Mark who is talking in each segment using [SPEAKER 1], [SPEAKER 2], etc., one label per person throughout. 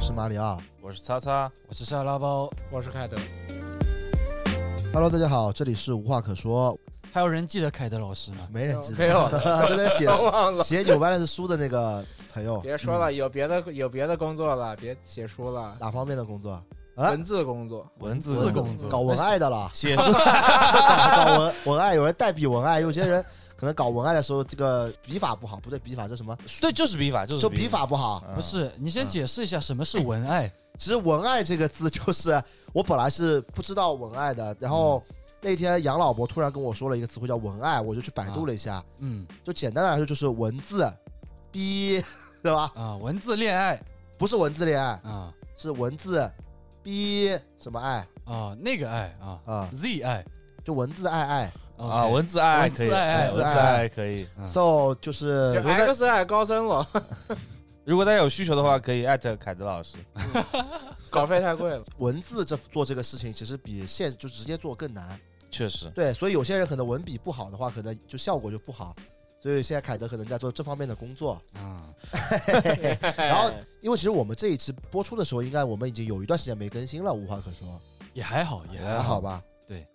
[SPEAKER 1] 是马里奥。
[SPEAKER 2] 我是叉叉，
[SPEAKER 3] 我是沙拉包，
[SPEAKER 4] 我是凯德。
[SPEAKER 1] Hello，大家好，这里是无话可说，
[SPEAKER 3] 还有人记得凯德老师吗？
[SPEAKER 1] 没人记得，
[SPEAKER 4] 没有
[SPEAKER 1] 正在写
[SPEAKER 4] 都 忘了，
[SPEAKER 1] 写扭哦掰了书的那个朋友，
[SPEAKER 4] 别说了，有别的有别的工作了，别写书了，
[SPEAKER 1] 哪方面的工作啊？
[SPEAKER 4] 文字工作。
[SPEAKER 2] 文字
[SPEAKER 3] 文字
[SPEAKER 2] 工，
[SPEAKER 3] 工作
[SPEAKER 1] 搞文爱的 了
[SPEAKER 2] 啊写书
[SPEAKER 1] 搞搞文文爱，有人代笔文爱，有些人 可能搞文爱的时候，这个笔法不好，不对，笔法叫什么？
[SPEAKER 2] 对，就是笔法，就是
[SPEAKER 1] 就笔法不好。
[SPEAKER 2] 嗯
[SPEAKER 3] 不是，你先解释一下什么是文爱。
[SPEAKER 1] 其实文爱这个字就是我本来是不知道文爱的，然后
[SPEAKER 4] 嗯
[SPEAKER 1] 那天杨老伯突然跟我说了一个词汇叫文爱，我就去百度了一
[SPEAKER 4] 啊
[SPEAKER 1] 下，
[SPEAKER 3] 嗯
[SPEAKER 1] 就简单的来说就是文字，逼， 对吧？
[SPEAKER 3] 啊，文字恋爱
[SPEAKER 1] 不是文字恋爱，
[SPEAKER 3] 啊
[SPEAKER 1] 是文字逼什么爱
[SPEAKER 3] 啊，那个爱啊
[SPEAKER 1] 啊、
[SPEAKER 3] ，Z 爱
[SPEAKER 1] 就文字爱爱。
[SPEAKER 2] 啊，
[SPEAKER 3] OK
[SPEAKER 2] 文字爱爱可以，
[SPEAKER 3] 文字爱
[SPEAKER 2] 哎
[SPEAKER 3] 爱
[SPEAKER 2] 文字爱爱可以。
[SPEAKER 3] 嗯
[SPEAKER 1] so 就是
[SPEAKER 4] 就
[SPEAKER 1] 如果
[SPEAKER 4] X 爱高 僧了，
[SPEAKER 2] 如果大家有需求的话，可以艾特凯德老师。
[SPEAKER 4] 稿费太贵了。
[SPEAKER 1] 文字这做这个事情，其实比现就直接做更难。
[SPEAKER 2] 确实，
[SPEAKER 1] 对，所以有些人可能文笔不好的话，可能就效果就不好。所以现在凯德可能在做这方面的工作。
[SPEAKER 3] 啊，
[SPEAKER 1] 然后因为其实我们这一期播出的时候，应该我们已经有一段时间没更新了，无话可说，
[SPEAKER 3] 也还好，也还
[SPEAKER 1] 还
[SPEAKER 3] 好
[SPEAKER 1] 好。吧？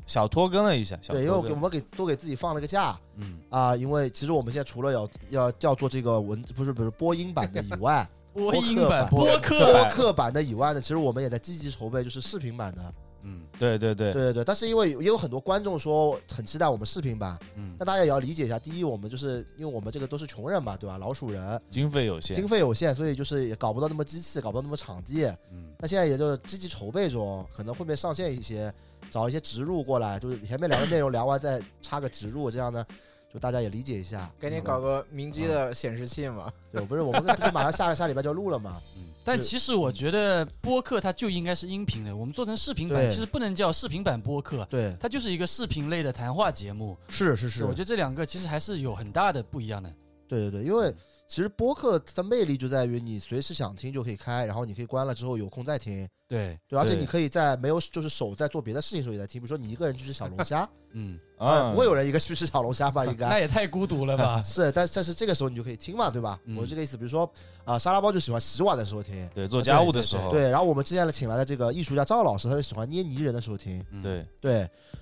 [SPEAKER 2] 小拖更了一下，小
[SPEAKER 1] 对，因为我
[SPEAKER 2] 拖
[SPEAKER 1] 给我
[SPEAKER 2] 更。
[SPEAKER 1] 们给都给自己放了个假
[SPEAKER 3] 嗯，
[SPEAKER 1] 啊，因为其实我们现在除了要要要做这个文字，不是不是播音版的以外，
[SPEAKER 3] 播音
[SPEAKER 1] 客
[SPEAKER 3] 版
[SPEAKER 1] 版
[SPEAKER 3] 播客
[SPEAKER 1] 播
[SPEAKER 3] 版，
[SPEAKER 1] 客版的以外呢，其实我们也在积极筹备，就是视频版的。
[SPEAKER 3] 嗯
[SPEAKER 2] 对对对，
[SPEAKER 1] 对对对，但是因为也有很多观众说很期待我们视频版，
[SPEAKER 3] 嗯
[SPEAKER 1] 那大家也要理解一下。第一，我们就是因为我们这个都是穷人嘛，对吧？老鼠人，
[SPEAKER 2] 经费有限
[SPEAKER 1] 经，费有限，所以就是也搞不到那么机器，搞不到那么场地。
[SPEAKER 3] 嗯
[SPEAKER 1] 那现在也就是积极筹备中，可能会不会上线一些，找一些植入过来，就是前面聊的内容聊完再插个植入，这样呢，就大家也理解一下。
[SPEAKER 4] 给你
[SPEAKER 1] 嗯
[SPEAKER 4] 搞个明基的显示 器嘛，
[SPEAKER 1] 对，不是我们不是马上下下礼拜就要录了嘛？
[SPEAKER 3] 嗯。但其实我觉得播客它就应该是音频的，我们做成视频版
[SPEAKER 1] 对
[SPEAKER 3] 其实不能叫视频版播客，
[SPEAKER 1] 对，
[SPEAKER 3] 它就是一个视频类的谈话节目。
[SPEAKER 1] 是是是
[SPEAKER 3] 我觉得这两个其实还是有很大的不一样的。
[SPEAKER 1] 对对对，因为其实播客的魅力就在于你随时想听就可以开，然后你可以关了之后有空再听。
[SPEAKER 3] 对，
[SPEAKER 1] 对，而且
[SPEAKER 2] 对
[SPEAKER 1] 你可以在没有就是手在做别的事情的时候也在听，比如说你一个人去吃小龙虾，
[SPEAKER 3] 嗯，
[SPEAKER 1] 啊，
[SPEAKER 2] 啊，
[SPEAKER 1] 不会有人一个啊去吃小龙虾吧？应
[SPEAKER 3] 那
[SPEAKER 1] 该？
[SPEAKER 3] 也太孤独了吧
[SPEAKER 1] 是，但但是这个时候你就可以听嘛，对吧？
[SPEAKER 3] 嗯
[SPEAKER 1] 我是这个意思。比如说啊、沙拉包就喜欢洗碗的时候听，
[SPEAKER 2] 对做家务的时候，
[SPEAKER 1] 对。然后我们之前请来的这个艺术家赵老师，他就喜欢捏泥人的时候听，
[SPEAKER 3] 嗯，
[SPEAKER 2] 对
[SPEAKER 1] 对。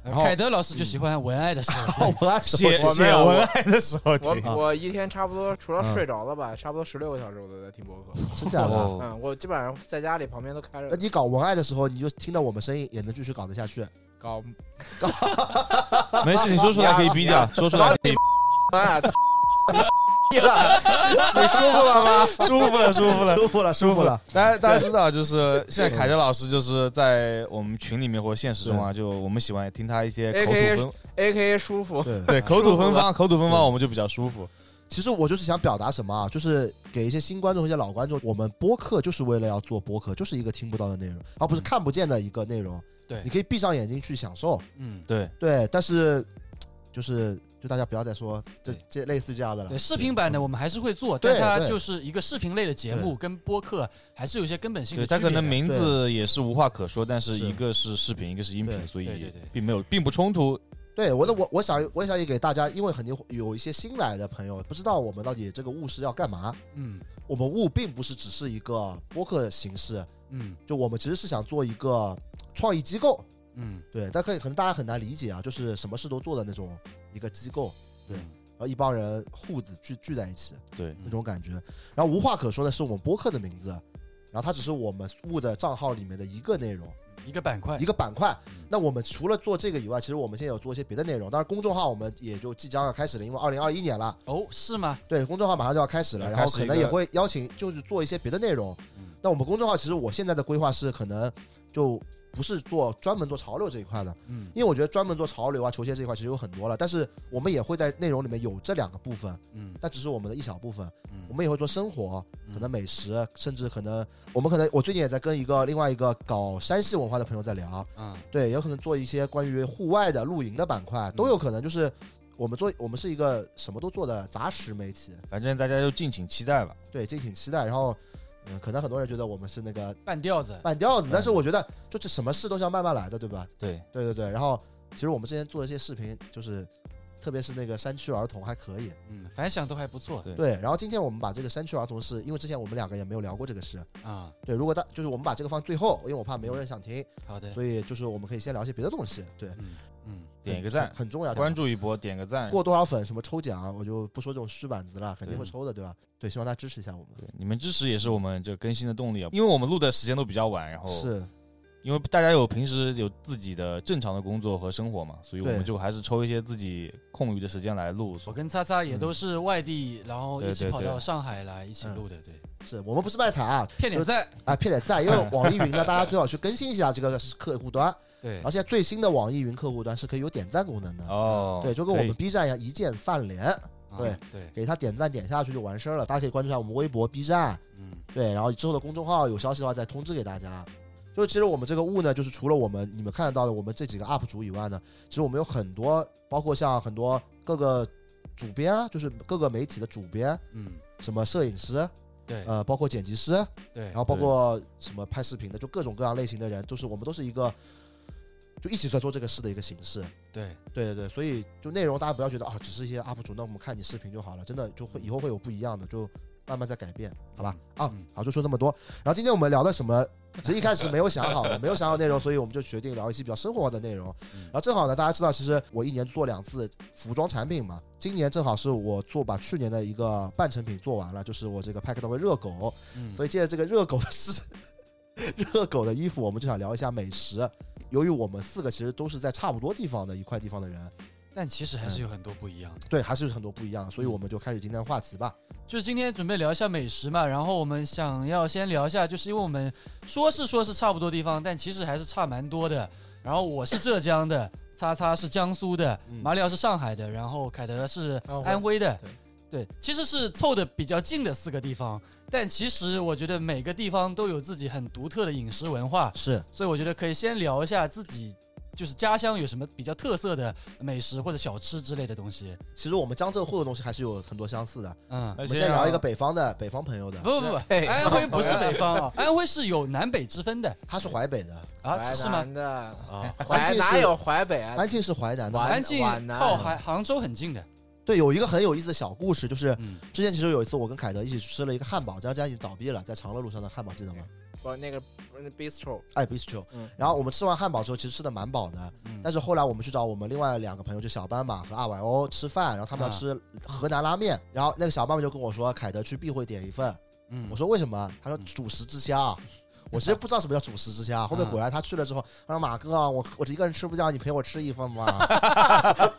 [SPEAKER 1] 然后
[SPEAKER 3] 凯德老师就喜欢文爱的事情。
[SPEAKER 1] 我爱时候
[SPEAKER 2] 写
[SPEAKER 1] 听
[SPEAKER 4] 我
[SPEAKER 2] 写
[SPEAKER 4] 没有
[SPEAKER 2] 文案的时候
[SPEAKER 4] 我
[SPEAKER 2] 听。
[SPEAKER 4] 我一天差不多除了
[SPEAKER 1] 嗯
[SPEAKER 4] 睡着了吧，差不多十六个小时我都在听播客。
[SPEAKER 1] 真假的？
[SPEAKER 2] 哦
[SPEAKER 4] 嗯，我基本上在家里旁边都开
[SPEAKER 1] 那
[SPEAKER 4] 着
[SPEAKER 1] 你搞文爱的时候，你就听到我们声音，也能继续搞得下去。
[SPEAKER 4] 搞
[SPEAKER 2] 没事，你说出来可以逼掉，说出来可以
[SPEAKER 4] 啊， 操你了，你舒服了吗？
[SPEAKER 2] 舒服了，舒服了。
[SPEAKER 1] 舒服了，舒服了。
[SPEAKER 2] 大家大家知道，就是现在凯德老师就是在我们群里面或现实中啊，就我们喜欢听他一些口吐
[SPEAKER 4] AKA
[SPEAKER 2] 芬，
[SPEAKER 4] A K A 舒服，
[SPEAKER 1] 对，
[SPEAKER 2] 对口吐芬
[SPEAKER 4] 舒服
[SPEAKER 2] 芳，口吐芬芳，
[SPEAKER 1] 对
[SPEAKER 2] 我们就比较舒服。
[SPEAKER 1] 其实我就是想表达什么啊，就是给一些新观众和一些老观众，我们播客就是为了要做播客，就是一个听不到的内容，而不是看不见的一个内容。
[SPEAKER 3] 对
[SPEAKER 1] 你可以闭上眼睛去享受。
[SPEAKER 3] 嗯，
[SPEAKER 2] 对，
[SPEAKER 1] 对，但是就是就大家不要再说这
[SPEAKER 3] 对
[SPEAKER 1] 这类似这样的了嗯
[SPEAKER 3] 对，。视频版的我们还是会做，
[SPEAKER 1] 对
[SPEAKER 3] 但它
[SPEAKER 1] 对
[SPEAKER 3] 就是一个视频类的节目，跟播客还是有一些根本性的
[SPEAKER 2] 对
[SPEAKER 3] 区别
[SPEAKER 2] 他可
[SPEAKER 3] 的。
[SPEAKER 2] 能名字也是无话可说，但是
[SPEAKER 1] 是
[SPEAKER 2] 一个是视频，一个是音频，
[SPEAKER 1] 对
[SPEAKER 2] 所以
[SPEAKER 3] 对对对
[SPEAKER 2] 并没有并不冲突。
[SPEAKER 1] 对，我的我我想我想也给大家，因为肯定有一些新来的朋友不知道我们到底这个务是要干嘛。
[SPEAKER 3] 嗯
[SPEAKER 1] 我们务并不是只是一个播客形式，
[SPEAKER 3] 嗯
[SPEAKER 1] 就我们其实是想做一个创意机构，
[SPEAKER 3] 嗯
[SPEAKER 1] 对，但可以可能大家很难理解啊，就是什么事都做的那种一个机构，对，
[SPEAKER 3] 嗯
[SPEAKER 1] 然后一帮人户子聚聚在一起
[SPEAKER 2] 对，
[SPEAKER 1] 那种感觉。然后无话可说的是我们播客的名字，然后它只是我们物的账号里面的一个内容，
[SPEAKER 3] 一个板块
[SPEAKER 1] 一，个板块
[SPEAKER 3] 嗯。
[SPEAKER 1] 那我们除了做这个以外，其实我们现在有做一些别的内容，当然公众号我们也就即将要开始了，因为二零二一年了，
[SPEAKER 3] 哦，是吗？
[SPEAKER 1] 对，公众号马上就要开始了，
[SPEAKER 2] 要
[SPEAKER 1] 然后
[SPEAKER 2] 开始
[SPEAKER 1] 可
[SPEAKER 2] 一
[SPEAKER 1] 能也
[SPEAKER 2] 个
[SPEAKER 1] 会邀请，就是做一些别的内容
[SPEAKER 3] 嗯。
[SPEAKER 1] 那我们公众号其实我现在的规划是可能就不是做专门做潮流这一块的。
[SPEAKER 3] 嗯
[SPEAKER 1] 因为我觉得专门做潮流啊、球鞋这一块其实有很多了，但是我们也会在内容里面有这两个部分，
[SPEAKER 3] 嗯
[SPEAKER 1] 但只是我们的一小部分。
[SPEAKER 3] 嗯，
[SPEAKER 1] 我们也会做生活，
[SPEAKER 3] 嗯
[SPEAKER 1] 可能美食，甚至可能我们可能我最近也在跟一个另外一个搞山西文化的朋友在聊，
[SPEAKER 3] 啊
[SPEAKER 1] 对，有可能做一些关于户外的露营的板块，
[SPEAKER 3] 嗯
[SPEAKER 1] 都有可能。就是我们做我们是一个什么都做的杂食媒体，
[SPEAKER 2] 反正大家就敬请期待吧。
[SPEAKER 1] 对，敬请期待。然后，嗯，可能很多人觉得我们是那个
[SPEAKER 3] 半调子，
[SPEAKER 1] 半吊子，
[SPEAKER 2] 嗯
[SPEAKER 1] 但是我觉得就这什么事都是要慢慢来的，对吧？
[SPEAKER 2] 对，
[SPEAKER 1] 对对对，然后其实我们之前做的这些视频，就是特别是那个山区儿童还可以。
[SPEAKER 3] 嗯，反响都还不错
[SPEAKER 2] 对
[SPEAKER 1] 对，然后今天我们把这个山区儿童是因为之前我们两个也没有聊过这个事，
[SPEAKER 3] 啊。
[SPEAKER 1] 对，如果大就是我们把这个放最后，因为我怕没有人想听，
[SPEAKER 3] 好的，
[SPEAKER 1] 所以就是我们可以先聊些别的东西，对，
[SPEAKER 3] 嗯嗯，
[SPEAKER 2] 点一个赞
[SPEAKER 1] 很，很重要。
[SPEAKER 2] 关注一波，点个赞。
[SPEAKER 1] 过多少粉什么抽奖，我就不说这种虚板子了，肯定
[SPEAKER 2] 对
[SPEAKER 1] 会抽的，对吧？对，希望大家支持一下我们。
[SPEAKER 2] 对，你们支持也是我们这更新的动力啊，因为我们录的时间都比较晚，然后
[SPEAKER 1] 是，
[SPEAKER 2] 因为大家有平时有自己的正常的工作和生活嘛，所以我们
[SPEAKER 1] 对
[SPEAKER 2] 就还是抽一些自己空余的时间来录。
[SPEAKER 3] 我跟擦擦也
[SPEAKER 1] 嗯
[SPEAKER 3] 都是外地，然后一
[SPEAKER 2] 对
[SPEAKER 3] 起
[SPEAKER 2] 对
[SPEAKER 3] 跑到
[SPEAKER 2] 对
[SPEAKER 3] 上海来一起录
[SPEAKER 1] 嗯
[SPEAKER 3] 的，对，
[SPEAKER 1] 是我们不是卖惨啊，
[SPEAKER 3] 骗点赞，
[SPEAKER 1] 啊，骗点赞，因 为网易云呢，大家最好去更新一下这个客户端，
[SPEAKER 3] 对
[SPEAKER 1] 然后，现在最新的网易云客户端是可以有点赞功能的，
[SPEAKER 2] 哦，
[SPEAKER 1] 嗯对，就跟我
[SPEAKER 2] 可
[SPEAKER 1] 们
[SPEAKER 2] 以
[SPEAKER 1] B 站一样，一键饭联，
[SPEAKER 3] 啊
[SPEAKER 1] 对
[SPEAKER 3] 对，
[SPEAKER 1] 给他点赞点下去就完事儿了。大家可以关注一下我们微博、B 站，
[SPEAKER 3] 嗯，
[SPEAKER 1] 对，然后之后的公众号有消息的话再通知给大家。就是其实我们这个物呢，就是除了我们你们看得到的我们这几个 UP 主以外呢，其实我们有很多，包括像很多各个主编啊，就是各个媒体的主编，
[SPEAKER 3] 嗯，
[SPEAKER 1] 什么摄影师，
[SPEAKER 3] 对
[SPEAKER 1] 呃，包括剪辑师，
[SPEAKER 3] 对
[SPEAKER 1] 然，后包括什么拍视频的，就各种各样类型的人，就是我们都是一个，就一起在做这个事的一个形式。
[SPEAKER 3] 对，
[SPEAKER 1] 对对对，所以就内容大家不要觉得啊，只是一些 UP 主，那我们看你视频就好了，真的就会以后会有不一样的，就慢慢在改变，好吧？
[SPEAKER 3] 嗯
[SPEAKER 1] 啊
[SPEAKER 3] 嗯，
[SPEAKER 1] 好，就说这么多。然后今天我们聊的什么？其实一开始没有想好的，没有想好内容，所以我们就决定聊一些比较生活的内容。
[SPEAKER 3] 嗯
[SPEAKER 1] 然后正好呢，大家知道，其实我一年做两次服装产品嘛，今年正好是我做把去年的一个半成品做完了，就是我这个派克的热狗，
[SPEAKER 3] 嗯，
[SPEAKER 1] 所以借着这个热狗的事， 热狗的衣服，我们就想聊一下美食。由于我们四个其实都是在差不多地方的一块地方的人，
[SPEAKER 3] 但其实还
[SPEAKER 1] 嗯
[SPEAKER 3] 是有很多不一样的。
[SPEAKER 1] 对，还是有很多不一样，所以我们就开始今天的话题吧。
[SPEAKER 3] 就是今天准备聊一下美食嘛，然后我们想要先聊一下，就是因为我们说是说是差不多地方，但其实还是差蛮多的。然后我是浙江的， 擦擦是江苏的，
[SPEAKER 1] 嗯
[SPEAKER 3] 马里奥是上海的，然后凯德是
[SPEAKER 4] 安徽
[SPEAKER 3] 安徽的。对，其实是凑的比较近的四个地方，但其实我觉得每个地方都有自己很独特的饮食文化，
[SPEAKER 1] 是，
[SPEAKER 3] 所以我觉得可以先聊一下自己就是家乡有什么比较特色的美食或者小吃之类的东西。
[SPEAKER 1] 其实我们江浙沪的东西还是有很多相似的。
[SPEAKER 3] 嗯，
[SPEAKER 1] 我
[SPEAKER 2] 而
[SPEAKER 1] 们
[SPEAKER 2] 且
[SPEAKER 1] 先聊一个
[SPEAKER 2] 啊，
[SPEAKER 1] 北方的，北方朋友的，
[SPEAKER 3] 不哎不不，
[SPEAKER 4] 嘿
[SPEAKER 3] 安徽不是北方啊，安徽是有南北之分的
[SPEAKER 1] 他是淮北的，
[SPEAKER 3] 啊，是
[SPEAKER 4] 淮
[SPEAKER 3] 吗？
[SPEAKER 4] 南 的，
[SPEAKER 3] 啊，
[SPEAKER 1] 安
[SPEAKER 4] 哎淮
[SPEAKER 1] 庆
[SPEAKER 4] 哪
[SPEAKER 1] 是
[SPEAKER 4] 有淮北啊？
[SPEAKER 1] 安庆是淮南的。
[SPEAKER 4] 淮
[SPEAKER 3] 安庆
[SPEAKER 4] 皖南
[SPEAKER 3] 靠杭杭州很近的，
[SPEAKER 1] 对，有一个很有意思的小故事，就是
[SPEAKER 3] 嗯，
[SPEAKER 1] 之前其实有一次我跟凯德一起吃了一个汉堡，这家家已经倒闭了，在长乐路上的汉堡记得吗？
[SPEAKER 4] 不，那个那 bistro，
[SPEAKER 1] 爱 bistro
[SPEAKER 4] 嗯。
[SPEAKER 1] 然后我们吃完汉堡之后，其实吃的蛮饱的，
[SPEAKER 3] 嗯
[SPEAKER 1] 但是后来我们去找我们另外两个朋友，就小斑马和阿瓦欧吃饭，然后他们要吃河南拉面，然后那个小斑马就跟我说，凯德去必会点一份。
[SPEAKER 3] 嗯
[SPEAKER 1] 我说为什么？他说主食之乡。
[SPEAKER 4] 嗯
[SPEAKER 1] 我其实不知道什么叫主食之啊乡，后面果然他去了之后，他说马哥啊，我我一个人吃不掉，你陪我吃一份嘛。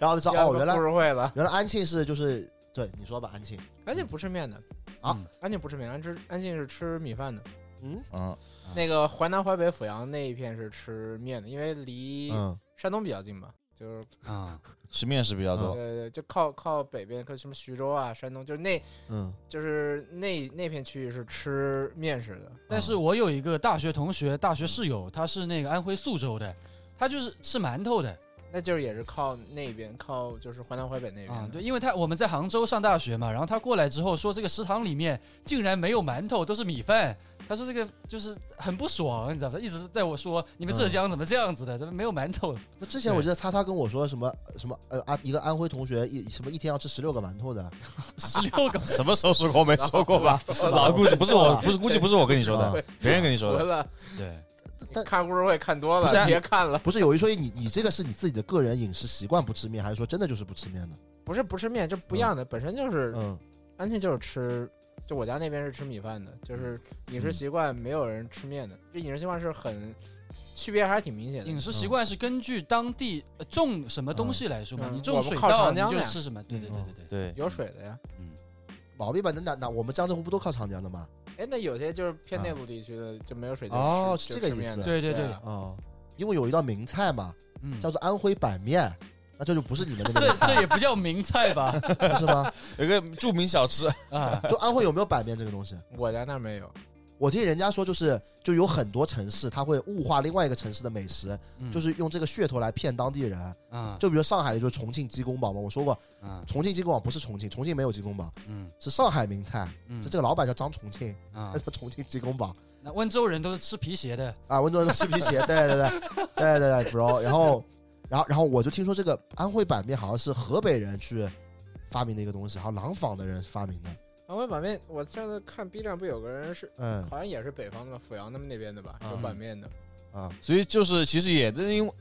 [SPEAKER 1] 然后就说哦，原来
[SPEAKER 4] 故事会了。
[SPEAKER 1] 原来安庆是就是对你说吧，安庆
[SPEAKER 4] 安庆不吃面的
[SPEAKER 1] 啊，
[SPEAKER 4] 嗯安庆不吃面，安吃安庆是吃米饭的。
[SPEAKER 1] 嗯
[SPEAKER 2] 嗯，
[SPEAKER 4] 那个淮南、淮北、阜阳那一片是吃面的，因为离
[SPEAKER 1] 嗯
[SPEAKER 4] 山东比较近嘛，就是
[SPEAKER 3] 啊，
[SPEAKER 2] 吃面食比较多。
[SPEAKER 4] 呃，就靠靠北边，靠什么徐州啊、山东，就是那
[SPEAKER 1] 嗯
[SPEAKER 4] 就是那那片区域是吃面食的。
[SPEAKER 3] 但是我有一个大学同学，大学室友，他是那个安徽宿州的，他就是吃馒头的
[SPEAKER 4] 那就是也是靠那边，靠就是淮南淮北那边、
[SPEAKER 3] 啊，对，，因为他我们在杭州上大学嘛，然后他过来之后说这个食堂里面竟然没有馒头，都是米饭，他说这个就是很不爽，你知道吧？一直在我说你们浙江怎么这样子的，怎么没有馒头？
[SPEAKER 1] 那之前我记得擦擦跟我说什么什么呃啊一个安徽同学一什么一天要吃十六个馒头的，
[SPEAKER 3] 十六个
[SPEAKER 2] 什么时候说过没说过吧？老故事不是我，不是估计不是我跟你说的，别人跟你说
[SPEAKER 4] 回
[SPEAKER 2] 的。
[SPEAKER 4] 了。
[SPEAKER 3] 对，
[SPEAKER 1] 啊但
[SPEAKER 4] 看故事会看多
[SPEAKER 1] 不是
[SPEAKER 4] 了，
[SPEAKER 1] 啊
[SPEAKER 4] 别看了。
[SPEAKER 1] 不是有一说一，你你这个是你自己的个人饮食习惯不吃面，还是说真的就是不吃面呢？
[SPEAKER 4] 不是不吃面，这不一样的，本身就是
[SPEAKER 1] 嗯，
[SPEAKER 4] 安庆就是吃，就我家那边是吃米饭的，就是
[SPEAKER 1] 嗯
[SPEAKER 4] 饮食习惯没有人吃面的，这饮食习惯是很区别还是挺明
[SPEAKER 1] 嗯
[SPEAKER 4] 显的
[SPEAKER 3] 饮。食习惯是根据当地呃种什么东西来说嘛，
[SPEAKER 4] 嗯
[SPEAKER 3] 你种水
[SPEAKER 4] 我们靠
[SPEAKER 3] 稻
[SPEAKER 4] 长
[SPEAKER 3] 你
[SPEAKER 4] 江
[SPEAKER 3] 就
[SPEAKER 4] 的呀
[SPEAKER 3] 吃
[SPEAKER 1] 嗯
[SPEAKER 3] 什么，对对对对对。
[SPEAKER 2] 对，
[SPEAKER 4] 有水的呀，
[SPEAKER 1] 毛病吧？那那那我们江浙沪不都靠长江的吗？
[SPEAKER 4] 哎，那有些就是偏内陆地区的就没有水就吃
[SPEAKER 1] 啊哦是
[SPEAKER 4] 就
[SPEAKER 1] 这个
[SPEAKER 4] 吃
[SPEAKER 1] 意
[SPEAKER 4] 面
[SPEAKER 1] 思
[SPEAKER 4] 的
[SPEAKER 3] 对对对
[SPEAKER 4] 啊
[SPEAKER 1] 哦，因为有一道名菜嘛，
[SPEAKER 3] 嗯，
[SPEAKER 1] 叫做安徽板面，那这就不是你们 那
[SPEAKER 3] 这
[SPEAKER 1] 边
[SPEAKER 3] 这也不叫名 菜吧？
[SPEAKER 1] 不是吗？
[SPEAKER 2] 有个著名小吃，
[SPEAKER 3] 啊，
[SPEAKER 1] 就安徽有没有板面这个东西？
[SPEAKER 4] 我家那儿没有，啊
[SPEAKER 1] 我听人家说，就是就有很多城市，它会物化另外一个城市的美食，
[SPEAKER 3] 嗯
[SPEAKER 1] 就是用这个噱头来骗当地人。
[SPEAKER 3] 啊，
[SPEAKER 1] 就比如上海就是重庆鸡公煲嘛，我说过，
[SPEAKER 3] 啊，
[SPEAKER 1] 重庆鸡公煲不是重庆，重庆没有鸡公煲，
[SPEAKER 3] 嗯
[SPEAKER 1] 是上海名菜，
[SPEAKER 3] 嗯
[SPEAKER 1] 是呃这个老板叫张重庆，
[SPEAKER 3] 啊
[SPEAKER 1] 他，叫 重庆鸡公煲。
[SPEAKER 3] 那温州人都是吃皮鞋的，
[SPEAKER 1] 啊，温州人都吃皮鞋，对对对，对对对，bro。然后然后然后我就听说这个安徽板面好像是河北人去发明的一个东西，好像廊坊的人发明的，
[SPEAKER 4] 安徽板面，我上次看 B 站不有个人是，
[SPEAKER 1] 嗯
[SPEAKER 4] 好像也是北方的吧，阜阳他们那边的吧，有
[SPEAKER 1] 嗯
[SPEAKER 4] 板面的。
[SPEAKER 1] 啊，
[SPEAKER 2] 所以就是其实也这是因为，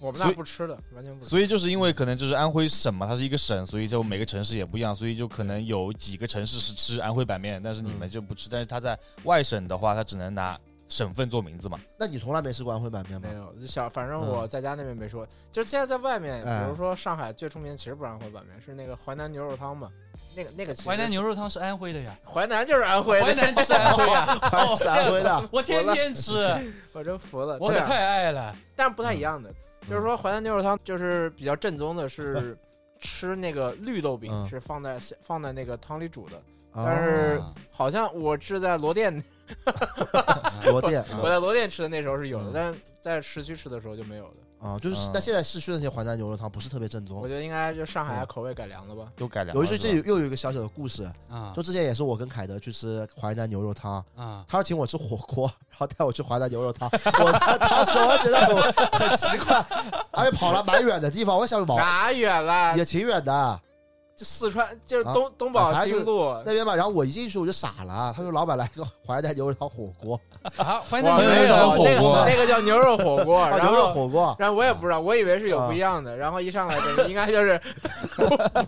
[SPEAKER 4] 我们
[SPEAKER 2] 所
[SPEAKER 4] 那
[SPEAKER 2] 以
[SPEAKER 4] 不吃的，完全不吃。
[SPEAKER 2] 所以就是因为可能就是安徽省嘛，它是一个省，所以就每个城市也不一样，所以就可能有几个城市是吃安徽板面，但是你们就不吃。但是它在外省的话，它只能拿省份做名字嘛。
[SPEAKER 1] 那你从来没吃过安徽板面吗
[SPEAKER 4] 没？有，就小反正我在家那边没说，就是现在在外面，
[SPEAKER 1] 嗯哎
[SPEAKER 4] 比如说上海最出名其实不是安徽板面，是那个淮南牛肉汤嘛，那个那个其实
[SPEAKER 3] 淮南牛肉汤是安徽的呀，
[SPEAKER 4] 淮南就是安徽
[SPEAKER 3] 淮
[SPEAKER 4] 的，
[SPEAKER 3] 南就是安徽呀， 哦，
[SPEAKER 1] 是安徽
[SPEAKER 3] 这
[SPEAKER 1] 的
[SPEAKER 3] 样子，我天 天吃，
[SPEAKER 4] 我真服了。
[SPEAKER 3] 我
[SPEAKER 4] 对
[SPEAKER 3] 可
[SPEAKER 4] 啊，
[SPEAKER 3] 太爱了。
[SPEAKER 4] 但不太
[SPEAKER 1] 嗯
[SPEAKER 4] 一样的，就是说淮南牛肉汤就是比较正宗的是吃那个绿豆饼，
[SPEAKER 1] 嗯
[SPEAKER 4] 是放在放在那个汤里煮的，
[SPEAKER 1] 啊，
[SPEAKER 4] 但是好像我是在罗店，
[SPEAKER 1] 罗店啊
[SPEAKER 4] 我在罗店吃的那时候是有的
[SPEAKER 1] 嗯，
[SPEAKER 4] 但是在市区吃的时候就没有了。
[SPEAKER 1] 啊啊，就是
[SPEAKER 2] 嗯
[SPEAKER 1] 但现在市区的那些淮南牛肉汤不是特别正
[SPEAKER 4] 我
[SPEAKER 1] 宗。
[SPEAKER 4] 觉得应该就上海
[SPEAKER 1] 嗯
[SPEAKER 4] 口味改良了吧。
[SPEAKER 2] 都改良了。
[SPEAKER 1] 有一句这
[SPEAKER 2] 是吧
[SPEAKER 1] 有又有一个小小的故事，
[SPEAKER 3] 啊
[SPEAKER 1] 就之前也是我跟凯德去吃淮南牛肉汤，
[SPEAKER 3] 啊，
[SPEAKER 1] 他要请我吃火锅， 然后带我去淮南牛肉汤，我 当时我觉得我很奇怪，而且跑了蛮远的地方，我 想往
[SPEAKER 4] 哪远了？
[SPEAKER 1] 也挺远的
[SPEAKER 4] 就四川，就是
[SPEAKER 1] 啊
[SPEAKER 4] 东东宝
[SPEAKER 1] 反正
[SPEAKER 4] 西
[SPEAKER 1] 就
[SPEAKER 4] 路。
[SPEAKER 1] 那边嘛。然后我一进去我就傻了，他说老板来个淮南牛肉汤火锅，
[SPEAKER 3] 啊，淮南
[SPEAKER 4] 哇
[SPEAKER 3] 牛肉
[SPEAKER 2] 没有
[SPEAKER 3] 汤
[SPEAKER 4] 那
[SPEAKER 2] 火
[SPEAKER 4] 个
[SPEAKER 2] 锅
[SPEAKER 4] 那个叫牛肉火锅，
[SPEAKER 1] 啊
[SPEAKER 4] 然
[SPEAKER 1] 牛肉
[SPEAKER 4] 后
[SPEAKER 1] 火锅，
[SPEAKER 4] 然后我也不知道，我以为是有不一样的，然后一上来的应该就是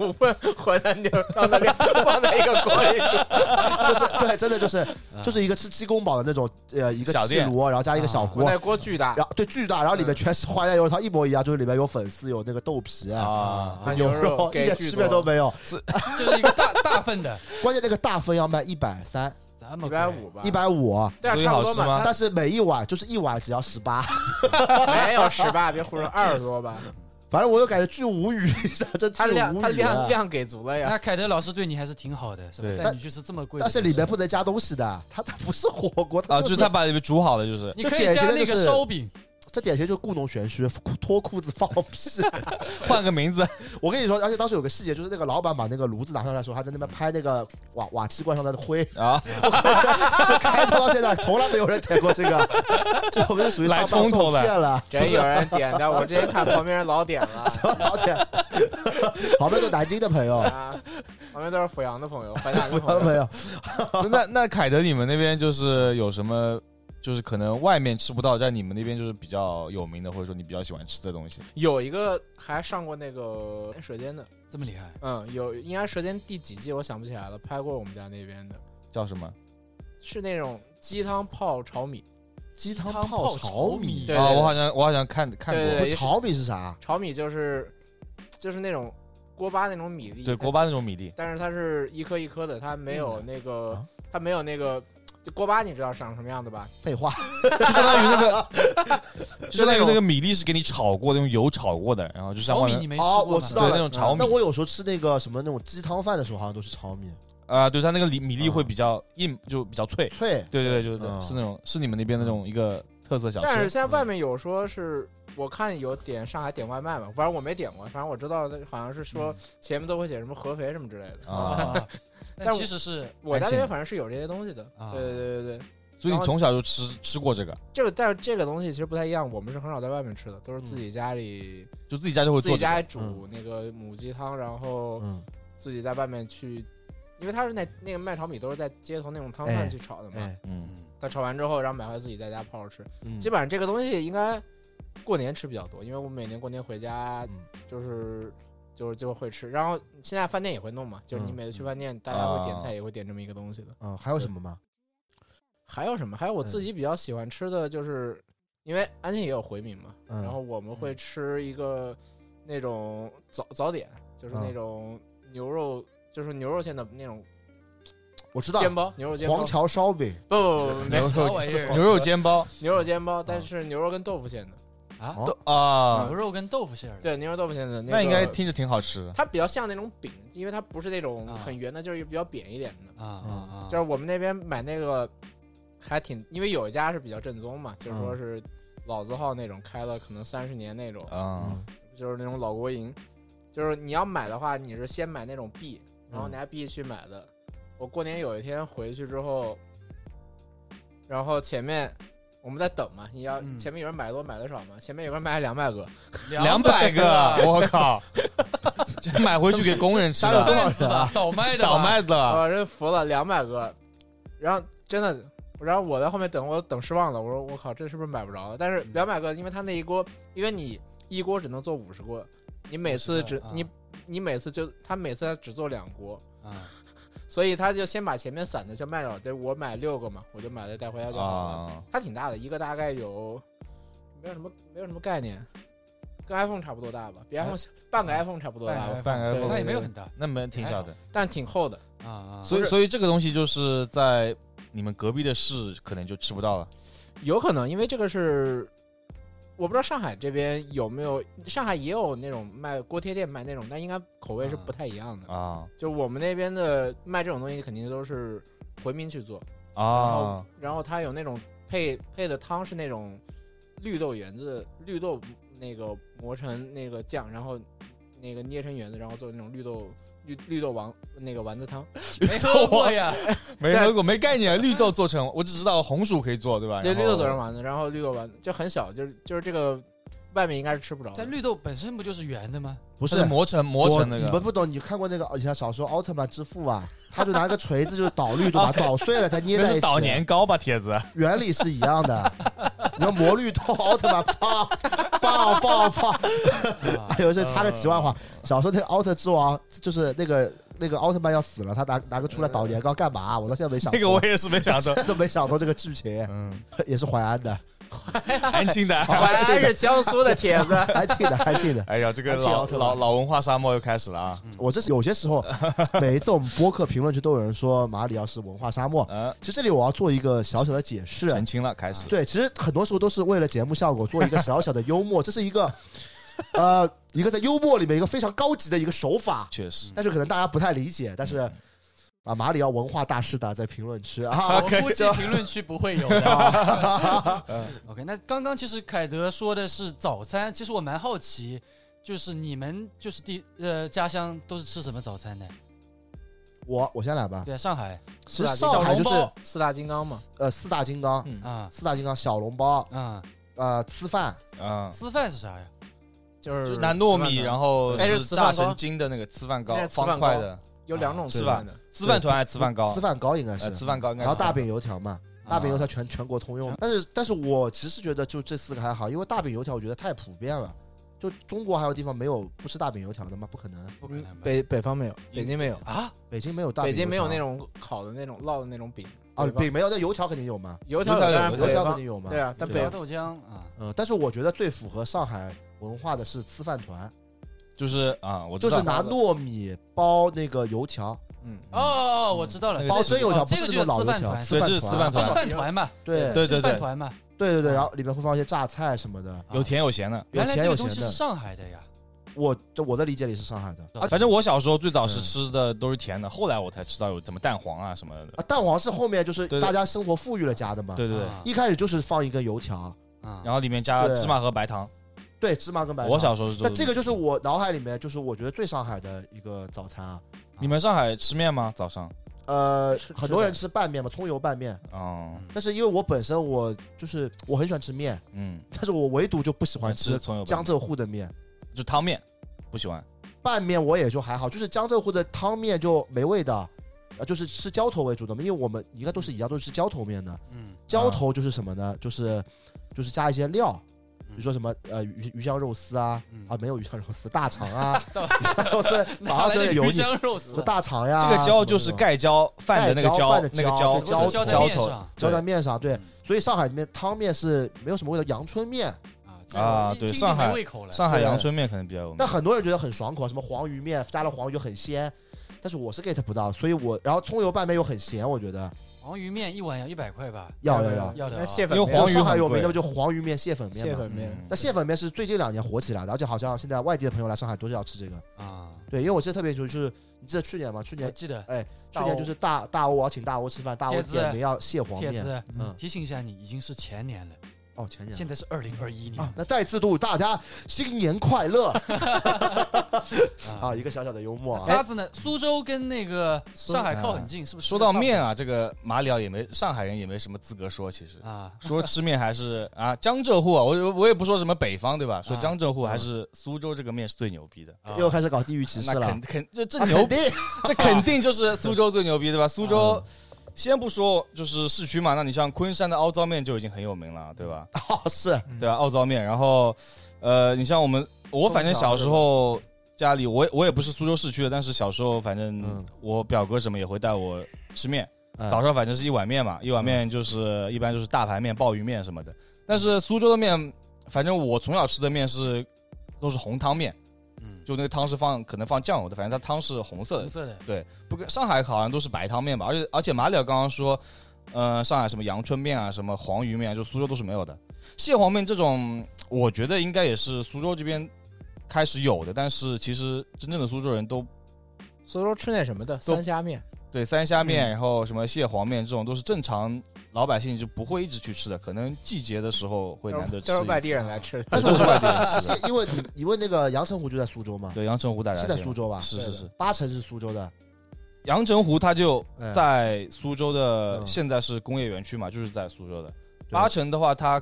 [SPEAKER 4] 五份淮南牛肉放在放在一个锅里煮，
[SPEAKER 1] 就是对，真的 就是就是一个吃鸡公煲的那种呃一个
[SPEAKER 2] 小
[SPEAKER 1] 气
[SPEAKER 2] 店
[SPEAKER 1] 炉，然后加一个小
[SPEAKER 4] 啊我
[SPEAKER 1] 锅，
[SPEAKER 4] 那锅巨大，
[SPEAKER 1] 然后对巨大，然后里面全是淮南牛肉汤，一模一样，就是里面有粉丝有那个豆皮。
[SPEAKER 2] 啊，
[SPEAKER 4] 啊
[SPEAKER 1] 有
[SPEAKER 4] 牛
[SPEAKER 1] 肉
[SPEAKER 4] 肉
[SPEAKER 1] 一
[SPEAKER 4] 给
[SPEAKER 1] 点
[SPEAKER 4] 巨
[SPEAKER 1] 区别都
[SPEAKER 4] 多，
[SPEAKER 1] 没有，
[SPEAKER 3] 就是一个大大 份的，
[SPEAKER 1] 关键那个大份要卖一百三、
[SPEAKER 3] 咱们
[SPEAKER 4] 一百五吧，
[SPEAKER 1] 一百五，
[SPEAKER 4] 对啊，
[SPEAKER 2] 所以
[SPEAKER 4] 差不多
[SPEAKER 2] 好吃吗
[SPEAKER 4] 吧，
[SPEAKER 1] 但是每一碗就是一碗只要十八，
[SPEAKER 4] 它没有十八，别胡说，二十多吧，
[SPEAKER 1] 反正我就感觉巨无语，你知道这巨
[SPEAKER 4] 它量
[SPEAKER 1] 无
[SPEAKER 4] 它
[SPEAKER 1] 语啊
[SPEAKER 4] 量。量给足 了呀，
[SPEAKER 3] 那凯德老师对你还是挺好的，是吧
[SPEAKER 2] 对？
[SPEAKER 3] 带你去吃这么贵的
[SPEAKER 1] 但
[SPEAKER 3] 东西，
[SPEAKER 1] 是里面不能加东西的，它它不是火锅，它
[SPEAKER 2] 啊，
[SPEAKER 1] 就
[SPEAKER 2] 就是
[SPEAKER 1] 是
[SPEAKER 2] 他把里面煮好了，就是
[SPEAKER 3] 你可
[SPEAKER 1] 这
[SPEAKER 3] 以
[SPEAKER 1] 典型
[SPEAKER 3] 加
[SPEAKER 1] 的
[SPEAKER 3] 那
[SPEAKER 1] 就
[SPEAKER 3] 个
[SPEAKER 1] 是
[SPEAKER 3] 烧饼，
[SPEAKER 1] 这典型就是故弄玄虚， 裤脱裤子放屁。
[SPEAKER 2] 换个名字，
[SPEAKER 1] 我跟你说，而且当时有个细节，就是那个老板把那个炉子拿上来的时候，他在那边拍那个瓦瓦器罐上的灰，
[SPEAKER 2] 啊，
[SPEAKER 1] 就开张到现在从来没有人点过这个， 这我们是属于上
[SPEAKER 2] 来
[SPEAKER 1] 当
[SPEAKER 2] 冲
[SPEAKER 1] 受
[SPEAKER 2] 头的
[SPEAKER 1] 骗了，
[SPEAKER 4] 真有人点的，我之前看旁边人老点了。
[SPEAKER 1] 什么老点？旁边都南京的朋友，
[SPEAKER 4] 啊， 旁边都是阜阳的朋友，淮南的朋
[SPEAKER 1] 朋
[SPEAKER 4] 友
[SPEAKER 1] 友，朋友，
[SPEAKER 2] 那那凯德，你们那边就是有什么，就是可能外面吃不到，在你们那边就是比较有名的，或者说你比较喜欢吃的东西
[SPEAKER 4] 有一个还上过那个《舌尖》的，
[SPEAKER 3] 这么厉害。
[SPEAKER 4] 嗯，有应该《舌尖》第几季我想不起来了，拍过我们家那边的，
[SPEAKER 2] 叫什么？
[SPEAKER 4] 是那种鸡汤泡炒米，
[SPEAKER 1] 鸡汤
[SPEAKER 3] 汤
[SPEAKER 1] 泡
[SPEAKER 3] 泡
[SPEAKER 1] 炒
[SPEAKER 3] 炒
[SPEAKER 1] 米
[SPEAKER 3] 米，
[SPEAKER 4] 对
[SPEAKER 2] 啊，我好像我好像看看
[SPEAKER 4] 对
[SPEAKER 2] 过，
[SPEAKER 1] 不
[SPEAKER 4] 对
[SPEAKER 1] 是炒米是啥？
[SPEAKER 4] 炒米就是就是那种锅巴那种米粒，
[SPEAKER 2] 对锅巴那种米粒，
[SPEAKER 4] 但，但是它是一颗一颗的，它没有
[SPEAKER 3] 嗯
[SPEAKER 4] 那个，
[SPEAKER 1] 啊
[SPEAKER 4] 它没有那个。就锅巴你知道长什么样的吧？
[SPEAKER 1] 废话，
[SPEAKER 2] 就相当于那个，就相当于
[SPEAKER 4] 就
[SPEAKER 2] 那
[SPEAKER 4] 那
[SPEAKER 2] 个
[SPEAKER 4] 种
[SPEAKER 2] 米
[SPEAKER 4] 米
[SPEAKER 2] 粒是给你炒过的，用油炒过的，然后就像
[SPEAKER 3] 炒
[SPEAKER 2] 外
[SPEAKER 3] 米
[SPEAKER 2] 面
[SPEAKER 3] 你没吃
[SPEAKER 1] 哦，
[SPEAKER 3] 过
[SPEAKER 1] 我
[SPEAKER 3] 吗
[SPEAKER 1] 知？
[SPEAKER 2] 对
[SPEAKER 1] 道
[SPEAKER 2] 那
[SPEAKER 1] 了。
[SPEAKER 2] 种炒米
[SPEAKER 1] 那我有时候吃那个什么那种鸡汤饭的时候，好像都是炒米
[SPEAKER 2] 啊，对它那个米米粒
[SPEAKER 1] 嗯
[SPEAKER 2] 会比较硬，就比较脆。
[SPEAKER 1] 脆。
[SPEAKER 2] 对对对，就是
[SPEAKER 1] 嗯
[SPEAKER 2] 是那种是你们那边那种一个特色小
[SPEAKER 4] 但是
[SPEAKER 2] 吃。嗯
[SPEAKER 4] 现在外面有说是，我看有点上海点外卖嘛，反正我没点过，反正我知道那好像是
[SPEAKER 3] 嗯
[SPEAKER 4] 说前面都会写什么合肥什么之类的。
[SPEAKER 2] 嗯啊，
[SPEAKER 3] 啊， 但
[SPEAKER 4] 但
[SPEAKER 3] 其实是
[SPEAKER 4] 我家那边反正是有这些东西的。
[SPEAKER 3] 啊
[SPEAKER 4] 对对对对对，
[SPEAKER 2] 所以
[SPEAKER 4] 然
[SPEAKER 2] 你
[SPEAKER 4] 后
[SPEAKER 2] 从小就吃吃过这个，
[SPEAKER 4] 这个但是这个东西其实不太一样，我们是很少在外面吃的，都是自己家里、
[SPEAKER 2] 就自己家就会
[SPEAKER 4] 自
[SPEAKER 2] 嗯做
[SPEAKER 4] 己
[SPEAKER 2] 这个。嗯
[SPEAKER 4] 家煮那个母鸡汤，然
[SPEAKER 2] 哦
[SPEAKER 4] 后
[SPEAKER 1] 嗯，
[SPEAKER 4] 自己在外面去，因为他是在那个卖炒米都是在街头那种汤
[SPEAKER 1] 哎
[SPEAKER 4] 贩去炒的嘛，
[SPEAKER 1] 哎，
[SPEAKER 2] 嗯，
[SPEAKER 3] 嗯，
[SPEAKER 4] 他炒完之后，然后买回来自己在家泡着吃。
[SPEAKER 1] 嗯
[SPEAKER 4] 基本上这个东西应该过年吃比较多，因为我每年过年回
[SPEAKER 2] 啊
[SPEAKER 4] 家
[SPEAKER 1] 嗯
[SPEAKER 4] 就是。就是就会吃，然后现在饭店也会弄嘛，就是
[SPEAKER 1] 嗯
[SPEAKER 4] 你
[SPEAKER 1] 哦
[SPEAKER 4] 每次
[SPEAKER 1] 嗯
[SPEAKER 4] 去饭店，大家会点
[SPEAKER 2] 啊
[SPEAKER 4] 菜，也会点这么一个东西的。
[SPEAKER 1] 嗯，还有什么吗？
[SPEAKER 4] 还有什么？还有我
[SPEAKER 1] 嗯
[SPEAKER 4] 自己比较喜欢吃的就是，因为安庆也有回民嘛，
[SPEAKER 1] 嗯
[SPEAKER 4] 然后我们会吃一个那种早早点，就是
[SPEAKER 1] 嗯
[SPEAKER 4] 那种牛肉，就是牛肉馅的那种
[SPEAKER 1] 我知道
[SPEAKER 4] 煎包，牛肉煎包，
[SPEAKER 1] 黄
[SPEAKER 4] 不
[SPEAKER 1] 桥烧饼，
[SPEAKER 4] 不不不，没
[SPEAKER 2] 牛
[SPEAKER 3] 啥
[SPEAKER 2] 肉
[SPEAKER 3] 玩意儿
[SPEAKER 2] 牛肉煎包
[SPEAKER 4] 牛肉煎包，但是牛肉跟豆腐馅的，
[SPEAKER 3] 啊
[SPEAKER 1] 哦，
[SPEAKER 2] 都啊
[SPEAKER 3] 牛，肉跟豆腐馅儿的，
[SPEAKER 4] 对，牛肉豆腐馅的，
[SPEAKER 2] 那
[SPEAKER 4] 个
[SPEAKER 2] 应该听着挺好吃的。
[SPEAKER 4] 它比较像那种饼，因为它不是那种
[SPEAKER 3] 啊
[SPEAKER 4] 很圆的，就是比较扁一点的，
[SPEAKER 3] 啊啊啊，
[SPEAKER 4] 就是我们那边买那个还挺，因为有一家是比较正宗嘛，就是说
[SPEAKER 1] 嗯
[SPEAKER 4] 是老字号那种，开了可能三十年那种，
[SPEAKER 2] 啊，
[SPEAKER 1] 嗯
[SPEAKER 4] 就是那种老国营，就是你要买的话，你是先买那种币，然后
[SPEAKER 1] 嗯
[SPEAKER 4] 拿币去买的。我过年有一天回去之后，然后前面我们在等嘛，你要
[SPEAKER 3] 嗯
[SPEAKER 4] 前面有人买多买多少嘛，前面有人买两百个，
[SPEAKER 2] 两百个，我靠，这买回去给工人吃
[SPEAKER 4] 大
[SPEAKER 2] 的，
[SPEAKER 4] 家
[SPEAKER 3] 贩子吧，倒卖的吧，
[SPEAKER 2] 啊倒卖
[SPEAKER 3] 啊
[SPEAKER 2] 的，
[SPEAKER 4] 我真服了，两百个，然后真的，然后我在后面等，我等失望了，我说我靠，这是不是买不着了？但
[SPEAKER 3] 嗯
[SPEAKER 4] 是两百个，因为他那一锅，因为你一锅只能做五十锅，你每次只
[SPEAKER 3] 50个啊
[SPEAKER 4] 你你每次就他每次他只做两锅，
[SPEAKER 3] 啊，
[SPEAKER 4] 所以他就先把前面散的就卖掉了。对我买六个嘛，我就买了带回家就好了。
[SPEAKER 2] 啊，
[SPEAKER 4] 它挺大的，一个大概有没有什么没有什么概念，跟 iPhone 差不多大吧，比 iPhone 小半个 iPhone 差不多大吧，
[SPEAKER 2] 哎啊半个
[SPEAKER 4] 对对
[SPEAKER 3] 那也
[SPEAKER 4] 对
[SPEAKER 3] 没有很大
[SPEAKER 2] 那没挺小的。
[SPEAKER 4] 但挺厚的。
[SPEAKER 3] 啊啊，
[SPEAKER 2] 所以
[SPEAKER 4] 不是
[SPEAKER 2] 所以这个东西就是在你们隔壁的市可能就吃不到了。
[SPEAKER 4] 有可能，因为这个是我不知道上海这边有没有，上海也有那种卖锅贴店卖那种，但应该口味是不太一样的。
[SPEAKER 2] 啊
[SPEAKER 4] 就我们那边的卖这种东西，肯定都是回民去做，然后
[SPEAKER 2] 啊
[SPEAKER 4] 然后它有那种配配的汤是那种绿豆圆子，绿豆那个磨成那个酱，然后那个捏成圆子，然后做那种绿豆绿绿豆丸那个丸子汤。
[SPEAKER 3] 没喝 过呀，
[SPEAKER 2] 没喝过，没概念。绿豆做成，我只知道红薯可以做，对吧？
[SPEAKER 4] 对，
[SPEAKER 2] 啊然后
[SPEAKER 4] 绿豆做成丸子，然后绿豆丸就很小，就是就是这个外面应该是吃不着的。
[SPEAKER 3] 但绿豆本身不就是圆的吗？
[SPEAKER 1] 不
[SPEAKER 2] 它
[SPEAKER 1] 是
[SPEAKER 2] 是磨成磨成那
[SPEAKER 1] 我你们
[SPEAKER 2] 个。
[SPEAKER 1] 不懂，你看过那个以前小时候奥特曼之父啊，他就拿个锤子就是捣 绿豆，把捣碎了再捏
[SPEAKER 2] 那
[SPEAKER 1] 在一
[SPEAKER 2] 是
[SPEAKER 1] 起，啊
[SPEAKER 2] 捣年糕吧，铁子？
[SPEAKER 1] 原理是一样的。你要磨绿豆，奥特曼啪啪啪 啪，
[SPEAKER 3] 啊
[SPEAKER 1] 哎呦，这插个题
[SPEAKER 2] 嗯
[SPEAKER 1] 外话，小时候那个奥特之王就是那个那个奥特曼要死了，他拿拿个出来捣年糕干嘛？我到现在没想
[SPEAKER 2] 那个
[SPEAKER 1] 通
[SPEAKER 2] 我也是没想到。
[SPEAKER 1] 都没想到这个剧情，
[SPEAKER 2] 嗯，
[SPEAKER 1] 也是淮安的，
[SPEAKER 2] 安静的。
[SPEAKER 4] 还是江苏的帖子。
[SPEAKER 1] 还记得还记得。
[SPEAKER 2] 哎呀，这个
[SPEAKER 1] 安静
[SPEAKER 2] 老
[SPEAKER 1] 奥特曼嗯
[SPEAKER 2] 老老文化沙漠又开始了啊！
[SPEAKER 1] 我这是有些时候，每一次我们播客评论区都有人说马里奥是文化沙漠，
[SPEAKER 2] 嗯，
[SPEAKER 1] 其实这里我要做一个小小的解释，
[SPEAKER 2] 澄清了，开始。
[SPEAKER 1] 对，其实很多时候都是为了节目效果做一个小小的幽默，这是一个，呃，一个在幽默里面一个非常高级的一个手法，
[SPEAKER 2] 确实，
[SPEAKER 1] 但是可能大家不太理解。但
[SPEAKER 2] 嗯
[SPEAKER 1] 是啊，马里奥文化大师的在评论区啊
[SPEAKER 3] 我，估计评论区不会有的。OK，那
[SPEAKER 2] 啊
[SPEAKER 3] 嗯刚刚其实凯德说的是早餐，其实我蛮好奇，就是你们就是地呃家乡都是吃什么早餐的？
[SPEAKER 1] 我我先来吧。
[SPEAKER 3] 对啊，上海
[SPEAKER 1] 其实上海就是
[SPEAKER 3] 小笼
[SPEAKER 4] 四大金刚嘛，
[SPEAKER 1] 呃四大金刚，
[SPEAKER 2] 嗯
[SPEAKER 3] 啊
[SPEAKER 1] 四大金刚小笼包，
[SPEAKER 3] 啊，
[SPEAKER 1] 呃吃饭，
[SPEAKER 2] 嗯，
[SPEAKER 3] 吃饭是啥呀？
[SPEAKER 4] 就是
[SPEAKER 2] 就拿糯米，然
[SPEAKER 4] 后
[SPEAKER 2] 后
[SPEAKER 4] 哎
[SPEAKER 2] 是
[SPEAKER 4] 是糍
[SPEAKER 2] 炸
[SPEAKER 4] 饭
[SPEAKER 2] 成
[SPEAKER 4] 糕
[SPEAKER 2] 筋的那个糍饭糕
[SPEAKER 4] 那，是糍
[SPEAKER 2] 方
[SPEAKER 4] 饭
[SPEAKER 2] 块
[SPEAKER 4] 糕
[SPEAKER 2] 的
[SPEAKER 4] 有两种
[SPEAKER 2] 是
[SPEAKER 4] 吃
[SPEAKER 2] 吧
[SPEAKER 4] 饭的，
[SPEAKER 2] 糍饭团还是糍饭糕
[SPEAKER 1] 吃？饭糕应该是
[SPEAKER 2] 呃，糍饭糕应该
[SPEAKER 1] 然
[SPEAKER 2] 是。啊
[SPEAKER 1] 后大饼油条嘛，大饼油条全全国通
[SPEAKER 2] 嗯
[SPEAKER 1] 用。但是但是我其实觉得就这四个还好，因为大饼油条我觉得太普遍了。就中国还有地方没有不吃大饼油条的吗？不可能，
[SPEAKER 3] 不可能吧？
[SPEAKER 4] 嗯北北方没有，北京没有，
[SPEAKER 3] 啊，
[SPEAKER 1] 北京没有大饼
[SPEAKER 4] 北
[SPEAKER 1] 油条，
[SPEAKER 4] 京没有那种烤的那种烙的那种饼
[SPEAKER 1] 啊，
[SPEAKER 4] 北方
[SPEAKER 1] 饼没有，但油条肯定有嘛，
[SPEAKER 4] 油条
[SPEAKER 2] 油
[SPEAKER 4] 有，
[SPEAKER 2] 条
[SPEAKER 4] 当
[SPEAKER 2] 有
[SPEAKER 4] 然
[SPEAKER 1] 油
[SPEAKER 4] 北
[SPEAKER 1] 条肯
[SPEAKER 4] 方
[SPEAKER 1] 定有嘛。
[SPEAKER 4] 对啊，但
[SPEAKER 1] 对
[SPEAKER 4] 北
[SPEAKER 3] 北豆浆啊，
[SPEAKER 1] 嗯，但是我觉得最符合上海文化的是吃饭团，
[SPEAKER 2] 就是啊，我
[SPEAKER 1] 就
[SPEAKER 2] 知
[SPEAKER 1] 是拿
[SPEAKER 2] 道。
[SPEAKER 1] 糯米包那个油条，
[SPEAKER 4] 嗯，
[SPEAKER 3] 哦哦，哦我知道了，
[SPEAKER 2] 嗯
[SPEAKER 1] 包真油条，
[SPEAKER 3] 哦
[SPEAKER 1] 不
[SPEAKER 3] 这
[SPEAKER 1] 是
[SPEAKER 3] 个
[SPEAKER 1] 那
[SPEAKER 3] 就
[SPEAKER 1] 种
[SPEAKER 3] 叫
[SPEAKER 1] 老
[SPEAKER 3] 吃
[SPEAKER 1] 油
[SPEAKER 3] 饭
[SPEAKER 1] 条，
[SPEAKER 3] 团，
[SPEAKER 2] 对这是
[SPEAKER 1] 吃
[SPEAKER 2] 吃
[SPEAKER 1] 饭
[SPEAKER 2] 饭
[SPEAKER 3] 就
[SPEAKER 2] 团
[SPEAKER 3] 是饭团嘛，
[SPEAKER 1] 对
[SPEAKER 2] 对
[SPEAKER 3] 就
[SPEAKER 2] 对
[SPEAKER 3] 是饭
[SPEAKER 2] 对，
[SPEAKER 3] 团嘛。
[SPEAKER 1] 对对对，然后里面会放一些榨菜什么
[SPEAKER 3] 啊
[SPEAKER 1] 的，
[SPEAKER 2] 有甜有咸的。
[SPEAKER 1] 有
[SPEAKER 3] 原来
[SPEAKER 1] 钱
[SPEAKER 3] 这
[SPEAKER 1] 有
[SPEAKER 3] 个东
[SPEAKER 1] 钱
[SPEAKER 3] 西是
[SPEAKER 1] 的。
[SPEAKER 3] 上海的呀，
[SPEAKER 1] 我这我的理解里是上海的，啊
[SPEAKER 2] 反正我小时候最早
[SPEAKER 1] 嗯
[SPEAKER 2] 是吃的都是甜的，后来我才知道有什么蛋黄啊什么的。
[SPEAKER 1] 啊蛋黄是后面就是
[SPEAKER 2] 对对
[SPEAKER 1] 大家生活富裕了加的嘛，
[SPEAKER 2] 对对对，
[SPEAKER 3] 啊
[SPEAKER 1] 一开始就是放一根油条，
[SPEAKER 3] 啊，
[SPEAKER 2] 然后里面加
[SPEAKER 1] 对
[SPEAKER 2] 芝麻和白糖。
[SPEAKER 1] 对，芝麻跟白糖。
[SPEAKER 2] 我小时候是。
[SPEAKER 1] 但这个就是我脑海里面就是我觉得最上海的一个早餐啊，
[SPEAKER 2] 你们上海吃面吗？早上？
[SPEAKER 1] 呃，
[SPEAKER 4] 吃
[SPEAKER 1] 很多人
[SPEAKER 4] 吃
[SPEAKER 1] 吃拌面嘛，葱油拌面，
[SPEAKER 2] 嗯
[SPEAKER 1] 但是因为我本身我就是我很喜欢吃面，
[SPEAKER 2] 嗯，
[SPEAKER 1] 但是我唯独就不喜欢吃
[SPEAKER 2] 葱油拌
[SPEAKER 1] 江
[SPEAKER 2] 面
[SPEAKER 1] 浙沪的面，
[SPEAKER 2] 就汤面，不喜欢。
[SPEAKER 1] 拌面我也就还好，就是江浙沪的汤面就没味道，呃，就是吃浇头为主的嘛，因为我们应该都是一样，都是吃浇头面的。
[SPEAKER 3] 嗯
[SPEAKER 1] 浇头就是什么呢？就是就是加一些料，比如
[SPEAKER 3] 嗯
[SPEAKER 1] 说什么呃鱼鱼香肉丝啊，
[SPEAKER 3] 嗯
[SPEAKER 1] 啊没有鱼香肉丝，大肠啊，鱼香肉丝早上
[SPEAKER 3] 哪来
[SPEAKER 1] 吃
[SPEAKER 3] 的啊
[SPEAKER 1] 的油
[SPEAKER 3] 鱼
[SPEAKER 1] 腻，
[SPEAKER 3] 香肉丝
[SPEAKER 1] 就，大肠呀。
[SPEAKER 2] 这个
[SPEAKER 1] 啊什么
[SPEAKER 2] 浇就是
[SPEAKER 1] 什么
[SPEAKER 2] 盖浇饭的那个
[SPEAKER 1] 盖浇
[SPEAKER 2] 浇
[SPEAKER 1] 饭的，
[SPEAKER 2] 那个
[SPEAKER 1] 浇
[SPEAKER 2] 浇
[SPEAKER 1] 只
[SPEAKER 3] 不是浇在面
[SPEAKER 2] 头
[SPEAKER 3] 上啊
[SPEAKER 1] 浇在
[SPEAKER 2] 对
[SPEAKER 1] 面上，对
[SPEAKER 3] 嗯，
[SPEAKER 1] 所以上海里面汤面是没有什么味道，阳春面，
[SPEAKER 3] 啊这个
[SPEAKER 2] 啊
[SPEAKER 3] 我一
[SPEAKER 2] 对
[SPEAKER 3] 听
[SPEAKER 2] 上
[SPEAKER 3] 就
[SPEAKER 2] 海
[SPEAKER 3] 没胃口了。
[SPEAKER 2] 上海
[SPEAKER 1] 对
[SPEAKER 2] 阳春面可能比较有名
[SPEAKER 1] 但。很多人觉得很爽口，什么黄鱼面加了黄鱼就很鲜，但是我是 get 不到，所以我然后葱油拌面又很咸，我觉得
[SPEAKER 3] 黄鱼面一碗要一百块吧？
[SPEAKER 1] 要要要，
[SPEAKER 3] 要的啊
[SPEAKER 4] 那蟹粉
[SPEAKER 2] 因为
[SPEAKER 4] 面
[SPEAKER 2] 黄
[SPEAKER 1] 就
[SPEAKER 2] 鱼
[SPEAKER 1] 上海
[SPEAKER 2] 很
[SPEAKER 1] 有名
[SPEAKER 2] 贵
[SPEAKER 1] 的不就黄鱼面、蟹粉面
[SPEAKER 4] 蟹
[SPEAKER 1] 嘛？嗯
[SPEAKER 4] 粉面，
[SPEAKER 1] 那蟹粉面是最近两年火起来的，而且好像现在外地的朋友来上海都是要吃这个。
[SPEAKER 3] 啊，
[SPEAKER 1] 对，因为我记得特别清楚，就是你记得去年嘛，去
[SPEAKER 3] 我
[SPEAKER 1] 年
[SPEAKER 3] 记得
[SPEAKER 1] 去年就是大大欧，我要请大欧吃饭，大欧
[SPEAKER 3] 铁子
[SPEAKER 1] 点名要蟹黄
[SPEAKER 3] 铁
[SPEAKER 1] 面，
[SPEAKER 3] 子
[SPEAKER 1] 嗯，
[SPEAKER 2] 哎
[SPEAKER 3] 提醒一下你，已经是前年了
[SPEAKER 1] 哦，前年
[SPEAKER 3] 现在是二零二一年
[SPEAKER 1] 啊，那再次祝大家新年快乐
[SPEAKER 3] 啊
[SPEAKER 1] 啊！一个小小的幽默
[SPEAKER 2] 哎
[SPEAKER 1] 啊，
[SPEAKER 3] 沙子呢？苏州跟那个上海靠很近，是不是？
[SPEAKER 2] 啊说到面啊，这个马里奥也没上海人也没什么资格说，其实
[SPEAKER 3] 啊，
[SPEAKER 2] 说吃面还是啊江浙沪啊，我我也不说什么北方对吧？说
[SPEAKER 3] 啊
[SPEAKER 2] 江浙沪还是苏州这个面是最牛逼的。
[SPEAKER 3] 啊
[SPEAKER 1] 又开始搞地域歧视
[SPEAKER 2] 那
[SPEAKER 1] 了
[SPEAKER 2] 肯，肯这这
[SPEAKER 1] 啊啊
[SPEAKER 2] 牛
[SPEAKER 1] 肯定
[SPEAKER 2] 这肯定就是苏州最牛逼，对吧？苏州，先不说就是市区嘛，那你像昆山的凹糟面就已经很有名了，对吧？
[SPEAKER 1] 哦，是
[SPEAKER 2] 对啊，凹糟面。然后，呃，你像我们，我反正小时候家里，我也我也不是苏州市区的，但是小时候反正
[SPEAKER 1] 嗯
[SPEAKER 2] 我表哥什么也会带我吃面，
[SPEAKER 1] 嗯
[SPEAKER 2] 早上反正是一碗面嘛，一碗面就是一般就是大排面、鲍鱼面什么的。但是苏州的面，反正我从小吃的面是都是红汤面，
[SPEAKER 3] 嗯，
[SPEAKER 2] 就那个汤是放可能放酱油的，反正它汤是红色的
[SPEAKER 3] 红，色的
[SPEAKER 2] 不跟上海好像都是白汤面吧，而且而且马里奥刚刚说，呃，上海什么阳春面啊，什么黄鱼面啊，就苏州都是没有的。蟹黄面这种，我觉得应该也是苏州这边开始有的，但是其实真正的苏州人都
[SPEAKER 4] 苏州吃那什么的
[SPEAKER 2] 都
[SPEAKER 4] 三虾面，
[SPEAKER 2] 对三
[SPEAKER 4] 嗯
[SPEAKER 2] 虾面，然后什么蟹黄面这种都是正常老百姓就不会一直去吃的，可能季节的时候会
[SPEAKER 4] 都
[SPEAKER 2] 难得
[SPEAKER 4] 是
[SPEAKER 2] 吃
[SPEAKER 4] 都是外
[SPEAKER 2] 一次。
[SPEAKER 4] 地人来吃的。
[SPEAKER 1] 但是
[SPEAKER 2] 都
[SPEAKER 1] 我
[SPEAKER 2] 是外地人吃的。
[SPEAKER 1] 是因为你你问那个阳澄湖就在苏州嘛，
[SPEAKER 2] 对，阳澄湖大家
[SPEAKER 1] 是在苏州吧？
[SPEAKER 2] 是是是，
[SPEAKER 1] 八成是苏州的，
[SPEAKER 2] 阳澄湖它就
[SPEAKER 1] 哎
[SPEAKER 2] 在苏州的，
[SPEAKER 1] 嗯
[SPEAKER 2] 现在是工业园区嘛，就是在苏州的。
[SPEAKER 1] 对
[SPEAKER 2] 八成的话，它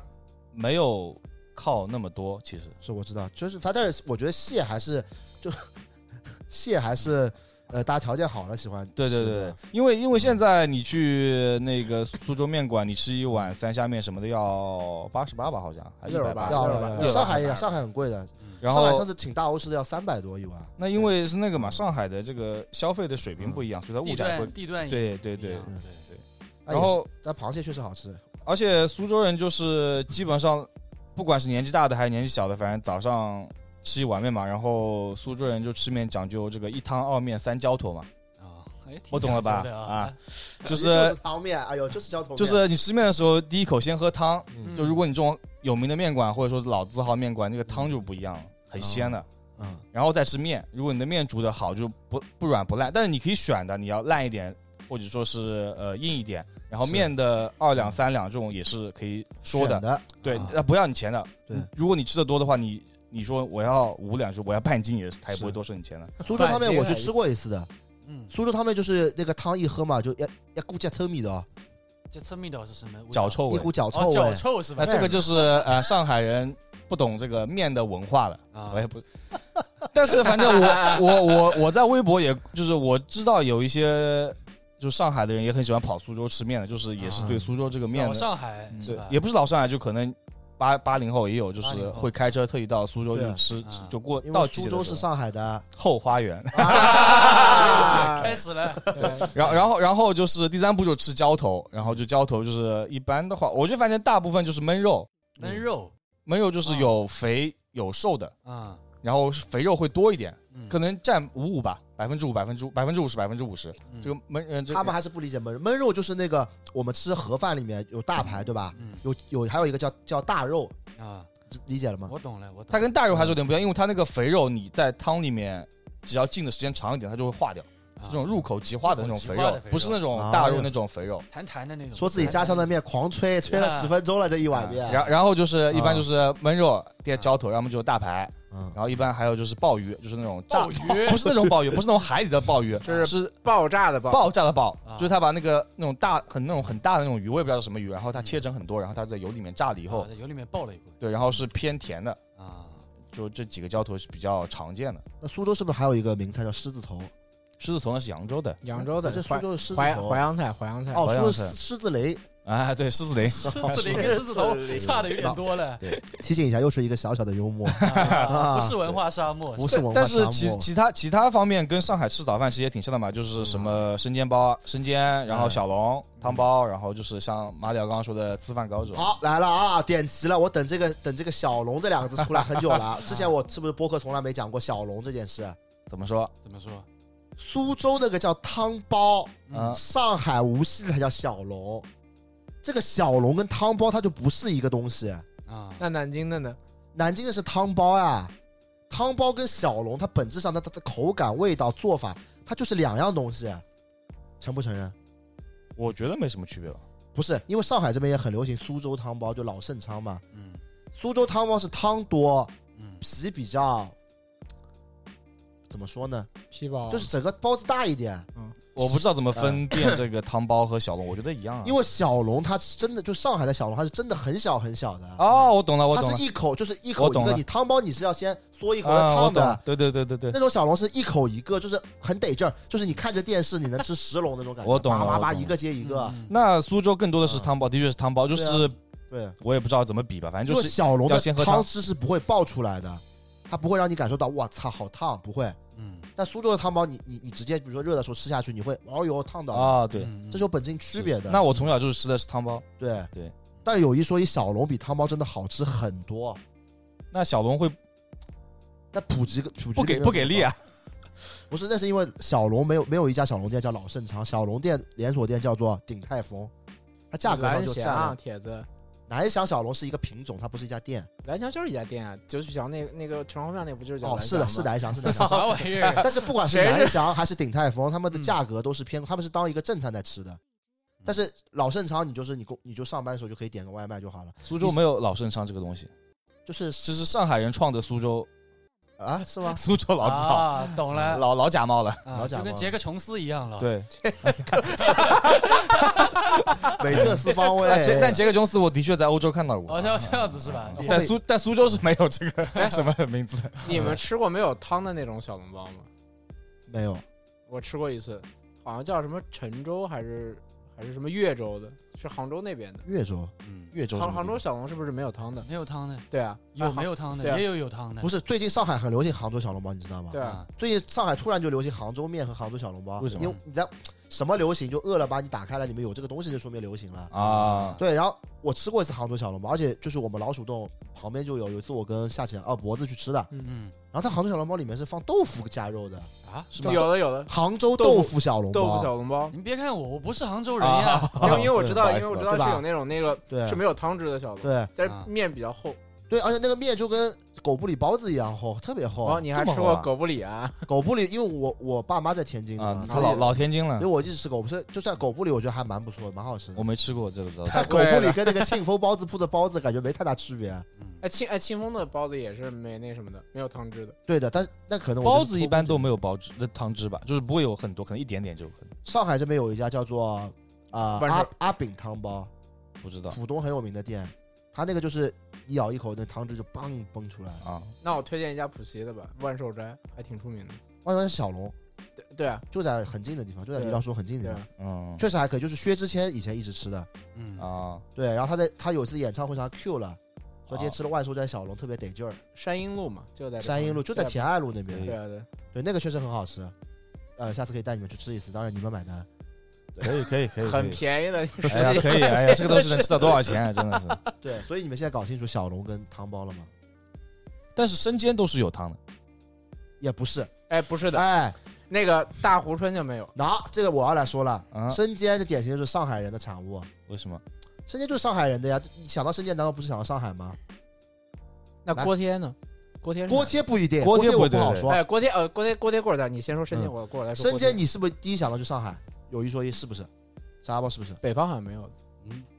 [SPEAKER 2] 没有靠那么多，其实
[SPEAKER 1] 是我知道，就是反正我觉得蟹还是就蟹还是 呃，大家条件好了喜欢吃
[SPEAKER 2] 对
[SPEAKER 1] 的。
[SPEAKER 2] 对对，因为因为现在你去那个苏州面馆，你吃一碗三虾面什么的要八十八吧，好像还是
[SPEAKER 4] 六十
[SPEAKER 2] 八
[SPEAKER 4] 八
[SPEAKER 1] 要
[SPEAKER 4] 了
[SPEAKER 1] 了
[SPEAKER 4] 吧
[SPEAKER 1] 要
[SPEAKER 2] 六
[SPEAKER 1] 了，
[SPEAKER 2] 十
[SPEAKER 1] 上
[SPEAKER 2] 八。
[SPEAKER 1] 海也上海很贵的，
[SPEAKER 2] 然
[SPEAKER 1] 上海
[SPEAKER 2] 后
[SPEAKER 1] 上次请大欧吃的要三百多一碗，
[SPEAKER 2] 那因为是那个嘛，上海的这个消费的水平不一样，所以它
[SPEAKER 3] 地
[SPEAKER 2] 物价会
[SPEAKER 3] 段，地段也
[SPEAKER 2] 对对
[SPEAKER 3] 不一
[SPEAKER 2] 对
[SPEAKER 3] 样。
[SPEAKER 1] 嗯
[SPEAKER 3] 对
[SPEAKER 1] 那
[SPEAKER 2] 然
[SPEAKER 1] 也是
[SPEAKER 2] 后
[SPEAKER 1] 但螃蟹确实好吃，
[SPEAKER 2] 而且苏州人就是基本上，不管是年纪大的还是年纪小的，反正早上吃一碗面嘛。然后苏州人就吃面讲究这个一汤二面三浇头嘛，
[SPEAKER 3] 啊，哎挺
[SPEAKER 2] 我懂了吧
[SPEAKER 3] 讲究的
[SPEAKER 2] 啊
[SPEAKER 3] 啊，
[SPEAKER 2] 就是
[SPEAKER 1] 呃就是汤面，哎呦，就是浇头面，
[SPEAKER 2] 就是你吃面的时候，第一口先喝汤。
[SPEAKER 1] 嗯
[SPEAKER 2] 就如果你这种有名的面馆或者说是老字号面馆，那个汤就不一样了，很鲜的。
[SPEAKER 1] 嗯
[SPEAKER 2] 然后再吃面，如果你的面煮的好，就不不软不烂，但是你可以选的，你要烂一点，或者说是呃硬一点。然后
[SPEAKER 1] 是
[SPEAKER 2] 面的二两三两这种也是可以说的
[SPEAKER 1] 选，的，
[SPEAKER 2] 对
[SPEAKER 1] 啊，
[SPEAKER 2] 那不要你钱的。
[SPEAKER 1] 对
[SPEAKER 2] 如果你吃的多的话，你你说我要五两，说我要半斤也是，他也
[SPEAKER 1] 是
[SPEAKER 2] 不会多收你钱的。
[SPEAKER 1] 苏州汤面我去吃过一次的，
[SPEAKER 3] 嗯，
[SPEAKER 1] 苏州汤面就是那个汤一喝嘛，就一一股脚臭味的哦，
[SPEAKER 3] 这侧面的是什么味道？
[SPEAKER 2] 脚臭
[SPEAKER 1] 一
[SPEAKER 2] 味，
[SPEAKER 1] 股脚臭
[SPEAKER 3] 哦，脚
[SPEAKER 1] 味，
[SPEAKER 3] 臭是吧
[SPEAKER 2] 那？这个就是呃上海人不懂这个面的文化了，
[SPEAKER 3] 啊
[SPEAKER 2] 我也不。但是反正我 我我我在微博也，就是我知道有一些就上海的人也很喜欢跑苏州吃面的，就是也是对苏州这个面
[SPEAKER 3] 老
[SPEAKER 2] 的，
[SPEAKER 3] 上海
[SPEAKER 2] 嗯
[SPEAKER 3] 是
[SPEAKER 2] 对
[SPEAKER 3] 吧？，
[SPEAKER 2] 也不是老上海，就可能八八零后也有，就是
[SPEAKER 3] 80后
[SPEAKER 2] 会开车特意到苏州
[SPEAKER 1] 对
[SPEAKER 2] 就
[SPEAKER 1] 啊
[SPEAKER 2] 吃，吃
[SPEAKER 3] 啊
[SPEAKER 2] 就过
[SPEAKER 1] 因
[SPEAKER 2] 到
[SPEAKER 1] 为
[SPEAKER 2] 季
[SPEAKER 1] 苏
[SPEAKER 2] 节的
[SPEAKER 1] 州
[SPEAKER 2] 时
[SPEAKER 1] 是
[SPEAKER 2] 候
[SPEAKER 1] 上海的，
[SPEAKER 2] 后花园。
[SPEAKER 4] 啊
[SPEAKER 3] 开始 了，
[SPEAKER 2] 嗯
[SPEAKER 4] 对
[SPEAKER 2] 然后，然后，然后就是第三步就吃浇头，然后就浇头就是一般的话，我觉得反正大部分就是焖肉，
[SPEAKER 3] 焖肉
[SPEAKER 2] 焖肉就是有肥有瘦的，
[SPEAKER 3] 啊，
[SPEAKER 2] 然后肥肉会多一点，
[SPEAKER 3] 嗯
[SPEAKER 2] 可能占五五吧，百分之五、百分之百分之五十、百分之五十。
[SPEAKER 3] 嗯
[SPEAKER 2] 这个焖，嗯，这
[SPEAKER 1] 他们
[SPEAKER 2] 个
[SPEAKER 1] 还是不理解焖肉焖肉，就是那个我们吃盒饭里面有大排对吧？
[SPEAKER 3] 嗯
[SPEAKER 1] 有有还有一个叫叫大肉，
[SPEAKER 3] 啊，
[SPEAKER 1] 理解了吗？
[SPEAKER 3] 我懂了，我懂
[SPEAKER 2] 它嗯
[SPEAKER 3] 了。
[SPEAKER 2] 跟大肉还是有点
[SPEAKER 3] 嗯
[SPEAKER 2] 不一样，因为它那个肥肉你在汤里面只要浸的时间长一点，它就会化掉，
[SPEAKER 3] 啊
[SPEAKER 2] 这种入口即化的那种
[SPEAKER 3] 入口即
[SPEAKER 2] 肥
[SPEAKER 3] 化的
[SPEAKER 2] 肉
[SPEAKER 3] 肥，肉
[SPEAKER 2] 不是那种大肉
[SPEAKER 1] 啊
[SPEAKER 2] 那种肥肉。
[SPEAKER 3] 弹弹的那种，
[SPEAKER 1] 说自己家乡的面狂吹，吹
[SPEAKER 3] 哎
[SPEAKER 1] 了十分钟了这一碗面，
[SPEAKER 2] 啊然然后就是一般
[SPEAKER 1] 啊
[SPEAKER 2] 就是焖肉、垫浇
[SPEAKER 3] 啊
[SPEAKER 2] 头，要么就是大排，
[SPEAKER 1] 嗯
[SPEAKER 2] 然后一般还有就是鲍鱼，就是那种炸哦
[SPEAKER 3] 鲍鱼
[SPEAKER 2] 不是那种鲍鱼，不是那种海里的鲍鱼，
[SPEAKER 4] 就是
[SPEAKER 2] 是
[SPEAKER 4] 爆炸的爆，
[SPEAKER 2] 爆炸的鲍
[SPEAKER 3] 啊，
[SPEAKER 2] 就是他把那个那种大很那种很大的那种鱼，我也不知道是什么鱼，然后他切成很多，然后他在油里面炸了以
[SPEAKER 3] 以
[SPEAKER 2] 后，
[SPEAKER 3] 啊在油里面爆了一锅
[SPEAKER 2] 对，然后是偏甜的，
[SPEAKER 3] 啊，
[SPEAKER 2] 就这几个浇头是比较常见的。
[SPEAKER 1] 那苏州是不是还有一个名菜叫狮子头？
[SPEAKER 2] 狮子头呢是扬州的，
[SPEAKER 4] 扬州的
[SPEAKER 1] 这苏
[SPEAKER 4] 淮
[SPEAKER 1] 州的狮子
[SPEAKER 4] 淮
[SPEAKER 1] 头
[SPEAKER 4] 淮，扬菜，淮扬菜。
[SPEAKER 1] 哦，
[SPEAKER 2] 淮
[SPEAKER 1] 苏
[SPEAKER 2] 扬
[SPEAKER 1] 州
[SPEAKER 2] 菜
[SPEAKER 1] 狮狮子雷。
[SPEAKER 2] 啊，对，狮子林，
[SPEAKER 3] 狮子林跟狮子头差的有点多了，
[SPEAKER 1] 提醒一下，又是一个小小的幽 默，
[SPEAKER 3] 啊不是文化沙漠，
[SPEAKER 1] 不是文化
[SPEAKER 2] 但
[SPEAKER 1] 沙
[SPEAKER 2] 是
[SPEAKER 1] 漠。
[SPEAKER 2] 其其他其他方面跟上海吃早饭其实也挺像的嘛，就是什么生煎包、啊生煎，然后小笼、汤包，然后就是像马里奥刚刚说的吃饭高手。
[SPEAKER 1] 好来了啊，点齐了！我等这个等这个“小龙”这两个字出来很久了。啊之前我是不是播客从来没讲过小龙这件事？
[SPEAKER 2] 怎么说？
[SPEAKER 3] 怎么说？
[SPEAKER 1] 苏州那个叫汤包，
[SPEAKER 3] 啊
[SPEAKER 2] 嗯
[SPEAKER 1] 上海无锡才叫小龙。这个小龙跟汤包它就不是一个东西。
[SPEAKER 3] 啊，
[SPEAKER 4] 那南京的呢？
[SPEAKER 1] 南京的是汤包呀，汤包跟小笼它本质上它它的口感、味道、做法，它就是两样东西，承不承认？
[SPEAKER 2] 我觉得没什么区别吧。
[SPEAKER 1] 不是，因为上海这边也很流行苏州汤包，就老盛汤嘛。
[SPEAKER 3] 嗯
[SPEAKER 1] 苏州汤包是汤多，
[SPEAKER 3] 嗯
[SPEAKER 1] 皮比较怎么说呢？
[SPEAKER 4] 皮
[SPEAKER 2] 哦
[SPEAKER 4] 包
[SPEAKER 1] 就是整个包子大一点，
[SPEAKER 2] 啊我不知道怎么分辨这个汤包和小笼，我觉得一样啊。
[SPEAKER 1] 呃因为小笼它是真的，就上海的小笼它是真的很小很小的，
[SPEAKER 2] 哦，我懂了，我
[SPEAKER 1] 它
[SPEAKER 2] 懂了
[SPEAKER 1] 是，一口就是一
[SPEAKER 2] 我
[SPEAKER 1] 口一
[SPEAKER 2] 懂
[SPEAKER 1] 个，
[SPEAKER 2] 了
[SPEAKER 1] 你汤包你是要先嗦一口再
[SPEAKER 2] 啊，我
[SPEAKER 1] 烫
[SPEAKER 2] 懂
[SPEAKER 1] 的。
[SPEAKER 2] 了，对对对对对，
[SPEAKER 1] 那种小笼是一口一个，就是很得劲儿，就是你看着电视，你能吃十笼那种感觉，
[SPEAKER 2] 我懂了
[SPEAKER 1] 叭叭
[SPEAKER 2] 我
[SPEAKER 1] 叭
[SPEAKER 2] 懂了
[SPEAKER 1] 一个接一
[SPEAKER 2] 啊
[SPEAKER 1] 个。
[SPEAKER 3] 嗯
[SPEAKER 2] 那苏州更多的是
[SPEAKER 1] 嗯
[SPEAKER 2] 汤包，的确是汤包，就
[SPEAKER 1] 对啊
[SPEAKER 2] 是
[SPEAKER 1] 对，
[SPEAKER 2] 我也不知道怎么比吧，反
[SPEAKER 1] 就
[SPEAKER 2] 正嗯就是
[SPEAKER 1] 是小笼的
[SPEAKER 2] 要先喝汤
[SPEAKER 1] 汤汁是不会爆出来的，它不会让你感受到哇操好烫，不会。
[SPEAKER 3] 嗯
[SPEAKER 1] 但苏州的汤包你，你你直接比如说热的时候吃下去，你会哦呦烫到，
[SPEAKER 2] 啊，对。
[SPEAKER 3] 嗯
[SPEAKER 1] 这是有本质性区别的。
[SPEAKER 2] 那我从小就是吃的是汤包，
[SPEAKER 1] 对
[SPEAKER 2] 对，
[SPEAKER 1] 但有一说一，小笼比汤包真的好吃很多。
[SPEAKER 2] 那小笼会
[SPEAKER 1] 但普及普及
[SPEAKER 2] 不
[SPEAKER 1] 率
[SPEAKER 2] 给
[SPEAKER 1] 没有
[SPEAKER 2] 不给力啊？
[SPEAKER 1] 不是，那是因为小笼没有没有一家小笼店叫老盛昌，小笼店连锁店叫做鼎泰丰，它价格上
[SPEAKER 4] 蓝
[SPEAKER 1] 就占
[SPEAKER 4] 翔
[SPEAKER 1] 了
[SPEAKER 4] 啊，。铁子，
[SPEAKER 1] 南翔小笼是一个品种，它不是一家店。
[SPEAKER 4] 蓝翔就是一家店啊，九曲桥那那个城隍庙那不就是叫
[SPEAKER 1] 哦，
[SPEAKER 4] 蓝
[SPEAKER 1] 是
[SPEAKER 4] 翔
[SPEAKER 1] 的，
[SPEAKER 4] 吗？
[SPEAKER 1] 是南翔，是南翔。
[SPEAKER 3] 嗯 啥 玩意儿？
[SPEAKER 1] 但是不管是
[SPEAKER 4] 谁
[SPEAKER 1] 南翔还是鼎泰丰，他们的价格都是偏，他们是当一个正餐在吃的。但是老盛昌，你就是你工你就上班的时候就可以点个外卖就好了，
[SPEAKER 2] 苏州没有老盛昌这个东西，
[SPEAKER 1] 就是
[SPEAKER 2] 这是上海人创的苏州
[SPEAKER 1] 啊，是吗？
[SPEAKER 2] 苏州老字号，
[SPEAKER 3] 啊，懂了，
[SPEAKER 2] 老老假冒了。
[SPEAKER 3] 啊
[SPEAKER 1] 老贾
[SPEAKER 3] 就跟
[SPEAKER 1] 吗
[SPEAKER 3] 杰克琼斯一
[SPEAKER 1] 啊
[SPEAKER 3] 样了。，
[SPEAKER 2] 对，
[SPEAKER 1] 美特斯邦 威
[SPEAKER 2] 但杰但杰克琼斯我的确在欧洲看到过
[SPEAKER 3] 哦，，要这样子是吧？
[SPEAKER 1] 会
[SPEAKER 2] 但苏但苏州是没有这 个什么名字。
[SPEAKER 4] 你
[SPEAKER 1] 嗯
[SPEAKER 4] 们吃过没有汤的那种小笼包吗？
[SPEAKER 1] 没有，
[SPEAKER 4] 我吃过一次，好像叫什么陈州还是还是什么越州的，是杭州那边的。
[SPEAKER 1] 越州
[SPEAKER 3] 嗯，
[SPEAKER 2] 越州
[SPEAKER 4] 杭杭州小笼是不是没有汤的？
[SPEAKER 3] 没有汤的，
[SPEAKER 4] 对啊，
[SPEAKER 3] 有
[SPEAKER 4] 啊
[SPEAKER 3] 没？有汤
[SPEAKER 4] 对
[SPEAKER 3] 的，
[SPEAKER 4] 啊
[SPEAKER 3] 也有有汤的。
[SPEAKER 1] 不是最近上海很流行杭州小笼包，你知道吗
[SPEAKER 4] 对？啊，
[SPEAKER 3] 啊，
[SPEAKER 1] 最近上海突然就流行杭州面和杭州小笼包，
[SPEAKER 2] 为什么
[SPEAKER 1] 因为你在什么流行就饿了吧，你打开了里面有这个东西就说明流行了。
[SPEAKER 2] 啊，
[SPEAKER 1] 对，然后我吃过一次杭州小笼包，而且就是我们老鼠洞旁边就有，有一次我跟夏浅啊脖子去吃的，
[SPEAKER 3] 嗯，
[SPEAKER 1] 然后它杭州小笼包里面是放豆腐加肉的，
[SPEAKER 2] 是
[SPEAKER 1] 啊
[SPEAKER 2] 吧？
[SPEAKER 4] 有的有的，
[SPEAKER 1] 杭州
[SPEAKER 4] 豆腐
[SPEAKER 1] 豆腐小笼包，
[SPEAKER 4] 豆腐小笼 包。
[SPEAKER 3] 您别看我，我不是杭州
[SPEAKER 1] 啊
[SPEAKER 3] 人呀。
[SPEAKER 4] 因为因为我
[SPEAKER 1] 对
[SPEAKER 4] 知
[SPEAKER 2] 啊不
[SPEAKER 4] 道，
[SPEAKER 2] 好意
[SPEAKER 4] 因
[SPEAKER 2] 思
[SPEAKER 4] 为我知
[SPEAKER 1] 不好
[SPEAKER 4] 道
[SPEAKER 1] 意思
[SPEAKER 4] 是有那种那个
[SPEAKER 1] 对
[SPEAKER 4] 是没有汤汁的小笼，
[SPEAKER 1] 对
[SPEAKER 4] 但
[SPEAKER 3] 啊
[SPEAKER 4] 是面比较厚。
[SPEAKER 1] 对，而且那个面就跟狗不理包子一样厚，特别厚。
[SPEAKER 4] 哦，你还
[SPEAKER 2] 这么
[SPEAKER 4] 吃
[SPEAKER 2] 厚
[SPEAKER 4] 过
[SPEAKER 2] 啊
[SPEAKER 4] 狗不理啊？
[SPEAKER 1] 狗不理，因为我我爸妈在天津的
[SPEAKER 2] 啊
[SPEAKER 1] 嘛，，
[SPEAKER 2] 他
[SPEAKER 1] 所
[SPEAKER 2] 老
[SPEAKER 1] 以
[SPEAKER 2] 老天津
[SPEAKER 1] 所
[SPEAKER 2] 了
[SPEAKER 1] 以，我一直吃狗，所以就算狗不理，我觉得还蛮不错，蛮好吃
[SPEAKER 2] 我
[SPEAKER 1] 的。
[SPEAKER 2] 没吃过这个，
[SPEAKER 1] 但狗
[SPEAKER 4] 贵了
[SPEAKER 1] 不理跟那个庆丰包子铺的包子感觉没太大区别。啊
[SPEAKER 3] 嗯
[SPEAKER 4] 哎，清哎清风的包子也是没那什么的，没有汤汁的。
[SPEAKER 1] 对的，但是那可能我
[SPEAKER 2] 包
[SPEAKER 1] 就是
[SPEAKER 2] 子一般都没有包汁那汤汁吧，就是不会有很多，可能一点点就可能
[SPEAKER 1] 上海这边有一家叫做啊、
[SPEAKER 4] 万事
[SPEAKER 1] 阿阿炳汤包，
[SPEAKER 2] 不知道
[SPEAKER 1] 浦东很有名的店，它那个就是一咬一口那汤汁就嘣崩出来，
[SPEAKER 2] 啊。
[SPEAKER 4] 那我推荐一家浦西的吧，万寿斋还挺出名的。
[SPEAKER 1] 万川小笼
[SPEAKER 4] 对对啊，
[SPEAKER 1] 就在很近的地方，就在离
[SPEAKER 4] 对
[SPEAKER 1] 老鼠很近的
[SPEAKER 4] 对
[SPEAKER 1] 地
[SPEAKER 4] 啊
[SPEAKER 1] 方，，
[SPEAKER 2] 嗯
[SPEAKER 1] 确实还可以。就是薛之谦以前一直吃的，
[SPEAKER 3] 嗯
[SPEAKER 2] 啊，
[SPEAKER 1] 对，然后他在他有一次演唱会上 Q 了，说今天吃了万寿斋小笼特别得劲儿，
[SPEAKER 4] 山阴路嘛，就在这
[SPEAKER 1] 山阴路就在
[SPEAKER 4] 啊对啊
[SPEAKER 1] 田爱路那边，
[SPEAKER 4] 对啊对啊，
[SPEAKER 1] 对，那个确实很好吃，呃，下次可以带你们去吃一次，当然你们买单。
[SPEAKER 2] 可以可以可以，
[SPEAKER 4] 很
[SPEAKER 2] 宜。
[SPEAKER 4] 便宜的。你
[SPEAKER 2] 哎呀，
[SPEAKER 4] 说
[SPEAKER 2] 可以，哎呀，这个东西能吃到多少钱啊？真的是，
[SPEAKER 1] 对，所以你们现在搞清楚小笼跟汤包了吗？
[SPEAKER 2] 但是生煎都是有汤的，
[SPEAKER 1] 也不是，
[SPEAKER 4] 哎，不是的，
[SPEAKER 1] 哎，
[SPEAKER 4] 那个大湖春就没有。
[SPEAKER 1] 那这个我要来说了，
[SPEAKER 2] 啊
[SPEAKER 1] 生煎的典型就是上海人的产物，
[SPEAKER 2] 为什么？
[SPEAKER 1] 生煎就是上海人的呀，你想到生煎难道不是想到上海吗？
[SPEAKER 4] 那
[SPEAKER 1] 来
[SPEAKER 4] 锅贴呢？锅贴是
[SPEAKER 1] 锅贴不一定，
[SPEAKER 2] 锅
[SPEAKER 1] 锅
[SPEAKER 2] 贴不
[SPEAKER 1] 我
[SPEAKER 2] 一定
[SPEAKER 1] 不好
[SPEAKER 2] 对
[SPEAKER 1] 说，
[SPEAKER 4] 哎，锅贴呃，锅贴锅贴过儿的，你先说生煎，
[SPEAKER 1] 嗯
[SPEAKER 4] 我过儿来说
[SPEAKER 1] 生
[SPEAKER 4] 锅贴。
[SPEAKER 1] 煎你是不是第一想到就上海？有一说一，是不是？沙拉包是不是？
[SPEAKER 4] 北方好像没有，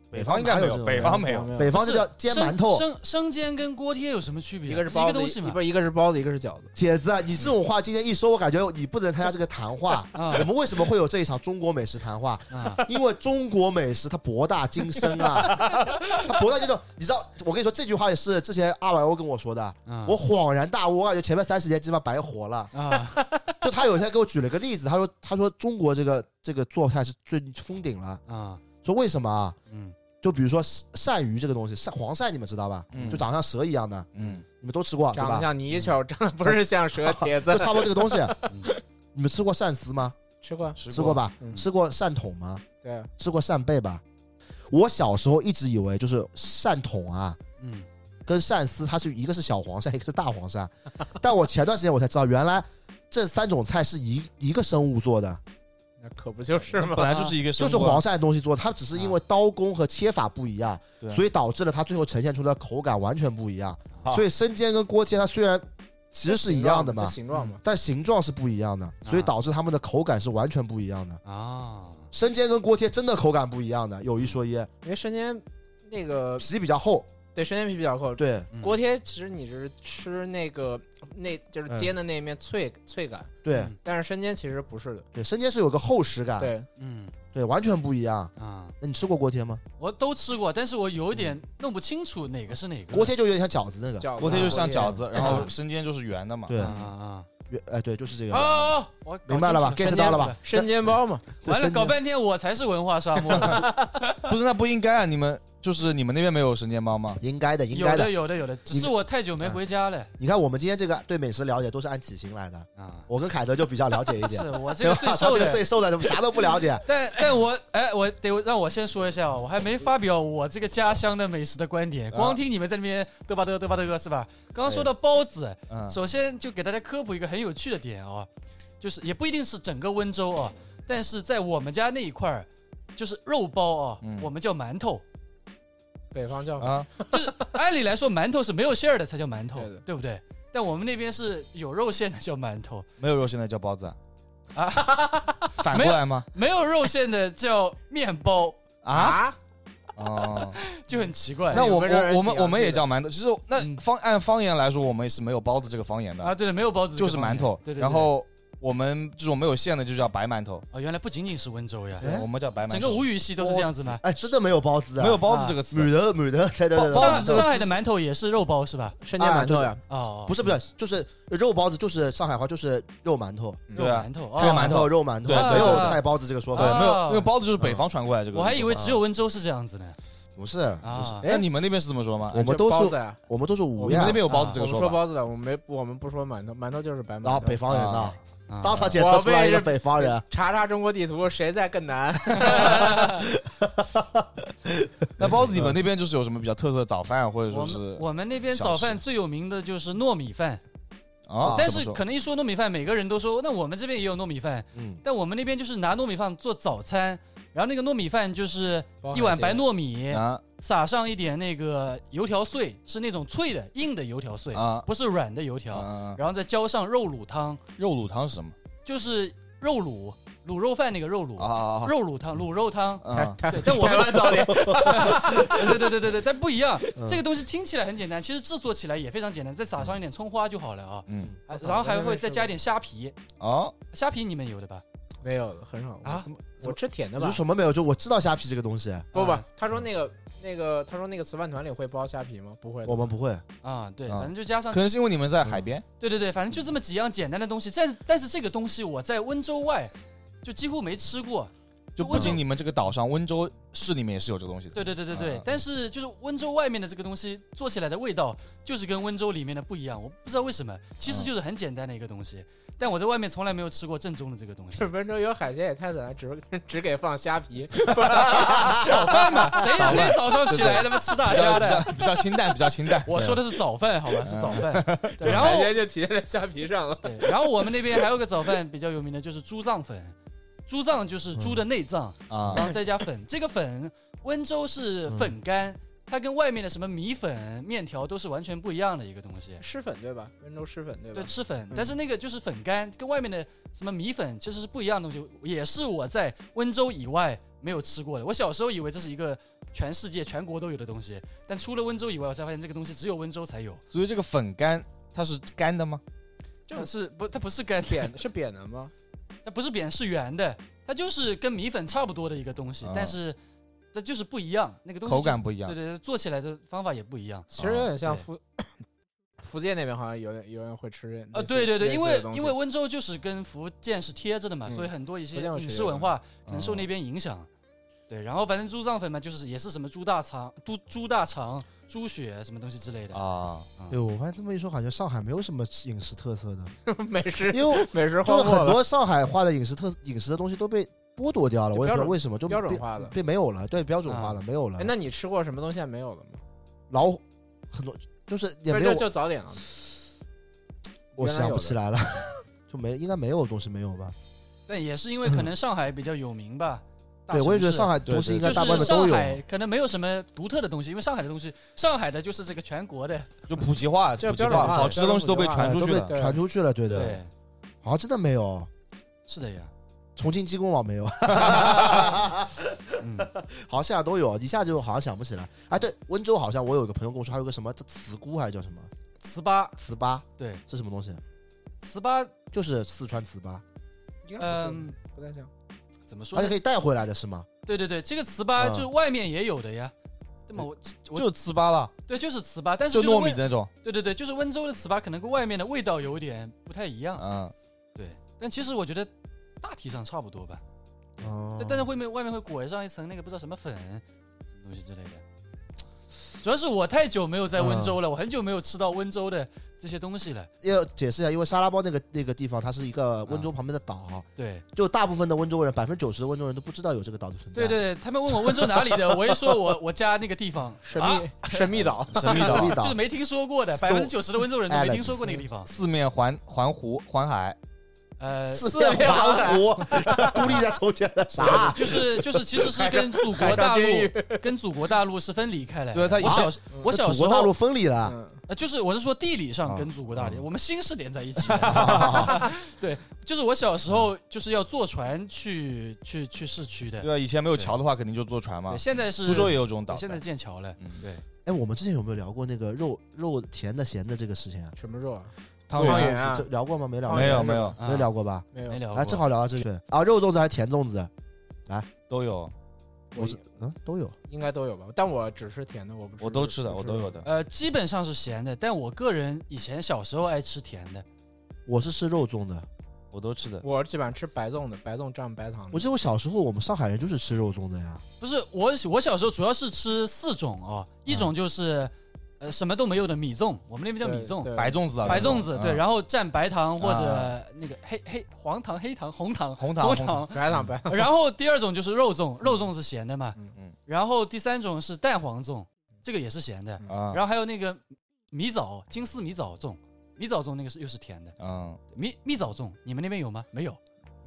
[SPEAKER 2] 北方应该没有，北方没有。
[SPEAKER 4] 没
[SPEAKER 1] 北方就
[SPEAKER 3] 嗯不是
[SPEAKER 1] 叫煎馒头。
[SPEAKER 3] 生生生煎跟锅贴有什么区别？
[SPEAKER 4] 一个是
[SPEAKER 3] 一
[SPEAKER 4] 包
[SPEAKER 3] 个
[SPEAKER 4] 子，
[SPEAKER 3] 东西
[SPEAKER 4] 一
[SPEAKER 3] 嘛。
[SPEAKER 4] 不一个是包子，一个是饺子。
[SPEAKER 1] 铁子，啊你这种话今天一说，我感觉你不能参加这个谈话。
[SPEAKER 3] 啊
[SPEAKER 1] 我们为什么会有这一场中国美食谈话？
[SPEAKER 3] 啊，
[SPEAKER 1] 因为中国美食它博大精深啊，它博大精深。你知道，我跟你说这句话也是之前阿 Y O 跟我说的，
[SPEAKER 3] 嗯
[SPEAKER 1] 我恍然大悟，我感觉前面三十年基本上白活了。
[SPEAKER 3] 啊，
[SPEAKER 1] 就他有一天给我举了个例子，他说他说中国这个这个做菜是最封顶了，
[SPEAKER 3] 啊，
[SPEAKER 1] 说为什么啊？
[SPEAKER 3] 嗯
[SPEAKER 1] 就比如说鳝鳝鱼这个东西，鳝黄鳝你们知道吧？
[SPEAKER 2] 嗯
[SPEAKER 1] 就长得像蛇一样的，
[SPEAKER 2] 嗯，
[SPEAKER 1] 你们都吃过对
[SPEAKER 4] 长得
[SPEAKER 1] 吧？
[SPEAKER 4] 像泥鳅，长得不是像蛇铁 子
[SPEAKER 1] 就。差不多这个东西。你们吃过鳝丝吗？
[SPEAKER 4] 吃过，
[SPEAKER 1] 吃过？吧？
[SPEAKER 4] 嗯
[SPEAKER 1] 吃过鳝筒吗？
[SPEAKER 4] 对，
[SPEAKER 1] 吃过扇贝吧？我小时候一直以为就是扇筒啊，
[SPEAKER 3] 嗯
[SPEAKER 1] 跟扇丝它是一个是小黄鳝，一个是大黄鳝，但我前段时间我才知道，原来这三种菜是一一个生物做的，
[SPEAKER 4] 那可不就是吗？
[SPEAKER 2] 本来就是一个
[SPEAKER 1] 就
[SPEAKER 2] 生啊
[SPEAKER 1] 是
[SPEAKER 2] 锅
[SPEAKER 1] 黄鳝的东西做的，它只是因为刀工和切法不一样，
[SPEAKER 2] 对啊
[SPEAKER 1] 所以导致了它最后呈现出来的口感完全不一样。
[SPEAKER 2] 啊
[SPEAKER 1] 所以生煎跟锅贴它虽然其实是一样的嘛
[SPEAKER 4] 就，形状嘛。
[SPEAKER 1] 但形状是不一样的，所以导致它们的口感是完全不一样的。
[SPEAKER 3] 啊，
[SPEAKER 1] 生煎跟锅贴真的口感不一样的，有一说一，
[SPEAKER 4] 因为生煎那个
[SPEAKER 1] 皮比较厚，
[SPEAKER 4] 对生煎皮比较厚，
[SPEAKER 1] 对
[SPEAKER 2] 嗯
[SPEAKER 4] 锅贴其实你是吃那个那就是
[SPEAKER 1] 嗯
[SPEAKER 4] 煎的那一面脆脆感，
[SPEAKER 1] 对
[SPEAKER 3] 嗯
[SPEAKER 4] 但是生煎其实不是的，
[SPEAKER 1] 对，生煎是有个厚实感，
[SPEAKER 4] 对，
[SPEAKER 3] 嗯
[SPEAKER 1] 对，完全不一样。
[SPEAKER 3] 啊，
[SPEAKER 1] 那你吃过锅贴吗？
[SPEAKER 3] 我都吃过，但是我有一点弄不清楚哪个是哪个。
[SPEAKER 1] 嗯锅贴就有点像饺子那个，
[SPEAKER 4] 饺子啊
[SPEAKER 2] 锅贴就像饺
[SPEAKER 4] 子，
[SPEAKER 2] 子，然后生煎就是圆的嘛。
[SPEAKER 1] 对
[SPEAKER 3] 啊，啊
[SPEAKER 1] 原哎对，就是这个，
[SPEAKER 3] 啊！哦，我搞
[SPEAKER 1] 明白了吧
[SPEAKER 3] 清楚
[SPEAKER 1] ？get 到了吧？？
[SPEAKER 4] 生煎包嘛，
[SPEAKER 1] 这
[SPEAKER 3] 完了，
[SPEAKER 1] 生煎
[SPEAKER 3] 搞半天我才是文化沙漠。
[SPEAKER 2] 不是，那不应该啊！你们就是你们那边没有生煎包吗？
[SPEAKER 1] 应该的，应
[SPEAKER 3] 有
[SPEAKER 1] 该
[SPEAKER 3] 的
[SPEAKER 1] 的。
[SPEAKER 3] 有的有的，只是我太久没回家了
[SPEAKER 1] 你看我们今天这个对美食了解都是按体型来的，
[SPEAKER 3] 啊。
[SPEAKER 1] 我跟凯德就比较了解一点
[SPEAKER 3] 是，我这
[SPEAKER 1] 对
[SPEAKER 3] 个
[SPEAKER 1] 吧？
[SPEAKER 3] 最
[SPEAKER 1] 他
[SPEAKER 3] 瘦
[SPEAKER 1] 这个
[SPEAKER 3] 的，
[SPEAKER 1] 最瘦的，怎么啥都不了解？
[SPEAKER 3] 但但我哎，我得让我先说一下哦，我还没发表我这个家乡的美食的观点，
[SPEAKER 2] 啊
[SPEAKER 3] 光听你们在那边嘚吧嘚嘚吧嘚是吧？刚刚说到包子，
[SPEAKER 1] 啊
[SPEAKER 2] 嗯，
[SPEAKER 3] 首先就给大家科普一个很有趣的点哦，就是也不一定是整个温州啊，但是在我们家那一块儿，就是肉包啊，
[SPEAKER 2] 嗯
[SPEAKER 3] 我们叫馒头。
[SPEAKER 4] 北方叫法
[SPEAKER 2] 啊，
[SPEAKER 3] 按理来说，馒头是没有馅儿的才叫馒头
[SPEAKER 4] 对的，
[SPEAKER 3] 对不对？但我们那边是有肉馅的叫馒头，
[SPEAKER 2] 没有肉现在叫包子啊
[SPEAKER 3] 啊？
[SPEAKER 2] 反过来吗？
[SPEAKER 3] 没有肉馅的叫面包，
[SPEAKER 2] 啊？，哦，
[SPEAKER 3] 就很奇怪。
[SPEAKER 2] 那我
[SPEAKER 4] 有没有人
[SPEAKER 2] 我我们
[SPEAKER 4] 挺洋气的
[SPEAKER 2] 我们也叫馒头。其实那
[SPEAKER 3] 嗯
[SPEAKER 2] 方按方言来说，我们是没有包子这个方言
[SPEAKER 3] 啊，
[SPEAKER 2] 的，
[SPEAKER 3] 对了，没有包子
[SPEAKER 2] 就是馒头。
[SPEAKER 3] 这个方面对对对。
[SPEAKER 2] 然后我们这种没有馅的就叫白馒头，
[SPEAKER 3] 哦，原来不仅仅是温州呀，
[SPEAKER 1] 哎
[SPEAKER 2] 对我们叫白馒头。
[SPEAKER 3] 整个吴语系都是这样子吗？
[SPEAKER 1] 哎，真的没有包子啊，
[SPEAKER 2] 没有包子这个词
[SPEAKER 1] 母的母的，对对对，对
[SPEAKER 2] 包
[SPEAKER 3] 上
[SPEAKER 2] 子这
[SPEAKER 1] 对
[SPEAKER 2] 个
[SPEAKER 3] 上海的馒头也是肉包是吧？
[SPEAKER 4] 生煎
[SPEAKER 1] 啊
[SPEAKER 4] 馒头呀，
[SPEAKER 3] 哦，
[SPEAKER 1] 不是不是，就是肉包子，就是上海话就是肉馒头，
[SPEAKER 3] 肉
[SPEAKER 2] 对啊
[SPEAKER 3] 馒头，
[SPEAKER 2] 菜
[SPEAKER 3] 哦
[SPEAKER 2] 肉馒头
[SPEAKER 1] 肉馒头，
[SPEAKER 2] 对
[SPEAKER 3] 对
[SPEAKER 1] 没有
[SPEAKER 3] 对
[SPEAKER 1] 菜包子这个说
[SPEAKER 2] 对，
[SPEAKER 1] 法。
[SPEAKER 3] 啊
[SPEAKER 2] 没有，因为包子就是北方传过来这个。
[SPEAKER 3] 我还以为只有温州是这样子呢。
[SPEAKER 1] 不是，
[SPEAKER 3] 啊，
[SPEAKER 2] 那你们那边是怎么说吗？
[SPEAKER 1] 我们都
[SPEAKER 4] 包
[SPEAKER 1] 是
[SPEAKER 4] 子呀，
[SPEAKER 1] 我们都是
[SPEAKER 2] 你
[SPEAKER 1] 五
[SPEAKER 2] 们
[SPEAKER 1] 样
[SPEAKER 2] 那，边有
[SPEAKER 3] 啊
[SPEAKER 2] 包子这
[SPEAKER 4] 我
[SPEAKER 2] 个说
[SPEAKER 4] 们说
[SPEAKER 2] 法？
[SPEAKER 4] 包子的，我们没我们不说馒头，馒头就是白
[SPEAKER 1] 然后
[SPEAKER 4] 馒头
[SPEAKER 1] 北。方人呐，
[SPEAKER 2] 哎
[SPEAKER 3] 啊
[SPEAKER 1] 当场检测出来一个北方人，
[SPEAKER 4] 查查中国地图，谁在更南？
[SPEAKER 2] 那包子你们那边就是有什么比较特色的早饭，啊或者
[SPEAKER 3] 嗯我
[SPEAKER 2] 说
[SPEAKER 3] 们
[SPEAKER 2] 是
[SPEAKER 3] 我们那边
[SPEAKER 2] 小
[SPEAKER 3] 早饭
[SPEAKER 2] 吃
[SPEAKER 3] 最有名的就是糯米饭，
[SPEAKER 2] 啊？
[SPEAKER 3] 但
[SPEAKER 2] 怎么
[SPEAKER 3] 是
[SPEAKER 2] 说
[SPEAKER 3] 可能一说糯米饭，每个人都说那我们这边也有糯米饭，
[SPEAKER 1] 嗯，
[SPEAKER 3] 但我们那边就是拿糯米饭做早餐，然后那个糯米饭就是一碗 白糯米，
[SPEAKER 2] 啊
[SPEAKER 3] 撒上一点那个油条碎，是那种脆的硬的油条碎，
[SPEAKER 2] 啊
[SPEAKER 3] 不是软的油条，
[SPEAKER 2] 啊！
[SPEAKER 3] 然后再浇上肉卤汤，
[SPEAKER 2] 肉卤汤是什么
[SPEAKER 3] 就是肉卤卤肉饭那个肉
[SPEAKER 2] 啊
[SPEAKER 3] 卤，
[SPEAKER 2] 啊？啊
[SPEAKER 3] 肉卤汤卤肉汤。
[SPEAKER 2] 啊啊
[SPEAKER 4] 台
[SPEAKER 3] 对，但我们
[SPEAKER 4] 湾早点，
[SPEAKER 3] 对对对对对，但不一样
[SPEAKER 1] 嗯。
[SPEAKER 3] 这个东西听起来很简单，其实制作起来也非常简单，再撒上一点葱花就好了啊。
[SPEAKER 2] 嗯
[SPEAKER 3] 啊然后还会再加一点虾皮，
[SPEAKER 2] 哦，
[SPEAKER 3] 虾皮你们有的吧？
[SPEAKER 4] 没有很少
[SPEAKER 3] 啊，
[SPEAKER 4] 我吃甜的
[SPEAKER 1] 你
[SPEAKER 4] 吧
[SPEAKER 1] 说？什么没有？就我知道虾皮这个东西，
[SPEAKER 4] 不不
[SPEAKER 3] 啊，
[SPEAKER 4] 他说那个那个，他说那个吃饭团里会包虾皮吗？不会的，
[SPEAKER 1] 我们不会。哎
[SPEAKER 3] 啊，对，
[SPEAKER 2] 啊
[SPEAKER 3] 反正就加上
[SPEAKER 2] 可，能是因为你们在海边
[SPEAKER 3] 对对对，反正就这么几样简单的东西。但是但是这个东西我在温州外就几乎没吃过。
[SPEAKER 2] 就不仅你们这个岛上，温州市里面也是有这个东西的。
[SPEAKER 3] 对对对对对
[SPEAKER 2] 啊，
[SPEAKER 3] 但是就是温州外面的这个东西做起来的味道，就是跟温州里面的不一样。我不知道为什么，其实就是很简单的一个东西，但我在外面从来没有吃过正宗的这个东 西
[SPEAKER 4] 这。温州有海鲜也太惨了，只只给放虾皮，
[SPEAKER 3] 早饭嘛，谁
[SPEAKER 2] 早
[SPEAKER 3] 谁
[SPEAKER 2] 饭
[SPEAKER 3] 早上起来他妈吃大
[SPEAKER 2] 比较，比较
[SPEAKER 3] 虾的？
[SPEAKER 2] 比较比较清淡，比较清淡。
[SPEAKER 3] 我说的是早饭，好吧，是早饭。 对，哎然
[SPEAKER 4] 海
[SPEAKER 3] 后
[SPEAKER 4] 鲜就体现在虾皮上了。
[SPEAKER 3] 对，然后我们那边还有个早饭比较有名的就是猪脏粉，猪脏就是猪的内脏，
[SPEAKER 2] 啊
[SPEAKER 3] 然后再加粉。这个粉，温州是粉干，它跟外面的什么米粉、面条都是完全不一样的一个东西。
[SPEAKER 4] 吃粉对吧？温州吃粉对吧
[SPEAKER 3] 对，？吃粉，但是那个就是粉干，跟外面的什么米粉其实是不一样的东西，也是我在温州以外没有吃过的。我小时候以为这是一个全世界全国都有的东西，但除了温州以外，我才发现这个东西只有温州才有，
[SPEAKER 2] 所以这个粉干它是干的吗？
[SPEAKER 3] 它是不？它不是干点。
[SPEAKER 4] 扁是扁的吗？
[SPEAKER 3] 它不是扁，是圆的，它就是跟米粉差不多的一个东西，
[SPEAKER 2] 啊
[SPEAKER 3] 但是它就是不一样，那个东西
[SPEAKER 2] 口感
[SPEAKER 3] 就是
[SPEAKER 2] 不一样
[SPEAKER 3] 对。对对，做起来的方法也不一样。
[SPEAKER 4] 其实有点像
[SPEAKER 3] 对
[SPEAKER 4] 福福建那边，好像有点有人会吃
[SPEAKER 3] 啊，
[SPEAKER 4] 类似
[SPEAKER 3] 对对对，
[SPEAKER 4] 类
[SPEAKER 3] 因
[SPEAKER 4] 似的
[SPEAKER 3] 为
[SPEAKER 4] 东西
[SPEAKER 3] 因为温州就是跟福建是贴着的嘛，
[SPEAKER 4] 嗯
[SPEAKER 3] 所以很多一些
[SPEAKER 4] 福建我
[SPEAKER 3] 饮
[SPEAKER 4] 学
[SPEAKER 3] 食
[SPEAKER 4] 的
[SPEAKER 3] 文化可
[SPEAKER 2] 嗯
[SPEAKER 3] 能受那边影响。对，然后反正猪脏粉嘛，就是也是什么猪大肠、猪猪大肠、猪血什么东西之类的。
[SPEAKER 2] 啊，
[SPEAKER 1] 对，我发现这么一说，感觉上海没有什么饮食特色的，
[SPEAKER 4] 美食
[SPEAKER 1] 因为
[SPEAKER 4] 美
[SPEAKER 1] 就
[SPEAKER 4] 食荒
[SPEAKER 1] 是
[SPEAKER 4] 漠
[SPEAKER 1] 很
[SPEAKER 4] 了，
[SPEAKER 1] 多上海话的饮食特饮食的东西都被剥夺掉了，
[SPEAKER 4] 就
[SPEAKER 1] 我也不知
[SPEAKER 4] 标
[SPEAKER 1] 道
[SPEAKER 4] 准
[SPEAKER 1] 为什么，就
[SPEAKER 4] 标准
[SPEAKER 1] 被
[SPEAKER 4] 化了
[SPEAKER 1] 被没有了，对，标准化
[SPEAKER 3] 啊
[SPEAKER 1] 了，没有了
[SPEAKER 4] 哎，。那你吃过什么东西还没有了吗？
[SPEAKER 1] 老虎很多就是也
[SPEAKER 4] 不
[SPEAKER 1] 没
[SPEAKER 4] 是
[SPEAKER 1] 有
[SPEAKER 4] 就，就早点了，
[SPEAKER 1] 我
[SPEAKER 4] 原来
[SPEAKER 1] 想
[SPEAKER 4] 有
[SPEAKER 1] 不
[SPEAKER 4] 的
[SPEAKER 1] 起来了， 就没应该没有东西没有吧？
[SPEAKER 3] 但也是因为可能上海比较有名吧。大
[SPEAKER 1] 嗯对，我也
[SPEAKER 3] 城
[SPEAKER 1] 觉得
[SPEAKER 3] 市
[SPEAKER 1] 上海
[SPEAKER 2] 对
[SPEAKER 1] 东西
[SPEAKER 2] 对
[SPEAKER 1] 应该
[SPEAKER 3] 就
[SPEAKER 1] 大部分
[SPEAKER 3] 是
[SPEAKER 1] 都
[SPEAKER 3] 上
[SPEAKER 1] 有。
[SPEAKER 3] 海可能没有什么独特的东西，因为上海的东西，上海的就是这个全国的，
[SPEAKER 2] 就普及化，
[SPEAKER 4] 这
[SPEAKER 2] 普及
[SPEAKER 4] 标准
[SPEAKER 2] 化，
[SPEAKER 4] 化
[SPEAKER 2] 好吃的东西都被传
[SPEAKER 1] 哎
[SPEAKER 2] 出
[SPEAKER 1] 都
[SPEAKER 2] 去
[SPEAKER 1] 被
[SPEAKER 2] 了。
[SPEAKER 4] 对
[SPEAKER 1] 啊传出去了，对的，
[SPEAKER 3] 对，
[SPEAKER 1] 好像真的没有，
[SPEAKER 3] 是的呀。
[SPEAKER 1] 重庆鸡公煲没有，
[SPEAKER 3] 嗯，
[SPEAKER 1] 好像现在都有，啊一下就好像想不起来。哎，对，温州好像我有一个朋友跟我说，还有个什么糍菇还是叫什么
[SPEAKER 3] 糍粑，
[SPEAKER 1] 糍粑，
[SPEAKER 3] 对，
[SPEAKER 1] 这什么东西？
[SPEAKER 3] 糍粑，
[SPEAKER 1] 就是四川糍粑，
[SPEAKER 4] 应该不是
[SPEAKER 3] 嗯，
[SPEAKER 4] 不太像。
[SPEAKER 3] 怎么说
[SPEAKER 1] 而且
[SPEAKER 3] 呢？
[SPEAKER 1] 可以带回来的是吗？
[SPEAKER 3] 对对对，这个糍粑
[SPEAKER 2] 啊
[SPEAKER 1] 嗯
[SPEAKER 3] 就是外面也有的呀。那么我我
[SPEAKER 2] 就糍粑了，
[SPEAKER 3] 对就是糍粑，但是
[SPEAKER 2] 就是糯米
[SPEAKER 3] 温
[SPEAKER 2] 的那种，
[SPEAKER 3] 对对对，就是温州的糍粑可能跟外面的味道有点不太一样。
[SPEAKER 2] 嗯，
[SPEAKER 3] 对，但其实我觉得大体上差不多吧。
[SPEAKER 1] 哦
[SPEAKER 3] 但但是会面外面会裹上一层那个不知道什么粉，什么东西之类的。主要是我太久没有在温
[SPEAKER 2] 啊
[SPEAKER 3] 州了，我很久没有吃到温州的这些东西了。
[SPEAKER 1] 要解释一下，因为沙拉包那个那个地方，它是一
[SPEAKER 3] 啊
[SPEAKER 1] 个温州旁边的岛，
[SPEAKER 3] 对
[SPEAKER 1] 就大部分的温州人，百分之九十的温州人都不知道有这个岛的存在。
[SPEAKER 3] 对对，对他们问我温州哪里的，我一说我 我家那个地方
[SPEAKER 4] 神秘、啊 神秘岛，
[SPEAKER 2] 神秘
[SPEAKER 1] 神
[SPEAKER 2] 岛
[SPEAKER 1] 秘，岛
[SPEAKER 3] 就是没听说过的，
[SPEAKER 1] Stone
[SPEAKER 3] 百分之九十的温州人都没听说过那个地方。
[SPEAKER 2] 四面环环湖环海，
[SPEAKER 3] 呃，
[SPEAKER 1] 四
[SPEAKER 4] 面
[SPEAKER 1] 面
[SPEAKER 4] 环
[SPEAKER 1] 环湖，孤立在中间的啥？
[SPEAKER 3] 就是就是其实是跟祖国大陆跟祖国大陆是分离开来的。
[SPEAKER 2] 对它以
[SPEAKER 3] 我
[SPEAKER 2] 前
[SPEAKER 3] 小时我小
[SPEAKER 1] 祖
[SPEAKER 3] 时
[SPEAKER 1] 国大陆
[SPEAKER 3] 候
[SPEAKER 1] 分离了，
[SPEAKER 4] 嗯，
[SPEAKER 3] 呃就是我是说地理上
[SPEAKER 1] 啊
[SPEAKER 3] 跟祖国大陆，
[SPEAKER 1] 啊
[SPEAKER 3] 我们心是连在一起的。 对，就是我小时候就是要坐船去去去市区的。
[SPEAKER 2] 对啊，以前没有桥的话，肯定就坐船
[SPEAKER 1] 啊
[SPEAKER 2] 嘛
[SPEAKER 3] 对，。现在是
[SPEAKER 2] 苏州也有这种岛
[SPEAKER 3] 对，现在建桥了。
[SPEAKER 2] 嗯
[SPEAKER 3] 对，
[SPEAKER 1] 哎，我们之前有没有聊过那个肉肉甜的咸的这个事情啊？
[SPEAKER 4] 什么肉啊？
[SPEAKER 2] 汤
[SPEAKER 4] 圆
[SPEAKER 2] 圆
[SPEAKER 4] 啊
[SPEAKER 1] 是这聊过吗？没聊
[SPEAKER 2] 啊
[SPEAKER 1] 过，
[SPEAKER 2] 没有没有
[SPEAKER 1] 没聊过吧？
[SPEAKER 4] 没有
[SPEAKER 3] 没，聊过。
[SPEAKER 1] 哎，正好聊到这里啊，肉粽子还是甜粽子？
[SPEAKER 2] 都有，
[SPEAKER 4] 我
[SPEAKER 1] 我嗯都有。
[SPEAKER 4] 应该都有吧？但我只吃甜的，我不吃。
[SPEAKER 2] 我都吃的，
[SPEAKER 4] 不
[SPEAKER 2] 我都有的。
[SPEAKER 3] 呃，基本上是咸的，但我个人以前小时候爱吃甜的。
[SPEAKER 1] 我是吃肉粽的，
[SPEAKER 2] 我都吃的。
[SPEAKER 4] 我基本上吃白粽的，白粽蘸白糖的。
[SPEAKER 1] 我记得我小时候我们上海人就是吃肉粽的呀，
[SPEAKER 3] 不是我，我小时候主要是吃四种哦，一
[SPEAKER 1] 啊
[SPEAKER 3] 种就是呃什么都没有的米粽，我们那边叫米粽，
[SPEAKER 4] 对
[SPEAKER 2] 白粽子啊，
[SPEAKER 3] 白粽子，对，
[SPEAKER 2] 后
[SPEAKER 3] 然后蘸白糖或
[SPEAKER 2] 啊
[SPEAKER 3] 者那个黑黑黄糖、黑糖、红糖、
[SPEAKER 2] 红糖
[SPEAKER 3] 红
[SPEAKER 2] 红糖，
[SPEAKER 3] 糖。
[SPEAKER 4] 白糖白 糖。
[SPEAKER 3] 然后第二种就是肉粽，肉粽是咸的嘛
[SPEAKER 4] 嗯
[SPEAKER 2] 嗯，
[SPEAKER 3] 然后第三种是蛋黄粽，这个也是咸的，
[SPEAKER 2] 啊，
[SPEAKER 3] 然后还有那个米枣金丝米枣粽，米枣粽那个是又是甜的，
[SPEAKER 2] 嗯，
[SPEAKER 3] 米米枣粽你们那边有吗？没有，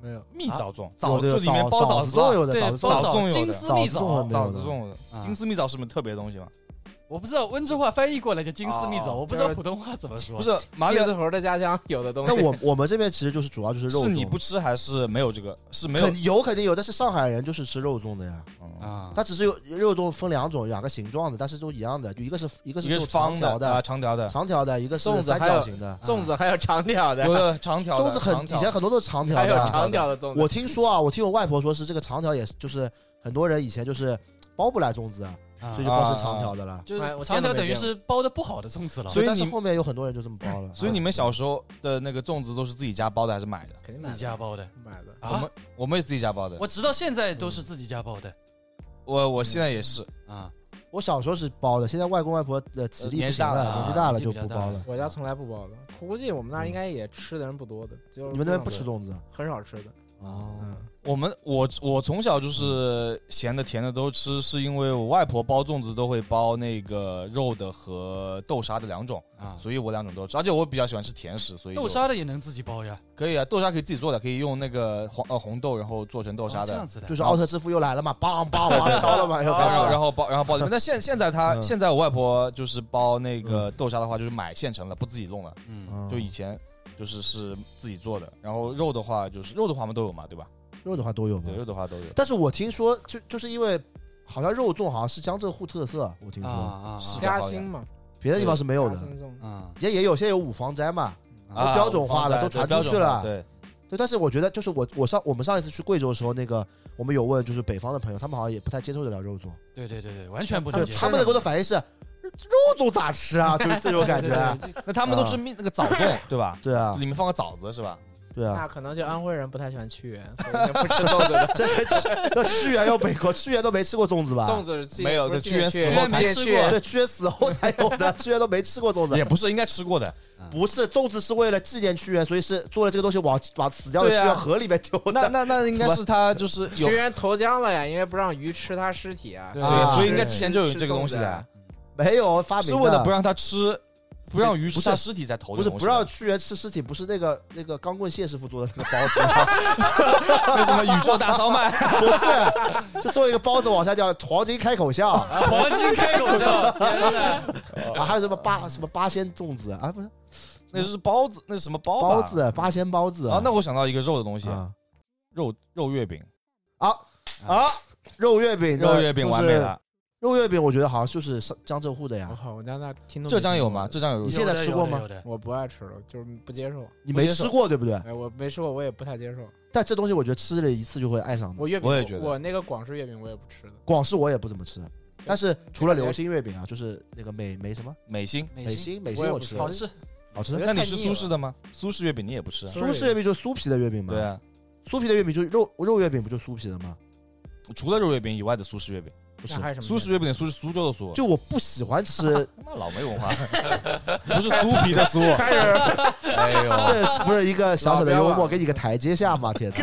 [SPEAKER 4] 没 有，
[SPEAKER 2] 蜜枣粽，
[SPEAKER 1] 有
[SPEAKER 2] 啊枣
[SPEAKER 1] 的有
[SPEAKER 2] 就里面包
[SPEAKER 1] 枣
[SPEAKER 2] 子
[SPEAKER 1] 粽
[SPEAKER 2] 啊，
[SPEAKER 1] 有的，
[SPEAKER 3] 对
[SPEAKER 1] 枣，子
[SPEAKER 2] 包
[SPEAKER 3] 包
[SPEAKER 2] 粽有的
[SPEAKER 3] 金丝蜜
[SPEAKER 1] 枣
[SPEAKER 3] 枣
[SPEAKER 1] 粽，
[SPEAKER 2] 枣子粽的。
[SPEAKER 3] 啊
[SPEAKER 2] 金丝蜜枣是什么特别东西吗？
[SPEAKER 3] 我不知道温州话翻译过来叫金丝蜜枣，
[SPEAKER 4] 哦
[SPEAKER 3] 我不知道
[SPEAKER 4] 就是
[SPEAKER 3] 普通话怎么说。
[SPEAKER 2] 不是马里
[SPEAKER 4] 金丝猴的家乡有的东西。
[SPEAKER 1] 那我我们这边其实就是主要就是肉粽，
[SPEAKER 2] 是你不吃还是没有这个？是没有
[SPEAKER 1] 肯有肯定有，但是上海人就是吃肉粽的呀，
[SPEAKER 2] 嗯，
[SPEAKER 3] 啊，
[SPEAKER 1] 它只是有肉粽分两种，两个形状的，但是都一样的，就一个是一个
[SPEAKER 2] 一
[SPEAKER 1] 是
[SPEAKER 2] 个
[SPEAKER 1] 这种
[SPEAKER 2] 是方
[SPEAKER 1] 长条
[SPEAKER 2] 的啊，长条的，
[SPEAKER 1] 长条的，一个是
[SPEAKER 4] 粽子
[SPEAKER 1] 三
[SPEAKER 4] 还
[SPEAKER 1] 角
[SPEAKER 4] 有
[SPEAKER 1] 形的。
[SPEAKER 4] 粽子还有长条 的，
[SPEAKER 2] 有的长条的，啊
[SPEAKER 1] 粽子很
[SPEAKER 2] 长条
[SPEAKER 1] 以前很多都是长条
[SPEAKER 4] 还有
[SPEAKER 1] 的，
[SPEAKER 4] 长条的粽子。
[SPEAKER 1] 我听说啊，我听我外婆说是这个长条，也是就是很多人以前就是包不来粽子，
[SPEAKER 3] 啊
[SPEAKER 1] 所以就包成长条的了。
[SPEAKER 3] 就
[SPEAKER 4] 哎我
[SPEAKER 3] 是
[SPEAKER 4] 见
[SPEAKER 3] 长
[SPEAKER 4] 都
[SPEAKER 3] 条
[SPEAKER 4] 没
[SPEAKER 3] 等于
[SPEAKER 4] 见过
[SPEAKER 3] 是包的不好的粽子了
[SPEAKER 2] 啊所。以
[SPEAKER 1] 但是
[SPEAKER 2] 你
[SPEAKER 1] 后面有很多人就这么包了。
[SPEAKER 2] 所以你们
[SPEAKER 1] 啊
[SPEAKER 2] 小时候的那个粽子都是自己家包的还是买的？
[SPEAKER 4] 肯定
[SPEAKER 3] 自
[SPEAKER 4] 买
[SPEAKER 3] 己
[SPEAKER 4] 的，
[SPEAKER 3] 家包的
[SPEAKER 4] 买的。
[SPEAKER 2] 我
[SPEAKER 3] 啊
[SPEAKER 2] 们，我们也自己家包的，
[SPEAKER 3] 我直到现在都是自己家包的
[SPEAKER 2] 我我现在也是，
[SPEAKER 1] 嗯
[SPEAKER 3] 啊。
[SPEAKER 1] 我小时候是包的，现在外公外婆的体力不行了，
[SPEAKER 2] 呃
[SPEAKER 1] 年
[SPEAKER 2] 年
[SPEAKER 1] 纪
[SPEAKER 2] 纪
[SPEAKER 1] 大
[SPEAKER 3] 大
[SPEAKER 1] 了
[SPEAKER 3] 了
[SPEAKER 1] 就不包
[SPEAKER 3] 年纪比较大
[SPEAKER 1] 了
[SPEAKER 3] 了。
[SPEAKER 4] 我家从来不包的，估计我们那儿应该也吃的人不多的，就
[SPEAKER 1] 嗯你们那边不吃，粽子？
[SPEAKER 4] 很少吃的。
[SPEAKER 1] 哦，
[SPEAKER 4] 嗯，
[SPEAKER 2] 我们我我从小就是咸的甜的都吃，是因为我外婆包粽子都会包那个肉的和豆沙的两种
[SPEAKER 3] 啊
[SPEAKER 2] 所以我两种都吃，而且我比较喜欢吃甜食，所以就
[SPEAKER 3] 豆沙的也能自己包呀，
[SPEAKER 2] 可以啊，豆沙可以自己做的，可以用那个黄呃红豆，然后做成豆沙
[SPEAKER 3] 哦这
[SPEAKER 2] 的，
[SPEAKER 3] 样子的
[SPEAKER 1] 就。是奥特之父又来了嘛，梆 梆王敲了嘛，又开
[SPEAKER 2] 然
[SPEAKER 1] 始
[SPEAKER 2] 后
[SPEAKER 1] 了。
[SPEAKER 2] 啊然后包然后包里面。但现现在她、
[SPEAKER 1] 嗯
[SPEAKER 2] 现在我外婆就是包那个豆沙的话，就是买现成的，不自己弄了。
[SPEAKER 3] 嗯，
[SPEAKER 1] 嗯
[SPEAKER 2] 就以前就是是自己做的，然后肉的话就是肉的话我们都有嘛，对吧？
[SPEAKER 1] 肉的话都有吧
[SPEAKER 2] 对，？肉的话都有。
[SPEAKER 1] 但是我听说，就就是因为好像肉粽好像是江浙沪特色，我听
[SPEAKER 3] 啊
[SPEAKER 1] 说
[SPEAKER 3] 啊
[SPEAKER 2] 是
[SPEAKER 3] 啊
[SPEAKER 2] 的
[SPEAKER 4] 嘉兴嘛，
[SPEAKER 1] 别的地方是没有
[SPEAKER 4] 嘉
[SPEAKER 1] 的。
[SPEAKER 4] 兴粽子。
[SPEAKER 3] 啊！
[SPEAKER 1] 也也有些有五房斋嘛，
[SPEAKER 2] 啊
[SPEAKER 1] 标准化了
[SPEAKER 2] 我
[SPEAKER 1] 都
[SPEAKER 2] 放
[SPEAKER 1] 传
[SPEAKER 2] 在
[SPEAKER 1] 出去了
[SPEAKER 2] 对标准化对，
[SPEAKER 1] 对，但是我觉得就是我我上我们上一次去贵州的时候，那个我们有问就是北方的朋友，他们好像也不太接受得了肉粽，
[SPEAKER 3] 对对对对，完全不
[SPEAKER 1] 对
[SPEAKER 2] 嗯
[SPEAKER 3] 能接受
[SPEAKER 1] 他们的给我的反应是肉粽咋吃啊，就是这种感觉，
[SPEAKER 2] 那他们都吃蜜那个枣粽，对吧？
[SPEAKER 1] 对啊
[SPEAKER 2] 里面放个枣子是吧？
[SPEAKER 1] 对啊，
[SPEAKER 4] 那可能就安徽人不太喜欢屈原，所以就不吃粽子的。
[SPEAKER 1] 这这屈原要北国，屈原都没吃过粽子吧？
[SPEAKER 4] 粽子是
[SPEAKER 2] 啊没有
[SPEAKER 4] 不是
[SPEAKER 2] 这屈原
[SPEAKER 4] 屈
[SPEAKER 2] 死
[SPEAKER 3] 后才
[SPEAKER 4] 屈
[SPEAKER 3] 吃
[SPEAKER 4] 原
[SPEAKER 3] 过
[SPEAKER 1] 对，屈原死后才有的，屈原都没吃过粽子
[SPEAKER 2] 也。不是应该吃过的，
[SPEAKER 1] 不是粽子是为了纪念屈原，所以是做了这个东西往把死掉的屈
[SPEAKER 2] 对
[SPEAKER 1] 原
[SPEAKER 2] 啊
[SPEAKER 1] 河里面丢的。
[SPEAKER 2] 那那那应该是他就是
[SPEAKER 4] 屈
[SPEAKER 2] 有，
[SPEAKER 4] 原投江了呀，因为不让鱼吃他尸体啊，
[SPEAKER 3] 对
[SPEAKER 1] 啊
[SPEAKER 2] 所以应该
[SPEAKER 4] 吃
[SPEAKER 2] 之前就有这个东西
[SPEAKER 4] 吃粽子啊
[SPEAKER 2] 的，
[SPEAKER 1] 没有发明
[SPEAKER 2] 是
[SPEAKER 1] 的，
[SPEAKER 2] 为了不让他吃，不让鱼
[SPEAKER 1] 不是
[SPEAKER 2] 吃他尸体才投
[SPEAKER 1] 不
[SPEAKER 2] 这
[SPEAKER 1] 是
[SPEAKER 2] 个东西啊
[SPEAKER 1] 不
[SPEAKER 2] 的。
[SPEAKER 1] 让屈原吃尸体，不是那个那个钢棍谢师傅做的那个包子。
[SPEAKER 2] 为什么宇宙大烧麦？
[SPEAKER 1] 不是，就做一个包子往下掉，黄金开口笑，啊，
[SPEAKER 3] 黄金 开口笑，天哪！
[SPEAKER 1] 还有什么八什么八仙粽子啊，不是
[SPEAKER 2] 那是包子，那是什么包吧啊
[SPEAKER 1] 包子，八仙包子
[SPEAKER 2] 啊？那我想到一个肉的东西，
[SPEAKER 1] 啊
[SPEAKER 2] 肉肉月饼，
[SPEAKER 1] 啊，肉月饼的
[SPEAKER 2] 肉月饼完美。了。哦
[SPEAKER 1] 就是肉月饼我觉得好像就是上江浙沪的
[SPEAKER 4] 我
[SPEAKER 1] 呀，
[SPEAKER 4] 靠，我家那听都没
[SPEAKER 2] 啊浙江有
[SPEAKER 4] 听过
[SPEAKER 2] 吗？浙江有肉
[SPEAKER 1] 你现在
[SPEAKER 3] 有的
[SPEAKER 1] 吃过吗
[SPEAKER 3] 有的有的
[SPEAKER 4] 我不爱吃了，就是不接受。
[SPEAKER 1] 你没
[SPEAKER 2] 不接受
[SPEAKER 1] 吃过对不对？
[SPEAKER 4] 哎，我没吃过，我也不太接受。
[SPEAKER 1] 但这东西我觉得吃了一次就会爱上的。
[SPEAKER 4] 我月饼，
[SPEAKER 2] 我也觉得
[SPEAKER 4] 我那个广式月饼我也不吃的。
[SPEAKER 1] 广式我也不怎么吃，但是除了流心月饼啊，就是那个美美什么
[SPEAKER 2] 美心。
[SPEAKER 1] 美心美
[SPEAKER 4] 我
[SPEAKER 1] 心
[SPEAKER 4] 也
[SPEAKER 1] 我
[SPEAKER 4] 不
[SPEAKER 1] 吃
[SPEAKER 4] 吃，
[SPEAKER 3] 好吃，
[SPEAKER 1] 好
[SPEAKER 4] 我觉
[SPEAKER 1] 吃。
[SPEAKER 4] 得
[SPEAKER 2] 那你
[SPEAKER 4] 太
[SPEAKER 2] 是
[SPEAKER 4] 腻
[SPEAKER 2] 苏
[SPEAKER 4] 了
[SPEAKER 2] 式的吗？苏式月饼你也不吃啊？
[SPEAKER 1] 苏式月饼就是酥皮的月饼嘛，
[SPEAKER 2] 对，啊，
[SPEAKER 1] 酥皮的月饼就是肉肉月饼不就酥皮的吗？
[SPEAKER 2] 除了肉月饼以外的苏式月饼，
[SPEAKER 1] 不是
[SPEAKER 4] 那，还有什么？
[SPEAKER 2] 苏式月饼的苏是苏州的苏，
[SPEAKER 1] 就我不喜欢 吃
[SPEAKER 2] 他妈老 没文化，不是酥皮的酥。
[SPEAKER 1] 开始，
[SPEAKER 2] 哎呦，
[SPEAKER 1] 这是不是一个小小的
[SPEAKER 4] 老
[SPEAKER 1] 幽
[SPEAKER 4] 彪
[SPEAKER 1] 默，
[SPEAKER 4] 啊
[SPEAKER 1] 给你个台阶下嘛，铁 子，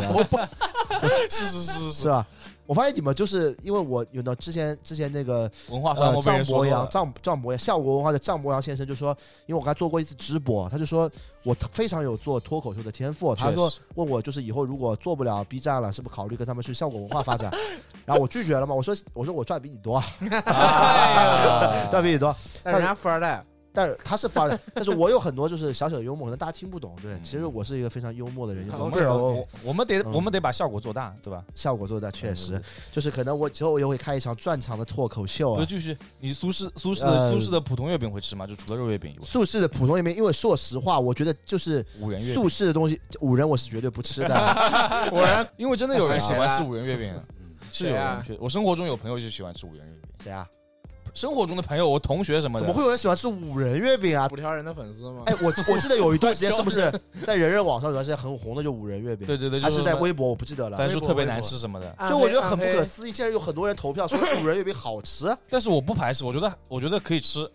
[SPEAKER 2] 是是是是
[SPEAKER 1] 是
[SPEAKER 2] 是，
[SPEAKER 1] 吧？我发现你们就是因为我有呢，之前之前那个
[SPEAKER 2] 文化沙
[SPEAKER 1] 呃
[SPEAKER 2] 漠被
[SPEAKER 1] 张
[SPEAKER 2] 人说
[SPEAKER 1] 博
[SPEAKER 2] 过
[SPEAKER 1] 洋，
[SPEAKER 2] 了。
[SPEAKER 1] 张张博洋，效果文化的张博洋先生就说，因为我刚才做过一次直播，他就说我非常有做脱口秀的天赋，他说
[SPEAKER 2] 确实
[SPEAKER 1] 问我就是以后如果做不了 B 站了，是不是考虑跟他们去效果文化发展？ 然后我拒绝了嘛，我说我说我赚比你多，
[SPEAKER 2] 哎
[SPEAKER 1] 哎
[SPEAKER 2] 啊
[SPEAKER 1] 赚比你多，
[SPEAKER 4] 但是人家富二代，
[SPEAKER 1] 但是他是发的，但是我有很多就是小小的幽默，可能大家听不懂。对，
[SPEAKER 2] 嗯
[SPEAKER 1] 其实我是一个非常幽默的人，
[SPEAKER 4] 啊
[SPEAKER 1] 我
[SPEAKER 4] OK，OK
[SPEAKER 1] 们
[SPEAKER 2] 我我们得
[SPEAKER 1] 嗯
[SPEAKER 2] 我们得把效果做大，哎对吧？
[SPEAKER 1] 效果做的确实就是可能我之后也会开一场专场的脱口秀
[SPEAKER 2] 不是
[SPEAKER 1] 啊。
[SPEAKER 2] 继续，你苏式苏式
[SPEAKER 1] 呃
[SPEAKER 2] 的苏式的普通月饼会吃吗？就除了肉月饼以外，
[SPEAKER 1] 素食的普通月饼，因为说实话，我觉得就是
[SPEAKER 2] 五仁月饼
[SPEAKER 1] 素，食的东西，五仁我是绝对不吃 的。
[SPEAKER 4] 果然
[SPEAKER 2] 因为真的有人喜
[SPEAKER 4] 谁
[SPEAKER 2] 欢
[SPEAKER 4] 啊
[SPEAKER 2] 吃五仁月饼的，是有
[SPEAKER 4] 谁啊
[SPEAKER 2] 人去。我生活中有朋友就喜欢吃五仁月饼，
[SPEAKER 1] 谁啊？
[SPEAKER 2] 生活中的朋友，我同学什么的，
[SPEAKER 1] 怎么会有人喜欢吃五仁月饼 啊？
[SPEAKER 4] 五条人的粉丝吗？
[SPEAKER 1] 哎，我我记得有一段时间是不是在人人网上有段时间很红的就五仁月饼，
[SPEAKER 2] 对对对，
[SPEAKER 1] 还
[SPEAKER 2] 就是
[SPEAKER 1] 在
[SPEAKER 2] 什么
[SPEAKER 1] 微博我不记得了。
[SPEAKER 2] 反正说
[SPEAKER 4] 微博
[SPEAKER 2] 特别
[SPEAKER 4] 微博
[SPEAKER 2] 难吃什么的。
[SPEAKER 4] 暗黑
[SPEAKER 1] 就我觉得很不可
[SPEAKER 4] 暗黑
[SPEAKER 1] 思议，竟然有很多人投票 说五仁月饼好吃。
[SPEAKER 2] 但是我不排斥，我觉得我觉得可以吃。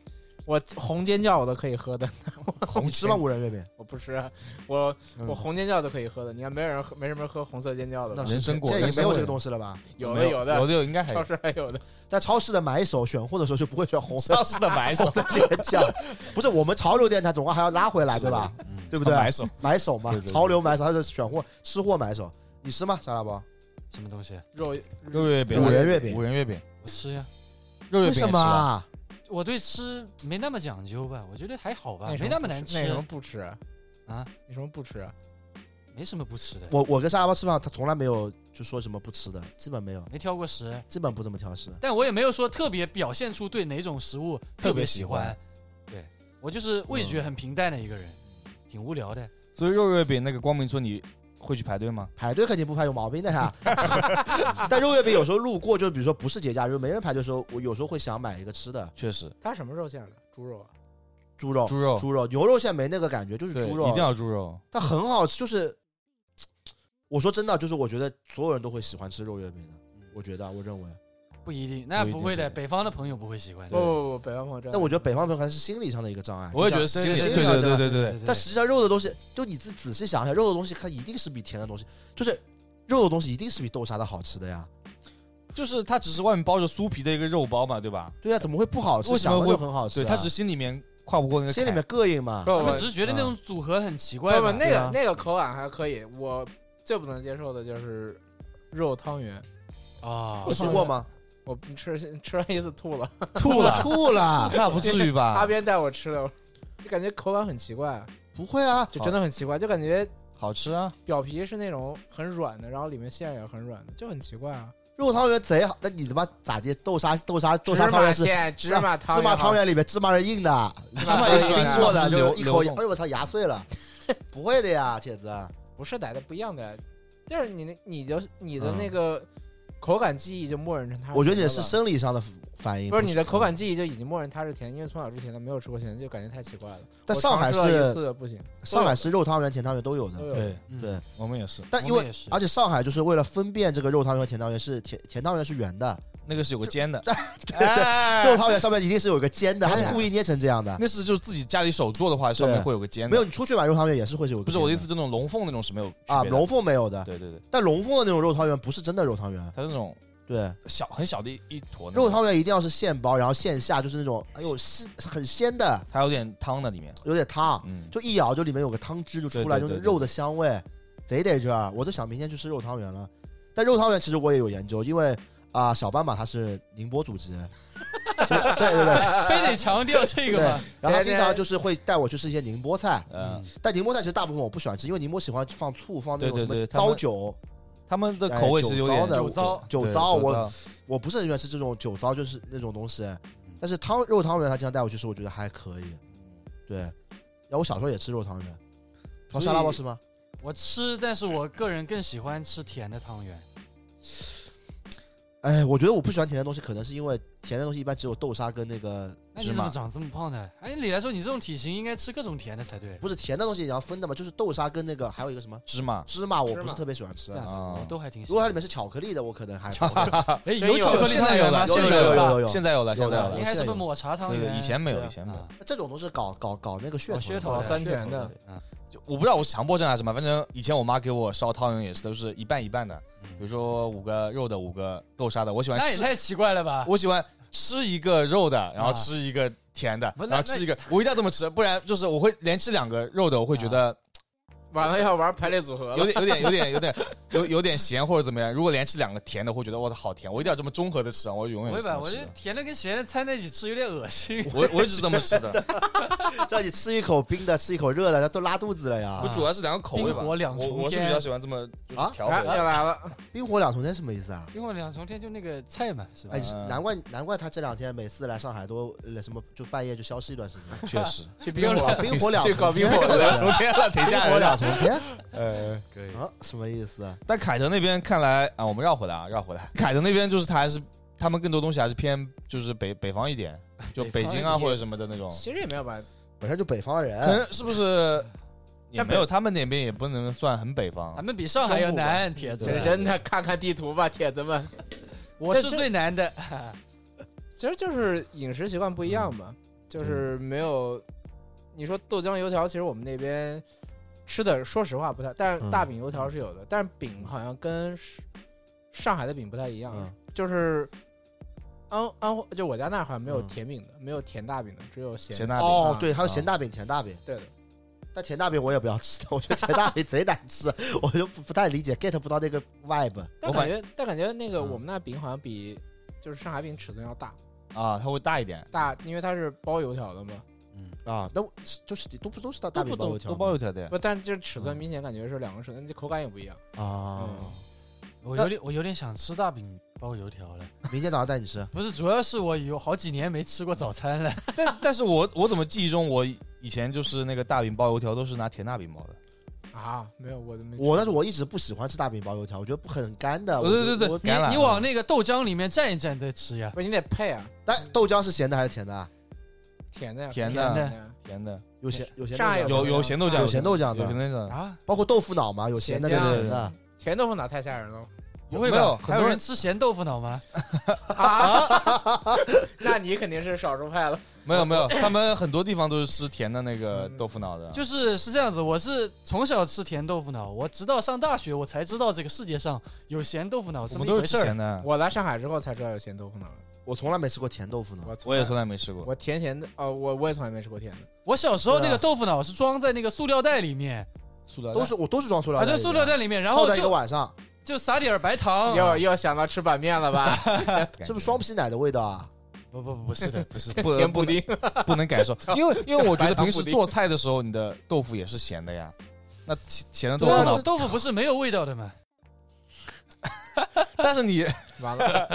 [SPEAKER 4] 我红尖叫我都可以喝的，
[SPEAKER 1] 你吃吗？五仁月饼？
[SPEAKER 4] 我不吃，啊我我
[SPEAKER 1] 嗯
[SPEAKER 4] 红尖叫都可以喝的。你看，没有人喝，没什么人喝红色尖叫的
[SPEAKER 1] 那
[SPEAKER 4] 吧？
[SPEAKER 1] 是
[SPEAKER 2] 人参果
[SPEAKER 1] 现在已
[SPEAKER 2] 人
[SPEAKER 1] 经没
[SPEAKER 2] 参
[SPEAKER 1] 有
[SPEAKER 2] 果
[SPEAKER 1] 这个东西了吧？
[SPEAKER 4] 有
[SPEAKER 2] 没
[SPEAKER 4] 的有
[SPEAKER 2] 有
[SPEAKER 4] 的，
[SPEAKER 2] 的有应 该还
[SPEAKER 4] 超市还有的。
[SPEAKER 1] 在超市的买手选货的时候就不会选红色
[SPEAKER 2] 超市的买手
[SPEAKER 1] 红的尖叫，不是我们潮流电台总归还要拉回来对吧？
[SPEAKER 5] 嗯，
[SPEAKER 1] 对不对？
[SPEAKER 2] 买 手
[SPEAKER 1] 买手嘛
[SPEAKER 2] 对，对对
[SPEAKER 1] 潮流买手，还是选货吃货买手。你吃吗，沙拉包？
[SPEAKER 3] 什么东西？啊
[SPEAKER 4] 肉
[SPEAKER 2] 肉月饼，
[SPEAKER 1] 五仁月饼
[SPEAKER 2] 五仁月饼，
[SPEAKER 3] 我吃呀，
[SPEAKER 2] 肉月饼
[SPEAKER 1] 为什
[SPEAKER 2] 也吃啊
[SPEAKER 1] 么啊？
[SPEAKER 3] 我对吃没那么讲究吧，我觉得还好吧，
[SPEAKER 4] 什
[SPEAKER 3] 没那么难
[SPEAKER 4] 那什么
[SPEAKER 3] 吃，
[SPEAKER 4] 不吃啊？你什么不吃啊？
[SPEAKER 3] 没什么不吃的，
[SPEAKER 1] 我我跟沙拉包吃饭，他从来没有就说什么不吃的，基本没有，
[SPEAKER 3] 没挑过食，
[SPEAKER 1] 基本不怎么挑食。
[SPEAKER 3] 但我也没有说特别表现出对哪种食物特别喜
[SPEAKER 2] 特
[SPEAKER 3] 欢。对我就是味
[SPEAKER 1] 嗯
[SPEAKER 3] 觉很平淡的一个人，挺无聊的。
[SPEAKER 2] 所以肉月饼那个光明村你会去排队吗？
[SPEAKER 1] 排队肯定不排，有毛病的 呀。但肉月饼有时候路过，就比如说不是节假日没人排队的时候，我有时候会想买一个吃的，
[SPEAKER 2] 确实，
[SPEAKER 4] 它什么肉馅儿的？猪肉啊？
[SPEAKER 1] 猪肉，
[SPEAKER 2] 猪肉
[SPEAKER 1] 猪肉，牛肉现在没那个感觉，就是
[SPEAKER 2] 对，
[SPEAKER 1] 猪肉，
[SPEAKER 2] 一定要猪肉。
[SPEAKER 1] 它很好吃，就是我说真的，就是我觉得所有人都会喜欢吃肉月饼的，
[SPEAKER 3] 嗯
[SPEAKER 1] 我觉得啊，我认为。
[SPEAKER 3] 不一定，那不会
[SPEAKER 2] 不一
[SPEAKER 3] 的，
[SPEAKER 2] 定哦
[SPEAKER 3] 北方的朋友不会喜欢
[SPEAKER 4] 不
[SPEAKER 3] 的。
[SPEAKER 4] 不不，北方朋友真的。
[SPEAKER 1] 但我觉得北方朋友还是心理上的一个障碍，
[SPEAKER 2] 我也觉得
[SPEAKER 1] 是
[SPEAKER 2] 是心理
[SPEAKER 1] 心
[SPEAKER 2] 对
[SPEAKER 1] 理上的
[SPEAKER 2] 对
[SPEAKER 1] 障碍
[SPEAKER 2] 对对对，
[SPEAKER 1] 但实际上肉的东西，就你自己仔细想一下，肉的东西它一定是比甜的东西，就是肉的东西一定是比豆沙的好吃的呀。
[SPEAKER 2] 就是它只是外面包着酥皮的一个肉包嘛，对吧？
[SPEAKER 1] 对呀、怎么会不好吃？
[SPEAKER 2] 为什么
[SPEAKER 1] 想
[SPEAKER 2] 会
[SPEAKER 1] 的就很好吃、啊？啊
[SPEAKER 2] 对，它只是心里面跨不过那个
[SPEAKER 1] 心里
[SPEAKER 2] 坎
[SPEAKER 1] 面膈应嘛。
[SPEAKER 4] 不
[SPEAKER 3] 他
[SPEAKER 4] 不
[SPEAKER 3] 们只是觉得那
[SPEAKER 2] 啊
[SPEAKER 3] 种组合很奇怪
[SPEAKER 4] 不
[SPEAKER 3] 吧
[SPEAKER 4] 不，？那
[SPEAKER 1] 对啊
[SPEAKER 4] 个那个口感还可以。我最不能接受的就是肉汤圆，
[SPEAKER 3] 啊
[SPEAKER 1] 你，吃过吗？
[SPEAKER 4] 我吃吃完一次吐了。
[SPEAKER 2] 吐了，
[SPEAKER 1] 吐了，
[SPEAKER 2] 那不至于
[SPEAKER 4] 阿
[SPEAKER 2] 吧？
[SPEAKER 4] 边带我吃的，就感觉口感很奇怪，
[SPEAKER 1] 不会啊，
[SPEAKER 4] 就真的很奇怪，就感觉
[SPEAKER 2] 好吃啊，
[SPEAKER 4] 表皮是那种很软的，然后里面馅也很软的，就很奇怪啊。
[SPEAKER 1] 肉汤圆贼好。那你他妈咋地？豆沙豆沙豆沙
[SPEAKER 4] 芝
[SPEAKER 1] 汤
[SPEAKER 4] 麻
[SPEAKER 1] 圆是啊
[SPEAKER 4] 馅、芝麻汤、
[SPEAKER 1] 芝麻汤，圆里面芝麻是硬的，
[SPEAKER 4] 芝
[SPEAKER 2] 麻
[SPEAKER 4] 麻
[SPEAKER 2] 也
[SPEAKER 4] 也
[SPEAKER 2] 是
[SPEAKER 4] 是
[SPEAKER 2] 冰
[SPEAKER 1] 冰
[SPEAKER 2] 做
[SPEAKER 1] 过的，
[SPEAKER 2] 流
[SPEAKER 1] 就一口咬，
[SPEAKER 2] 流动
[SPEAKER 1] 哎呦我操，牙碎了。不会的呀，铁子，
[SPEAKER 4] 不是奶的不一样的，就是你那你的你的那个口感记忆就默认成它。
[SPEAKER 1] 嗯我觉得你是。生理上的反应，
[SPEAKER 4] 不是你的口感记忆就已经默认它是甜，因为从小吃甜的，没有吃过咸的，就感觉太奇怪了。
[SPEAKER 1] 但
[SPEAKER 4] 我
[SPEAKER 1] 上海
[SPEAKER 4] 尝试了一
[SPEAKER 1] 是
[SPEAKER 4] 次不行，
[SPEAKER 1] 嗯上海是肉汤圆、甜汤圆都有
[SPEAKER 4] 都
[SPEAKER 1] 的，
[SPEAKER 4] 有
[SPEAKER 2] 对，
[SPEAKER 3] 嗯
[SPEAKER 1] 对。
[SPEAKER 2] 我们也是，
[SPEAKER 1] 但因为
[SPEAKER 3] 也是
[SPEAKER 2] 啊
[SPEAKER 1] 而且上海就是为了分辨这个肉汤圆和甜汤圆是甜甜汤圆是圆的，
[SPEAKER 2] 那个是有个尖的，
[SPEAKER 1] 对对，肉汤圆上面一定是有一个尖的，它是故意捏成这样的。
[SPEAKER 2] 哎那是就自己家里手做的话，上面会有个尖的。
[SPEAKER 1] 没有，你出去买肉汤圆也是会是有个尖
[SPEAKER 2] 不是我的意思，就那种龙凤那种是没有区别的
[SPEAKER 1] 啊，龙凤没有的，
[SPEAKER 2] 对对对，
[SPEAKER 1] 但龙凤的那种肉汤圆不是真的肉汤圆，
[SPEAKER 2] 它是那种
[SPEAKER 1] 对，
[SPEAKER 2] 小很小的一一坨那种
[SPEAKER 1] 肉，汤圆一定要是现包，然后现下就是那种哎呦是很鲜的，
[SPEAKER 2] 它有点汤的里面，
[SPEAKER 1] 有点汤，
[SPEAKER 2] 嗯，
[SPEAKER 1] 就一咬就里面有个汤汁就出来，
[SPEAKER 2] 对对
[SPEAKER 1] 就
[SPEAKER 2] 对
[SPEAKER 1] 是
[SPEAKER 2] 对
[SPEAKER 1] 肉的香味，贼得劲儿。我都想明天去吃肉汤圆了。但肉汤圆其实我也有研究，因为啊、小斑马他是宁波祖籍，所以对对对，
[SPEAKER 2] 啊
[SPEAKER 3] 非得强调这
[SPEAKER 1] 对，
[SPEAKER 3] 个吗？
[SPEAKER 1] 然后他经常就是会带我去吃一些宁波菜，
[SPEAKER 2] 呃，
[SPEAKER 1] 但宁波菜其实大部分我不喜欢吃，因为宁波喜欢放醋，放那种
[SPEAKER 2] 对
[SPEAKER 1] 什
[SPEAKER 2] 对
[SPEAKER 1] 么
[SPEAKER 2] 对他们
[SPEAKER 1] 糟酒，
[SPEAKER 2] 他们的
[SPEAKER 1] 哎
[SPEAKER 2] 口味其实有点
[SPEAKER 1] 酒糟的
[SPEAKER 3] 酒糟，
[SPEAKER 1] 酒
[SPEAKER 2] 对
[SPEAKER 1] 糟我我不是很喜欢吃这种酒糟，就是那种东西。但是汤肉汤圆他经常带我去吃，我觉得还可以。对，然后我小时候也吃肉汤圆，
[SPEAKER 2] 所
[SPEAKER 1] 好
[SPEAKER 2] 以
[SPEAKER 1] 沙拉包吃吗？
[SPEAKER 3] 我吃，但是我个人更喜欢吃甜的汤圆。
[SPEAKER 1] 哎，我觉得我不喜欢甜的东西，可能是因为甜的东西一般只有豆沙跟那个
[SPEAKER 3] 那
[SPEAKER 2] 芝
[SPEAKER 3] 你怎
[SPEAKER 2] 麻
[SPEAKER 3] 么长这么胖呢？按理来说，你这种体型应该吃各种甜的才对。
[SPEAKER 1] 不是甜的东西，然后分的嘛，就是豆沙跟那个还有一个什么
[SPEAKER 2] 芝麻
[SPEAKER 1] 芝麻，我不
[SPEAKER 4] 芝
[SPEAKER 1] 是
[SPEAKER 4] 麻
[SPEAKER 1] 特别喜欢吃
[SPEAKER 3] 这。样子，
[SPEAKER 2] 啊
[SPEAKER 3] 我都还挺喜
[SPEAKER 1] 如果它里面
[SPEAKER 3] 欢。
[SPEAKER 1] 是巧克力的，我可能还
[SPEAKER 3] 哎，
[SPEAKER 4] 真有
[SPEAKER 3] 有巧克力
[SPEAKER 2] 现在
[SPEAKER 3] 汤
[SPEAKER 2] 有
[SPEAKER 3] 圆
[SPEAKER 2] 了，
[SPEAKER 3] 吗？
[SPEAKER 1] 有
[SPEAKER 2] 现
[SPEAKER 3] 现
[SPEAKER 2] 在
[SPEAKER 3] 在
[SPEAKER 1] 有
[SPEAKER 2] 了
[SPEAKER 1] 有有
[SPEAKER 2] 现在有了，
[SPEAKER 1] 有
[SPEAKER 2] 现在有
[SPEAKER 1] 的
[SPEAKER 2] 了
[SPEAKER 3] 应。该是个抹茶汤
[SPEAKER 2] 对对，
[SPEAKER 3] 圆。
[SPEAKER 2] 以前没有，
[SPEAKER 1] 对
[SPEAKER 2] 以前没有
[SPEAKER 3] 啊。
[SPEAKER 1] 这种都是搞搞搞那个噱
[SPEAKER 3] 搞
[SPEAKER 2] 哦
[SPEAKER 1] 头
[SPEAKER 3] 噱
[SPEAKER 1] 噱
[SPEAKER 3] 头
[SPEAKER 2] 啊
[SPEAKER 3] 的
[SPEAKER 4] 哦三
[SPEAKER 1] 噱
[SPEAKER 4] 全
[SPEAKER 1] 头
[SPEAKER 4] 的
[SPEAKER 1] 的。
[SPEAKER 2] 就我不知道我是强迫症还是什么，反正以前我妈给我烧汤圆也是都是一半一半的，比如说五个肉的，五个豆沙的。我喜欢
[SPEAKER 3] 那也
[SPEAKER 2] 吃，
[SPEAKER 3] 太奇怪了吧？
[SPEAKER 2] 我喜欢吃一个肉的，然后
[SPEAKER 3] 啊
[SPEAKER 2] 吃一个甜的，
[SPEAKER 3] 不是
[SPEAKER 2] 然后
[SPEAKER 3] 那
[SPEAKER 2] 吃一个，我一定要这么吃，不然就是我会连吃两个肉的，我会觉得
[SPEAKER 4] 完了要玩排列组 合
[SPEAKER 2] 有
[SPEAKER 4] 了。
[SPEAKER 2] 点有点有点有点有有点咸或者怎么样。如果连吃两个甜的，会觉得我操好甜，我一定要这么综合的吃啊，我永远
[SPEAKER 3] 不会
[SPEAKER 2] 是这
[SPEAKER 3] 吧？
[SPEAKER 2] 么
[SPEAKER 3] 我
[SPEAKER 2] 吃
[SPEAKER 3] 觉得
[SPEAKER 2] 的。
[SPEAKER 3] 甜的跟咸的掺在一起吃有点恶心。
[SPEAKER 2] 我我一直这么吃的，
[SPEAKER 1] 让你吃一口冰的，吃一口热的，那都拉肚子了呀
[SPEAKER 2] 不！主要是两个口味吧。
[SPEAKER 3] 冰火两
[SPEAKER 2] 我
[SPEAKER 3] 重
[SPEAKER 2] 我是
[SPEAKER 3] 天
[SPEAKER 2] 比较喜欢这么就是
[SPEAKER 1] 啊
[SPEAKER 2] 调
[SPEAKER 4] 要
[SPEAKER 2] 和
[SPEAKER 4] 来
[SPEAKER 2] 的。
[SPEAKER 4] 来哎了，
[SPEAKER 1] 冰火两重天什么意思啊？
[SPEAKER 3] 因为两重天就那个菜嘛，是吧
[SPEAKER 1] 哎，？是
[SPEAKER 2] 嗯
[SPEAKER 1] 难怪难怪他这两天每次来上海都呃什么就半夜就消失一段时间。
[SPEAKER 2] 确 实，
[SPEAKER 4] 去
[SPEAKER 3] 不
[SPEAKER 4] 冰
[SPEAKER 3] 要
[SPEAKER 4] 火
[SPEAKER 3] 了，
[SPEAKER 1] 冰火两
[SPEAKER 4] 去搞
[SPEAKER 1] 重
[SPEAKER 4] 冰
[SPEAKER 1] 天，
[SPEAKER 4] 火
[SPEAKER 2] 啊两
[SPEAKER 4] 了
[SPEAKER 2] 重天 了，停
[SPEAKER 1] 冰
[SPEAKER 2] 下
[SPEAKER 1] 火
[SPEAKER 2] 来
[SPEAKER 1] 两。重天
[SPEAKER 2] 呃，可以。
[SPEAKER 1] 啊，什么意思啊？
[SPEAKER 2] 但凯德那边看来啊，我们绕回来啊，绕回来。凯德那边就是他还是他们更多东西还是偏就是北北方一点，就北京啊
[SPEAKER 4] 北方一点
[SPEAKER 2] 或者什么的那种。
[SPEAKER 4] 其实也没有吧，
[SPEAKER 1] 本身就北方
[SPEAKER 2] 可
[SPEAKER 1] 人，
[SPEAKER 2] 能是不是也
[SPEAKER 4] 但北
[SPEAKER 2] 没有他们那边也不能算很北方
[SPEAKER 3] 咱。们比上海要难，铁子
[SPEAKER 1] 对，
[SPEAKER 4] 真真的看看地图吧，铁子们。
[SPEAKER 3] 我是最难的。
[SPEAKER 4] 其实就是饮食习惯不一样吧，
[SPEAKER 1] 嗯
[SPEAKER 4] 就是没有。你说豆浆油条，其实我们那边吃的，说实话不太，但是
[SPEAKER 1] 嗯
[SPEAKER 4] 大饼油条是有的，但是饼好像跟是上海的饼不太一样，
[SPEAKER 1] 嗯
[SPEAKER 4] 就是安安徽就我家那儿好像没有
[SPEAKER 1] 嗯
[SPEAKER 4] 甜饼的，没有甜大饼的，只有咸
[SPEAKER 2] 咸
[SPEAKER 4] 大
[SPEAKER 2] 大饼，
[SPEAKER 1] 哦，对，还有
[SPEAKER 2] 啊
[SPEAKER 1] 咸大饼、甜大饼，
[SPEAKER 4] 对的。
[SPEAKER 1] 但甜大饼我也不要吃的， 我觉得甜大饼贼难吃， 我就不不太理解 get 不到那个 vibe。
[SPEAKER 4] 但
[SPEAKER 2] 我
[SPEAKER 4] 感
[SPEAKER 2] 感
[SPEAKER 4] 觉但感觉那个
[SPEAKER 1] 嗯
[SPEAKER 4] 我们那饼好像比就是上海饼尺寸要大
[SPEAKER 2] 啊，它会大一点，
[SPEAKER 4] 大，因为它是包油条的嘛，
[SPEAKER 1] 啊，那我就是都不都是大大饼包油条
[SPEAKER 2] 都
[SPEAKER 1] 吗
[SPEAKER 2] 包油条的。
[SPEAKER 4] 不，但这尺
[SPEAKER 1] 嗯
[SPEAKER 4] 寸明显感觉是两个尺寸，这口感也不一样。
[SPEAKER 1] 啊
[SPEAKER 4] 嗯！
[SPEAKER 3] 我有点，我有点想吃大饼包油条了。
[SPEAKER 1] 明天早上带你吃，
[SPEAKER 3] 不是，主要是我有好几年没吃过早餐了。
[SPEAKER 2] 但但是我我怎么记忆中我以前就是那个大饼包油条都是拿甜大饼包的。
[SPEAKER 4] 啊，没有，我都没吃
[SPEAKER 1] 我但是我一直不喜欢吃大饼包油条，我觉得不很干的。
[SPEAKER 2] 哦
[SPEAKER 1] 啊我觉得
[SPEAKER 2] 对对对
[SPEAKER 1] 我
[SPEAKER 3] 你
[SPEAKER 2] 橄榄
[SPEAKER 3] 你往那个豆浆里面蘸一蘸再吃呀。
[SPEAKER 4] 不是你得配啊，
[SPEAKER 1] 但豆浆是咸的还是甜的啊？
[SPEAKER 4] 甜的呀，
[SPEAKER 2] 甜
[SPEAKER 3] 的
[SPEAKER 4] 的
[SPEAKER 2] 甜的，
[SPEAKER 1] 有咸有咸豆
[SPEAKER 4] 上海
[SPEAKER 1] 浆
[SPEAKER 2] 有
[SPEAKER 1] 吗
[SPEAKER 2] 有咸豆
[SPEAKER 4] 上
[SPEAKER 2] 浆，
[SPEAKER 4] 海
[SPEAKER 1] 有咸豆浆
[SPEAKER 2] 有咸
[SPEAKER 1] 的，
[SPEAKER 2] 豆浆。
[SPEAKER 3] 啊，
[SPEAKER 1] 包括豆腐脑嘛，有咸的
[SPEAKER 4] 咸
[SPEAKER 1] 跟
[SPEAKER 4] 酱
[SPEAKER 1] 甜的。
[SPEAKER 4] 甜豆腐脑太吓 人了
[SPEAKER 3] 不会
[SPEAKER 2] 没
[SPEAKER 3] 吧？
[SPEAKER 2] 有
[SPEAKER 3] 还
[SPEAKER 2] 很多
[SPEAKER 3] 有
[SPEAKER 2] 人
[SPEAKER 3] 人吃咸豆腐脑吗？
[SPEAKER 4] 啊！那你肯定是少数 派了。
[SPEAKER 2] 没有没有，他们很多地方都是吃甜的那个
[SPEAKER 4] 嗯
[SPEAKER 2] 豆腐脑的。
[SPEAKER 3] 就是是这样子，我是从小吃甜豆腐脑，我直到上大学我才知道这个世界上有咸豆腐脑
[SPEAKER 2] 我
[SPEAKER 3] 这么
[SPEAKER 2] 们
[SPEAKER 3] 一
[SPEAKER 2] 都是
[SPEAKER 3] 回事
[SPEAKER 2] 吃
[SPEAKER 3] 儿。
[SPEAKER 2] 甜的，
[SPEAKER 4] 我来上海之后才知道有咸豆腐脑的，
[SPEAKER 1] 我从来没吃过甜豆腐脑，
[SPEAKER 4] 我
[SPEAKER 2] 我也
[SPEAKER 4] 从
[SPEAKER 2] 从
[SPEAKER 4] 来
[SPEAKER 2] 来没吃过。
[SPEAKER 4] 我甜咸的哦，我我也从来没吃过甜的。
[SPEAKER 3] 我小时候那
[SPEAKER 1] 对
[SPEAKER 3] 个
[SPEAKER 1] 啊
[SPEAKER 3] 豆腐脑是装在那个塑料袋里面，
[SPEAKER 2] 塑料
[SPEAKER 1] 都是我都是装塑料
[SPEAKER 3] 啊，
[SPEAKER 1] 袋里
[SPEAKER 3] 就
[SPEAKER 1] 的，
[SPEAKER 3] 塑料袋里面，然
[SPEAKER 1] 泡
[SPEAKER 3] 后
[SPEAKER 1] 在一个
[SPEAKER 3] 就
[SPEAKER 1] 晚上，
[SPEAKER 3] 就撒点儿白
[SPEAKER 2] 啊
[SPEAKER 3] 糖。
[SPEAKER 4] 又又想到吃板面 了吧？
[SPEAKER 2] 袋
[SPEAKER 1] 是不是 双皮奶的味道啊？
[SPEAKER 3] 不不不，不是的，不是的。
[SPEAKER 2] 不
[SPEAKER 4] 甜布 丁，
[SPEAKER 2] 不能感受，因为因为我觉得
[SPEAKER 4] 白糖
[SPEAKER 2] 平
[SPEAKER 4] 布
[SPEAKER 2] 时
[SPEAKER 4] 丁
[SPEAKER 2] 做菜的时候，你的豆腐也是咸的呀。那咸咸的豆
[SPEAKER 3] 豆
[SPEAKER 2] 腐
[SPEAKER 3] 腐
[SPEAKER 2] 脑
[SPEAKER 3] 脑，啊豆腐不是没有味道的吗？
[SPEAKER 2] 但是你
[SPEAKER 4] 完了，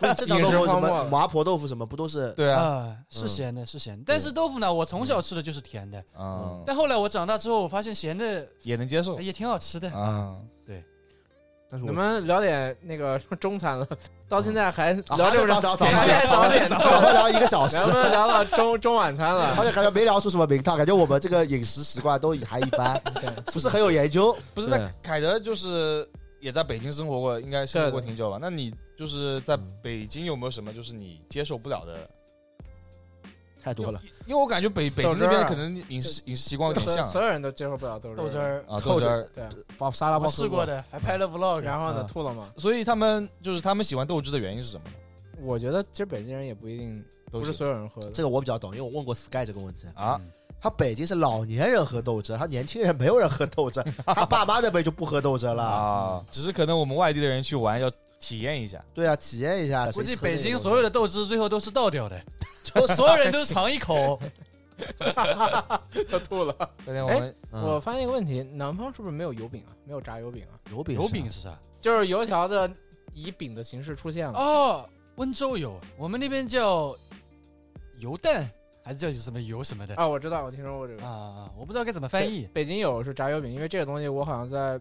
[SPEAKER 1] 不是正常豆腐
[SPEAKER 4] 饮食
[SPEAKER 1] 什
[SPEAKER 4] 荒漠
[SPEAKER 1] 么麻婆豆腐什么不都是？
[SPEAKER 2] 对啊，
[SPEAKER 3] 啊，是
[SPEAKER 1] 嗯
[SPEAKER 3] 咸的，是咸的。但是豆腐脑我从小吃的就是甜的，
[SPEAKER 2] 嗯，
[SPEAKER 3] 但后来我长大之后，我发现咸的
[SPEAKER 2] 也能接受
[SPEAKER 3] 哎也挺好吃的。
[SPEAKER 2] 啊。
[SPEAKER 1] 但是
[SPEAKER 4] 我
[SPEAKER 1] 我
[SPEAKER 4] 们聊点那个什么中餐了，到现在还
[SPEAKER 1] 啊
[SPEAKER 4] 聊
[SPEAKER 1] 还
[SPEAKER 4] 这
[SPEAKER 1] 得
[SPEAKER 4] 么
[SPEAKER 1] 早
[SPEAKER 4] 长，
[SPEAKER 1] 早早
[SPEAKER 4] 还
[SPEAKER 1] 点
[SPEAKER 4] 得早点
[SPEAKER 1] 早们聊一个小时，
[SPEAKER 4] 咱们聊到中中晚餐
[SPEAKER 1] 好
[SPEAKER 4] 了，
[SPEAKER 1] 像感觉没聊出什么名堂，感觉我们这个饮食习惯都还一般，不是很有研究。
[SPEAKER 2] 不是，
[SPEAKER 1] 对
[SPEAKER 2] 那凯德就是也在北京生活过，应该生活过挺久吧？那你就是在北京有没有什么就是你接受不了的？
[SPEAKER 1] 太多了，
[SPEAKER 2] 因为我感觉北北京那边可能饮食饮食习惯有点
[SPEAKER 4] 所
[SPEAKER 2] 像
[SPEAKER 4] 所有人都接受不了豆
[SPEAKER 3] 豆汁
[SPEAKER 4] 汁儿。
[SPEAKER 3] 儿，
[SPEAKER 1] 臭
[SPEAKER 2] 啊，豆汁儿。
[SPEAKER 4] 对，
[SPEAKER 1] 把沙拉
[SPEAKER 3] 我
[SPEAKER 1] 包
[SPEAKER 3] 试过
[SPEAKER 1] 的，
[SPEAKER 3] 的，还拍了 vlog。
[SPEAKER 4] 然
[SPEAKER 2] 啊
[SPEAKER 4] 后呢，
[SPEAKER 1] 嗯
[SPEAKER 4] 吐了吗？
[SPEAKER 2] 所以他们就是他们喜欢豆汁的原因是什么呢？
[SPEAKER 4] 我觉得其实北京人也不一定，
[SPEAKER 2] 都
[SPEAKER 4] 不是所有人喝的
[SPEAKER 1] 这。个我比较懂，因为我问过 Sky 这个问题。
[SPEAKER 2] 啊，
[SPEAKER 1] 他北京是老年人喝豆汁，他年轻人没有人喝豆汁，他爸妈那辈就不喝豆汁 了。
[SPEAKER 2] 啊，只是可能我们外地的人去玩要体验一下。
[SPEAKER 1] 对啊，体验一下。
[SPEAKER 3] 估
[SPEAKER 1] 谁
[SPEAKER 3] 计
[SPEAKER 1] 喝那
[SPEAKER 3] 北
[SPEAKER 1] 个
[SPEAKER 3] 京
[SPEAKER 1] 东西
[SPEAKER 3] 所有的豆汁最后都是倒掉的，
[SPEAKER 1] 都是
[SPEAKER 3] 所有人都尝一 口。
[SPEAKER 4] 都吐了。
[SPEAKER 2] 那天我们
[SPEAKER 1] 嗯
[SPEAKER 4] 我发现一个问题，南方是不是没有油饼啊？没有炸油饼啊？
[SPEAKER 1] 油饼
[SPEAKER 3] 油
[SPEAKER 1] 是吧
[SPEAKER 3] 饼是啥？
[SPEAKER 4] 就是油条的以饼的形式出现了。
[SPEAKER 3] 哦，温州有，我们那边叫油蛋，还是叫什么油什么的啊
[SPEAKER 4] 啊，我知道，我听说过这个。
[SPEAKER 3] 啊啊！我不知道该怎么翻译。
[SPEAKER 4] 北京有是炸油饼，因为这个东西我好像在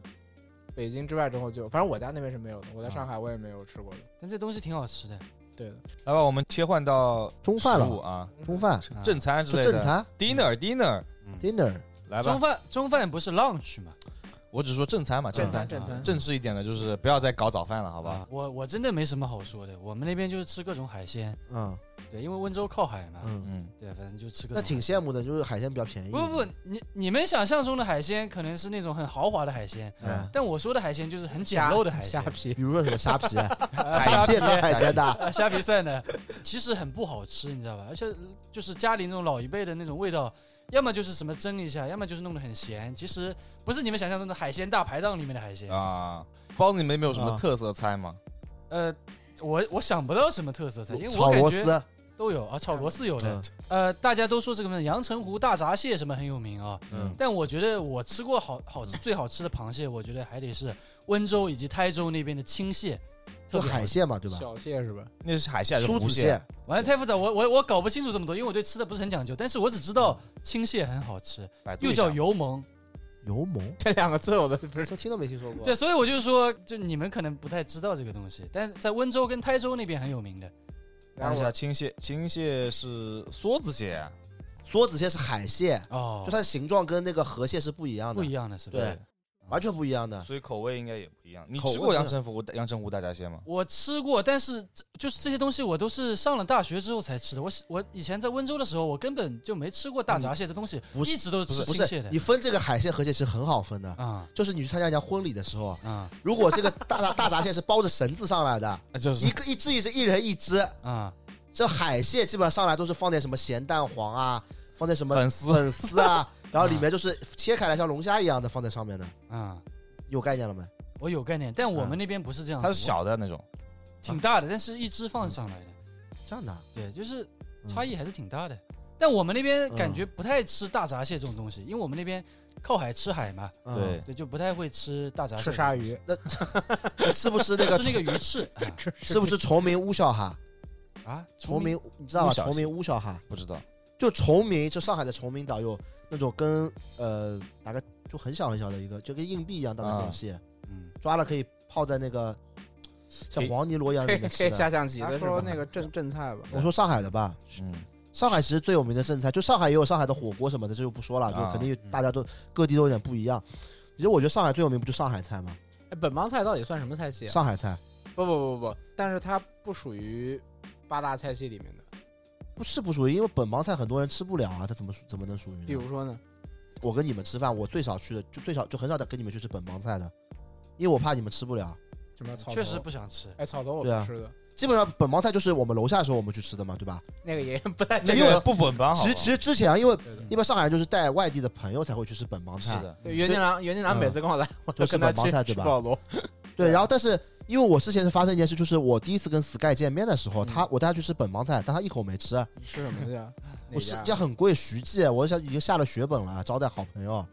[SPEAKER 4] 北京之外之后就，反正我家那边是没有的，我在上海我也没有吃过的。
[SPEAKER 3] 但这东西挺好吃的，
[SPEAKER 4] 对的，
[SPEAKER 2] 来吧，我们切换到
[SPEAKER 1] 中饭
[SPEAKER 2] 食物
[SPEAKER 1] 了，
[SPEAKER 2] 啊，
[SPEAKER 1] 中饭
[SPEAKER 3] 啊
[SPEAKER 2] 正餐之
[SPEAKER 1] 是
[SPEAKER 2] 类
[SPEAKER 1] 正
[SPEAKER 2] 的
[SPEAKER 1] 餐
[SPEAKER 2] ，dinner dinner，
[SPEAKER 1] dinner，
[SPEAKER 2] 来吧
[SPEAKER 3] 中，饭中饭不是 lunch 吗？
[SPEAKER 2] 我只说正餐嘛，
[SPEAKER 4] 正
[SPEAKER 2] 餐
[SPEAKER 4] 餐正餐
[SPEAKER 2] 正式一点的就是不要再搞早饭了，好吧
[SPEAKER 3] 啊？我我真的没什么好说的，我们那边就是吃各种海鲜，
[SPEAKER 1] 嗯
[SPEAKER 3] 对，因为温州靠海嘛，
[SPEAKER 1] 嗯，
[SPEAKER 2] 嗯，
[SPEAKER 3] 啊对，反正就吃各种。
[SPEAKER 1] 那挺羡慕的，就是海鲜比较便宜。哎
[SPEAKER 3] 不不不，你你们想象中的海鲜可能是那种很豪华的海鲜，
[SPEAKER 1] 嗯，
[SPEAKER 3] 但我说的海鲜就是很简
[SPEAKER 4] 虾
[SPEAKER 3] 陋的海鲜
[SPEAKER 4] 虾，皮
[SPEAKER 1] 比如说什么虾 皮，
[SPEAKER 3] 啊
[SPEAKER 1] 虾皮
[SPEAKER 3] 虾皮
[SPEAKER 1] 也算海鲜的，
[SPEAKER 3] 啊，虾皮算的，其实很不好吃，你知道吧？而且就是家里那种老一辈的那种味道，要么就是什么蒸一下，要么就是弄得很咸。其实不是你们想象中的海鲜大排档里面的海鲜。
[SPEAKER 2] 啊，包子你们有没有什么
[SPEAKER 1] 啊
[SPEAKER 2] 特色菜吗？
[SPEAKER 3] 呃，我我想不到什么特色菜，因为我
[SPEAKER 1] 炒
[SPEAKER 3] 感
[SPEAKER 1] 螺
[SPEAKER 3] 觉
[SPEAKER 1] 丝，
[SPEAKER 3] 都有啊，炒螺丝有的
[SPEAKER 1] 嗯。
[SPEAKER 3] 呃，大家都说这个什么阳澄湖大闸蟹什么很有名啊，
[SPEAKER 1] 嗯
[SPEAKER 3] 但我觉得我吃过好好吃最好吃的螃蟹，我觉得还得是温州以及台州那边的青蟹，
[SPEAKER 1] 就
[SPEAKER 3] 特别好
[SPEAKER 1] 海
[SPEAKER 3] 吃。
[SPEAKER 1] 蟹嘛，对吧？
[SPEAKER 4] 小蟹是吧？
[SPEAKER 2] 那是海蟹还是
[SPEAKER 1] 苏
[SPEAKER 2] 湖
[SPEAKER 1] 子蟹，
[SPEAKER 3] 完了太复杂，我我我搞不清楚这么多，因为我对吃的不是很讲究，但是我只知道青蟹很好吃，
[SPEAKER 2] 百度
[SPEAKER 3] 又
[SPEAKER 2] 哎一
[SPEAKER 3] 叫
[SPEAKER 2] 下
[SPEAKER 3] 油蒙。
[SPEAKER 1] 油蒙，
[SPEAKER 4] 这两个字我都不是
[SPEAKER 1] 这听都没听说过。
[SPEAKER 3] 对，所以我就说，就你们可能不太知道这个东西，但在温州跟台州那边很有名的。
[SPEAKER 2] 看
[SPEAKER 4] 然
[SPEAKER 2] 一
[SPEAKER 4] 后
[SPEAKER 2] 下
[SPEAKER 4] 我
[SPEAKER 2] 青蟹，青蟹是梭子蟹，
[SPEAKER 1] 梭子蟹是海蟹，
[SPEAKER 3] 哦
[SPEAKER 1] 就它，的形状跟那个河蟹是不一样
[SPEAKER 3] 不
[SPEAKER 1] 的
[SPEAKER 3] 一，样的是吧？
[SPEAKER 1] 对，完全不一样的。
[SPEAKER 2] 所以口味应该也不一样。你
[SPEAKER 1] 口
[SPEAKER 2] 吃
[SPEAKER 1] 味
[SPEAKER 2] 过
[SPEAKER 1] 真
[SPEAKER 2] 阳
[SPEAKER 1] 的
[SPEAKER 2] 澄湖阳澄湖大闸蟹吗？
[SPEAKER 3] 我吃过，但是这就是这些东西我都是上了大学之后才吃的。我我以前在温州的时候，我根本就没吃过大闸蟹这东西，
[SPEAKER 1] 不是
[SPEAKER 3] 一直都
[SPEAKER 1] 不
[SPEAKER 3] 吃
[SPEAKER 1] 是不
[SPEAKER 3] 青蟹
[SPEAKER 1] 是，
[SPEAKER 3] 的
[SPEAKER 1] 你分这个海蟹河蟹是很好分的，
[SPEAKER 3] 啊
[SPEAKER 1] 就是你去参加人家婚礼的时候，
[SPEAKER 3] 啊
[SPEAKER 1] 如果这个大闸 大闸蟹是包着绳子上来的，
[SPEAKER 2] 啊就
[SPEAKER 1] 一个一只一只一人一只，
[SPEAKER 3] 啊！
[SPEAKER 1] 这海蟹基本上上来都是放点什么咸蛋黄啊，放点什么
[SPEAKER 2] 粉丝
[SPEAKER 1] 粉丝 啊，然后里面就是切开来像龙虾一样的放在上面的，
[SPEAKER 3] 啊，
[SPEAKER 1] 有概念了没？
[SPEAKER 3] 我有概念，但我们那边不是这样子，
[SPEAKER 2] 它是小的那种，
[SPEAKER 3] 我挺大的，但是一只放上来的，
[SPEAKER 1] 这样的啊，
[SPEAKER 3] 对，就是
[SPEAKER 1] 嗯
[SPEAKER 3] 差异还是挺大的。但我们那边感觉不太吃大闸蟹这种东西，因为我们那边靠海吃海嘛，
[SPEAKER 1] 嗯
[SPEAKER 2] 对，
[SPEAKER 3] 对，就不太会吃大闸蟹。
[SPEAKER 4] 吃鲨，鱼，
[SPEAKER 1] 那是 不是那个
[SPEAKER 3] 吃那个鱼翅
[SPEAKER 4] 吃
[SPEAKER 1] 是不是崇明乌小哈？
[SPEAKER 3] 啊，
[SPEAKER 1] 崇明你知道吧？
[SPEAKER 2] 乌小
[SPEAKER 1] 崇明乌小哈
[SPEAKER 2] 不知道。
[SPEAKER 1] 就崇明，就上海的崇明岛有那种跟呃大概就很小很小的一个，就跟硬币一样大的小蟹，
[SPEAKER 4] 啊
[SPEAKER 3] 嗯，
[SPEAKER 1] 抓了可以泡在那个像
[SPEAKER 2] 可以
[SPEAKER 1] 黄泥螺一样
[SPEAKER 4] 可
[SPEAKER 1] 里
[SPEAKER 4] 以
[SPEAKER 1] 面
[SPEAKER 4] 可
[SPEAKER 1] 吃
[SPEAKER 4] 以
[SPEAKER 1] 的。
[SPEAKER 4] 下象棋
[SPEAKER 2] 他
[SPEAKER 4] 的是
[SPEAKER 2] 说
[SPEAKER 4] 吧？
[SPEAKER 2] 那
[SPEAKER 4] 那个正正菜吧？
[SPEAKER 1] 我说上海的吧，
[SPEAKER 2] 嗯，
[SPEAKER 1] 上海其实最有名的正菜，就上海也有上海的火锅什么的，这就不说了，就
[SPEAKER 2] 啊
[SPEAKER 1] 肯定大家都、各地都有点不一样。其实我觉得上海最有名不就上海菜吗？
[SPEAKER 4] 哎本帮菜到底算什么菜系啊？
[SPEAKER 1] 上海菜
[SPEAKER 4] 不不不不，但是它不属于八大菜系里面的。
[SPEAKER 1] 不是不属于，因为本帮菜很多人吃不了啊，它怎么属怎么能属
[SPEAKER 4] 比
[SPEAKER 1] 于
[SPEAKER 4] 如
[SPEAKER 1] 呢？
[SPEAKER 4] 说呢？
[SPEAKER 1] 我跟你们吃饭，我最少去的就最少就很少跟你们去吃本帮菜的，因为我怕你们吃不了。啊
[SPEAKER 4] 什么草头？
[SPEAKER 3] 确实不想吃。
[SPEAKER 4] 哎，草头我
[SPEAKER 1] 对啊
[SPEAKER 4] 不吃的，
[SPEAKER 1] 基本上本帮菜就是我们楼下的时候我们去吃的嘛，对吧？
[SPEAKER 4] 那个也不太
[SPEAKER 2] 这
[SPEAKER 4] 正
[SPEAKER 1] 因为
[SPEAKER 2] 个不本帮好
[SPEAKER 1] 其
[SPEAKER 2] 吧
[SPEAKER 1] 实其实之前啊因为
[SPEAKER 4] 对的
[SPEAKER 1] 一般上海人就是带外地的朋友才会去吃本帮
[SPEAKER 2] 嗯是
[SPEAKER 1] 菜，
[SPEAKER 2] 的，
[SPEAKER 4] 对，袁金郎，袁金郎每次跟我来，我
[SPEAKER 1] 就
[SPEAKER 4] 都
[SPEAKER 1] 是
[SPEAKER 4] 跟他
[SPEAKER 1] 本帮
[SPEAKER 4] 去
[SPEAKER 1] 菜对
[SPEAKER 4] 吃
[SPEAKER 1] 吧
[SPEAKER 4] 保罗。
[SPEAKER 1] 对。然后但是因为我之前是发生一件事，就是我第一次跟 Sky 见面的时候，
[SPEAKER 4] 嗯
[SPEAKER 1] 他我带他去吃本帮菜，但他一口没吃。
[SPEAKER 4] 你吃什么 去啊？哪
[SPEAKER 1] 我是
[SPEAKER 4] 家
[SPEAKER 1] 这很贵，徐记，啊我想已经下了血本了，啊招待好朋友。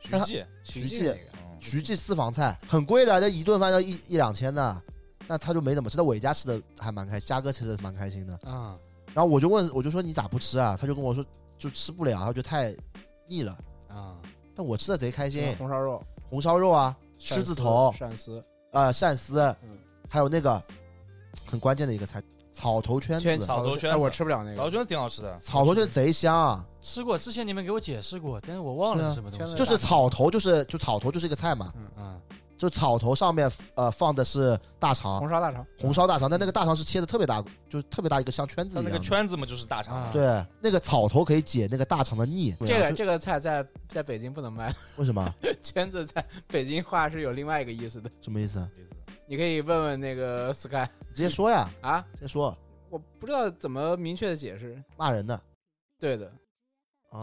[SPEAKER 2] 徐记，
[SPEAKER 4] 徐
[SPEAKER 1] 徐
[SPEAKER 4] 记
[SPEAKER 1] 记
[SPEAKER 4] 那个。
[SPEAKER 2] 嗯
[SPEAKER 1] 徐记私房菜很贵的，那一顿饭要一一两千呢。那他就没怎么吃，但我一家吃的还蛮开心，嘉哥吃的蛮开心的。
[SPEAKER 3] 啊，
[SPEAKER 1] 然后我就问，我就说你咋不吃啊？他就跟我说就吃不了，他就太腻了。
[SPEAKER 3] 啊，
[SPEAKER 1] 但我吃的贼开心，
[SPEAKER 4] 红烧肉、
[SPEAKER 1] 红烧肉啊，狮
[SPEAKER 4] 嗯鳝
[SPEAKER 1] 子
[SPEAKER 4] 丝
[SPEAKER 1] 头，
[SPEAKER 4] 鳝丝、
[SPEAKER 1] 呃，鳝丝
[SPEAKER 4] 嗯，
[SPEAKER 1] 还有那个很关键的一个菜，草头圈
[SPEAKER 4] 圈
[SPEAKER 1] 子。
[SPEAKER 2] 草头圈
[SPEAKER 4] 哎，
[SPEAKER 2] 子
[SPEAKER 4] 我吃不了那
[SPEAKER 2] 早
[SPEAKER 4] 个。
[SPEAKER 2] 圈挺好吃的，
[SPEAKER 1] 草头圈子贼香啊，
[SPEAKER 3] 吃过，之前你们给我解释过，但是我忘了是什么东西。
[SPEAKER 4] 对啊
[SPEAKER 1] 就是草头，就是就草头就是一个菜嘛，嗯
[SPEAKER 3] 啊，
[SPEAKER 1] 就草头上面呃放的是大肠，
[SPEAKER 4] 红烧大肠，
[SPEAKER 1] 红烧大肠，但那个大肠是切的特别大，就是特别大一个像圈子
[SPEAKER 2] 它
[SPEAKER 1] 一
[SPEAKER 2] 那
[SPEAKER 1] 样
[SPEAKER 2] 个
[SPEAKER 1] 的。
[SPEAKER 2] 圈子嘛就是大肠
[SPEAKER 3] 啊，
[SPEAKER 1] 对，那个草头可以解那个大肠的腻。对
[SPEAKER 4] 这
[SPEAKER 1] 啊
[SPEAKER 4] 个
[SPEAKER 1] 就
[SPEAKER 4] 这个菜在在北京不能卖，
[SPEAKER 1] 为什么？
[SPEAKER 4] 圈子在北京话是有另外一个意思的。
[SPEAKER 1] 什么意思？
[SPEAKER 4] 你可以问问那个 Sky
[SPEAKER 1] 你直接说呀，
[SPEAKER 4] 啊，
[SPEAKER 1] 直接说，
[SPEAKER 4] 我不知道怎么明确的解释。
[SPEAKER 1] 骂人的。哦
[SPEAKER 4] 对的，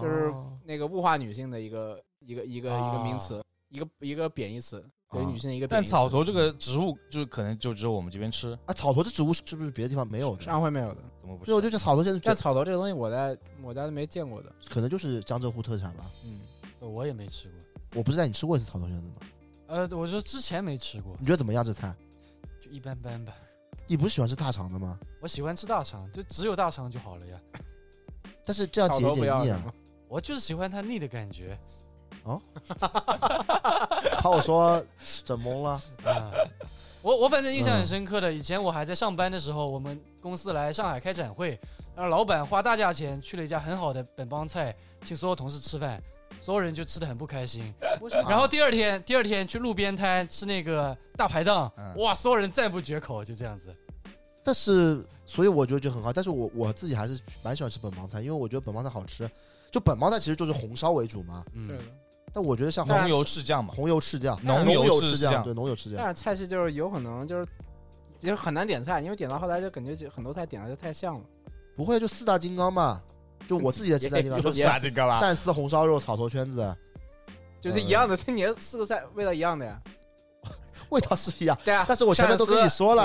[SPEAKER 1] 就是
[SPEAKER 4] 那个物化女性的一个一个一个一个名
[SPEAKER 1] 哦
[SPEAKER 4] 词，一个一个贬义词，对
[SPEAKER 1] 啊
[SPEAKER 4] 女性的一个贬
[SPEAKER 2] 但
[SPEAKER 4] 义词。
[SPEAKER 2] 草头这个植物就是可能就只有我们这边吃，
[SPEAKER 1] 啊，草头这植物是不是别的地方没有的？
[SPEAKER 4] 安徽没有的，
[SPEAKER 2] 怎么不吃
[SPEAKER 1] 对，我？就觉得草头现在
[SPEAKER 4] 但
[SPEAKER 1] 就
[SPEAKER 4] 草头这个东西我在我家都没见过的。
[SPEAKER 1] 可能就是江浙沪特产吧。
[SPEAKER 4] 嗯，
[SPEAKER 3] 我也没吃过。
[SPEAKER 1] 我不是带你吃过一次草头圈子吗？
[SPEAKER 3] 呃，我说之前没吃过，
[SPEAKER 1] 你觉得怎么样？这菜？
[SPEAKER 3] 就一般般吧。
[SPEAKER 1] 你不是喜欢吃大肠的吗？
[SPEAKER 3] 我喜欢吃大肠，就只有大肠就好了呀。
[SPEAKER 1] 但是这样
[SPEAKER 4] 草
[SPEAKER 1] 解
[SPEAKER 4] 都不
[SPEAKER 1] 解
[SPEAKER 4] 要
[SPEAKER 1] 腻
[SPEAKER 4] 什
[SPEAKER 1] 啊。
[SPEAKER 4] 么，
[SPEAKER 3] 我就是喜欢它腻的感觉
[SPEAKER 1] 怕我说整懵了。
[SPEAKER 3] 啊。我我反正印象很深刻的，以前我还在上班的时候，我们公司来上海开展会，然后老板花大价钱去了一家很好的本帮菜，请所有同事吃饭，所有人就吃的很不开心。
[SPEAKER 1] 为什么？啊
[SPEAKER 3] 然后第二天，第二天去路边摊吃那个大排档，
[SPEAKER 2] 嗯
[SPEAKER 3] 哇，所有人赞不绝口，就这样子。
[SPEAKER 1] 但是，所以我觉得就很好。但是我我自己还是蛮喜欢吃本帮菜，因为我觉得本帮菜好吃。就本帮菜其实就是红烧为主嘛，
[SPEAKER 3] 嗯，
[SPEAKER 4] 对
[SPEAKER 1] 但我觉得像
[SPEAKER 2] 浓
[SPEAKER 1] 红
[SPEAKER 2] 油赤酱嘛，
[SPEAKER 1] 红油赤酱、
[SPEAKER 2] 浓
[SPEAKER 1] 浓
[SPEAKER 2] 油
[SPEAKER 1] 赤
[SPEAKER 2] 赤
[SPEAKER 1] 酱，
[SPEAKER 2] 酱
[SPEAKER 1] 对浓油赤酱。
[SPEAKER 4] 但是菜系就是有可能就是就是很难点菜，因为点到后来就感觉就很多菜点的就太像了。
[SPEAKER 1] 不会就四大金刚嘛？就我自己的四大金刚，就
[SPEAKER 2] 就是下这个啦。
[SPEAKER 1] 鳝丝红烧肉、草头圈子，
[SPEAKER 4] 就是
[SPEAKER 1] 嗯
[SPEAKER 4] 一样的，你的四个菜味道一样的呀。
[SPEAKER 1] 味道是一样。
[SPEAKER 4] 对啊，
[SPEAKER 1] 但是我前面都跟你说了，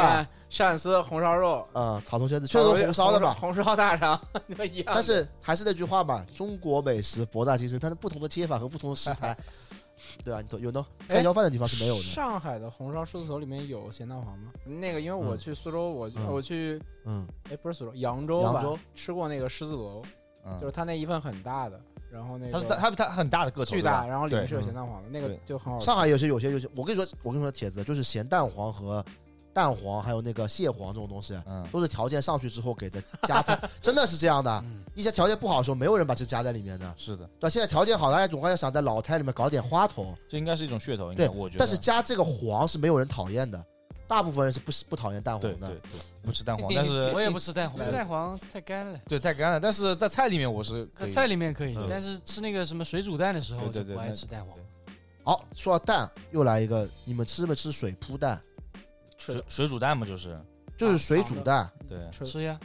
[SPEAKER 4] 鳝丝，鳝丝红烧肉，
[SPEAKER 1] 嗯，草头圈子确实都是红烧的嘛。
[SPEAKER 4] 红烧大肠， 你们一
[SPEAKER 2] 啊
[SPEAKER 4] 样的。
[SPEAKER 1] 但是还是那句话嘛，中国美食博大精深，它的不同的切法和不同的食材， 对吧？你懂有呢？
[SPEAKER 4] 哎
[SPEAKER 1] 盖浇饭的地方是没有的。
[SPEAKER 4] 上海的红烧狮子头里面有咸蛋黄吗？那个，因为我
[SPEAKER 1] 嗯
[SPEAKER 4] 去苏州，我去
[SPEAKER 1] 嗯
[SPEAKER 4] 我去，
[SPEAKER 1] 嗯，
[SPEAKER 4] 哎，不是苏州，扬州
[SPEAKER 1] 扬
[SPEAKER 4] 吧
[SPEAKER 1] 州，
[SPEAKER 4] 吃过那个狮子头，
[SPEAKER 2] 嗯
[SPEAKER 4] 就是它那一份很大的，然后那个
[SPEAKER 2] 它是它它它很大的个头，
[SPEAKER 4] 巨大，然后里面
[SPEAKER 2] 对
[SPEAKER 4] 是有
[SPEAKER 1] 嗯
[SPEAKER 4] 咸蛋黄的，那个
[SPEAKER 2] 对
[SPEAKER 4] 就很好吃。
[SPEAKER 1] 上海有些有些有些，我跟你说，我跟你说帖子，就是咸蛋黄和蛋黄，还有那个蟹黄这种东西，
[SPEAKER 2] 对吧。嗯，
[SPEAKER 1] 都是条件上去之后给的加 菜，真的是这样的。
[SPEAKER 3] 嗯
[SPEAKER 1] 一些条件不好的时候，没有人把这加在里面的。
[SPEAKER 2] 是的，
[SPEAKER 1] 对吧，现在条件好，大家总还要想在老菜里面搞点花头，
[SPEAKER 2] 这应该是一种噱头，应
[SPEAKER 1] 对
[SPEAKER 2] 该我觉得。
[SPEAKER 1] 但是加这个黄是没有人讨厌的，大部分人是不不讨厌蛋
[SPEAKER 2] 对
[SPEAKER 1] 黄
[SPEAKER 2] 对
[SPEAKER 1] 的
[SPEAKER 2] 对。，不吃蛋 黄，但哦是
[SPEAKER 3] 我也不吃蛋黄，
[SPEAKER 4] 来
[SPEAKER 3] 蛋黄太干了。
[SPEAKER 2] 对太干了，但是在菜里面我是可
[SPEAKER 3] 在
[SPEAKER 2] 以
[SPEAKER 3] 菜里面可以
[SPEAKER 1] 嗯，
[SPEAKER 3] 但是吃那个什么水煮蛋的时候
[SPEAKER 2] 对对
[SPEAKER 3] 就
[SPEAKER 2] 对
[SPEAKER 3] 不爱
[SPEAKER 2] 那
[SPEAKER 3] 吃蛋黄。
[SPEAKER 1] 好，说到蛋，又来一个，你们吃没吃水铺蛋？
[SPEAKER 2] 水水煮蛋嘛，就是
[SPEAKER 1] 就是水煮蛋，
[SPEAKER 2] 对
[SPEAKER 4] 吃
[SPEAKER 3] 吃呀，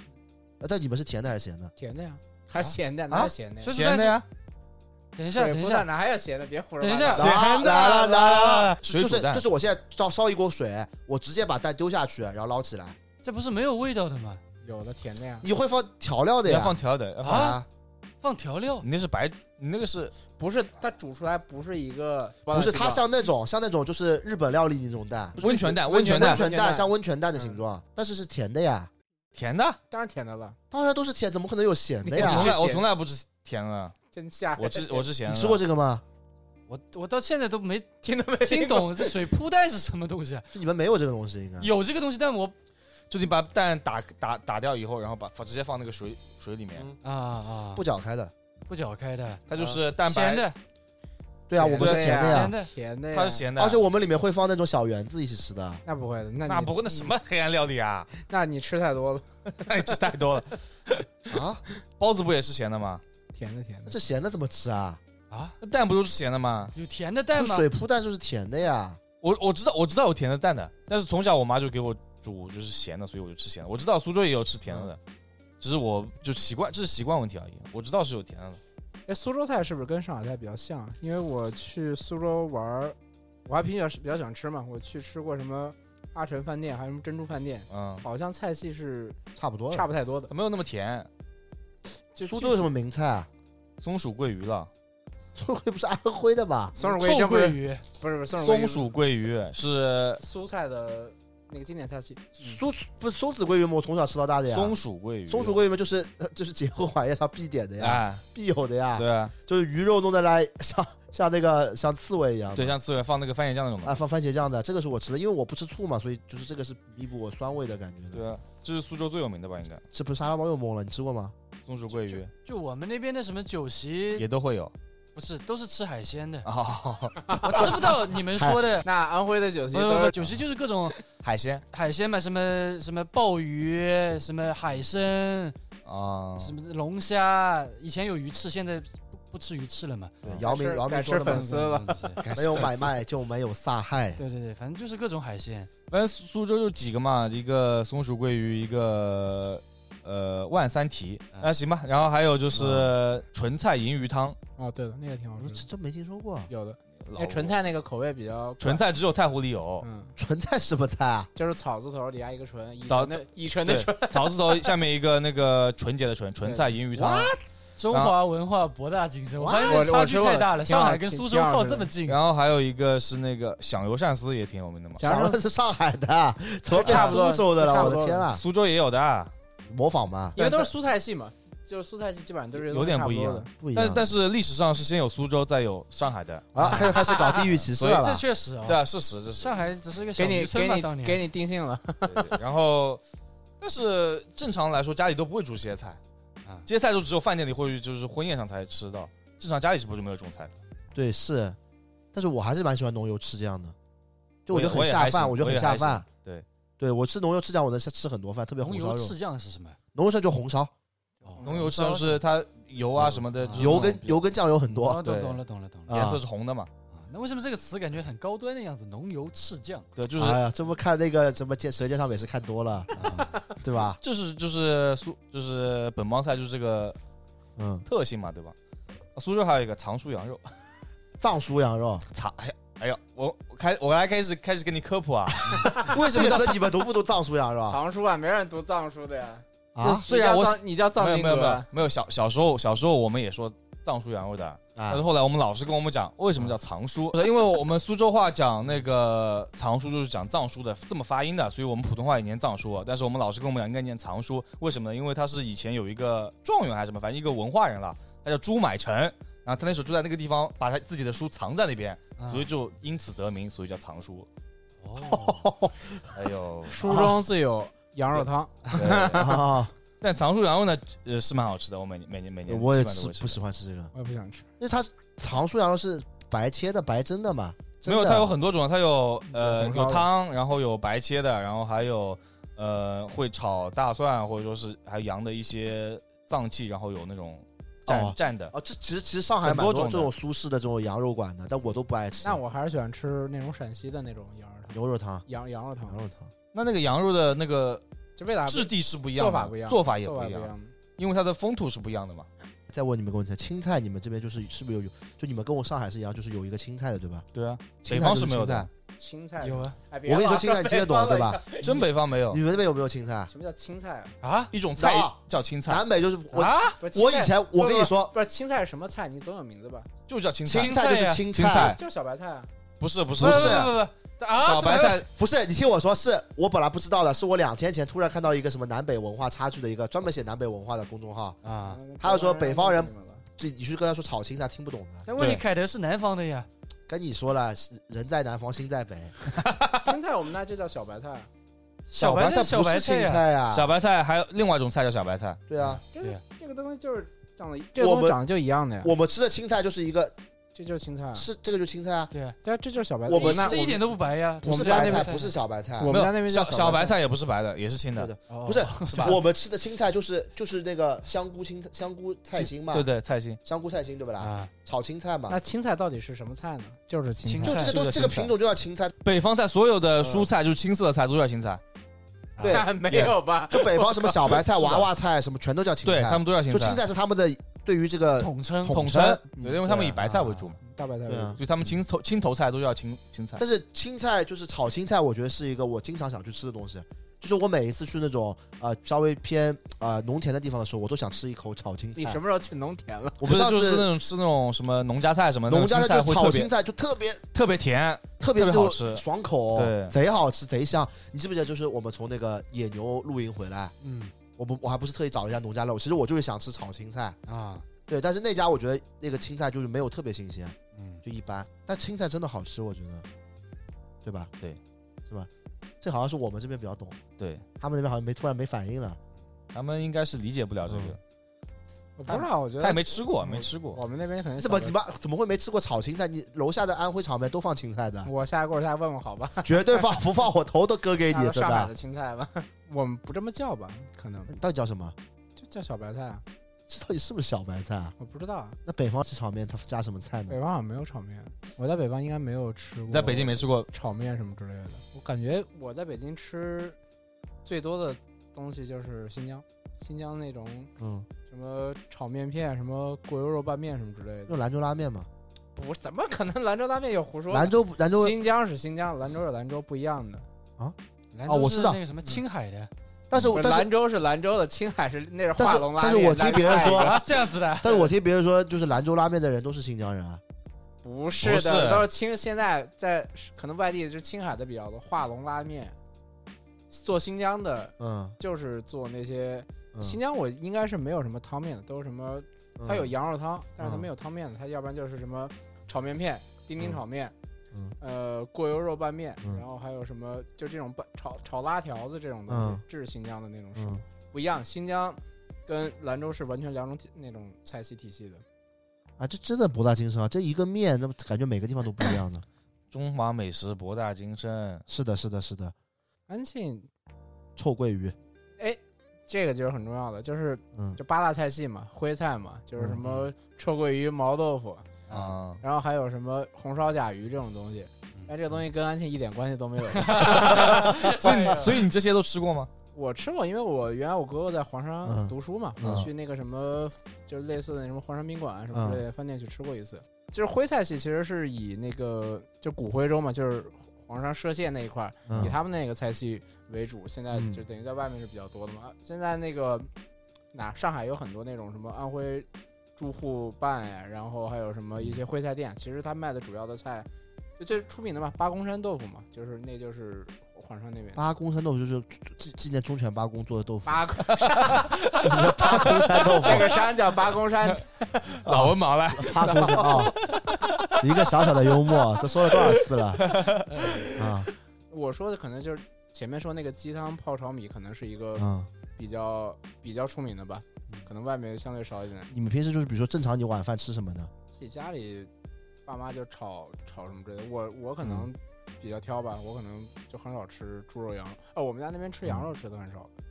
[SPEAKER 1] 呃但你们是甜的还是咸的？
[SPEAKER 4] 甜的呀，还
[SPEAKER 3] 啊
[SPEAKER 4] 咸的，
[SPEAKER 2] 啊
[SPEAKER 4] 哪有咸的呀？
[SPEAKER 3] 水煮
[SPEAKER 2] 咸
[SPEAKER 3] 蛋
[SPEAKER 2] 的
[SPEAKER 3] 是。
[SPEAKER 2] 呀，
[SPEAKER 3] 等一下，等一
[SPEAKER 4] 不
[SPEAKER 3] 下
[SPEAKER 4] 蛋，哪还有咸的？别胡说
[SPEAKER 3] 等一
[SPEAKER 4] 八
[SPEAKER 3] 下
[SPEAKER 4] 道。
[SPEAKER 1] 啊来
[SPEAKER 2] 咸的
[SPEAKER 1] 了来了，
[SPEAKER 2] 水
[SPEAKER 1] 就
[SPEAKER 2] 煮
[SPEAKER 1] 是
[SPEAKER 2] 蛋
[SPEAKER 1] 就是我现在烧烧一锅水，我直接把蛋丢下去，然后捞起来。
[SPEAKER 3] 这不是没有味道的吗？
[SPEAKER 4] 有的甜的呀，
[SPEAKER 1] 你会放调料的
[SPEAKER 2] 要
[SPEAKER 1] 呀？
[SPEAKER 2] 放调的，要放
[SPEAKER 3] 啊
[SPEAKER 1] 啊，
[SPEAKER 3] 放调料，
[SPEAKER 2] 你那是白，你那个是
[SPEAKER 4] 不是它煮出来不是一个，
[SPEAKER 1] 不是
[SPEAKER 4] 啊
[SPEAKER 1] 它像那种像那种就是日本料理那种蛋，
[SPEAKER 2] 温泉蛋，
[SPEAKER 4] 温
[SPEAKER 2] 温
[SPEAKER 4] 泉
[SPEAKER 2] 泉
[SPEAKER 4] 蛋
[SPEAKER 2] 蛋
[SPEAKER 1] 温，泉蛋嗯
[SPEAKER 4] 蛋
[SPEAKER 1] 像温泉蛋的形状，但是是甜的呀。
[SPEAKER 2] 甜的。
[SPEAKER 4] 当然甜的了，
[SPEAKER 1] 当然都是甜，怎么可能有咸的
[SPEAKER 4] 对
[SPEAKER 2] 我
[SPEAKER 4] 啊
[SPEAKER 2] 从
[SPEAKER 1] 呀？
[SPEAKER 2] 来我从来不吃甜的，
[SPEAKER 4] 真 吓人。
[SPEAKER 2] 我吃我啊吃咸
[SPEAKER 1] 你
[SPEAKER 2] 的。
[SPEAKER 1] 吃过这个吗？
[SPEAKER 3] 我我到现在都没
[SPEAKER 4] 听都没
[SPEAKER 3] 听懂这水铺蛋是什么东西啊？
[SPEAKER 1] 就你们没有这个东西，应
[SPEAKER 2] 嗯
[SPEAKER 1] 该
[SPEAKER 3] 有这个东西，但我
[SPEAKER 2] 就你把蛋打打打掉以后，然后把直接放那个水水里面，
[SPEAKER 3] 啊啊
[SPEAKER 1] 不搅开的。
[SPEAKER 3] 不搅开的，
[SPEAKER 2] 它就是蛋白
[SPEAKER 3] 咸，的
[SPEAKER 1] 对啊，
[SPEAKER 4] 咸
[SPEAKER 1] 我们是
[SPEAKER 2] 的
[SPEAKER 1] 甜的
[SPEAKER 3] 咸
[SPEAKER 4] 呀
[SPEAKER 1] 呀，
[SPEAKER 3] 的，
[SPEAKER 4] 甜的呀，
[SPEAKER 2] 它是咸的。
[SPEAKER 1] 而且我们里面会放那种小圆子一起吃的。啊
[SPEAKER 4] 那不会的，那
[SPEAKER 2] 那
[SPEAKER 4] 你
[SPEAKER 2] 不那什
[SPEAKER 1] 嗯
[SPEAKER 2] 么黑暗料理啊？
[SPEAKER 4] 那你吃太多了，
[SPEAKER 2] 那你吃太多了。
[SPEAKER 1] 啊，
[SPEAKER 2] 包子不也是咸的吗？
[SPEAKER 4] 甜的甜的。
[SPEAKER 1] 这咸的怎么吃啊？
[SPEAKER 3] 啊，
[SPEAKER 2] 那蛋不都是咸的吗？
[SPEAKER 3] 有甜的蛋吗？
[SPEAKER 1] 水铺蛋就是甜的呀。
[SPEAKER 2] 我我知道我知道有甜的蛋的，但是从小我妈就给我煮就是咸的，所以我就吃咸的。我知道苏州也有吃甜的的，
[SPEAKER 1] 嗯
[SPEAKER 2] 只是我就习惯，这是习惯问题而已。我知道是有甜的的，
[SPEAKER 4] 哎，苏州菜是不是跟上海菜比较像？因为我去苏州玩儿，我还比较比较喜欢吃嘛，我去吃过什么阿城饭店，还有什么珍珠饭店，
[SPEAKER 2] 嗯，
[SPEAKER 4] 好像菜系是
[SPEAKER 1] 差不多了。
[SPEAKER 4] 差不太多的。
[SPEAKER 2] 它没有那么甜。
[SPEAKER 4] 就
[SPEAKER 1] 苏州有什么名菜啊？
[SPEAKER 2] 松鼠桂鱼了，
[SPEAKER 1] 苏州不是安徽的吧？
[SPEAKER 4] 松鼠桂鱼
[SPEAKER 3] 臭
[SPEAKER 4] 真不是
[SPEAKER 3] 鳜鱼，
[SPEAKER 4] 不是不是松
[SPEAKER 2] 松
[SPEAKER 4] 鼠
[SPEAKER 2] 鼠桂鱼是
[SPEAKER 4] 苏菜的那个经典菜系，
[SPEAKER 1] 苏不是松子桂鱼吗？我从小吃到大的呀。
[SPEAKER 2] 松鼠桂鱼，
[SPEAKER 1] 啊松鼠桂鱼嘛，就是 呃就是结婚晚宴上必点的呀，
[SPEAKER 2] 哎，
[SPEAKER 1] 必有的呀，
[SPEAKER 2] 对啊
[SPEAKER 1] 就是鱼肉弄得来像像那个像刺猬一样的。
[SPEAKER 2] 对，像刺猬放那个番茄酱那种
[SPEAKER 1] 啊，
[SPEAKER 2] 的，
[SPEAKER 1] 放番茄酱的，这个是我吃的，因为我不吃醋嘛，所以就是这个是弥补我酸味的感觉的。
[SPEAKER 2] 对啊，这是苏州最有名的吧？应该
[SPEAKER 1] 这不是沙拉包又懵了，你吃过吗？
[SPEAKER 2] 松鼠桂鱼
[SPEAKER 3] 就我们那边的什么酒
[SPEAKER 2] 也
[SPEAKER 3] 席，
[SPEAKER 2] 都会有，
[SPEAKER 3] 不是都是吃海鲜的
[SPEAKER 2] 啊，
[SPEAKER 3] 我吃不到你们说
[SPEAKER 2] 哎
[SPEAKER 3] 的。
[SPEAKER 4] 那安徽的酒席
[SPEAKER 3] 不不
[SPEAKER 4] 都
[SPEAKER 3] 不，
[SPEAKER 4] 是
[SPEAKER 3] 酒席就是各种
[SPEAKER 2] 海鲜
[SPEAKER 3] 海鲜嘛，什么什么鲍鱼，什么海参，
[SPEAKER 2] 啊，
[SPEAKER 3] 什么龙虾。以前有鱼翅，现在不不吃鱼翅了嘛。
[SPEAKER 1] 对
[SPEAKER 2] 嗯
[SPEAKER 1] 姚明
[SPEAKER 4] 改吃
[SPEAKER 1] 姚明
[SPEAKER 4] 改
[SPEAKER 1] 说的
[SPEAKER 4] 吃
[SPEAKER 1] 嘛
[SPEAKER 4] 粉丝了。
[SPEAKER 3] 嗯是
[SPEAKER 1] 没有买卖就没有杀害。
[SPEAKER 3] 对对对，反正就是各种海鲜。
[SPEAKER 2] 反正苏苏州就几个嘛，一个松鼠桂鱼，一个呃万三蹄，
[SPEAKER 3] 嗯
[SPEAKER 2] 那、行吧。然后还有就是纯菜银鱼汤，
[SPEAKER 4] 哦，对的，那个挺好
[SPEAKER 1] 我说这
[SPEAKER 4] 吃的，
[SPEAKER 1] 真没听说过，
[SPEAKER 4] 有的。
[SPEAKER 2] 老
[SPEAKER 4] 那纯菜那个口味比较
[SPEAKER 2] 纯
[SPEAKER 4] 菜，
[SPEAKER 2] 菜只有太湖里有，
[SPEAKER 4] 嗯，
[SPEAKER 1] 纯菜是什么菜啊？
[SPEAKER 4] 就是草字头底下一个纯，乙
[SPEAKER 2] 早
[SPEAKER 4] 醇的乙醇的
[SPEAKER 2] 对
[SPEAKER 4] 醇，，
[SPEAKER 2] 草字头下面一个那个纯洁的纯，纯菜银鱼汤。
[SPEAKER 3] 中华文化博大精深，我发
[SPEAKER 4] 我
[SPEAKER 3] 现
[SPEAKER 4] 我
[SPEAKER 3] 差距
[SPEAKER 4] 吃过
[SPEAKER 3] 太大了。
[SPEAKER 4] 挺好
[SPEAKER 3] 上海跟苏州靠这么近，
[SPEAKER 2] 然后还有一个是那个响油鳝丝也挺有名的嘛，
[SPEAKER 4] 想
[SPEAKER 1] 想
[SPEAKER 4] 让
[SPEAKER 1] 的是上海的，怎么变
[SPEAKER 4] 差不多
[SPEAKER 1] 苏州的
[SPEAKER 4] 差
[SPEAKER 1] 了？
[SPEAKER 4] 不
[SPEAKER 1] 我
[SPEAKER 4] 多
[SPEAKER 1] 的天啊！
[SPEAKER 2] 苏州也有的啊，
[SPEAKER 1] 模仿嘛，
[SPEAKER 4] 因为都是蔬菜系嘛，就是蔬菜系基本上都是
[SPEAKER 2] 有点不一样
[SPEAKER 4] 差多的。
[SPEAKER 1] 不一样。
[SPEAKER 2] 但但是历史上是先有苏州，再有上海的，
[SPEAKER 1] 啊，开始开始搞地域歧视
[SPEAKER 2] 所以
[SPEAKER 1] 了
[SPEAKER 3] 这
[SPEAKER 1] 啦。
[SPEAKER 3] 确实啊
[SPEAKER 2] 对。啊，事实这是。
[SPEAKER 3] 上海只是一个小
[SPEAKER 4] 给
[SPEAKER 3] 渔
[SPEAKER 4] 你
[SPEAKER 3] 村
[SPEAKER 4] 给
[SPEAKER 3] 嘛，当
[SPEAKER 4] 你给
[SPEAKER 3] 年
[SPEAKER 4] 你定性了，
[SPEAKER 2] 对然后，但是正常来说家里都不会煮这些菜，
[SPEAKER 3] 啊
[SPEAKER 2] 这些菜都只有饭店里或者就是婚宴上才吃到，正常家里是不是就没有这种菜的？
[SPEAKER 1] 对，是，但是我还是蛮喜欢浓油赤酱的，就我觉得
[SPEAKER 2] 我
[SPEAKER 1] 很
[SPEAKER 2] 也
[SPEAKER 1] 下饭，
[SPEAKER 2] 我也
[SPEAKER 1] 觉
[SPEAKER 2] 还行
[SPEAKER 1] 得很下
[SPEAKER 2] 我也还
[SPEAKER 1] 饭
[SPEAKER 2] 行。对，
[SPEAKER 1] 对我吃浓油赤酱，我能吃吃很多饭，特别
[SPEAKER 3] 红
[SPEAKER 1] 红烧
[SPEAKER 3] 油
[SPEAKER 1] 肉。
[SPEAKER 3] 赤酱是什么？
[SPEAKER 1] 浓油赤酱就红烧，
[SPEAKER 2] 哦
[SPEAKER 3] 嗯
[SPEAKER 2] 浓油赤酱是它油啊什么的，就是
[SPEAKER 1] 油跟
[SPEAKER 2] 那种
[SPEAKER 1] 油跟酱油很多。
[SPEAKER 3] 哦，懂
[SPEAKER 2] 对
[SPEAKER 3] 懂了懂了懂了。
[SPEAKER 1] 啊
[SPEAKER 2] 颜色是红的嘛，
[SPEAKER 3] 啊那为什么这个词感觉很高端的样子？浓油赤酱，
[SPEAKER 2] 对，就是
[SPEAKER 1] 哎呀，这不看那个什么《剑舌尖上美食》看多了，对吧？
[SPEAKER 2] 就是就是苏就是本帮菜就是这个
[SPEAKER 1] 嗯，
[SPEAKER 2] 特性嘛，对吧？苏州还有一个藏书羊肉，
[SPEAKER 1] 藏书羊肉，
[SPEAKER 2] 藏哎呀哎呀，我我开我来开始开始给你科普啊， 为什
[SPEAKER 1] 这
[SPEAKER 2] 么叫
[SPEAKER 1] 个词你们读不读藏书羊肉啊？
[SPEAKER 4] 藏书啊，没人读藏书的呀。
[SPEAKER 1] 啊，
[SPEAKER 2] 虽然我
[SPEAKER 4] 你叫藏
[SPEAKER 2] 没有
[SPEAKER 4] 你叫藏经
[SPEAKER 2] 没有没有
[SPEAKER 4] 阁，
[SPEAKER 2] 没有小小时候小时候我们也说藏书羊肉的，但是
[SPEAKER 1] 哎
[SPEAKER 2] 后来我们老师跟我们讲，为什么叫藏书？ 不是因为我们苏州话讲那个藏书就是讲藏书的，这么发音的，所以我们普通话也念藏书。但是我们老师跟我们讲应该念藏书，为什么呢？因为他是以前有一个状元还是什么，反正一个文化人了，他叫朱买臣，然后他那时候就在那个地方把他自己的书藏在那边，
[SPEAKER 3] 啊
[SPEAKER 2] 所以就因此得名，所以叫 藏书。
[SPEAKER 3] 哦，
[SPEAKER 2] 哎呦，
[SPEAKER 4] 书中自有羊肉汤。
[SPEAKER 2] 对
[SPEAKER 1] 啊，
[SPEAKER 2] 但藏书羊肉呢，呃，是蛮好吃的，我每年每 年每年
[SPEAKER 1] 我也
[SPEAKER 2] 基
[SPEAKER 1] 吃
[SPEAKER 2] 本上都会
[SPEAKER 1] 不喜欢吃这个，
[SPEAKER 4] 我也不想吃，
[SPEAKER 1] 因为它藏书羊肉是白切的、白蒸的嘛。
[SPEAKER 2] 没有，
[SPEAKER 1] 真的
[SPEAKER 2] 它有很多种，它有呃
[SPEAKER 4] 有红烧
[SPEAKER 2] 有
[SPEAKER 4] 的
[SPEAKER 2] 汤，然后有白切的，然后还有呃会炒大蒜，或者说是还有羊的一些脏器，然后有那种蘸、
[SPEAKER 1] 哦
[SPEAKER 2] 蘸的。
[SPEAKER 1] 啊，这其实其实上海
[SPEAKER 2] 很
[SPEAKER 1] 蛮
[SPEAKER 2] 多
[SPEAKER 1] 多
[SPEAKER 2] 种
[SPEAKER 1] 这
[SPEAKER 2] 的
[SPEAKER 1] 种苏式的这种羊肉馆的，但我都不爱吃。
[SPEAKER 4] 但我还是喜欢吃那种陕西的那种羊肉汤，
[SPEAKER 1] 牛肉汤，
[SPEAKER 4] 羊羊肉
[SPEAKER 1] 羊
[SPEAKER 2] 嗯
[SPEAKER 4] 汤
[SPEAKER 1] 肉汤，
[SPEAKER 2] 那那个羊肉的那个
[SPEAKER 4] 就为啥
[SPEAKER 2] 质地是不一样的，
[SPEAKER 4] 做法不一样
[SPEAKER 2] 做法也
[SPEAKER 4] 做法
[SPEAKER 2] 一
[SPEAKER 4] 一
[SPEAKER 2] 样，
[SPEAKER 4] 样？
[SPEAKER 2] 因为它的风土是不一样的嘛。
[SPEAKER 1] 再问你们一个问题，青菜你们这边就是是不是有有？就你们跟我上海是一样，就是有一个青菜的对吧？
[SPEAKER 2] 对啊，
[SPEAKER 1] 青
[SPEAKER 2] 北
[SPEAKER 1] 菜
[SPEAKER 2] 方
[SPEAKER 1] 就是
[SPEAKER 2] 没有
[SPEAKER 1] 青
[SPEAKER 2] 的
[SPEAKER 1] 菜，，
[SPEAKER 4] 青菜
[SPEAKER 3] 有啊
[SPEAKER 4] 哎，别
[SPEAKER 1] 我跟你说
[SPEAKER 4] 忘
[SPEAKER 1] 青菜
[SPEAKER 4] 了
[SPEAKER 1] 你听得懂对？吧？
[SPEAKER 2] 真北方没有
[SPEAKER 1] 你们那边有没有青菜？
[SPEAKER 4] 什么叫青菜啊？
[SPEAKER 3] 啊
[SPEAKER 2] 一种菜
[SPEAKER 1] 那
[SPEAKER 2] 叫青菜，
[SPEAKER 1] 南北就是我，
[SPEAKER 3] 啊！
[SPEAKER 4] 不是
[SPEAKER 1] 我
[SPEAKER 4] 青
[SPEAKER 1] 以
[SPEAKER 4] 菜
[SPEAKER 1] 前我跟你说，
[SPEAKER 4] 不是青菜是什么菜？你总有名字吧？
[SPEAKER 2] 就叫青菜啊
[SPEAKER 1] 青。菜就是
[SPEAKER 2] 青
[SPEAKER 1] 哎
[SPEAKER 2] 菜，
[SPEAKER 4] 就是小白菜啊。
[SPEAKER 2] 不是不是
[SPEAKER 3] 不
[SPEAKER 1] 是
[SPEAKER 3] 不不不不啊！
[SPEAKER 2] 小白
[SPEAKER 3] 怎么
[SPEAKER 2] 菜
[SPEAKER 1] 不是你听我说，是我本来不知道的，是我两天前突然看到一个什么南北文化差距的一个专门写南北文化的公众号，
[SPEAKER 2] 啊，
[SPEAKER 1] 他就说北方人
[SPEAKER 4] 跟嗯中国人
[SPEAKER 1] 就你去跟他说炒青菜听不懂的，
[SPEAKER 3] 但问题
[SPEAKER 2] 对
[SPEAKER 3] 凯德是南方的呀，
[SPEAKER 1] 跟你说了，是人在南方心在北，
[SPEAKER 4] 不一样青菜我们那就叫小 白菜，啊
[SPEAKER 3] 小白
[SPEAKER 1] 菜
[SPEAKER 3] 菜小
[SPEAKER 1] 不
[SPEAKER 3] 白
[SPEAKER 1] 是青
[SPEAKER 3] 菜呀，
[SPEAKER 1] 菜呀，
[SPEAKER 2] 小白菜还有另外一种菜叫小白菜，
[SPEAKER 1] 对啊，
[SPEAKER 4] 这个这个东西就是长得，这
[SPEAKER 1] 这
[SPEAKER 4] 个
[SPEAKER 1] 个东
[SPEAKER 4] 东西
[SPEAKER 1] 西
[SPEAKER 4] 长得就一样的呀。
[SPEAKER 1] 我们吃的青菜就是一个
[SPEAKER 4] 这就是青菜啊，
[SPEAKER 1] 是这个就是青菜啊，
[SPEAKER 3] 对啊，
[SPEAKER 4] 对啊，这就是小白菜。
[SPEAKER 1] 我们
[SPEAKER 4] 那
[SPEAKER 1] 那
[SPEAKER 3] 这一点都不白呀。
[SPEAKER 1] 不
[SPEAKER 4] 我
[SPEAKER 1] 是
[SPEAKER 4] 们家
[SPEAKER 1] 白
[SPEAKER 4] 那边
[SPEAKER 1] 菜，
[SPEAKER 3] 菜
[SPEAKER 1] 不是小白菜啊，
[SPEAKER 4] 我
[SPEAKER 2] 没
[SPEAKER 4] 们家
[SPEAKER 2] 有
[SPEAKER 4] 那边叫
[SPEAKER 2] 小
[SPEAKER 4] 小
[SPEAKER 2] 白
[SPEAKER 4] 白
[SPEAKER 2] 菜也不是白的，也是青的
[SPEAKER 1] 对，的
[SPEAKER 3] 哦
[SPEAKER 1] 不是
[SPEAKER 2] 是吧？
[SPEAKER 1] 我们吃的青菜就是就是那个香菇青菜香菇菜心嘛
[SPEAKER 2] 对，对，菜心。
[SPEAKER 1] 香菇菜心对不啦？
[SPEAKER 3] 啊，
[SPEAKER 1] 炒青菜嘛
[SPEAKER 4] 那，青菜到底是什么菜呢？就是青
[SPEAKER 1] 就这
[SPEAKER 3] 青。菜
[SPEAKER 4] 菜
[SPEAKER 1] 个
[SPEAKER 2] 就
[SPEAKER 1] 东
[SPEAKER 2] 是
[SPEAKER 1] 这个
[SPEAKER 2] 青菜
[SPEAKER 1] 品种就叫青菜，
[SPEAKER 2] 北方菜所有的蔬菜就是青色的菜都叫青菜，
[SPEAKER 1] 对，
[SPEAKER 4] 没有吧？
[SPEAKER 1] 就北方什么小白菜、
[SPEAKER 2] 是的
[SPEAKER 1] 娃娃菜什么全都叫青
[SPEAKER 2] 对他
[SPEAKER 1] 菜，
[SPEAKER 2] 们都叫青
[SPEAKER 1] 就青
[SPEAKER 2] 菜，
[SPEAKER 1] 菜是他们的对于这个
[SPEAKER 3] 统称
[SPEAKER 1] 统
[SPEAKER 2] 统
[SPEAKER 1] 称嗯
[SPEAKER 2] 称，对因为他们以白菜为主嘛，
[SPEAKER 4] 大白菜
[SPEAKER 1] 对啊。
[SPEAKER 2] 所以他们青头青头菜都叫青青菜。
[SPEAKER 1] 但是青菜就是炒青菜，我觉得是一个我经常想去吃的东西。就是我每一次去那种呃稍微偏呃农田的地方的时候，我都想吃一口炒青
[SPEAKER 4] 你
[SPEAKER 1] 菜
[SPEAKER 4] 什。么时候去农田了？
[SPEAKER 1] 我
[SPEAKER 2] 不
[SPEAKER 1] 们
[SPEAKER 2] 是
[SPEAKER 1] 上
[SPEAKER 2] 就是那
[SPEAKER 1] 次
[SPEAKER 2] 种吃那种什么农家菜什么的，
[SPEAKER 1] 农家
[SPEAKER 2] 那
[SPEAKER 1] 菜
[SPEAKER 2] 种
[SPEAKER 1] 就
[SPEAKER 2] 青
[SPEAKER 1] 炒
[SPEAKER 2] 会特
[SPEAKER 1] 啊青
[SPEAKER 2] 别
[SPEAKER 1] 菜就特别
[SPEAKER 2] 特别甜，
[SPEAKER 1] 特别
[SPEAKER 2] 特别
[SPEAKER 1] 就
[SPEAKER 2] 好吃
[SPEAKER 1] 爽口，
[SPEAKER 2] 对
[SPEAKER 1] 贼好吃，贼香。你记不记得，就是我们从那个野牛露营回来，
[SPEAKER 3] 嗯
[SPEAKER 1] 我不我还不是特意找了一家农家乐，其实我就是想吃炒青菜，
[SPEAKER 3] 啊
[SPEAKER 1] 对，但是那家我觉得那个青菜就是没有特别新鲜，
[SPEAKER 3] 嗯，
[SPEAKER 1] 就一般，但青菜真的好吃，我觉得，对吧？
[SPEAKER 2] 对，
[SPEAKER 1] 是吧？这好像是我们这边比较懂，
[SPEAKER 2] 对
[SPEAKER 1] 他们那边好像没突然没反应了。
[SPEAKER 2] 他们应该是理解不了这个，
[SPEAKER 4] 我不知
[SPEAKER 1] 嗯
[SPEAKER 4] 道，我觉
[SPEAKER 2] 他也
[SPEAKER 4] 得
[SPEAKER 2] 没吃过，没吃
[SPEAKER 1] 哦
[SPEAKER 2] 过。
[SPEAKER 4] 我们那边可能
[SPEAKER 1] 你怎么你们怎么会没吃过炒青菜？你楼下的安徽炒面都放青菜的，
[SPEAKER 4] 我下过下问问好吧，
[SPEAKER 1] 绝对放不放我头都割给
[SPEAKER 4] 那
[SPEAKER 1] 你，
[SPEAKER 4] 是
[SPEAKER 1] 真
[SPEAKER 4] 上海
[SPEAKER 1] 的
[SPEAKER 4] 的。青菜吧？ 我们不这么叫吧？可能
[SPEAKER 1] 到底叫什么？
[SPEAKER 4] 就叫小白菜啊，
[SPEAKER 1] 这到底是不是小白菜啊？
[SPEAKER 4] 我不知道啊。
[SPEAKER 1] 那北方吃炒面它加什么菜呢
[SPEAKER 4] 北？方好像没有炒面，我在北方应该没有吃过。
[SPEAKER 2] 你在北京没吃过，
[SPEAKER 4] 炒面什么之类的？我感觉我在北京吃最多的东西就是新疆，新疆那种
[SPEAKER 1] 嗯，
[SPEAKER 4] 什么炒面片、什么过油肉拌面什么之类的。
[SPEAKER 1] 就兰州拉面嘛。
[SPEAKER 4] 不，怎么可能？兰州拉面有胡说的？
[SPEAKER 1] 兰州兰州
[SPEAKER 4] 新疆是新疆，兰州是兰州不一样的。
[SPEAKER 3] 兰
[SPEAKER 1] 哦我
[SPEAKER 3] 州
[SPEAKER 1] 知
[SPEAKER 3] 是
[SPEAKER 1] 道
[SPEAKER 3] 那个什么青海的
[SPEAKER 1] 但是
[SPEAKER 4] 不
[SPEAKER 1] 我
[SPEAKER 4] 是
[SPEAKER 1] 但
[SPEAKER 4] 呃兰
[SPEAKER 1] 是
[SPEAKER 4] 州是兰州的，青海是那是
[SPEAKER 1] 但
[SPEAKER 4] 画
[SPEAKER 1] 是
[SPEAKER 4] 龙拉
[SPEAKER 1] 但是我
[SPEAKER 4] 面
[SPEAKER 1] 听别人
[SPEAKER 4] 兰州
[SPEAKER 1] 嗯说，
[SPEAKER 3] 啊，这样子的，
[SPEAKER 1] 但是我听别人说，就是兰州拉面的人都是新疆人啊。
[SPEAKER 4] 不是
[SPEAKER 2] 不是
[SPEAKER 4] 的，都是青现在在可能外地就是青海的比较多，画龙拉面，做新疆的
[SPEAKER 1] 嗯，
[SPEAKER 4] 就是做那些
[SPEAKER 1] 嗯
[SPEAKER 4] 新疆我应该是没有什么汤面的，都是什么
[SPEAKER 1] 嗯
[SPEAKER 4] 它有羊肉汤，但是它
[SPEAKER 1] 嗯
[SPEAKER 4] 没有汤面的，它要不然就是什么炒面片、丁丁
[SPEAKER 1] 嗯
[SPEAKER 4] 炒面，
[SPEAKER 1] 嗯
[SPEAKER 4] 呃，过油肉拌面，
[SPEAKER 1] 嗯
[SPEAKER 4] 然后还有什么就这种拌炒炒拉条子这种东
[SPEAKER 1] 嗯
[SPEAKER 4] 西，这是新疆的那种食物
[SPEAKER 1] 嗯，
[SPEAKER 4] 不一样。新疆跟兰州是完全两种体那种菜系体系的。
[SPEAKER 1] 啊，这真的博大精深啊！这一个面，那么感觉每个地方都不一样的。
[SPEAKER 2] 中华美食博大精深，
[SPEAKER 1] 是的，是的，是的，
[SPEAKER 4] 安庆
[SPEAKER 1] 臭鳜鱼，
[SPEAKER 4] 这个就是很重要的，就是
[SPEAKER 1] 嗯
[SPEAKER 4] 就八大菜系嘛，徽菜嘛，就是什么臭鳜鱼、毛豆腐，
[SPEAKER 1] 嗯
[SPEAKER 2] 啊，
[SPEAKER 4] 然后还有什么红烧甲鱼这种东西哎
[SPEAKER 3] 嗯。
[SPEAKER 4] 但这个东西跟安庆一点关系都 没有。
[SPEAKER 2] 所以你所以你这些都吃过吗？
[SPEAKER 4] 我吃过，因为我原来我哥哥在黄
[SPEAKER 1] 嗯
[SPEAKER 4] 山读书嘛，
[SPEAKER 1] 嗯
[SPEAKER 4] 我去那个什么，就是类似的那什么黄山宾馆啊什
[SPEAKER 1] 嗯
[SPEAKER 4] 么之类的饭店去吃过一次。就是徽菜系其实是以那个就古徽州嘛，就是黄山歙县那一块儿，以
[SPEAKER 1] 嗯
[SPEAKER 4] 他们那个菜系为主。现在
[SPEAKER 1] 嗯
[SPEAKER 4] 就等于在外面是比较多的嘛。现在那个哪上海有很多那种什么安徽住户办呀，然后还有什么一
[SPEAKER 1] 嗯
[SPEAKER 4] 些徽菜店，其实他卖的主要的菜就最出名的嘛，八公山豆腐嘛，就是那就是黄山那边的。
[SPEAKER 1] 八公山豆腐就是纪纪念忠犬八公做的豆腐，
[SPEAKER 4] 八公
[SPEAKER 1] 八公山豆腐
[SPEAKER 4] 那，个山叫八公山，
[SPEAKER 1] 啊
[SPEAKER 2] 老 文盲了，
[SPEAKER 1] 八公山啊， 一个小小的幽默，这说了多少次了啊？
[SPEAKER 4] 我说的可能就是前面说那个鸡汤泡炒米，可能是一个
[SPEAKER 1] 嗯，
[SPEAKER 4] 比较比较出名的吧，可能外面相对少一点。
[SPEAKER 1] 你们平时就是比如说正常你晚饭吃什么呢？
[SPEAKER 4] 自己家里爸妈就炒炒什么之类的，我我
[SPEAKER 1] 嗯
[SPEAKER 4] 可能比较挑吧，我可能就很少吃猪肉羊肉。哦，我们家那边吃羊肉吃的很少，
[SPEAKER 1] 嗯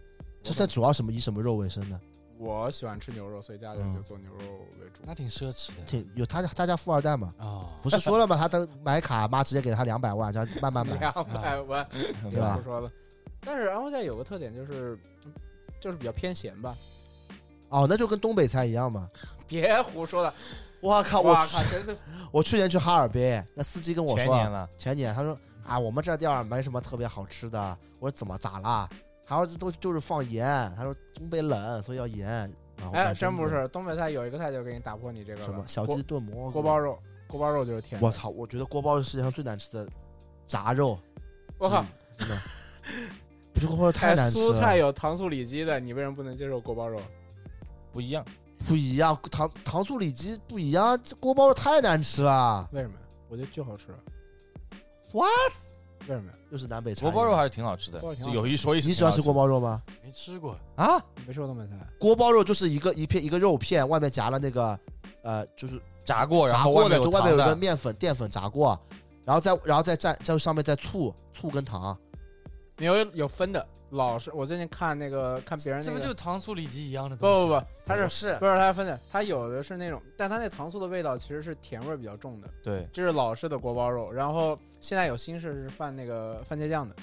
[SPEAKER 1] 这这主要什么以什么肉为生呢？
[SPEAKER 4] 我喜欢吃牛肉，所以家里
[SPEAKER 1] 嗯
[SPEAKER 4] 就做牛肉为主。
[SPEAKER 3] 那挺奢侈的
[SPEAKER 1] 挺有他家他家富二代嘛，
[SPEAKER 3] 哦。
[SPEAKER 1] 不是说了吗？他的买卡妈直接给他两百万，这样慢慢买。
[SPEAKER 4] 两百万，
[SPEAKER 1] 对啊吧
[SPEAKER 4] 不说了。但是安徽菜有个特点就是，就是比较偏咸吧。
[SPEAKER 1] 哦，那就跟东北菜一样嘛。
[SPEAKER 4] 别胡说了，
[SPEAKER 1] 我靠，
[SPEAKER 4] 我
[SPEAKER 1] 啊我
[SPEAKER 4] 靠，真的
[SPEAKER 1] 我去年去哈尔滨，那司机跟我
[SPEAKER 2] 前
[SPEAKER 1] 说，
[SPEAKER 2] 年了，
[SPEAKER 1] 前年他说啊，我们这地儿没什么特别好吃的。我说怎么咋啦？他说这都就是放盐。他说东北冷，所以要盐。啊然后
[SPEAKER 4] 哎，
[SPEAKER 1] 干
[SPEAKER 4] 真
[SPEAKER 1] 身
[SPEAKER 4] 不
[SPEAKER 1] 子
[SPEAKER 4] 是，东北菜有一个菜就给你打破你这个
[SPEAKER 1] 什么
[SPEAKER 4] 了
[SPEAKER 1] 小
[SPEAKER 4] 锅
[SPEAKER 1] 鸡炖蘑菇、
[SPEAKER 4] 锅包。肉，锅包肉就是甜的。
[SPEAKER 1] 我操，我觉得锅包是世界上最难吃的炸肉。
[SPEAKER 4] 我靠，
[SPEAKER 1] 真的，不是锅包肉太
[SPEAKER 4] 哎，
[SPEAKER 1] 难吃了。
[SPEAKER 4] 蔬菜有糖醋里脊的，你为什么不能接受锅包肉？
[SPEAKER 1] 啊
[SPEAKER 2] 不一样，
[SPEAKER 1] 不一样，糖糖醋里脊不一样，这锅包肉太难吃了。
[SPEAKER 4] 为什么？我觉得巨好吃。
[SPEAKER 1] What？
[SPEAKER 4] 为什么？
[SPEAKER 1] 又是南北差
[SPEAKER 2] 锅
[SPEAKER 1] 异。
[SPEAKER 2] 包肉还是挺好吃的
[SPEAKER 4] 锅包，挺
[SPEAKER 2] 就
[SPEAKER 4] 好吃
[SPEAKER 2] 有一说一，
[SPEAKER 1] 你喜欢吃锅包肉吗？
[SPEAKER 3] 没吃过，
[SPEAKER 2] 啊？
[SPEAKER 4] 你没吃过东北菜？
[SPEAKER 1] 锅包肉就是一个一片一个肉片，外面夹了那个呃，就是
[SPEAKER 2] 炸过，然
[SPEAKER 1] 炸
[SPEAKER 2] 后
[SPEAKER 1] 过的，
[SPEAKER 2] 有
[SPEAKER 1] 就外
[SPEAKER 2] 糖
[SPEAKER 1] 面有一个
[SPEAKER 2] 的，
[SPEAKER 1] 面粉淀粉炸过，然后再然后再蘸在上面再醋醋跟糖，
[SPEAKER 4] 你有有分的，老是我最近看那个看别人
[SPEAKER 3] 这
[SPEAKER 4] 那
[SPEAKER 3] 不
[SPEAKER 4] 个，
[SPEAKER 3] 就是糖醋里脊一样的东西？
[SPEAKER 4] 不不不，它是
[SPEAKER 1] 是
[SPEAKER 4] 不是它分的？它有的是那种，但它那糖醋的味道其实是甜味儿比较重的，
[SPEAKER 2] 对，
[SPEAKER 4] 这是老式的锅包肉。然后现在有新式是拌那个番茄酱的，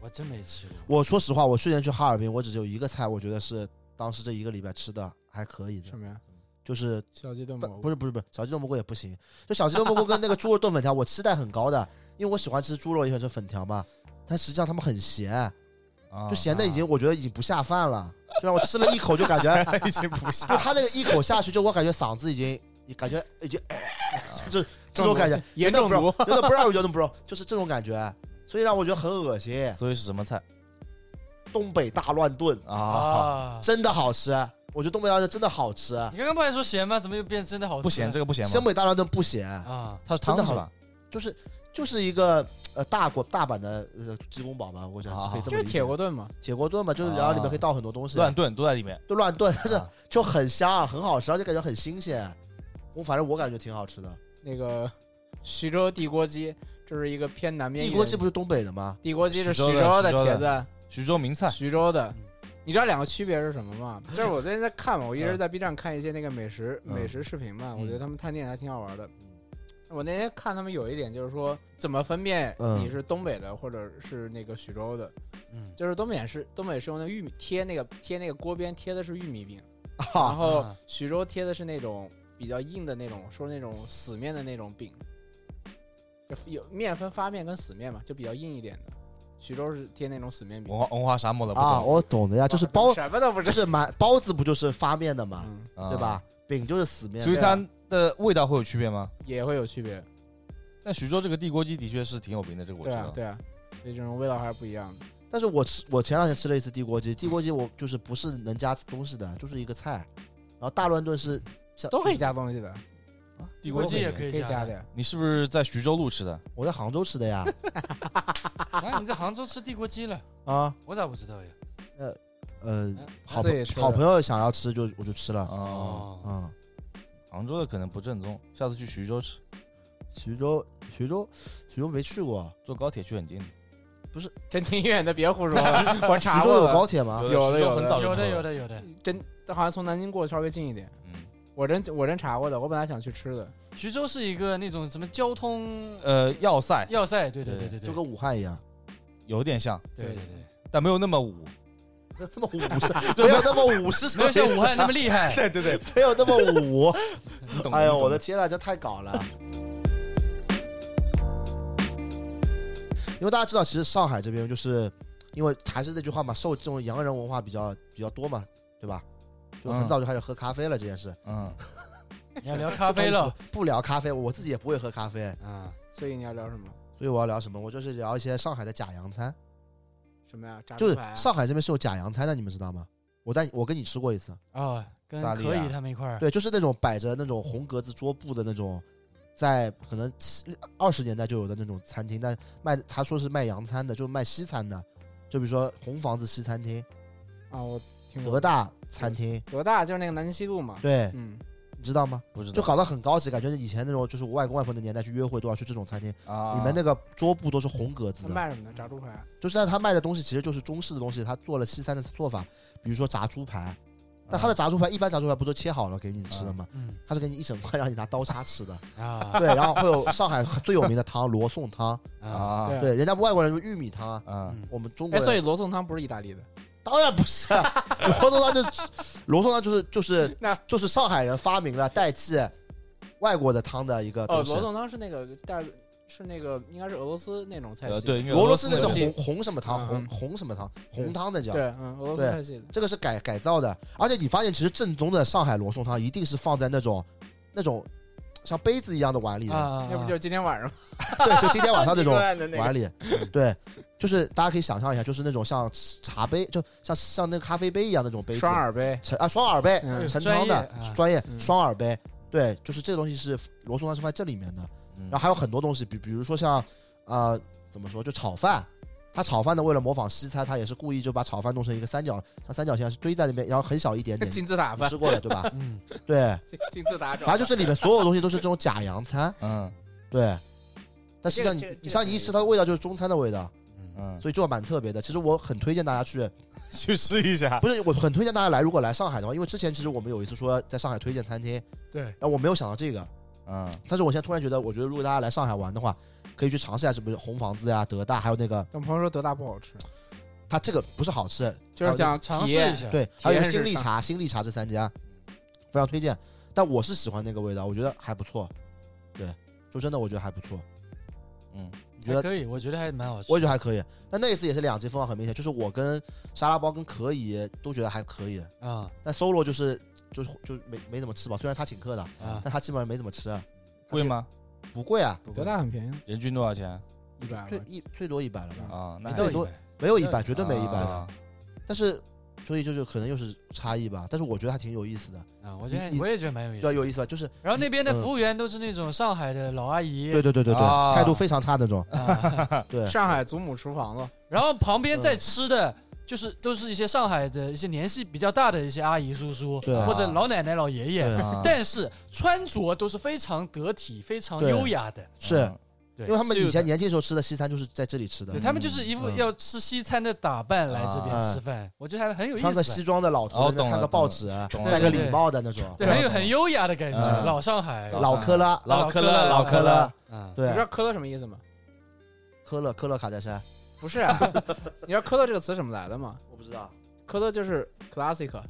[SPEAKER 3] 我真没吃过。
[SPEAKER 1] 我说实话，我去年去哈尔滨，我只有一个菜，我觉得是当时这一个礼拜吃的还可以的
[SPEAKER 4] 什，么呀？
[SPEAKER 1] 就是
[SPEAKER 4] 小鸡炖
[SPEAKER 1] 不
[SPEAKER 4] 蘑菇
[SPEAKER 1] 不。是不是不是小鸡炖蘑菇也不行，就小鸡炖蘑菇跟那个猪肉炖粉条，我期待很高的，因为我喜欢吃猪肉，也喜欢吃粉条嘛，但实际上他们很咸，
[SPEAKER 2] 啊
[SPEAKER 1] 就咸的已经我觉得已经不下饭了，就让我吃了一口就感觉
[SPEAKER 2] 已经不是
[SPEAKER 1] 就他那个一口下去，就我感觉嗓子已经，感觉已经， 就这种感觉，
[SPEAKER 4] 严
[SPEAKER 1] 有
[SPEAKER 4] 重
[SPEAKER 1] 点
[SPEAKER 4] 毒，
[SPEAKER 1] 不，有点不让，有点不让，就是这种感觉，所以让我觉得很恶心。
[SPEAKER 2] 所以是什么菜
[SPEAKER 1] 东北大乱炖
[SPEAKER 2] 啊？
[SPEAKER 3] 啊，
[SPEAKER 1] 真的好吃，我觉得东北大乱炖真的好吃。
[SPEAKER 3] 你刚刚不还说咸吗？怎么又变真的好吃了？
[SPEAKER 2] 不咸，这个不咸
[SPEAKER 1] 湘
[SPEAKER 2] 吗？
[SPEAKER 1] 北大乱炖不咸，
[SPEAKER 3] 啊，
[SPEAKER 2] 它是
[SPEAKER 1] 真的
[SPEAKER 2] 汤是
[SPEAKER 1] 好
[SPEAKER 2] 吧？
[SPEAKER 1] 就是就是一个呃大锅大阪的呃鸡公煲吧，我想
[SPEAKER 2] 啊
[SPEAKER 1] 是可以这么
[SPEAKER 4] 就是
[SPEAKER 1] 理
[SPEAKER 4] 铁
[SPEAKER 1] 解。
[SPEAKER 4] 锅炖嘛。
[SPEAKER 1] 铁锅炖嘛，就是然后里面可以倒很多东西，
[SPEAKER 2] 乱炖都在里面，
[SPEAKER 1] 就乱炖，但是
[SPEAKER 2] 啊
[SPEAKER 1] 就很香，很好吃，而且感觉很新鲜。我反正我感觉挺好吃的。
[SPEAKER 4] 那个徐州地锅鸡，这是一个偏南边一
[SPEAKER 1] 地
[SPEAKER 4] 点。
[SPEAKER 1] 锅鸡不是东北的吗？
[SPEAKER 4] 地锅鸡是
[SPEAKER 2] 徐
[SPEAKER 4] 徐
[SPEAKER 2] 州的
[SPEAKER 4] 州
[SPEAKER 2] 徐州
[SPEAKER 4] 帖子，啊
[SPEAKER 2] 徐州名菜，
[SPEAKER 4] 徐州的
[SPEAKER 3] 嗯。
[SPEAKER 4] 你知道两个区别是什么吗？就是我最近在看嘛，我一
[SPEAKER 1] 嗯
[SPEAKER 4] 直在 B 站看一些那个美食
[SPEAKER 1] 嗯
[SPEAKER 4] 美食视频嘛，我觉得他们探店还挺好玩的。我那天看他们有一点就是说，怎么分辨
[SPEAKER 1] 嗯
[SPEAKER 4] 你是东北的或者是那个徐州的？
[SPEAKER 3] 嗯，
[SPEAKER 4] 就是东北是东北是用的玉米贴那个贴那个锅边贴的是玉米饼，然
[SPEAKER 1] 啊，
[SPEAKER 4] 后
[SPEAKER 3] 啊
[SPEAKER 4] 徐州贴的是那种比较硬的那种，说那种死面的那种饼，就有面分发面跟死面嘛，就比较硬一点的。徐州是贴那种死面饼
[SPEAKER 2] 文化文化沙漠的不
[SPEAKER 1] 啊，
[SPEAKER 2] 懂，
[SPEAKER 1] 我懂的呀，哦就是包，
[SPEAKER 4] 什么都不
[SPEAKER 1] 就
[SPEAKER 4] 知道，
[SPEAKER 1] 是馒包子不就是发面的嘛，
[SPEAKER 4] 嗯，
[SPEAKER 2] 啊
[SPEAKER 1] 哦对？吧？饼就是死面
[SPEAKER 2] 所以
[SPEAKER 1] 的，
[SPEAKER 2] 它的味道会有区别吗？
[SPEAKER 4] 也会有区别。
[SPEAKER 2] 但徐州这个地锅鸡的确是挺有名的，这个我知
[SPEAKER 4] 对啊
[SPEAKER 2] 道，。
[SPEAKER 4] 对啊，所以这种味道还是不一样的。
[SPEAKER 1] 但是我吃我前两天吃了一次地锅鸡，地锅鸡我就是不是能加东西的，就是一个菜，然后大乱炖是像
[SPEAKER 4] 都可以，加东西 的，
[SPEAKER 2] 地
[SPEAKER 3] 国
[SPEAKER 2] 锅
[SPEAKER 3] 际
[SPEAKER 2] 鸡
[SPEAKER 3] 也可
[SPEAKER 4] 可
[SPEAKER 3] 以
[SPEAKER 4] 以加
[SPEAKER 3] 加
[SPEAKER 4] 的。呀。
[SPEAKER 2] 你是不是在徐州路吃的？
[SPEAKER 1] 我在杭州吃的呀，
[SPEAKER 3] 啊，你在杭州吃地锅鸡了，
[SPEAKER 1] 啊，
[SPEAKER 3] 我咋不知道呀？
[SPEAKER 1] 呃，
[SPEAKER 4] 嗯
[SPEAKER 1] 好
[SPEAKER 4] 他自
[SPEAKER 1] 朋
[SPEAKER 4] 己吃的
[SPEAKER 1] 好朋友想要吃就我就吃了，
[SPEAKER 2] 哦，
[SPEAKER 3] 哦，
[SPEAKER 1] 嗯，
[SPEAKER 2] 杭州的可能不正宗，下次去徐州吃，
[SPEAKER 1] 徐州徐州徐州没去过，
[SPEAKER 2] 坐高铁去很近的。
[SPEAKER 4] 真挺远的，别胡说 了，我
[SPEAKER 1] 徐
[SPEAKER 4] 查
[SPEAKER 1] 州
[SPEAKER 4] 过
[SPEAKER 1] 啊有
[SPEAKER 4] 了
[SPEAKER 1] 高，铁吗？
[SPEAKER 2] 的
[SPEAKER 4] 有的
[SPEAKER 2] 徐州
[SPEAKER 4] 有的
[SPEAKER 2] 很早就
[SPEAKER 3] 哦有的
[SPEAKER 2] 有
[SPEAKER 3] 有，的有的。
[SPEAKER 4] 真好像从南京过稍微近一点。
[SPEAKER 2] 嗯，
[SPEAKER 4] 我真我真查过的，我本来想去吃的，
[SPEAKER 3] 徐州是一个那种什么交通
[SPEAKER 2] 呃，要塞
[SPEAKER 3] 要塞，对对
[SPEAKER 2] 对
[SPEAKER 3] 对对对，
[SPEAKER 1] 就跟武汉一样，
[SPEAKER 2] 有点像，
[SPEAKER 3] 对对
[SPEAKER 4] 对
[SPEAKER 3] 对，
[SPEAKER 2] 但没有那么武。
[SPEAKER 1] 那么武是没有那么 武是什
[SPEAKER 3] 没
[SPEAKER 1] 么
[SPEAKER 3] 有
[SPEAKER 1] 意思
[SPEAKER 3] 像武汉那么 厉害。
[SPEAKER 2] 对对对，
[SPEAKER 1] 没有那么武，
[SPEAKER 2] 你懂
[SPEAKER 1] 哎呦
[SPEAKER 2] 你懂
[SPEAKER 1] 我的天呐，这太搞了。因为大家知道，其实上海这边就是因为还是那句话嘛，受这种洋人文化比较比较多嘛，对吧？就很
[SPEAKER 2] 嗯
[SPEAKER 1] 早就开始喝咖啡了这件事。
[SPEAKER 2] 嗯，
[SPEAKER 3] 你要聊咖啡了，
[SPEAKER 1] 不聊咖啡，我自己也不会喝咖啡，
[SPEAKER 4] 啊，所以你要聊什么？
[SPEAKER 1] 所以我要聊什么？我就是聊一些上海的假洋餐，
[SPEAKER 4] 什么呀？炸
[SPEAKER 1] 就
[SPEAKER 4] 猪
[SPEAKER 1] 是
[SPEAKER 4] 排啊？
[SPEAKER 1] 上海这边是有假洋餐的，你们知道吗？我带我跟你吃过一次，
[SPEAKER 3] 啊，跟
[SPEAKER 2] 萨莉
[SPEAKER 3] 可以
[SPEAKER 2] 亚
[SPEAKER 3] 他们一块儿，
[SPEAKER 1] 对，就是那种摆着那种红格子桌布的那种，在可能二十年代就有的那种餐厅，但卖他说是卖洋餐的，就是卖西餐的，就比如说红房子西餐厅、
[SPEAKER 4] 啊，我听
[SPEAKER 1] 德
[SPEAKER 4] 过。
[SPEAKER 1] 大餐厅，
[SPEAKER 4] 多大？就是那个南京西路嘛。
[SPEAKER 1] 对，
[SPEAKER 4] 嗯，
[SPEAKER 1] 你知道吗？
[SPEAKER 2] 不知道
[SPEAKER 1] 就搞得很高级，感觉以前那种就是我外公外婆的年代去约会都要去这种餐厅，
[SPEAKER 2] 啊，
[SPEAKER 1] 里面那个桌布都是红格子
[SPEAKER 4] 他
[SPEAKER 1] 的，
[SPEAKER 4] 卖什么的？炸猪排啊。
[SPEAKER 1] 就是但是他卖的东西其实就是中式的东西，他做了西餐的做法，比如说炸猪排，但
[SPEAKER 2] 嗯
[SPEAKER 1] 他的炸猪排一般炸猪排不是切好了给你吃的吗？
[SPEAKER 3] 嗯
[SPEAKER 1] 他是给你一整块让你拿刀叉 吃的，
[SPEAKER 3] 啊
[SPEAKER 1] 对，然后会有上海最有名的汤罗宋汤，
[SPEAKER 3] 啊，
[SPEAKER 2] 啊，
[SPEAKER 4] 对
[SPEAKER 1] 对，人家外国人说玉米汤啊，
[SPEAKER 2] 嗯，
[SPEAKER 3] 嗯
[SPEAKER 1] 我们中国
[SPEAKER 4] 哎，所
[SPEAKER 1] 人
[SPEAKER 4] 以罗宋汤不是意大利的，
[SPEAKER 1] 当然不是， 罗宋汤就是罗宋汤就是就是
[SPEAKER 4] 那
[SPEAKER 1] 就是上海人发明了代替外国的汤的一个
[SPEAKER 4] 哦，
[SPEAKER 1] 东西
[SPEAKER 4] 罗。宋汤是那个大，是那个应该是俄罗斯那种菜
[SPEAKER 2] 呃，
[SPEAKER 4] 系。
[SPEAKER 2] 对，因为
[SPEAKER 1] 俄罗斯那
[SPEAKER 2] 那
[SPEAKER 1] 是
[SPEAKER 2] 种
[SPEAKER 1] 红红什么汤，
[SPEAKER 4] 嗯
[SPEAKER 1] 红
[SPEAKER 4] 嗯
[SPEAKER 1] 红什么汤，红汤那叫。
[SPEAKER 4] 对，嗯，俄罗斯
[SPEAKER 1] 对
[SPEAKER 4] 菜系的。
[SPEAKER 1] 这个是改改造的，而且你发现其实正宗的上海罗宋汤一定是放在那种那种像杯子一样的碗里的，
[SPEAKER 3] 啊，
[SPEAKER 4] 那不就是今天晚上吗
[SPEAKER 1] 对，就今天晚上那 种
[SPEAKER 4] 一个案的那
[SPEAKER 1] 碗
[SPEAKER 4] 个？
[SPEAKER 1] 里，嗯对，就是大家可以想象一下，就是那种像茶杯，就像像那个咖啡杯一样那种杯子，
[SPEAKER 4] 双耳杯。
[SPEAKER 1] 盛啊双耳杯，
[SPEAKER 4] 嗯
[SPEAKER 1] 盛汤的
[SPEAKER 3] 专业啊
[SPEAKER 1] 专业
[SPEAKER 4] 嗯
[SPEAKER 1] 双耳杯，对，就是这个东西是罗宋汤是放在这里面的，
[SPEAKER 2] 嗯
[SPEAKER 1] 然后还有很多东西，比比如说像呃怎么说，就炒饭。他炒饭呢，为了模仿西餐，他也是故意就把炒饭弄成一个三角，像三角形是堆在那边，然后很小一点点，
[SPEAKER 4] 嗯金字塔
[SPEAKER 1] 你
[SPEAKER 4] 吧，
[SPEAKER 1] 吃过了对吧？
[SPEAKER 3] 嗯，
[SPEAKER 1] 对，
[SPEAKER 4] 金金字塔。
[SPEAKER 1] 反正就是里面所有东西都是这种假洋餐，
[SPEAKER 2] 嗯
[SPEAKER 1] 对。但实际上
[SPEAKER 4] 这
[SPEAKER 1] 你
[SPEAKER 4] 个这个
[SPEAKER 1] 你像你一吃，它的味道就是中餐的味道，
[SPEAKER 2] 嗯，
[SPEAKER 1] 所以就蛮特别的。其实我很推荐大家 去，
[SPEAKER 2] 去试一下。
[SPEAKER 1] 不是我很推荐大家来，如果来上海的话，因为之前其实我们有一次说在上海推荐餐厅，
[SPEAKER 3] 对，
[SPEAKER 1] 然后我没有想到这个，
[SPEAKER 2] 嗯，
[SPEAKER 1] 但是我现在突然觉得，我觉得如果大家来上海玩的话，可以去尝试一下，是不是红房子呀、德大，还有那个
[SPEAKER 4] 我朋友说德大不好吃，
[SPEAKER 1] 它这个不是好吃，
[SPEAKER 4] 就是想
[SPEAKER 3] 尝
[SPEAKER 4] 体
[SPEAKER 3] 试
[SPEAKER 4] 验
[SPEAKER 3] 一。下，
[SPEAKER 1] 对，还有一个
[SPEAKER 4] 体验式
[SPEAKER 1] 新力茶、新力茶这三家，非常推荐。但我是喜欢那个味道，我觉得还不错，对，就真的我觉得还不错，
[SPEAKER 2] 嗯，
[SPEAKER 1] 你觉
[SPEAKER 3] 还
[SPEAKER 1] 得
[SPEAKER 3] 可以，我觉得还蛮好吃。
[SPEAKER 1] 我也觉得还可以。但那一次也是两极分化很明显，就是我跟沙拉包跟可以都觉得还可以，
[SPEAKER 3] 啊
[SPEAKER 1] 但 solo 就是就是就是没没怎么吃吧。虽然他请客的，
[SPEAKER 3] 啊，
[SPEAKER 1] 但他基本上没怎么吃，
[SPEAKER 2] 贵吗？
[SPEAKER 1] 不贵啊，
[SPEAKER 4] 德大很便宜，
[SPEAKER 2] 人均多少钱
[SPEAKER 4] 一百
[SPEAKER 1] 最一最多一百了吧？
[SPEAKER 2] 啊？那
[SPEAKER 3] 没
[SPEAKER 2] 还
[SPEAKER 3] 到
[SPEAKER 1] 最多
[SPEAKER 3] 一百
[SPEAKER 1] 没有一百，绝对没一百的。
[SPEAKER 2] 啊
[SPEAKER 1] 但是所以就是可能又是差异吧。但是我觉得还挺有意思的，
[SPEAKER 3] 啊，我觉得
[SPEAKER 1] 你
[SPEAKER 3] 我也觉得蛮有意
[SPEAKER 1] 对啊，
[SPEAKER 3] 思。
[SPEAKER 1] 有意思吧？就是
[SPEAKER 3] 然后那边的
[SPEAKER 1] 嗯
[SPEAKER 3] 服务员都是那种上海的老阿姨，
[SPEAKER 1] 对对对对对，
[SPEAKER 2] 啊
[SPEAKER 1] 态度非常差那种。
[SPEAKER 3] 啊，
[SPEAKER 1] 对，
[SPEAKER 4] 上海祖母厨房了。
[SPEAKER 3] 然后旁边在吃的。就是都是一些上海的一些年纪比较大的一些阿姨叔叔，
[SPEAKER 1] 对啊
[SPEAKER 3] 或者老奶奶老爷爷，
[SPEAKER 1] 对
[SPEAKER 2] 啊
[SPEAKER 3] 但是穿着都是非常得体、非常
[SPEAKER 1] 对
[SPEAKER 3] 优雅的，
[SPEAKER 1] 是
[SPEAKER 2] 嗯
[SPEAKER 3] 对，
[SPEAKER 1] 因为他们
[SPEAKER 3] 是有
[SPEAKER 1] 以前
[SPEAKER 3] 的
[SPEAKER 1] 年轻时候吃的西餐就是在这里吃的
[SPEAKER 3] 对，他们就是一副要吃西餐的打扮来这
[SPEAKER 1] 嗯
[SPEAKER 3] 边
[SPEAKER 1] 啊
[SPEAKER 3] 吃饭，我觉得还很有意思，
[SPEAKER 1] 穿个西装的老头在
[SPEAKER 2] 哦
[SPEAKER 1] 那边
[SPEAKER 2] 懂
[SPEAKER 1] 看
[SPEAKER 2] 了
[SPEAKER 1] 个
[SPEAKER 2] 懂
[SPEAKER 1] 报
[SPEAKER 2] 了
[SPEAKER 1] 纸，
[SPEAKER 2] 懂
[SPEAKER 3] 了
[SPEAKER 1] 戴个
[SPEAKER 3] 对对
[SPEAKER 1] 礼帽的那种，
[SPEAKER 3] 对，很有
[SPEAKER 2] 懂了
[SPEAKER 3] 很优雅的感觉，
[SPEAKER 2] 嗯
[SPEAKER 3] 老上海，
[SPEAKER 2] 懂
[SPEAKER 1] 老科拉，
[SPEAKER 2] 老
[SPEAKER 3] 科
[SPEAKER 2] 科
[SPEAKER 3] 勒
[SPEAKER 2] 勒，
[SPEAKER 3] 老
[SPEAKER 1] 科勒，
[SPEAKER 3] 嗯，
[SPEAKER 4] 你知
[SPEAKER 1] 对，
[SPEAKER 4] 道“科勒”什么意思吗？
[SPEAKER 1] 科勒科勒卡戴珊，
[SPEAKER 4] 不是啊， 你知道“科勒”这个词怎么来的吗？
[SPEAKER 1] 我不知道，
[SPEAKER 4] 科勒就是 classic，啊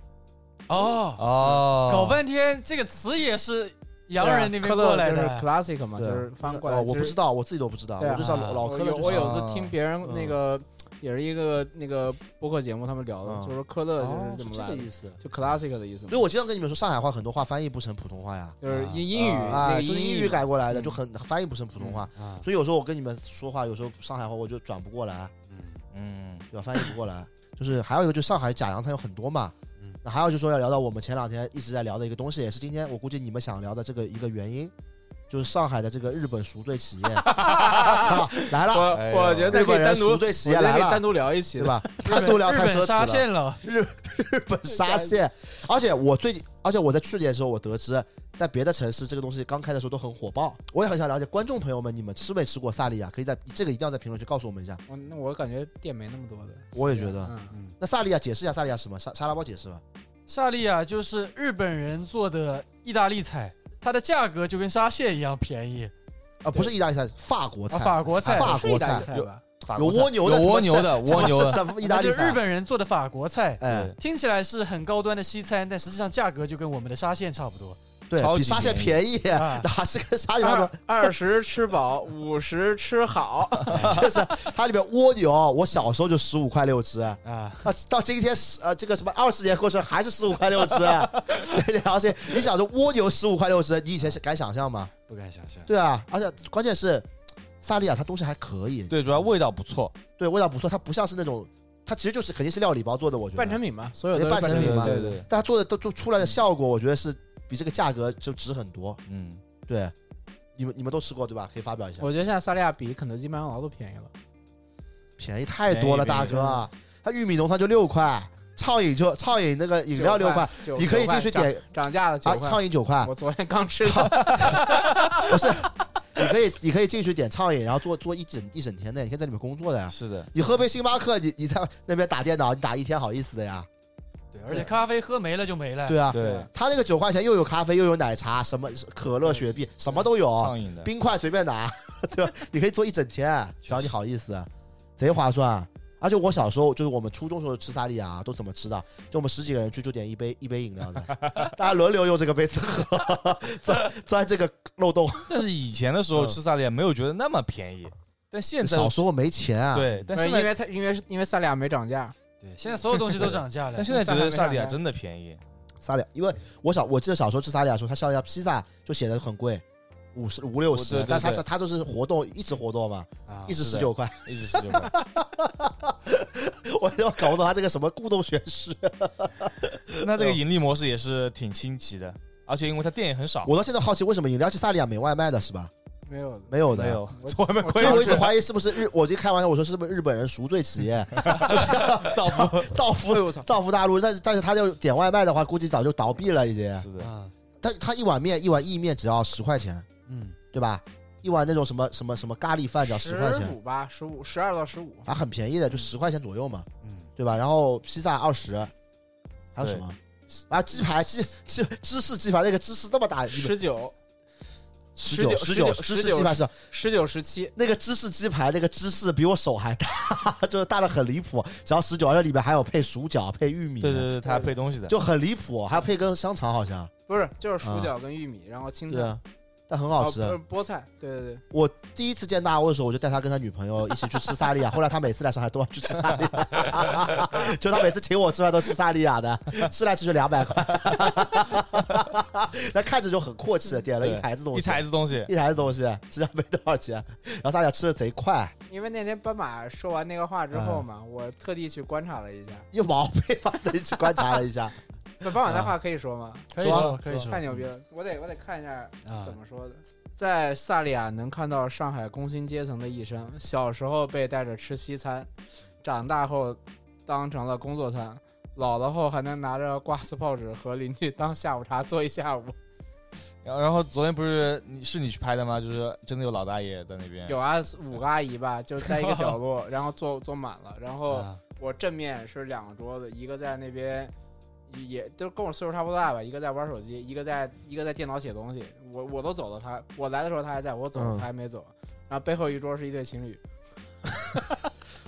[SPEAKER 1] 嗯
[SPEAKER 3] 哦，
[SPEAKER 2] 哦，
[SPEAKER 3] 搞半天这个词也是洋
[SPEAKER 4] 对啊
[SPEAKER 3] 人那边
[SPEAKER 4] 科勒
[SPEAKER 3] 过来
[SPEAKER 4] 就是
[SPEAKER 3] 的，
[SPEAKER 4] classic 嘛，
[SPEAKER 1] 对
[SPEAKER 4] 就是翻过来。
[SPEAKER 1] 哦我不
[SPEAKER 4] 其
[SPEAKER 1] 知
[SPEAKER 4] 实
[SPEAKER 1] 道，我自己都不知道，
[SPEAKER 4] 对啊
[SPEAKER 1] 我就知道老
[SPEAKER 4] 我
[SPEAKER 1] 科勒
[SPEAKER 4] 有
[SPEAKER 1] 就
[SPEAKER 4] 我
[SPEAKER 1] 是嗯
[SPEAKER 4] 有次听别人那个也是一个那个播客节目，他们聊的，
[SPEAKER 1] 嗯
[SPEAKER 4] 就是说科勒就
[SPEAKER 1] 哦是
[SPEAKER 4] 是，怎么
[SPEAKER 1] 这
[SPEAKER 4] 来
[SPEAKER 1] 个
[SPEAKER 4] 的，
[SPEAKER 1] 意思。
[SPEAKER 4] 就 classic 的意思嘛
[SPEAKER 1] 所以，我经常跟你们说，上海话很多话翻译不成普通话呀，
[SPEAKER 4] 就是英英语
[SPEAKER 2] 啊
[SPEAKER 4] 那
[SPEAKER 1] 哎，
[SPEAKER 4] 个
[SPEAKER 1] 就是英
[SPEAKER 4] 英
[SPEAKER 1] 语改过来的，
[SPEAKER 4] 嗯
[SPEAKER 1] 就很翻译不成普通话。
[SPEAKER 3] 啊，
[SPEAKER 1] 所以有时候我跟你们说话，有时候上海话我就转不过来，
[SPEAKER 3] 嗯
[SPEAKER 2] 嗯，
[SPEAKER 1] 对吧？翻译不过来。就是还有一个，就是上海假洋菜有很多嘛
[SPEAKER 3] 嗯。
[SPEAKER 1] 那还有就是说要聊到我们前两天一直在聊的一个东西，也是今天我估计你们想聊的这个一个原因，就是上海的这个日本赎罪企业啊来了，
[SPEAKER 4] 我
[SPEAKER 2] 哎
[SPEAKER 4] 我
[SPEAKER 2] 呦
[SPEAKER 4] 觉得
[SPEAKER 1] 日
[SPEAKER 4] 可
[SPEAKER 1] 本
[SPEAKER 4] 以单
[SPEAKER 1] 人
[SPEAKER 4] 独，
[SPEAKER 1] 赎
[SPEAKER 4] 我
[SPEAKER 1] 罪企业
[SPEAKER 4] 觉得
[SPEAKER 1] 来
[SPEAKER 4] 可以单
[SPEAKER 1] 了，
[SPEAKER 4] 独聊一期
[SPEAKER 1] 对？吧？单独聊
[SPEAKER 3] 日
[SPEAKER 1] 太奢
[SPEAKER 3] 本
[SPEAKER 1] 侈
[SPEAKER 3] 沙
[SPEAKER 1] 了。
[SPEAKER 3] 县了，
[SPEAKER 1] 日本 沙县，而且我最近，而且我在去年的时候，我得知在别的城市这个东西刚开的时候都很火爆。我也很想了解观众朋友们，你们吃没吃过萨莉亚？可以在这个一定要在评论区告诉我们一下。
[SPEAKER 4] 我那我感觉店没那么多的，
[SPEAKER 1] 我也觉得
[SPEAKER 4] 嗯
[SPEAKER 3] 嗯，
[SPEAKER 1] 那萨莉亚解释一下萨莉亚是什么？沙沙拉包解释吧。
[SPEAKER 3] 萨莉亚就是日本人做的意大利菜，它的价格就跟沙县一样便宜
[SPEAKER 1] 啊，不是意大利菜，法国
[SPEAKER 3] 啊，
[SPEAKER 1] 菜，
[SPEAKER 3] 法国菜，
[SPEAKER 1] 法国
[SPEAKER 4] 是意大
[SPEAKER 1] 菜
[SPEAKER 4] 利菜吧？
[SPEAKER 2] 法
[SPEAKER 1] 有
[SPEAKER 2] 国菜
[SPEAKER 1] 蜗牛的，
[SPEAKER 2] 有蜗牛的，
[SPEAKER 1] 什么
[SPEAKER 2] 蜗牛
[SPEAKER 1] 是
[SPEAKER 2] 的，
[SPEAKER 1] 什么意大利
[SPEAKER 3] 就
[SPEAKER 1] 菜？
[SPEAKER 3] 日本人做的法国菜，
[SPEAKER 1] 哎，
[SPEAKER 3] 听起来是很高端的西餐，但实际上价格就跟我们的沙县差不多。
[SPEAKER 1] 对
[SPEAKER 2] 超
[SPEAKER 1] 比
[SPEAKER 2] 级
[SPEAKER 1] 沙县便宜，
[SPEAKER 3] 啊
[SPEAKER 1] 哪是跟沙县哎差不
[SPEAKER 4] 二
[SPEAKER 1] 多？
[SPEAKER 4] 二十吃饱，五十吃好，
[SPEAKER 1] 就是它里面蜗牛，我小时候就十五块六只。
[SPEAKER 3] 啊，
[SPEAKER 1] 啊，到今天十呃，这个什么二十年过去了，还是十五块六只， 对你而且你想说蜗牛十五块六只，你以前敢想象吗？
[SPEAKER 3] 不敢想象。
[SPEAKER 1] 对啊，而且关键是萨莉亚它东西还可以，
[SPEAKER 2] 对，主要味道不错，
[SPEAKER 1] 对味道不错，它不像是那种，它其实就是肯定是料理包做的，我觉
[SPEAKER 4] 半成
[SPEAKER 1] 得，
[SPEAKER 4] 品嘛，所有都是
[SPEAKER 1] 半成
[SPEAKER 4] 成
[SPEAKER 1] 品嘛
[SPEAKER 4] 对
[SPEAKER 2] 对
[SPEAKER 4] 对
[SPEAKER 2] 对，
[SPEAKER 1] 但它做的都做出来的效果，我觉得是比这个价格就值很多。
[SPEAKER 2] 嗯，
[SPEAKER 1] 对，你们你们都吃过对吧？可以发表一下，
[SPEAKER 4] 我觉得现在萨莉亚比肯德基、麦当劳都便宜了。
[SPEAKER 1] 便宜太多了，
[SPEAKER 2] 便宜
[SPEAKER 1] 大哥，它玉米浓汤就六块，畅饮就畅饮那个饮料六块，
[SPEAKER 4] 九，
[SPEAKER 1] 你可以
[SPEAKER 4] 九
[SPEAKER 1] 进去
[SPEAKER 4] 涨
[SPEAKER 1] 点
[SPEAKER 4] 涨价了九
[SPEAKER 1] 啊，
[SPEAKER 4] 块。
[SPEAKER 1] 畅饮九块。
[SPEAKER 4] 我昨天刚吃的，
[SPEAKER 1] 不是，你可以你可以进去点畅饮，然后做做一整一整天的，你可以在里面工作的呀。
[SPEAKER 2] 是的，
[SPEAKER 1] 你喝杯星巴克，你你在那边打电脑，你打一天好意思的呀？
[SPEAKER 3] 对，而且咖啡喝没了就没了。
[SPEAKER 1] 对啊，
[SPEAKER 2] 对，
[SPEAKER 1] 他那个九块钱又有咖啡，又有奶茶，什么可乐、雪碧，什么都有，
[SPEAKER 2] 畅饮的，
[SPEAKER 1] 冰块随便拿， 对吧？你可以做一整 天，只要你好意思，贼划算。而且我小时候就是我们初中时候吃萨莉亚、啊、都怎么吃的？就我们十几个人去就点一杯一杯饮料的， 大家轮流用这个杯子喝， 钻钻这个漏洞。
[SPEAKER 2] 但是以前的时候
[SPEAKER 1] 嗯
[SPEAKER 2] 吃萨莉亚没有觉得那么便宜，但现在
[SPEAKER 1] 小时候没钱啊，
[SPEAKER 2] 对，但
[SPEAKER 4] 不是
[SPEAKER 2] 现
[SPEAKER 4] 因
[SPEAKER 2] 在
[SPEAKER 4] 为它因为因为萨莉亚没涨价，
[SPEAKER 3] 对，现在所有东西都涨价了
[SPEAKER 2] 但。现在觉得萨莉亚真的便宜，
[SPEAKER 1] 萨莉亚，因为我小我记得小时候吃萨莉亚的时候，他萨莉亚披萨就写的很贵，五十五六
[SPEAKER 2] 对
[SPEAKER 1] 十
[SPEAKER 2] 哦对，
[SPEAKER 1] 但是他
[SPEAKER 2] 对
[SPEAKER 1] 是他就是活动一直活动嘛，
[SPEAKER 3] 啊
[SPEAKER 1] 一直
[SPEAKER 2] 是
[SPEAKER 1] 十
[SPEAKER 2] 的
[SPEAKER 1] 九块，
[SPEAKER 2] 一直十九块，
[SPEAKER 1] 我都搞不懂他这个什么故弄玄虚，
[SPEAKER 2] 那这个盈利模式也是挺新奇的，而且因为它店也很少，
[SPEAKER 1] 我到现在好奇为什么饮料去萨莉亚没外卖的是吧？
[SPEAKER 4] 没有的。
[SPEAKER 1] 没有的，
[SPEAKER 2] 没。 有
[SPEAKER 4] 我
[SPEAKER 2] 从外面
[SPEAKER 1] 所
[SPEAKER 2] 亏
[SPEAKER 1] 以我一
[SPEAKER 2] 了
[SPEAKER 1] 直怀疑是不是日，我就开玩笑我说是不是日本人赎罪企 业，
[SPEAKER 2] 造福，
[SPEAKER 1] 造
[SPEAKER 4] 哎
[SPEAKER 1] 福
[SPEAKER 4] 呦我操！
[SPEAKER 1] 造福大陆，但是但是他要点外卖的话，估计早就倒闭了已经。
[SPEAKER 2] 是的，
[SPEAKER 3] 啊，
[SPEAKER 1] 但他一碗面一碗意面只要十块钱，
[SPEAKER 3] 嗯，
[SPEAKER 1] 对吧？一碗那种什么什么什么咖喱饭只要十块钱，
[SPEAKER 4] 五吧，十五，十二到十五。
[SPEAKER 1] 啊，很便宜的，就十块钱左右嘛，
[SPEAKER 3] 嗯，
[SPEAKER 1] 对吧？然后披萨二十，还有什么？啊，鸡排，鸡鸡芝士鸡排，那个芝士这么大，你们
[SPEAKER 4] 十九、
[SPEAKER 1] 十九
[SPEAKER 4] 十
[SPEAKER 1] 十
[SPEAKER 4] 九
[SPEAKER 1] 九
[SPEAKER 4] 十九
[SPEAKER 1] 芝士
[SPEAKER 4] 十九
[SPEAKER 1] 鸡排是
[SPEAKER 4] 十九、十七，
[SPEAKER 1] 那个芝士鸡排，那个芝士比我手还大， 就是大的很离谱，只要十九，而且里面还有配薯角、配玉米，
[SPEAKER 2] 对对对，它还配东西的，
[SPEAKER 1] 就很离谱，还要配根香肠，好像
[SPEAKER 4] 不是就是薯角跟玉米，然后青菜
[SPEAKER 1] 啊对，啊，但很
[SPEAKER 4] 哦
[SPEAKER 1] 好
[SPEAKER 4] 不
[SPEAKER 1] 吃。啊
[SPEAKER 4] 是菠菜，对对对，
[SPEAKER 1] 我第一次见大欧的时候，我就带他跟他女朋友一起去吃萨莉亚。后来他每次来上海都要去吃萨莉亚， 就他每次请我吃饭都吃萨莉亚的，吃来吃去两百块，那看着就很阔气，点了一台子东西，
[SPEAKER 2] 一台子东西，
[SPEAKER 1] 一台子东西，实际上没多少钱。然后萨莉亚吃的贼快，
[SPEAKER 4] 因为那天斑马说完那个话之后
[SPEAKER 1] 哎
[SPEAKER 4] 嘛，我特地去观察了一下。
[SPEAKER 1] 有毛病吧？等你去观察了一下，
[SPEAKER 4] 那斑马那话可以说吗？
[SPEAKER 3] 可以说可以
[SPEAKER 1] 啊
[SPEAKER 3] 说，
[SPEAKER 4] 太牛逼
[SPEAKER 1] 嗯
[SPEAKER 4] 了，我得我得看一下
[SPEAKER 3] 啊
[SPEAKER 4] 怎么说的。在萨利亚能看到上海工薪阶层的一生，小时候被带着吃西餐，长大后当成了工作餐，老了后还能拿着挂丝报纸和邻居当下午茶坐一下午。
[SPEAKER 2] 然后然后昨天不是你是你去拍的吗？就是真的有老大爷在那边，
[SPEAKER 4] 有啊，五个阿姨吧，就在一个角落，然后坐坐满了，然后
[SPEAKER 3] 啊
[SPEAKER 4] 我正面是两个桌子，一个在那边，也都跟我岁数差不多大吧，一个在玩手机，一个在一个在电脑写东西。我我都走了他，我来的时候他还在，我走了
[SPEAKER 1] 嗯
[SPEAKER 4] 他还没走。然后背后一桌是一对情侣，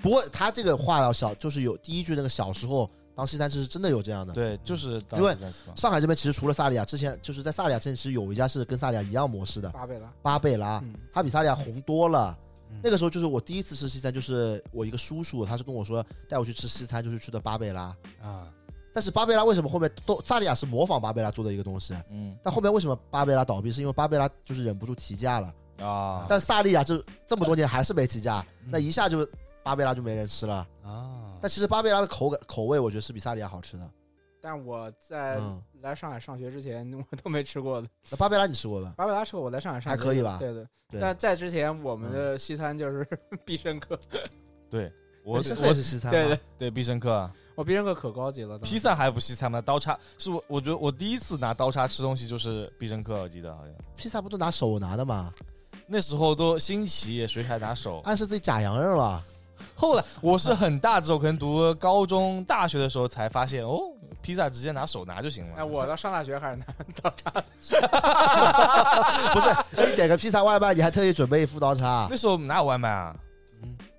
[SPEAKER 1] 不过他这个话要小，就是有第一句那个小时候当西餐吃是真的有这样的。
[SPEAKER 2] 对，就是当
[SPEAKER 1] 因为
[SPEAKER 2] 时在吃饭
[SPEAKER 1] 上海这边其实除了萨莉亚，之前就是在萨莉亚之前，其实有一家是跟萨莉亚一样模式的
[SPEAKER 4] 八倍了。
[SPEAKER 1] 巴贝拉，
[SPEAKER 4] 嗯，
[SPEAKER 1] 它比萨利亚红多了，那个时候就是我第一次吃西餐，就是我一个叔叔，他是跟我说带我去吃西餐，就是去的巴贝拉。
[SPEAKER 3] 啊，
[SPEAKER 1] 但是巴贝拉为什么后面都萨利亚是模仿巴贝拉做的一个东西？
[SPEAKER 2] 嗯
[SPEAKER 1] 但后面为什么巴贝拉倒闭？是因为巴贝拉就是忍不住提价了。
[SPEAKER 2] 啊，
[SPEAKER 1] 但萨利亚这这么多年还是没提价，那一下就巴贝拉就没人吃了。
[SPEAKER 2] 嗯
[SPEAKER 3] 啊，
[SPEAKER 1] 但其实巴贝拉的口感口味，我觉得是比萨利亚好吃的。
[SPEAKER 4] 但我在
[SPEAKER 1] 嗯
[SPEAKER 4] 来上海上学之前， 我都没吃过的。
[SPEAKER 1] 那巴贝拉你吃过吧？
[SPEAKER 4] 巴贝拉吃过，我来上海上
[SPEAKER 1] 还
[SPEAKER 4] 学
[SPEAKER 1] 可以吧
[SPEAKER 4] 对的。
[SPEAKER 1] 对，嗯
[SPEAKER 4] 但在之前，我们的西餐就是 必胜客。
[SPEAKER 2] 我
[SPEAKER 1] 是
[SPEAKER 2] 我
[SPEAKER 1] 是西餐
[SPEAKER 4] 对
[SPEAKER 1] 吗
[SPEAKER 4] 的，，
[SPEAKER 2] 对必胜客啊，
[SPEAKER 4] 我必胜客可高级了。当时
[SPEAKER 2] 披萨还不西餐吗？刀叉是我，我觉得我第一次拿刀叉吃东西就是必胜客，我记得好像
[SPEAKER 1] 披萨不都拿手拿的吗？
[SPEAKER 2] 那时候都新奇，谁还拿手？
[SPEAKER 1] 暗示自己假洋人了。
[SPEAKER 2] 后来我是很大之后，可能读高中、大学的时候才发现，哦，披萨直接拿手拿就行了。
[SPEAKER 4] 哎，我到上大学开始拿刀叉，
[SPEAKER 1] 不是，那你点个披萨外卖，你还特意准备一副刀叉
[SPEAKER 2] 那时候哪有外卖啊？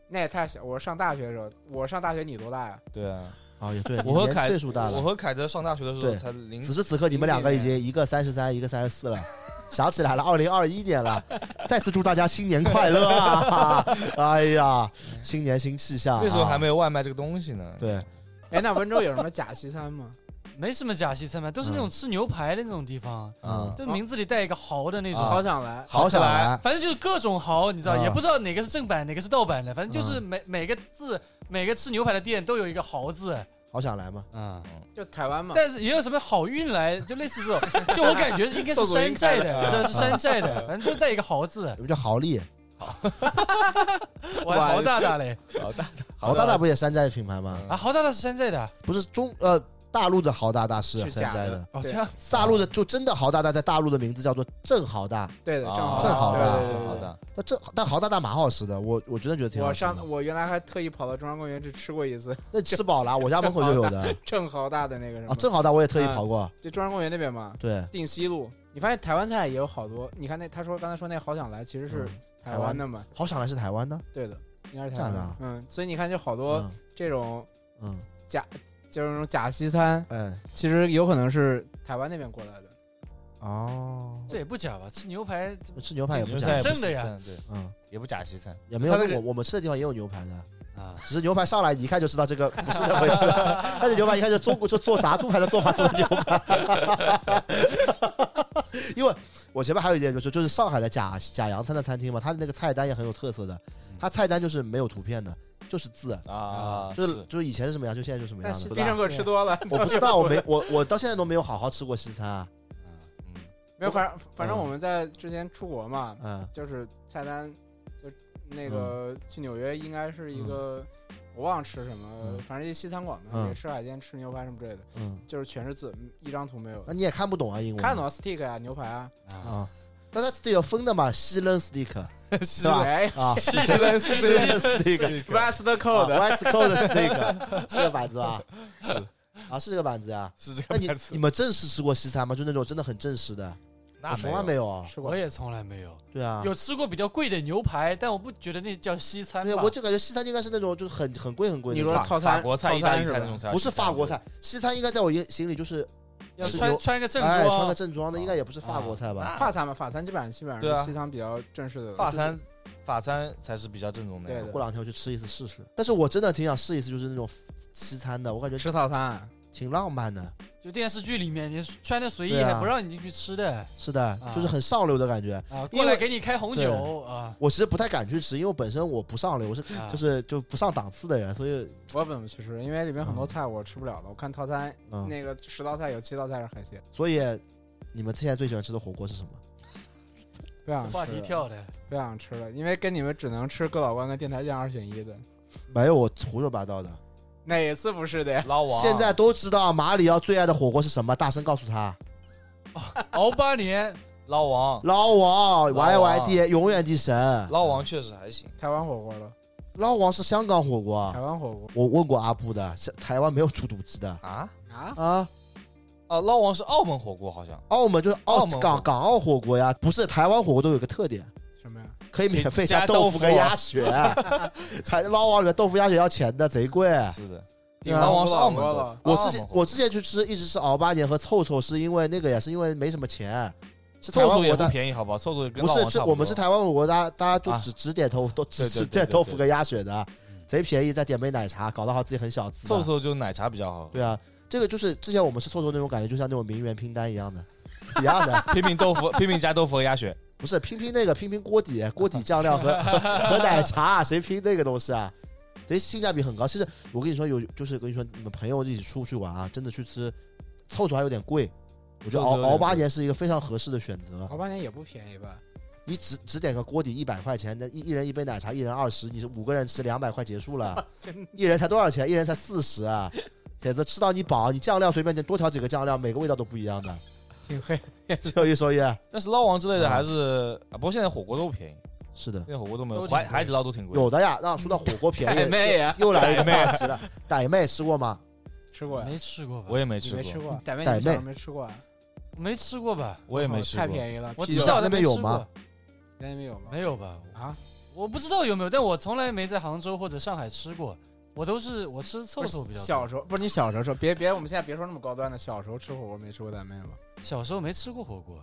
[SPEAKER 4] 那也太小。我上大学的时候，我上大学你多大呀？
[SPEAKER 2] 对啊，
[SPEAKER 1] 啊？也对，
[SPEAKER 2] 我和
[SPEAKER 1] 你年
[SPEAKER 2] 凯
[SPEAKER 1] 岁数大
[SPEAKER 2] 我
[SPEAKER 1] 了。
[SPEAKER 2] 和凯德上大学的时候
[SPEAKER 1] 对
[SPEAKER 2] 才零
[SPEAKER 1] 此时此刻，你们两个已经一个三十三，一个三十四了。想起来了，二零二一年了，再次祝大家新年快乐啊！ 哎呀，新年新气象啊、
[SPEAKER 2] 那时候还没有外卖这个东西呢。
[SPEAKER 1] 对，
[SPEAKER 4] 哎，那温州有什么假西餐吗？
[SPEAKER 3] 没什么假西餐吧，都是那种吃牛排的那种地方，
[SPEAKER 1] 嗯，
[SPEAKER 3] 就名字里带一个蚝的那
[SPEAKER 1] 啊
[SPEAKER 3] 种，
[SPEAKER 4] 好想来，
[SPEAKER 1] 好想
[SPEAKER 2] 好起
[SPEAKER 1] 来，
[SPEAKER 3] 反正就是各种蚝，你知道，
[SPEAKER 1] 啊
[SPEAKER 3] 也不知道哪个是正版，哪个是盗版的，反正就是每每个字，每个吃牛排的店都有一个蚝字，
[SPEAKER 1] 好想来嘛。
[SPEAKER 3] 嗯，
[SPEAKER 4] 就台湾嘛。
[SPEAKER 3] 但是也有什么好运来，就类似这种，就我感觉应该是山寨的，对，是山寨的，反正就带一个蚝字
[SPEAKER 1] 有，个叫豪利，
[SPEAKER 3] 我还
[SPEAKER 4] 哇
[SPEAKER 3] 豪大大嘞，
[SPEAKER 2] 好嗯大
[SPEAKER 1] 豪大大不也山寨品牌吗？
[SPEAKER 3] 啊，豪大大是山寨的啊，
[SPEAKER 1] 不是中呃大陆的豪大大是
[SPEAKER 4] 是
[SPEAKER 1] 山
[SPEAKER 4] 假
[SPEAKER 1] 寨
[SPEAKER 4] 的
[SPEAKER 1] 的，
[SPEAKER 3] 哦
[SPEAKER 4] 对
[SPEAKER 3] 这样，
[SPEAKER 1] 大陆的就真的豪大大在大陆的名字叫做正豪大，
[SPEAKER 4] 对的，正好
[SPEAKER 1] 啊正好
[SPEAKER 4] 对
[SPEAKER 1] 的
[SPEAKER 4] 对
[SPEAKER 2] 哦
[SPEAKER 4] 对
[SPEAKER 2] 正
[SPEAKER 4] 对
[SPEAKER 2] 好
[SPEAKER 4] 对
[SPEAKER 2] 的。嗯
[SPEAKER 1] 那正但豪大大蛮好吃的，我我真的觉得挺好
[SPEAKER 4] 我
[SPEAKER 1] 吃的
[SPEAKER 4] 上。我原来还特意跑到中央公园去吃过一次
[SPEAKER 1] 那吃饱 了，我家门口就有的
[SPEAKER 4] 正好大的那个什
[SPEAKER 1] 啊，
[SPEAKER 4] 么，
[SPEAKER 1] 正好大我也特意
[SPEAKER 2] 嗯
[SPEAKER 1] 跑过，
[SPEAKER 4] 就中央公园那边嘛，
[SPEAKER 1] 对，
[SPEAKER 4] 定西路。你发现台湾菜也有好多，你看那他说刚才说那好想来，其实是
[SPEAKER 1] 嗯
[SPEAKER 4] 台湾的嘛，
[SPEAKER 1] 好想来是台湾的，
[SPEAKER 4] 对的，应该是
[SPEAKER 1] 这
[SPEAKER 4] 台
[SPEAKER 1] 样
[SPEAKER 4] 湾
[SPEAKER 1] 的
[SPEAKER 4] 的
[SPEAKER 1] 啊。
[SPEAKER 4] 嗯，所以你看就好多
[SPEAKER 1] 嗯
[SPEAKER 4] 这种
[SPEAKER 1] 嗯，
[SPEAKER 4] 就是那种假西餐，
[SPEAKER 1] 哎，
[SPEAKER 4] 其实有可能是台湾那边过来的。
[SPEAKER 1] 哦，
[SPEAKER 3] 这也不假吧，吃牛排这
[SPEAKER 1] 吃牛排哎也不
[SPEAKER 2] 牛
[SPEAKER 1] 假
[SPEAKER 2] 排也，不
[SPEAKER 3] 正的呀
[SPEAKER 2] 西餐，对，
[SPEAKER 1] 嗯，
[SPEAKER 2] 也不假西餐。
[SPEAKER 1] 也没有，
[SPEAKER 2] 他那个
[SPEAKER 1] 我我们吃的地方也有牛排的，
[SPEAKER 3] 啊，
[SPEAKER 1] 只是牛排上来你一看就知道这个 不是那回 事，而且牛排一看就中国就做炸猪排的做法做的牛排， 因为我前面还有一点就是就是上海的假假洋餐的餐厅嘛，它的那个菜单也很有特色的，它菜单就是没有图片的，就是字。
[SPEAKER 2] 嗯啊，
[SPEAKER 1] 就是就是以前是什么样，就现在就什么
[SPEAKER 4] 但
[SPEAKER 1] 样
[SPEAKER 4] 是
[SPEAKER 1] 的。
[SPEAKER 4] 必胜客吃多了，
[SPEAKER 1] 我不知道，我没 我我到现在都没有好好吃过西餐啊。
[SPEAKER 2] 嗯
[SPEAKER 4] 没有，反正反正
[SPEAKER 1] 嗯
[SPEAKER 4] 我们在之前出国嘛，
[SPEAKER 1] 嗯
[SPEAKER 4] 就是菜单，就
[SPEAKER 2] 嗯
[SPEAKER 4] 那个去纽约应该是一个，我忘了吃什么
[SPEAKER 1] 嗯，
[SPEAKER 4] 反正一西餐馆嘛，
[SPEAKER 1] 嗯
[SPEAKER 4] 也吃海鲜、吃牛排什么之类的，
[SPEAKER 1] 嗯，
[SPEAKER 4] 就是全是字，一张图没有
[SPEAKER 1] 那。你也看不懂啊，英文。
[SPEAKER 4] 看到 steak 啊，牛排啊，
[SPEAKER 1] 啊。那它这有分的嘛？西冷 steak 是吧？
[SPEAKER 4] 哎
[SPEAKER 1] 啊，
[SPEAKER 2] 嗯
[SPEAKER 1] 西
[SPEAKER 4] 冷
[SPEAKER 1] 冷 steak
[SPEAKER 4] ，West
[SPEAKER 1] 啊
[SPEAKER 4] Coast，
[SPEAKER 1] ，West Coast steak 是这个板子吧？是啊，是这个板子呀。
[SPEAKER 2] 是这
[SPEAKER 1] 那
[SPEAKER 2] 个
[SPEAKER 1] 你
[SPEAKER 2] 牌子
[SPEAKER 1] 你。们正式吃过西餐吗？就那种真的很正式的，
[SPEAKER 2] 那
[SPEAKER 1] 我从来没有。啊
[SPEAKER 4] 吃
[SPEAKER 3] 我
[SPEAKER 4] 过，
[SPEAKER 3] 也从来没有，
[SPEAKER 1] 对啊，
[SPEAKER 3] 有吃过比较贵的牛排，但我不觉得那叫西餐
[SPEAKER 1] 对，
[SPEAKER 3] 吧
[SPEAKER 1] 我，就感觉西餐应该是那种就是很很贵很贵的
[SPEAKER 4] 你
[SPEAKER 1] 那
[SPEAKER 4] 说
[SPEAKER 1] 种，
[SPEAKER 4] 套餐
[SPEAKER 2] 法国菜、
[SPEAKER 4] 套
[SPEAKER 2] 意大
[SPEAKER 4] 餐
[SPEAKER 2] 利
[SPEAKER 4] 是
[SPEAKER 2] 菜
[SPEAKER 4] 吧
[SPEAKER 2] 那种菜，
[SPEAKER 1] 不是法国菜，西餐应该在我眼心里就是
[SPEAKER 3] 要
[SPEAKER 1] 是
[SPEAKER 3] 穿
[SPEAKER 1] 有
[SPEAKER 3] 穿个正啊
[SPEAKER 1] 哎穿个
[SPEAKER 3] 装，
[SPEAKER 1] 正装的，应该也不是法国菜吧？
[SPEAKER 2] 那
[SPEAKER 4] 法餐嘛，法餐基本上基本
[SPEAKER 2] 对
[SPEAKER 4] 上
[SPEAKER 2] 啊
[SPEAKER 4] 是西餐比较正式的，
[SPEAKER 2] 法餐，法餐才是比较正宗的呀。
[SPEAKER 4] 对的
[SPEAKER 1] 过两天我去吃一次试试。但是我真的挺想试一次，就是那种西餐的，我感觉
[SPEAKER 4] 吃套餐啊，
[SPEAKER 1] 挺浪漫的。
[SPEAKER 3] 就电视剧里面你穿的随意，
[SPEAKER 1] 对啊
[SPEAKER 3] 还不让你进去吃的
[SPEAKER 1] 是的，就是很上流的感觉。
[SPEAKER 3] 啊，
[SPEAKER 1] 因为
[SPEAKER 3] 过来给你开红酒啊，
[SPEAKER 1] 我其实不太敢去吃，因为我本身我不上流，我是
[SPEAKER 3] 啊
[SPEAKER 1] 就是就不上档次的人，所以
[SPEAKER 4] 我怎么去吃？因为里面很多
[SPEAKER 1] 嗯
[SPEAKER 4] 菜我吃不了的，我看套餐
[SPEAKER 1] 嗯，
[SPEAKER 4] 那个十道菜有七道菜是海鲜，
[SPEAKER 1] 所以你们现在最喜欢吃的火锅是什么？
[SPEAKER 4] 不想
[SPEAKER 3] 这话
[SPEAKER 4] 吃
[SPEAKER 3] 题
[SPEAKER 4] 了
[SPEAKER 3] 跳的，
[SPEAKER 4] 不想吃了，因为跟你们只能吃哥老关跟电台酱二选一的，
[SPEAKER 1] 没有，我胡说八道的。
[SPEAKER 4] 哪次不是的呀？
[SPEAKER 2] 捞王啊
[SPEAKER 1] 现在都知道马里奥最爱的火锅是什么，大声告诉他。
[SPEAKER 3] 熬八 年，
[SPEAKER 2] 捞王，
[SPEAKER 1] 捞王
[SPEAKER 2] 哦捞王
[SPEAKER 1] YYD 永远的神，
[SPEAKER 2] 捞王确实还行。
[SPEAKER 4] 台湾火锅了，
[SPEAKER 1] 捞王是香港火锅
[SPEAKER 4] 台
[SPEAKER 1] 啊。
[SPEAKER 4] 湾火锅
[SPEAKER 1] 我问过阿布的，是台湾没有猪肚鸡的
[SPEAKER 2] 啊
[SPEAKER 4] 啊，
[SPEAKER 1] 啊。
[SPEAKER 2] 啊！捞王是澳门火锅，好像
[SPEAKER 1] 澳门就是澳
[SPEAKER 2] 澳门火
[SPEAKER 1] 港
[SPEAKER 2] 锅
[SPEAKER 1] 港澳火锅呀，不是台湾火锅都有一个特点，
[SPEAKER 4] 什么呀？
[SPEAKER 1] 可以免费
[SPEAKER 2] 加
[SPEAKER 1] 加
[SPEAKER 2] 豆
[SPEAKER 1] 豆
[SPEAKER 2] 腐啊
[SPEAKER 1] 腐跟鸭血，啊 还捞王里面豆腐鸭血要钱的，贼贵。
[SPEAKER 2] 是的。
[SPEAKER 1] 对啊
[SPEAKER 2] 捞王是澳门
[SPEAKER 4] 锅
[SPEAKER 2] 的
[SPEAKER 4] 了，
[SPEAKER 1] 我
[SPEAKER 2] 澳
[SPEAKER 1] 之
[SPEAKER 2] 门
[SPEAKER 1] 前
[SPEAKER 2] 火锅
[SPEAKER 1] 我之前去吃一直吃熬八年和臭臭，是因为那个也是因为没什么钱，是台
[SPEAKER 2] 凑
[SPEAKER 1] 湾
[SPEAKER 2] 合
[SPEAKER 1] 火
[SPEAKER 2] 也
[SPEAKER 1] 锅
[SPEAKER 2] 不
[SPEAKER 1] 大。
[SPEAKER 2] 便宜，好吧？凑合
[SPEAKER 1] 不
[SPEAKER 2] 跟辣
[SPEAKER 1] 是，
[SPEAKER 2] 王
[SPEAKER 1] 这
[SPEAKER 2] 差
[SPEAKER 1] 我们是
[SPEAKER 2] 多
[SPEAKER 1] 台湾火锅，大家大家就
[SPEAKER 2] 啊
[SPEAKER 1] 只只点头都只
[SPEAKER 2] 对对
[SPEAKER 1] 只
[SPEAKER 2] 对
[SPEAKER 1] 点
[SPEAKER 2] 对
[SPEAKER 1] 豆腐
[SPEAKER 2] 对
[SPEAKER 1] 跟鸭血的
[SPEAKER 3] 嗯，
[SPEAKER 1] 贼便宜，再点杯奶茶，搞得好像自己很小资
[SPEAKER 2] 凑
[SPEAKER 1] 的。
[SPEAKER 2] 凑就奶茶比较好，
[SPEAKER 1] 对啊，这个就是之前我们是凑凑那种感觉，就像那种名媛拼单一样的，一样的。
[SPEAKER 2] 拼拼豆腐，拼拼加豆腐和鸭血，
[SPEAKER 1] 不是拼拼那个拼拼锅底、锅底酱料 和和和奶茶，谁拼那个东西啊？谁性价比很高？其实我跟你说，有就是跟你说，你们朋友一起出去玩啊，真的去吃，凑凑还有点贵。我觉得
[SPEAKER 2] 凑
[SPEAKER 1] 熬
[SPEAKER 2] 凑有点
[SPEAKER 1] 熬八
[SPEAKER 2] 贵
[SPEAKER 1] 年是一个非常合适的选择。
[SPEAKER 4] 哦老半年也不便宜吧？
[SPEAKER 1] 你只只点个锅底一百块钱，那一一人一杯奶茶，一人二十，你是五个人吃两百块结束 了，一人才多少钱？一人才四十啊！铁子吃到你饱，你酱料随便点，多调几个酱料，每个味道都不一样的，
[SPEAKER 4] 挺会
[SPEAKER 1] 有一说一。
[SPEAKER 2] 但是捞王之类的
[SPEAKER 1] 嗯
[SPEAKER 2] 还是，啊不过现在火锅都便宜，
[SPEAKER 1] 是的，
[SPEAKER 2] 现在火锅都没有，
[SPEAKER 3] 都挺
[SPEAKER 2] 海
[SPEAKER 3] 贵
[SPEAKER 2] 海底捞都挺贵。
[SPEAKER 1] 有的呀。那说到火锅便宜，
[SPEAKER 4] 妹呀，
[SPEAKER 1] 又来一个话题了。傣妹吃过吗？
[SPEAKER 4] 吃过呀？
[SPEAKER 3] 没吃过吧？
[SPEAKER 2] 我也没
[SPEAKER 4] 你
[SPEAKER 2] 吃
[SPEAKER 4] 没
[SPEAKER 2] 过，
[SPEAKER 4] 吃过，啊傣妹
[SPEAKER 1] 傣
[SPEAKER 4] 你们小时
[SPEAKER 1] 妹
[SPEAKER 4] 候没吃过啊？
[SPEAKER 3] 没吃过吧？
[SPEAKER 2] 我也没吃
[SPEAKER 4] 太
[SPEAKER 2] 过。
[SPEAKER 4] 便宜了，
[SPEAKER 3] 我
[SPEAKER 1] 披
[SPEAKER 3] 知
[SPEAKER 1] 萨
[SPEAKER 3] 道
[SPEAKER 1] 那
[SPEAKER 3] 但没
[SPEAKER 1] 边
[SPEAKER 3] 吃
[SPEAKER 1] 有吗
[SPEAKER 3] 过？
[SPEAKER 4] 那边有吗？
[SPEAKER 3] 没有吧？
[SPEAKER 4] 啊，
[SPEAKER 3] 我不知道有没有，但我从来没在杭州或者上海吃过，我都是我吃
[SPEAKER 4] 不
[SPEAKER 3] 凑
[SPEAKER 4] 是
[SPEAKER 3] 凑比较多。
[SPEAKER 4] 小时候不是你小时候说，别别，我们现在别说那么高端的，小时候吃火锅没吃过傣妹吗？
[SPEAKER 3] 小时候没吃过火锅，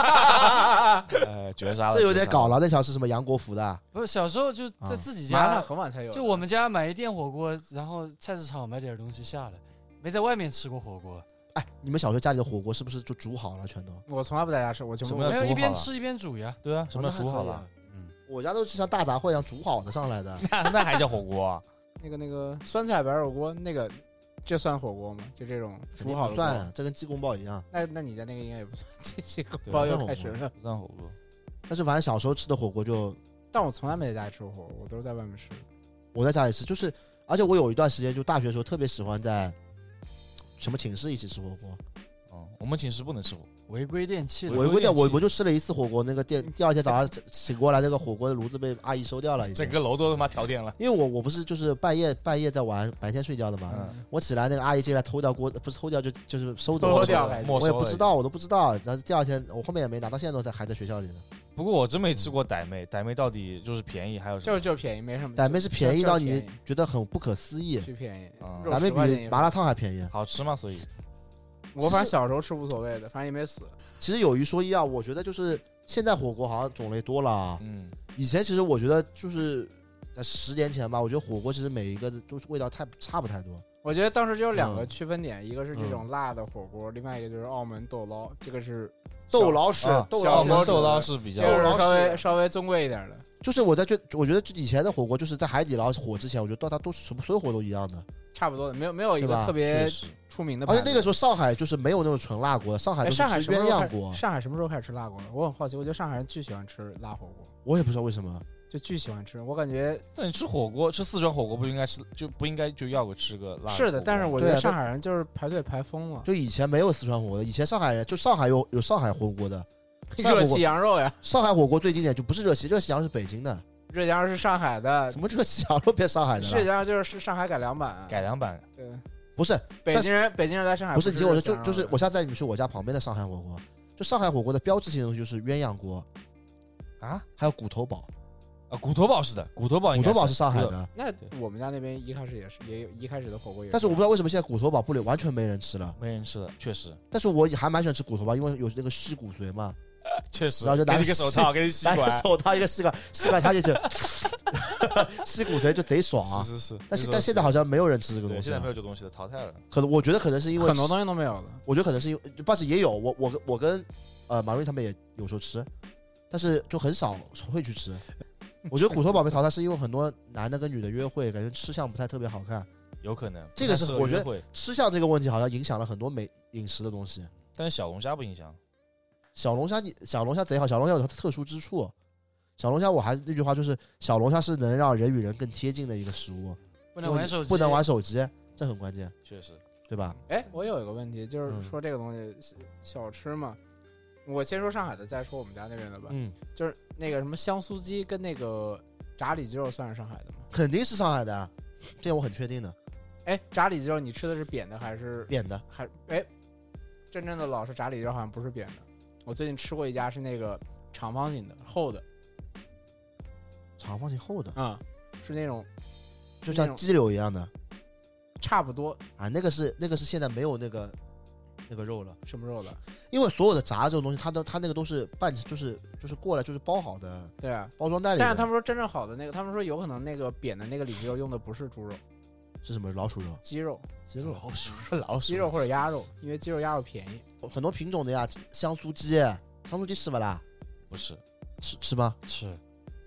[SPEAKER 2] 呃，绝杀 了，
[SPEAKER 1] 这有点
[SPEAKER 2] 绝杀
[SPEAKER 1] 搞。了。那小是什么杨国福的啊？
[SPEAKER 3] 不是小时候就
[SPEAKER 1] 啊
[SPEAKER 3] 在自己
[SPEAKER 4] 麻辣
[SPEAKER 3] 家，
[SPEAKER 4] 很晚才有的，
[SPEAKER 3] 就我们家买一店火锅，然后菜市场买点东西下来，没在外面吃过火锅，
[SPEAKER 1] 哎，你们小时候家里的火锅是不是就煮好了全都？
[SPEAKER 4] 我从来不在家吃，我全
[SPEAKER 2] 什
[SPEAKER 4] 部
[SPEAKER 2] 么那
[SPEAKER 3] 没有
[SPEAKER 2] 煮
[SPEAKER 3] 一边
[SPEAKER 2] 好了
[SPEAKER 3] 吃一边煮呀。
[SPEAKER 2] 对啊，什么
[SPEAKER 1] 哦那还
[SPEAKER 2] 煮好
[SPEAKER 1] 可以
[SPEAKER 2] 了
[SPEAKER 1] 啊？
[SPEAKER 3] 嗯，
[SPEAKER 1] 我家都是像大杂烩一样煮好的上来的。
[SPEAKER 2] 那那还叫火锅啊？
[SPEAKER 4] 那个那个酸菜白肉锅，那个这算火锅吗？就这种煮好
[SPEAKER 1] 不
[SPEAKER 4] 的锅
[SPEAKER 1] 算，这跟鸡公煲一样。
[SPEAKER 4] 那那你家那个应该也不算，这这个
[SPEAKER 2] 对
[SPEAKER 4] 包
[SPEAKER 1] 那
[SPEAKER 4] 又
[SPEAKER 1] 种
[SPEAKER 4] 开
[SPEAKER 1] 吗
[SPEAKER 4] 始了。
[SPEAKER 2] 不算火锅。
[SPEAKER 1] 但是反正小时候吃的火锅就
[SPEAKER 4] 但我从来没在家吃过火锅，我都是在外面吃的。
[SPEAKER 1] 我在家里吃，就是而且我有一段时间就大学的时候特别喜欢在什么寝室一起吃火锅。
[SPEAKER 2] 嗯，我们寝室不能吃火锅。
[SPEAKER 3] 违规电器
[SPEAKER 2] 违
[SPEAKER 1] 我
[SPEAKER 2] 规
[SPEAKER 3] 了。
[SPEAKER 1] 我
[SPEAKER 2] 电器
[SPEAKER 1] 我我就吃了一次火锅，那个店第二天早上醒过来，那个火锅的炉子被阿姨收掉了已经
[SPEAKER 2] 整。个楼都他妈跳电了。
[SPEAKER 1] 因为我我不是就是半夜半夜在玩，白天睡觉的嘛。
[SPEAKER 2] 嗯，
[SPEAKER 1] 我起来，那个阿姨进来偷掉锅，不是偷掉就就是收走
[SPEAKER 4] 偷
[SPEAKER 1] 了
[SPEAKER 4] 掉
[SPEAKER 1] 我
[SPEAKER 4] 还是
[SPEAKER 2] 没
[SPEAKER 1] 我
[SPEAKER 2] 收
[SPEAKER 1] 也
[SPEAKER 2] 了
[SPEAKER 1] 不知。道，我都不知道。然后第二天我后面也没拿，到现在都在还在学校里呢。
[SPEAKER 2] 不过我真没吃过傣妹，傣妹到底就是便宜，还有什
[SPEAKER 4] 就
[SPEAKER 2] 么
[SPEAKER 4] 是？就是便宜，没什么。
[SPEAKER 1] 傣妹是便宜到
[SPEAKER 4] 就
[SPEAKER 1] 你觉得很不可思议，
[SPEAKER 4] 巨便宜
[SPEAKER 2] 嗯，
[SPEAKER 4] 肉
[SPEAKER 1] 傣妹
[SPEAKER 4] 10块钱一
[SPEAKER 1] 比
[SPEAKER 4] 份
[SPEAKER 1] 麻辣烫还便宜。
[SPEAKER 2] 好吃吗？所以
[SPEAKER 4] 我反正小时候吃无所谓的，反正也没死。
[SPEAKER 1] 其实有一说一啊，我觉得就是现在火锅好像种类多了啊。
[SPEAKER 2] 嗯，
[SPEAKER 1] 以前其实我觉得就是在十年前吧，我觉得火锅其实每一个都是味道太差不太多。
[SPEAKER 4] 我觉得当时就有两个
[SPEAKER 1] 嗯
[SPEAKER 4] 区分点，一个是这种辣的火锅，另外一个就是澳门豆捞，这个是
[SPEAKER 1] 豆
[SPEAKER 4] 小，
[SPEAKER 1] 老屎
[SPEAKER 2] 啊，
[SPEAKER 1] 豆
[SPEAKER 2] 小
[SPEAKER 1] 老
[SPEAKER 4] 小
[SPEAKER 1] 屎
[SPEAKER 4] 猫
[SPEAKER 2] 魔豆捞是比
[SPEAKER 4] 这
[SPEAKER 2] 较
[SPEAKER 1] 豆
[SPEAKER 4] 个
[SPEAKER 1] 捞
[SPEAKER 4] 是
[SPEAKER 1] 是
[SPEAKER 4] 稍微稍微尊贵一点的。
[SPEAKER 1] 就是我在觉，我觉得以前的火锅就是在海底捞火之前，我觉得到它都是什么所有火锅都一样的。
[SPEAKER 4] 差不多的，没有没有一
[SPEAKER 1] 对吧
[SPEAKER 4] 个特别
[SPEAKER 2] 确实
[SPEAKER 4] 出名的牌
[SPEAKER 1] 而
[SPEAKER 4] 子。
[SPEAKER 1] 且那个时候上海就是没有那种纯辣锅，上海
[SPEAKER 4] 哎，
[SPEAKER 1] 都是
[SPEAKER 4] 上海
[SPEAKER 1] 吃
[SPEAKER 4] 什么
[SPEAKER 1] 鸳
[SPEAKER 4] 时候
[SPEAKER 1] 鸯
[SPEAKER 4] 开
[SPEAKER 1] 锅。
[SPEAKER 4] 上海什么时候开始吃辣锅的？我很好奇，我觉得上海人巨喜欢吃辣火锅，
[SPEAKER 1] 我也不知道为什么，
[SPEAKER 4] 就巨喜欢吃。我感觉
[SPEAKER 2] 那你吃火锅，吃四川火锅不应该吃，就不应该就要个吃个辣火锅。
[SPEAKER 4] 是的，但是我觉
[SPEAKER 1] 对
[SPEAKER 4] 得
[SPEAKER 1] 啊
[SPEAKER 4] 上
[SPEAKER 1] 但
[SPEAKER 4] 海人就是排队排疯了，
[SPEAKER 1] 就以前没有四川火锅，以前上海人就上海有有上海火锅 的，上海
[SPEAKER 4] 热啊
[SPEAKER 1] 火锅
[SPEAKER 4] 气羊肉呀，
[SPEAKER 1] 上海火锅最经典就不是热气，热气羊肉是北京的，
[SPEAKER 4] 热气羊肉是上海的
[SPEAKER 1] 什，么热气羊肉变上海的
[SPEAKER 4] 热气
[SPEAKER 1] 了？
[SPEAKER 4] 羊肉就是上海改良版。
[SPEAKER 2] 改良版
[SPEAKER 4] 对，
[SPEAKER 1] 不是，
[SPEAKER 4] 北
[SPEAKER 1] 但是
[SPEAKER 4] 京人北京人在上海
[SPEAKER 1] 不是，你
[SPEAKER 4] 吃
[SPEAKER 1] 听我说，
[SPEAKER 4] 热气
[SPEAKER 1] 就
[SPEAKER 4] 羊啊
[SPEAKER 1] 就是
[SPEAKER 4] 肉的
[SPEAKER 1] 我下次带你们去我家旁边的上海火锅，就上海火锅的标志性的东西就是鸳鸯锅，
[SPEAKER 2] 啊
[SPEAKER 1] 还有骨头堡。
[SPEAKER 2] 啊，骨头堡是的，骨头堡
[SPEAKER 1] 骨
[SPEAKER 2] 哦应该
[SPEAKER 1] 头堡是上海
[SPEAKER 2] 骨
[SPEAKER 1] 的，
[SPEAKER 4] 那我们家那边一开始也是也有一开始的火锅也有，
[SPEAKER 1] 但是我不知道为什么现在骨头堡不流，完全没人吃了。
[SPEAKER 2] 头没人吃的，确 实
[SPEAKER 1] 但是我也还蛮喜欢吃骨头堡，因为有那个吸骨髓 嘛，
[SPEAKER 2] 确实。
[SPEAKER 1] 然后就拿
[SPEAKER 2] 给你
[SPEAKER 1] 个
[SPEAKER 2] 个手套，给你吸
[SPEAKER 1] 拿个
[SPEAKER 2] 管。
[SPEAKER 1] 手套一个吸管，吸管插进去， 吸骨髓就贼爽啊。
[SPEAKER 2] 是是是，
[SPEAKER 1] 但是
[SPEAKER 2] 那时候
[SPEAKER 1] 但现在好像没有人吃这个
[SPEAKER 2] 对
[SPEAKER 1] 东西啊
[SPEAKER 2] 现在
[SPEAKER 1] 了
[SPEAKER 2] 没，有这东西了，淘汰了。
[SPEAKER 1] 可能我觉得可能是因为哎
[SPEAKER 4] 很多东西都没有了。
[SPEAKER 1] 我觉得可能是因为，但是也有我我跟我跟呃马瑞他们也有时候吃，但是就很少会去 吃。我觉得骨头堡被淘汰是因为很多男的跟女的约会，感觉吃相不太特别好看。
[SPEAKER 2] 有可能，
[SPEAKER 1] 这个是
[SPEAKER 2] 不太适合
[SPEAKER 1] 我觉得
[SPEAKER 2] 约会，
[SPEAKER 1] 吃相这个问题好像影响了很多美饮食的东西。
[SPEAKER 2] 但是小龙虾不影响。
[SPEAKER 1] 小龙虾你，小龙虾贼好，小龙虾有它的特殊之处。小龙虾，我还是那句话，就是小龙虾是能让人与人更贴近的一个食物，
[SPEAKER 3] 不能玩手机，
[SPEAKER 1] 不能玩手机，这很关键，
[SPEAKER 2] 确实，
[SPEAKER 1] 对吧？
[SPEAKER 4] 哎，我有一个问题，就是
[SPEAKER 1] 嗯
[SPEAKER 4] 说这个东西小小吃嘛，我先说上海的，再说我们家那边的吧。
[SPEAKER 1] 嗯，
[SPEAKER 4] 就是那个什么香酥鸡跟那个炸里脊肉算是上海的吗？
[SPEAKER 1] 肯定是上海的啊，这点我很确定的。
[SPEAKER 4] 哎，炸里脊肉你吃的是扁的还是
[SPEAKER 1] 扁的，
[SPEAKER 4] 还哎？真正的老式炸里脊肉好像不是扁的。我最近吃过一家是那个长方形的厚的，
[SPEAKER 1] 长方形厚的，
[SPEAKER 4] 嗯，是那种
[SPEAKER 1] 就
[SPEAKER 4] 那
[SPEAKER 1] 像
[SPEAKER 4] 种
[SPEAKER 1] 鸡柳一样的
[SPEAKER 4] 差不多
[SPEAKER 1] 啊。那个是那个是现在没有那个那个肉了，
[SPEAKER 4] 什么肉的？
[SPEAKER 1] 因为所有的炸这种东西，它都它那个都是半就是就是过来就是包好的
[SPEAKER 4] 对啊，
[SPEAKER 1] 包装袋里的，
[SPEAKER 4] 但是他们说真正好的那个，他们说有可能那个扁的那个里脊肉用的不是猪肉，
[SPEAKER 1] 是什么老鼠肉、哦
[SPEAKER 4] 鸡肉、
[SPEAKER 1] 鸡肉，
[SPEAKER 2] 老鼠是老
[SPEAKER 4] 鸡肉，或者鸭肉，因为鸡肉鸭肉便宜。
[SPEAKER 1] 很多品种的呀，香酥鸡，香酥鸡吃不啦？
[SPEAKER 2] 不是
[SPEAKER 1] 吃吃吗？
[SPEAKER 3] 吃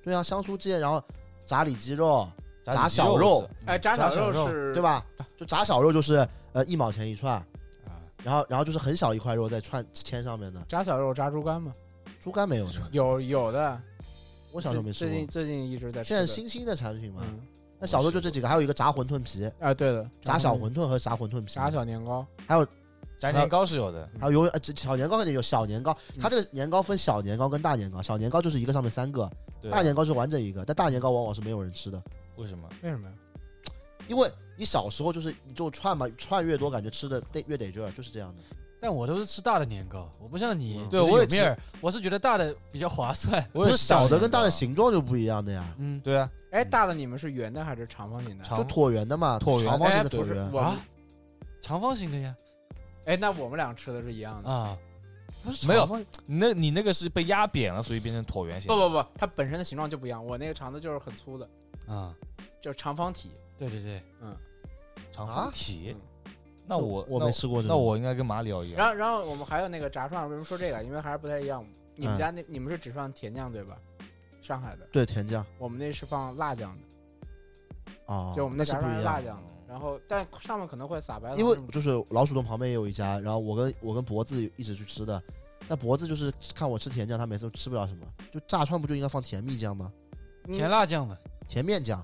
[SPEAKER 1] 对啊，香酥鸡，然后炸里脊肉，
[SPEAKER 4] 嗯
[SPEAKER 1] 炸
[SPEAKER 2] 鸡
[SPEAKER 1] 小肉
[SPEAKER 2] 不是
[SPEAKER 4] 哎，炸
[SPEAKER 3] 炸小
[SPEAKER 4] 小
[SPEAKER 3] 肉
[SPEAKER 4] 是，
[SPEAKER 1] 对？吧？就炸小肉就是呃一毛钱一串，
[SPEAKER 3] 啊，
[SPEAKER 1] 然后然后就是很小一块肉在串签上面的，
[SPEAKER 4] 炸小肉炸猪肝吗？
[SPEAKER 1] 猪肝没有呢，
[SPEAKER 4] 有有的，
[SPEAKER 1] 我小时候没吃
[SPEAKER 4] 最近
[SPEAKER 1] 过。
[SPEAKER 4] 最近一直在吃
[SPEAKER 1] 现在
[SPEAKER 4] 的。
[SPEAKER 1] 新兴的产品嘛，
[SPEAKER 4] 嗯
[SPEAKER 1] 那小时候就这几个，还有一个炸馄饨皮、
[SPEAKER 4] 啊，对的，
[SPEAKER 1] 炸小
[SPEAKER 4] 馄饨
[SPEAKER 1] 馄饨和炸馄饨皮，
[SPEAKER 4] 炸小嗯年糕，
[SPEAKER 2] 炸年糕是有的，
[SPEAKER 1] 还有有呃这小年糕肯定有小年糕，
[SPEAKER 4] 嗯
[SPEAKER 1] 它这个年糕分小年糕跟大年糕，小年糕就是一个上面三个，
[SPEAKER 2] 对
[SPEAKER 4] 啊
[SPEAKER 1] 大年糕是完整一个，但大年糕往往是没有人吃的，
[SPEAKER 2] 为什么？
[SPEAKER 4] 为什么呀？
[SPEAKER 1] 因为你小时候就是你就串嘛，串越多感觉吃的得越得劲儿，就是这样的。
[SPEAKER 3] 但我都是吃大的年糕，我不像你
[SPEAKER 1] 嗯
[SPEAKER 2] 对
[SPEAKER 3] 觉得
[SPEAKER 2] 我也
[SPEAKER 3] 有面儿，我是觉得大的比较划算。
[SPEAKER 2] 我
[SPEAKER 1] 不
[SPEAKER 2] 也
[SPEAKER 1] 是小的跟大的
[SPEAKER 2] 形，
[SPEAKER 1] 形状就不一样的呀，
[SPEAKER 3] 嗯，
[SPEAKER 2] 对啊，
[SPEAKER 4] 哎，大的你们是圆的还是长方形的？
[SPEAKER 2] 长
[SPEAKER 1] 就椭圆的嘛，
[SPEAKER 2] 椭圆
[SPEAKER 1] 长方形
[SPEAKER 4] 哎
[SPEAKER 1] 的
[SPEAKER 4] 不
[SPEAKER 1] 椭
[SPEAKER 4] 是
[SPEAKER 1] 圆，
[SPEAKER 4] 我们
[SPEAKER 3] 啊，长方形的呀
[SPEAKER 4] 哎，那我们俩吃的是一样的。
[SPEAKER 3] 啊，
[SPEAKER 1] 不是
[SPEAKER 2] 没有
[SPEAKER 1] 长方
[SPEAKER 2] 你那你那个是被压扁了，所以变成椭圆形
[SPEAKER 4] 不。
[SPEAKER 1] 哦
[SPEAKER 4] 不不，它本身的形状就不一样。我那个长的就是很粗的，
[SPEAKER 3] 啊，
[SPEAKER 4] 就是长方体。
[SPEAKER 3] 对对对，
[SPEAKER 2] 长
[SPEAKER 1] 啊
[SPEAKER 2] 方体
[SPEAKER 4] 嗯。
[SPEAKER 2] 那
[SPEAKER 1] 就
[SPEAKER 2] 我
[SPEAKER 1] 我
[SPEAKER 2] 那
[SPEAKER 1] 没吃过这
[SPEAKER 2] 那
[SPEAKER 1] 种，
[SPEAKER 2] 我应该跟马里奥一样
[SPEAKER 4] 然后然后我们还有那个炸串，为什么说这个？因为还是不太一样。你们
[SPEAKER 1] 嗯
[SPEAKER 4] 家那你们是只放甜酱对吧？上海的，
[SPEAKER 1] 对甜酱
[SPEAKER 4] 我们那是放辣酱的，
[SPEAKER 1] 啊，
[SPEAKER 4] 就我们
[SPEAKER 1] 那
[SPEAKER 4] 那
[SPEAKER 1] 是
[SPEAKER 4] 炸
[SPEAKER 1] 不
[SPEAKER 4] 串
[SPEAKER 1] 一
[SPEAKER 4] 是辣
[SPEAKER 1] 样。哦
[SPEAKER 4] 酱的。然后但上面可能会撒白糖什
[SPEAKER 1] 因
[SPEAKER 4] 么
[SPEAKER 1] 为
[SPEAKER 4] 的。
[SPEAKER 1] 就是老鼠洞旁边也有一家，然后我跟我跟脖子一直去吃的，但脖子就是看我吃甜酱，他每次都吃不了什么，就炸串不就应该放甜蜜酱吗？
[SPEAKER 4] 嗯
[SPEAKER 3] 甜辣酱嘛，
[SPEAKER 1] 甜面酱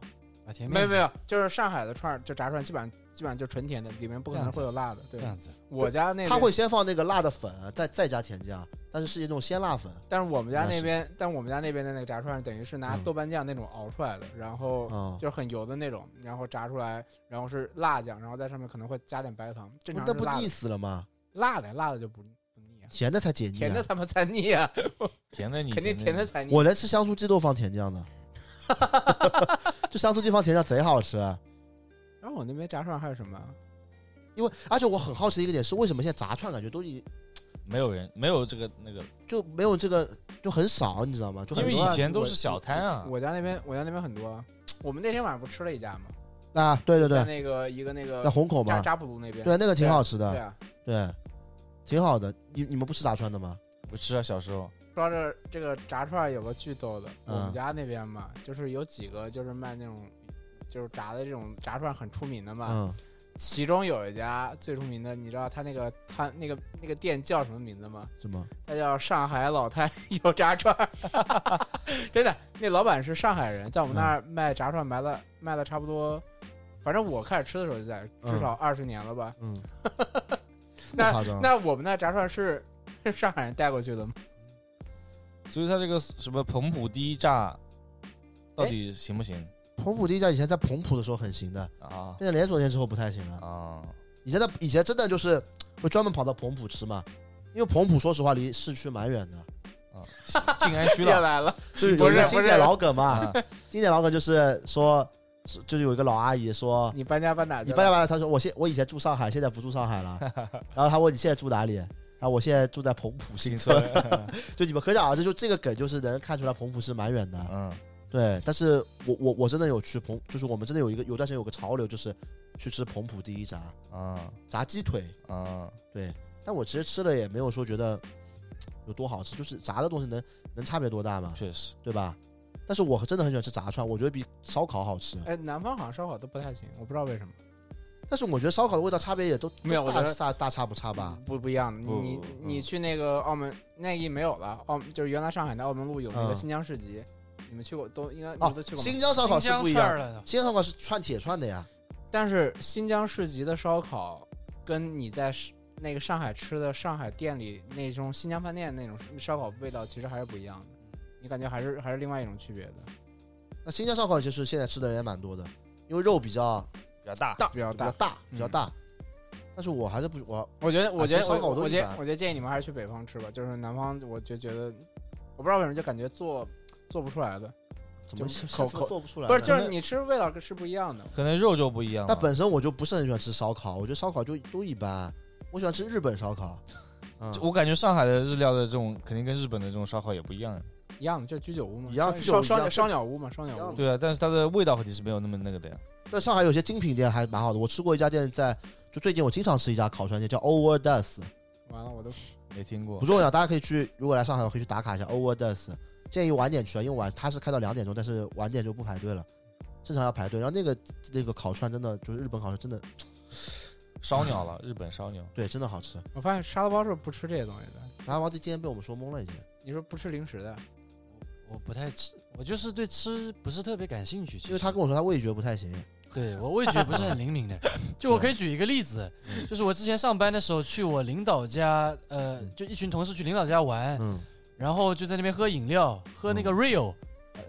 [SPEAKER 3] 啊，甜
[SPEAKER 4] 没
[SPEAKER 3] 面
[SPEAKER 4] 有没有，就是上海的串儿，就炸串，基本上基本上就纯甜的，里面不可能会有辣的。
[SPEAKER 3] 这
[SPEAKER 4] 对，
[SPEAKER 3] 样子，
[SPEAKER 4] 我家那
[SPEAKER 1] 他
[SPEAKER 4] 边
[SPEAKER 1] 会先放那个辣的粉，再再加甜酱，但是是那种鲜辣粉
[SPEAKER 4] 但是我们家
[SPEAKER 1] 那
[SPEAKER 4] 那
[SPEAKER 1] 是
[SPEAKER 4] 边，但我们家那边的那个炸串，等于是拿
[SPEAKER 1] 嗯
[SPEAKER 4] 豆瓣酱那种熬出来的，然后
[SPEAKER 1] 啊。
[SPEAKER 4] 就是很油的那种，然后炸出来，然后是辣酱，然后在上面可能会加点白糖，正常
[SPEAKER 1] 那
[SPEAKER 4] 是
[SPEAKER 1] 不
[SPEAKER 4] 辣
[SPEAKER 1] 腻
[SPEAKER 4] 的，
[SPEAKER 1] 死了吗？
[SPEAKER 4] 辣的辣的就不不腻啊，
[SPEAKER 1] 甜的才解腻、
[SPEAKER 4] 甜的
[SPEAKER 1] 啊。
[SPEAKER 4] 他们才腻啊，
[SPEAKER 2] 甜的你
[SPEAKER 4] 肯定甜的
[SPEAKER 2] 你
[SPEAKER 4] 才腻。
[SPEAKER 1] 我连吃香酥鸡都放甜酱的， 就香酥鸡放甜酱贼好吃。啊
[SPEAKER 4] 然后我那边炸串还有什么啊？
[SPEAKER 1] 因为而且我很好奇的一个点是，为什么现在炸串感觉都已
[SPEAKER 2] 没有人没有这个那个，
[SPEAKER 1] 就没有这个就很少，你知道吗？就
[SPEAKER 2] 因
[SPEAKER 1] 很
[SPEAKER 2] 为
[SPEAKER 1] 多
[SPEAKER 2] 以
[SPEAKER 1] 啊
[SPEAKER 2] 前都是小摊啊。
[SPEAKER 4] 我家那边我家那边很多啊，我们那天晚上不吃了一家吗？
[SPEAKER 1] 啊，对对
[SPEAKER 4] 在
[SPEAKER 1] 对，
[SPEAKER 4] 那个一个那个
[SPEAKER 1] 在虹口
[SPEAKER 4] 扎
[SPEAKER 1] 嘛，
[SPEAKER 4] 扎普路那边，
[SPEAKER 1] 对那个挺好吃的。
[SPEAKER 4] 对啊。
[SPEAKER 1] 对，挺好的。你你们不吃炸串的吗？
[SPEAKER 2] 我吃啊，小时候
[SPEAKER 4] 说到这这个炸串儿有个巨逗的，我
[SPEAKER 1] 嗯
[SPEAKER 4] 们家那边嘛，就是有几个就是卖那种就是炸的这种炸串儿很出名的嘛，
[SPEAKER 1] 嗯，
[SPEAKER 4] 其中有一家最出名的，你知道他那个摊那个那个店叫什么名字吗？
[SPEAKER 1] 什么？
[SPEAKER 4] 它叫上海老太有炸串儿， 真的，那老板是上海人，在我们那儿卖炸串儿卖了卖了差不多。反正我开始吃的时候就在，至少二十年了吧。
[SPEAKER 1] 嗯，这么夸张？
[SPEAKER 4] 那我们那炸串儿是 是上海人带过去的吗？
[SPEAKER 2] 所以它这个什么彭浦第一炸，到
[SPEAKER 1] 哎
[SPEAKER 2] 底行不行
[SPEAKER 1] 彭浦第一家以前在彭浦的时候很行的，
[SPEAKER 2] 啊？
[SPEAKER 1] 现在连锁店之后不太行了。
[SPEAKER 2] 啊，
[SPEAKER 1] 以前在以前真的就是会专门跑到彭浦吃嘛，因为彭浦说实话离市区蛮远的。
[SPEAKER 2] 啊，静安区
[SPEAKER 4] 又
[SPEAKER 2] 了。
[SPEAKER 4] 来了，
[SPEAKER 1] 就是
[SPEAKER 4] 不
[SPEAKER 1] 有
[SPEAKER 4] 是
[SPEAKER 1] 一个
[SPEAKER 4] 不
[SPEAKER 1] 经
[SPEAKER 4] 是
[SPEAKER 1] 典老梗嘛
[SPEAKER 2] 啊，
[SPEAKER 1] 经典老梗就是说，是就是有一个老阿姨说，
[SPEAKER 4] 你搬家搬哪去
[SPEAKER 1] 你
[SPEAKER 4] 了？
[SPEAKER 1] 搬家搬家，她说我现我以前住上海，现在不住上海了。 然后她问你现在住哪里？然后我现在住在彭浦新
[SPEAKER 2] 新
[SPEAKER 1] 村
[SPEAKER 2] 村。，
[SPEAKER 1] 就你们可想而知，就这个梗就是能看出来彭浦是蛮远的。
[SPEAKER 2] 嗯，
[SPEAKER 1] 对，但是我我我真的有去彭，就是我们真的有一个有段时间有个潮流，就是去吃彭浦第一炸
[SPEAKER 2] 啊
[SPEAKER 1] 炸鸡腿。
[SPEAKER 2] 啊，
[SPEAKER 1] 但我其实吃了也没有说觉得有多好吃，就是炸的东西能能差别多大嘛，
[SPEAKER 2] 确实，
[SPEAKER 1] 对吧？但是我真的很喜欢吃炸串，我觉得比烧烤好吃。
[SPEAKER 4] 哎，南方好像烧烤都不太行，我不知道为什么。
[SPEAKER 1] 但是我觉得烧烤的味道差别也都
[SPEAKER 4] 没有
[SPEAKER 1] 都
[SPEAKER 4] 我
[SPEAKER 1] 大
[SPEAKER 4] 觉得嗯
[SPEAKER 1] 大大差不差吧？
[SPEAKER 4] 不不一样的，
[SPEAKER 2] 不
[SPEAKER 4] 你
[SPEAKER 2] 不
[SPEAKER 1] 不嗯
[SPEAKER 4] 你去那个澳门那已经没有了，澳就是原来上海的澳门路有那个
[SPEAKER 1] 嗯
[SPEAKER 4] 新疆市集，你们去过都应该你
[SPEAKER 1] 哦
[SPEAKER 4] 们都去，过吗？
[SPEAKER 1] 新疆烧烤
[SPEAKER 3] 新
[SPEAKER 1] 是
[SPEAKER 3] 疆
[SPEAKER 1] 不一
[SPEAKER 3] 串儿
[SPEAKER 1] 样，
[SPEAKER 3] 了，
[SPEAKER 1] 新疆烧烤是串铁串的呀。
[SPEAKER 4] 但是新疆市集的烧烤跟你在是那个上海吃的上海店里那种新疆饭店那种烧烤味道其实还是不一样的，你感觉还是还是另外一种区别的，
[SPEAKER 1] 那新疆烧烤其实现在吃的人也蛮多的，因为肉比较
[SPEAKER 2] 比较大。
[SPEAKER 4] 大比较
[SPEAKER 1] 啊比较
[SPEAKER 4] 大。
[SPEAKER 1] 大，比较
[SPEAKER 4] 嗯
[SPEAKER 1] 大。但是我还是不我
[SPEAKER 4] 我觉得我
[SPEAKER 1] 啊其
[SPEAKER 4] 觉得
[SPEAKER 1] 实烧烤
[SPEAKER 4] 我
[SPEAKER 1] 我都
[SPEAKER 4] 我
[SPEAKER 1] 一
[SPEAKER 4] 觉得
[SPEAKER 1] 般
[SPEAKER 4] 我觉得建议你们还是去北方吃吧，就是南方我就觉得我不知道为什么就感觉做做不出来的，
[SPEAKER 1] 怎么
[SPEAKER 4] 就
[SPEAKER 1] 下
[SPEAKER 4] 口
[SPEAKER 1] 次
[SPEAKER 4] 口
[SPEAKER 1] 做不出来呢？
[SPEAKER 4] 不是就
[SPEAKER 2] 可
[SPEAKER 4] 是
[SPEAKER 2] 能
[SPEAKER 4] 你吃味道是不一样的。
[SPEAKER 2] 可能肉就不一样了。
[SPEAKER 1] 但本身我就不是很喜欢吃烧烤，我觉得烧烤就都一般。我我喜欢吃日本烧烤，嗯
[SPEAKER 2] 就，我感觉上海的日料的这种肯定跟日本的这种烧烤也不一样，啊
[SPEAKER 4] 一样的，就是居酒屋嘛，
[SPEAKER 1] 一样居酒屋
[SPEAKER 4] 烧
[SPEAKER 1] 一
[SPEAKER 4] 烧
[SPEAKER 1] 样
[SPEAKER 4] 烧鸟屋嘛，烧鸟屋。
[SPEAKER 2] 对啊，但是它的味道肯定是没有那么那个的呀。
[SPEAKER 1] 在上海有些精品店还蛮好的，我吃过一家店在，就最近我经常吃一家烤串店叫 Overdose，
[SPEAKER 4] 完了，我都
[SPEAKER 2] 没听过
[SPEAKER 1] 不，重要，大家可以去，如果来上海的话可以去打卡一下 Overdose，建议晚点去啊，因为晚它是开到两点钟，但是晚点就不排队了，正常要排队。然后那个那个烤串真的就是日本烤串，真的
[SPEAKER 2] 烧鸟了，日本烧鸟。
[SPEAKER 1] 对，真的好吃。
[SPEAKER 4] 我发现沙拉包是不吃这些东西的。
[SPEAKER 1] 然后王子今天被我们说懵了已经，
[SPEAKER 4] 你说不吃零食的，
[SPEAKER 3] 我不太吃，我就是对吃不是特别感兴趣。其
[SPEAKER 1] 因为
[SPEAKER 3] 实
[SPEAKER 1] 他跟我说他味觉不太行，
[SPEAKER 3] 对我味觉不是很灵敏的，就我可以举一个例子，就是我之前上班的时候去我领导家，呃，就一群同事去领导家玩，
[SPEAKER 1] 嗯，
[SPEAKER 3] 然后就在那边喝饮料，喝那个 Rio。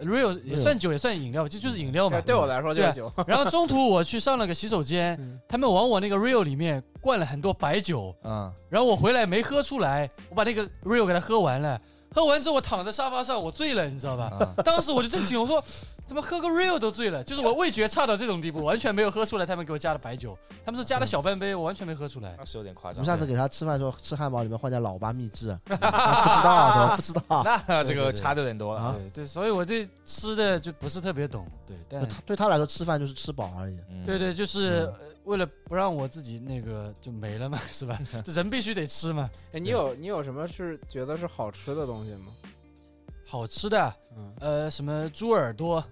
[SPEAKER 3] 呃 Rio 也
[SPEAKER 1] Rio
[SPEAKER 3] 算酒也算饮料，这就是饮料嘛。
[SPEAKER 4] 对我来说就是酒。
[SPEAKER 3] 然后中途我去上了个洗手间，
[SPEAKER 4] 嗯
[SPEAKER 3] 他们往我那个 Rio 里面灌了很多白酒，
[SPEAKER 2] 嗯，
[SPEAKER 3] 然后我回来没喝出来，我把那个 Rio 给它喝完了，喝完之后我躺在沙发上，我醉了，你知道吧？
[SPEAKER 2] 嗯
[SPEAKER 3] 当时我就震惊，我说怎么喝个 Rio 都醉了？就是我味觉差到这种地步，完全没有喝出来他们给我加的白酒，他们说加了小半杯，我完全没喝 出来。
[SPEAKER 2] 啊那是有点夸
[SPEAKER 1] 我们
[SPEAKER 2] 张。
[SPEAKER 1] 下次给他吃饭的时候吃汉堡里面换点老八秘制， 他不知道啊怎么不知道？
[SPEAKER 2] 那 这
[SPEAKER 3] 对对
[SPEAKER 2] 个
[SPEAKER 3] 对
[SPEAKER 2] 差的有点多了
[SPEAKER 1] 啊
[SPEAKER 2] 啊。
[SPEAKER 3] 对对，所以我对吃的就不是特别懂，对，但
[SPEAKER 1] 对他对他来说吃饭就是吃饱而已。
[SPEAKER 2] 嗯
[SPEAKER 3] 对对，就是呃为了不让我自己那个就没了嘛， 是吧？这人必须得吃嘛，
[SPEAKER 4] 哎，你有你有什么是觉得是好吃的东西 吗？
[SPEAKER 3] 好吃的，
[SPEAKER 4] 嗯，
[SPEAKER 3] 呃，什么猪耳朵，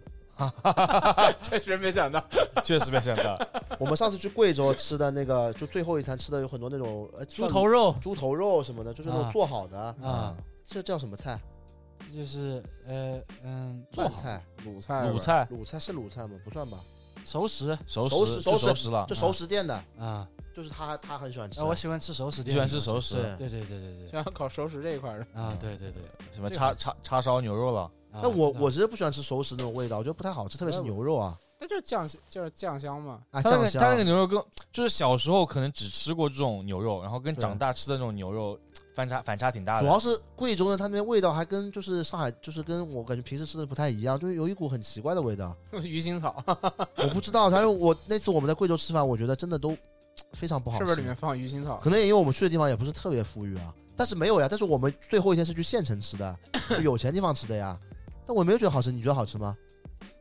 [SPEAKER 4] 确实没想到，
[SPEAKER 2] 确实没想到。
[SPEAKER 1] 我们上次去贵州吃的那个，就最后一餐吃的有很多那种呃
[SPEAKER 3] 猪头、肉
[SPEAKER 1] 猪头肉什么的，就是那
[SPEAKER 3] 啊
[SPEAKER 1] 种做好的，
[SPEAKER 2] 嗯
[SPEAKER 3] 啊，
[SPEAKER 1] 这叫什么菜？
[SPEAKER 3] 这就是呃嗯，做
[SPEAKER 1] 饭
[SPEAKER 3] 好
[SPEAKER 1] 菜、
[SPEAKER 4] 鲁菜吧
[SPEAKER 2] 卤菜
[SPEAKER 1] 鲁菜是鲁菜吗？不算吧，
[SPEAKER 3] 熟食
[SPEAKER 2] 熟
[SPEAKER 1] 熟
[SPEAKER 2] 食
[SPEAKER 1] 食
[SPEAKER 2] 就
[SPEAKER 1] 熟食
[SPEAKER 2] 熟食了
[SPEAKER 1] 就。熟食店的，
[SPEAKER 3] 啊，
[SPEAKER 1] 就是他他很喜欢吃
[SPEAKER 3] 啊，。我喜欢吃熟食
[SPEAKER 2] 你
[SPEAKER 3] 店
[SPEAKER 2] 喜
[SPEAKER 3] 的东
[SPEAKER 2] 欢
[SPEAKER 3] 西，
[SPEAKER 2] 吃熟食？
[SPEAKER 1] 对，
[SPEAKER 3] 对？对对对对对
[SPEAKER 4] 想要搞熟食这一块的，
[SPEAKER 3] 啊，对对对。
[SPEAKER 2] 什么
[SPEAKER 4] 这个
[SPEAKER 2] 叉叉叉烧牛肉了？
[SPEAKER 3] 啊
[SPEAKER 1] 但我
[SPEAKER 3] 知道
[SPEAKER 1] 我其实不喜欢吃熟食那种味道，我觉得不太好吃，特别是牛肉啊
[SPEAKER 4] 那就是酱就是酱香嘛。
[SPEAKER 1] 啊
[SPEAKER 2] 他
[SPEAKER 1] 酱
[SPEAKER 2] 那个他那个
[SPEAKER 1] 香。
[SPEAKER 2] 牛肉跟就是小时候可能只吃过这种牛肉，然后跟
[SPEAKER 1] 对
[SPEAKER 2] 长大吃的那种牛肉反差反差挺大
[SPEAKER 1] 啊主
[SPEAKER 2] 的。
[SPEAKER 1] 要是贵州呢，它那边味道还跟就是上海，就是跟我感觉平时吃的不太一样，就是有一股很奇怪的味道，
[SPEAKER 4] 鱼腥草
[SPEAKER 1] 我不知道。反正我那次我们在贵州吃饭，我觉得真的都非常不好吃。
[SPEAKER 4] 是不是里面放鱼腥草？
[SPEAKER 1] 可能也因为我们去的地方也不是特别富裕啊，但是没有呀。但是我们最后一天是去县城吃的，就有钱地方吃的呀。但我没有觉得好吃，你觉得好吃吗？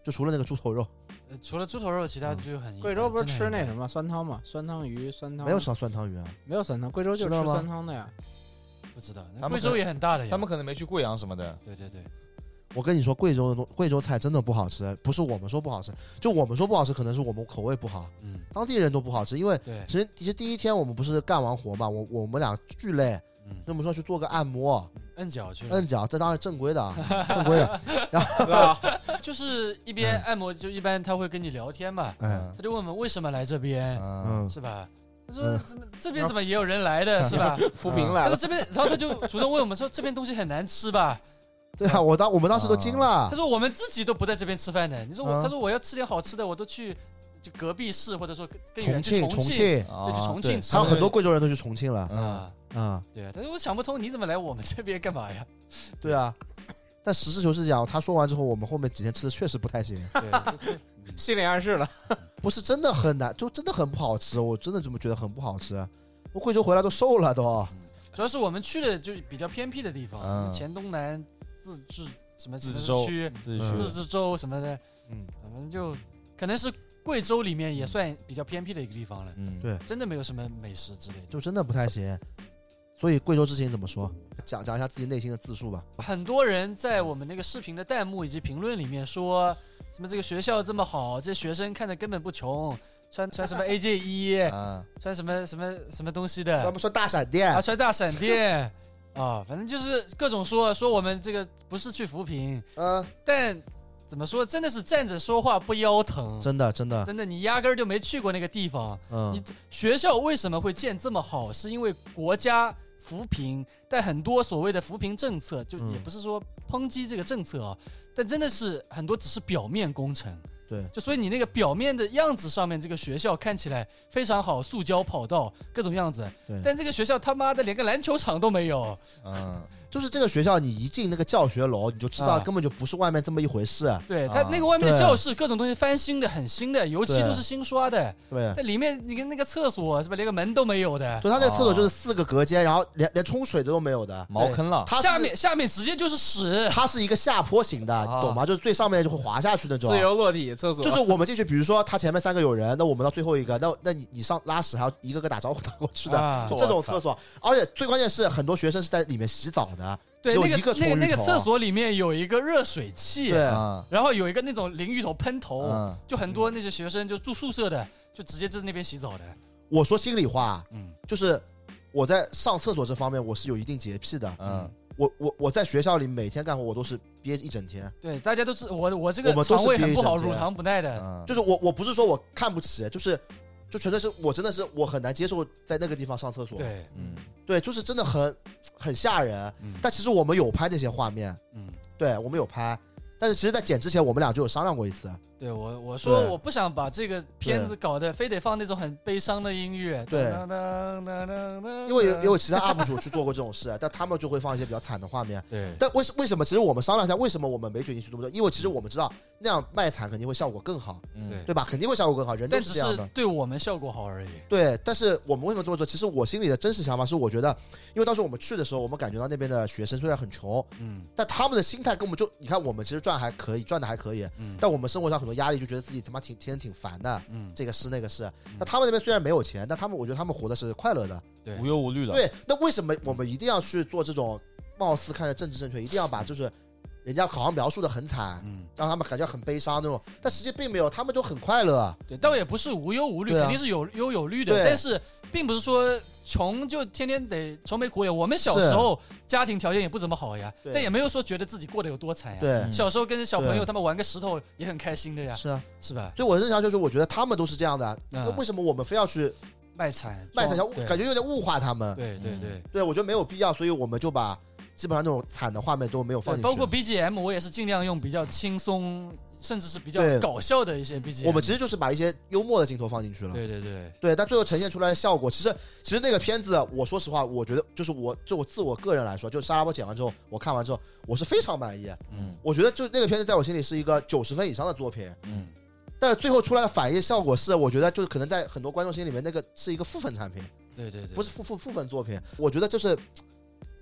[SPEAKER 1] 就除了那个猪头肉，
[SPEAKER 3] 呃除了猪头肉，其他
[SPEAKER 1] 嗯
[SPEAKER 3] 就很一般。呃
[SPEAKER 4] 贵州不是吃
[SPEAKER 3] 真的
[SPEAKER 4] 那
[SPEAKER 3] 很一
[SPEAKER 4] 什么酸汤嘛？酸汤鱼、酸汤
[SPEAKER 1] 没有啥酸汤鱼啊。
[SPEAKER 4] 没有酸汤，贵州就
[SPEAKER 1] 知道
[SPEAKER 4] 吃
[SPEAKER 1] 吗
[SPEAKER 4] 酸汤的呀。
[SPEAKER 3] 般不知道，那
[SPEAKER 2] 他们
[SPEAKER 3] 贵
[SPEAKER 2] 可
[SPEAKER 3] 州也很大的呀。
[SPEAKER 2] 他们可能没去贵阳什 么的，
[SPEAKER 3] 对对对，
[SPEAKER 1] 我跟你说，贵州的东贵州菜真的不好吃，不是我们说不好吃，就我们说不好吃，可能是我们口味不好，
[SPEAKER 3] 嗯，
[SPEAKER 1] 当地人都不好吃。因为
[SPEAKER 3] 对，
[SPEAKER 1] 其实其实第一天我们不是干完活嘛，我我们俩巨累，
[SPEAKER 3] 嗯，
[SPEAKER 1] 那我们说去做个按摩，
[SPEAKER 3] 摁脚去了
[SPEAKER 1] 摁，脚，这当然正规的，啊， 正规的，
[SPEAKER 3] 就是一边
[SPEAKER 1] 嗯
[SPEAKER 3] 按摩，就一般他会跟你聊天嘛，
[SPEAKER 1] 哎，
[SPEAKER 3] 他就问我们为什么来这边，
[SPEAKER 2] 嗯，
[SPEAKER 1] 嗯，
[SPEAKER 3] 是吧？他说
[SPEAKER 1] 嗯
[SPEAKER 3] 怎么这边怎么也有人来的，是吧？
[SPEAKER 4] 扶贫
[SPEAKER 3] 他
[SPEAKER 4] 来
[SPEAKER 3] 说
[SPEAKER 4] 了，
[SPEAKER 3] 这边，然后他就主动问我们说这边东西很难吃吧？
[SPEAKER 1] 对啊，我当我们当时都惊了
[SPEAKER 3] 他，说我们自己都不在这边吃饭的，你说我，
[SPEAKER 1] 啊嗯
[SPEAKER 3] 他说我要吃点好吃的，我都去就隔壁市或者说更更远
[SPEAKER 1] 重
[SPEAKER 3] 去
[SPEAKER 1] 庆
[SPEAKER 3] 重
[SPEAKER 1] 重
[SPEAKER 3] 庆
[SPEAKER 1] 庆，
[SPEAKER 2] 啊
[SPEAKER 3] 就去重庆
[SPEAKER 2] 对
[SPEAKER 3] 吃
[SPEAKER 1] 还有很多贵州人都去重庆了
[SPEAKER 2] 嗯，
[SPEAKER 3] 啊。
[SPEAKER 1] 啊。
[SPEAKER 3] 对啊，但是我想不通你怎么来我们这边干嘛呀？
[SPEAKER 1] 对啊，但实事求是讲，他说完之后，我们后面几天吃的确实不太行，
[SPEAKER 3] 对，
[SPEAKER 4] 心理暗示了。
[SPEAKER 1] 不是真的很难，就真的很不好吃，我真的这么觉得很不好吃。我贵州回来都瘦了都，
[SPEAKER 3] 主要是我们去的就比较偏僻的地方，
[SPEAKER 2] 嗯
[SPEAKER 3] 什么黔东南自治什么
[SPEAKER 2] 自
[SPEAKER 3] 什
[SPEAKER 2] 治
[SPEAKER 3] 么
[SPEAKER 2] 州
[SPEAKER 3] 区、
[SPEAKER 2] 自己
[SPEAKER 1] 嗯
[SPEAKER 3] 自
[SPEAKER 2] 去
[SPEAKER 3] 治州什么的，
[SPEAKER 1] 嗯，
[SPEAKER 3] 反正就可能是贵州里面也算比较偏僻的一个地方了，
[SPEAKER 2] 嗯
[SPEAKER 1] 对
[SPEAKER 3] 真的没有什么美食之类的。
[SPEAKER 1] 就真的不太行。所以贵州之行怎么说？讲讲一下自己内心的自述吧。
[SPEAKER 3] 很多人在我们那个视频的弹幕以及评论里面说，什么这个学校这么好，这学生看着根本不穷，穿穿什么 AJ 衣，
[SPEAKER 2] 啊，
[SPEAKER 3] 穿什么什么什么东西的，
[SPEAKER 1] 咱们说大闪电
[SPEAKER 3] 啊，，穿大 闪电啊，反正就是各种说说我们这个不是去扶贫，
[SPEAKER 1] 嗯，
[SPEAKER 3] 但怎么说，真的是站着说话不腰疼。
[SPEAKER 1] 真的真的，
[SPEAKER 3] 真的，你压根儿就没去过那个地方。
[SPEAKER 1] 嗯
[SPEAKER 3] 你，学校为什么会建这么好？是因为国家扶贫，但很多所谓的扶贫政策，就
[SPEAKER 1] 嗯
[SPEAKER 3] 也不是说抨击这个政策啊，但真的是很多只是表面工程。
[SPEAKER 1] 对，
[SPEAKER 3] 就所以你那个表面的样子上面，这个学校看起来非常好，塑胶跑道各种样子
[SPEAKER 1] 对，
[SPEAKER 3] 但这个学校他妈的连个篮球场都没有，
[SPEAKER 2] 嗯，
[SPEAKER 1] 就是这个学校，你一进那个教学楼，你就知道
[SPEAKER 2] 啊
[SPEAKER 1] 根本就不是外面这么一回事，
[SPEAKER 3] 对他
[SPEAKER 2] 啊
[SPEAKER 3] 那个外面的
[SPEAKER 1] 对
[SPEAKER 3] 教室各种东西翻新的，很新的，油漆
[SPEAKER 1] 对
[SPEAKER 3] 都是新刷的。
[SPEAKER 1] 对。
[SPEAKER 3] 在里面你看那个厕所是吧，连个门都没有的，
[SPEAKER 1] 就他那个厕所就是四个隔间，然后连连冲水的都没有的，
[SPEAKER 2] 茅坑了，
[SPEAKER 1] 它
[SPEAKER 3] 下
[SPEAKER 1] 是
[SPEAKER 3] 面下面直接就是屎。
[SPEAKER 1] 它是一个下坡型的，
[SPEAKER 2] 啊
[SPEAKER 1] 你懂吗？就是最上面就会滑下去那种
[SPEAKER 4] 自。由落体厕所，
[SPEAKER 1] 就是我们进去，比如说他前面三个有人，那我们到最后一个，那那你你上拉屎还要一个个打招呼打过去的，
[SPEAKER 3] 啊
[SPEAKER 1] 就这种厕所。而且最关键是，很多学生是在里面洗澡的，
[SPEAKER 3] 对，
[SPEAKER 1] 只有
[SPEAKER 3] 那
[SPEAKER 1] 一个
[SPEAKER 3] 那
[SPEAKER 1] 冲
[SPEAKER 3] 个
[SPEAKER 1] 浴
[SPEAKER 3] 那个
[SPEAKER 1] 头啊
[SPEAKER 3] 厕所里面有一个热水器，
[SPEAKER 1] 对，哦
[SPEAKER 2] 嗯
[SPEAKER 3] 然后有一个那种淋浴头喷头，
[SPEAKER 2] 嗯，
[SPEAKER 3] 就很多那些学生就住宿舍的，就直接在那边洗澡的。
[SPEAKER 1] 我说心里话，
[SPEAKER 3] 嗯
[SPEAKER 1] 就是我在上厕所这方面我是有一定洁癖的。
[SPEAKER 2] 嗯，
[SPEAKER 1] 我我我在学校里每天干活，我都是憋一整天。
[SPEAKER 3] 对，大家都是我我这个
[SPEAKER 1] 我们都是
[SPEAKER 3] 肠胃很不好，
[SPEAKER 1] 憋一整
[SPEAKER 3] 乳
[SPEAKER 1] 天
[SPEAKER 3] 糖不耐的。
[SPEAKER 2] 嗯，
[SPEAKER 1] 就是我我不是说我看不起，就是就纯粹是我真的是我很难接受在那个地方上厕所。
[SPEAKER 3] 对，
[SPEAKER 2] 嗯，
[SPEAKER 1] 对就是真的很很吓人。
[SPEAKER 3] 嗯
[SPEAKER 1] 但其实我们有拍那些画面，
[SPEAKER 3] 嗯，
[SPEAKER 1] 对我们有拍。但是其实，在剪之前，我们俩就有商量过一次。
[SPEAKER 3] 对我我说
[SPEAKER 1] 对
[SPEAKER 3] 我不想把这个片子搞得非得放那种很悲伤的音乐，
[SPEAKER 1] 对
[SPEAKER 3] 噔噔噔噔噔
[SPEAKER 1] 因为有也有其他 UP 主去做过这种事，但他们就会放一些比较惨的画面。
[SPEAKER 3] 对
[SPEAKER 1] 但为什为什么？其实我们商量一下，为什么我们没决定去这么做？因为其实我们知道那样卖惨肯定会效果更好，
[SPEAKER 2] 嗯
[SPEAKER 1] 对吧？肯定会效果更好，人都
[SPEAKER 3] 但
[SPEAKER 1] 是
[SPEAKER 3] 只
[SPEAKER 1] 这样
[SPEAKER 3] 是
[SPEAKER 1] 的。
[SPEAKER 3] 对我们效果好而已。
[SPEAKER 1] 对，但是我们为什么这么做？其实我心里的真实想法是，我觉得，因为当时我们去的时候，我们感觉到那边的学生虽然很穷，
[SPEAKER 3] 嗯
[SPEAKER 1] 但他们的心态跟我们就，你看我们其实赚还可以，赚的还可以，
[SPEAKER 3] 嗯
[SPEAKER 1] 但我们生活上很多压力，就觉得自己他妈挺天天挺烦的，
[SPEAKER 3] 嗯，
[SPEAKER 1] 这个是那个是。那他们那边虽然没有钱，但他们我觉得他们活的是快乐的。
[SPEAKER 3] 对
[SPEAKER 2] 无忧无虑的，
[SPEAKER 1] 对，那为什么我们一定要去做这种貌似看着政治正确，一定要把就是人家好像描述的很惨，
[SPEAKER 3] 嗯，
[SPEAKER 1] 让他们感觉很悲伤那种，但实际并没有，他们就很快乐。
[SPEAKER 3] 对，倒也不是无忧无虑，
[SPEAKER 1] 对啊
[SPEAKER 3] 肯定是有忧有虑的，
[SPEAKER 1] 对
[SPEAKER 3] 但是并不是说穷就天天得愁眉苦脸。我们小时候家庭条件也不怎么好呀，
[SPEAKER 1] 对
[SPEAKER 3] 但也没有说觉得自己过得有多惨呀。
[SPEAKER 1] 对，
[SPEAKER 2] 嗯
[SPEAKER 3] 小时候跟小朋友
[SPEAKER 1] 对
[SPEAKER 3] 他们玩个石头也很开心的呀，
[SPEAKER 1] 是啊。
[SPEAKER 3] 是吧？
[SPEAKER 1] 所以我的想就是，我觉得他们都是这样的，
[SPEAKER 3] 嗯
[SPEAKER 1] 那为什么我们非要去
[SPEAKER 3] 卖惨，
[SPEAKER 1] 卖惨
[SPEAKER 3] 装
[SPEAKER 1] 像感觉嗯有点物化他们？
[SPEAKER 3] 对对对对。
[SPEAKER 1] 对，我觉得没有必要，所以我们就把基本上那种惨的画面都没有放
[SPEAKER 3] 对
[SPEAKER 1] 进去。
[SPEAKER 3] 包括 BGM，我也是尽量用比较轻松，甚至是比较
[SPEAKER 1] 对
[SPEAKER 3] 搞笑的一些 BGM。
[SPEAKER 1] 我们其实就是把一些幽默的镜头放进去了。
[SPEAKER 3] 对对对，
[SPEAKER 1] 对，但最后呈现出来的效果，其实其实那个片子，我说实话，我觉得就是我就我自我个人来说，就是沙拉波剪完之后，我看完之后，我是非常满意。
[SPEAKER 2] 嗯
[SPEAKER 1] 我觉得就那个片子在我心里是一个九十分以上的作品，
[SPEAKER 2] 嗯，
[SPEAKER 1] 但是最后出来的反应效果是，我觉得就是可能在很多观众心里面，那个是一个负分产品，
[SPEAKER 3] 对对对，
[SPEAKER 1] 不是负负负分作品。我觉得就是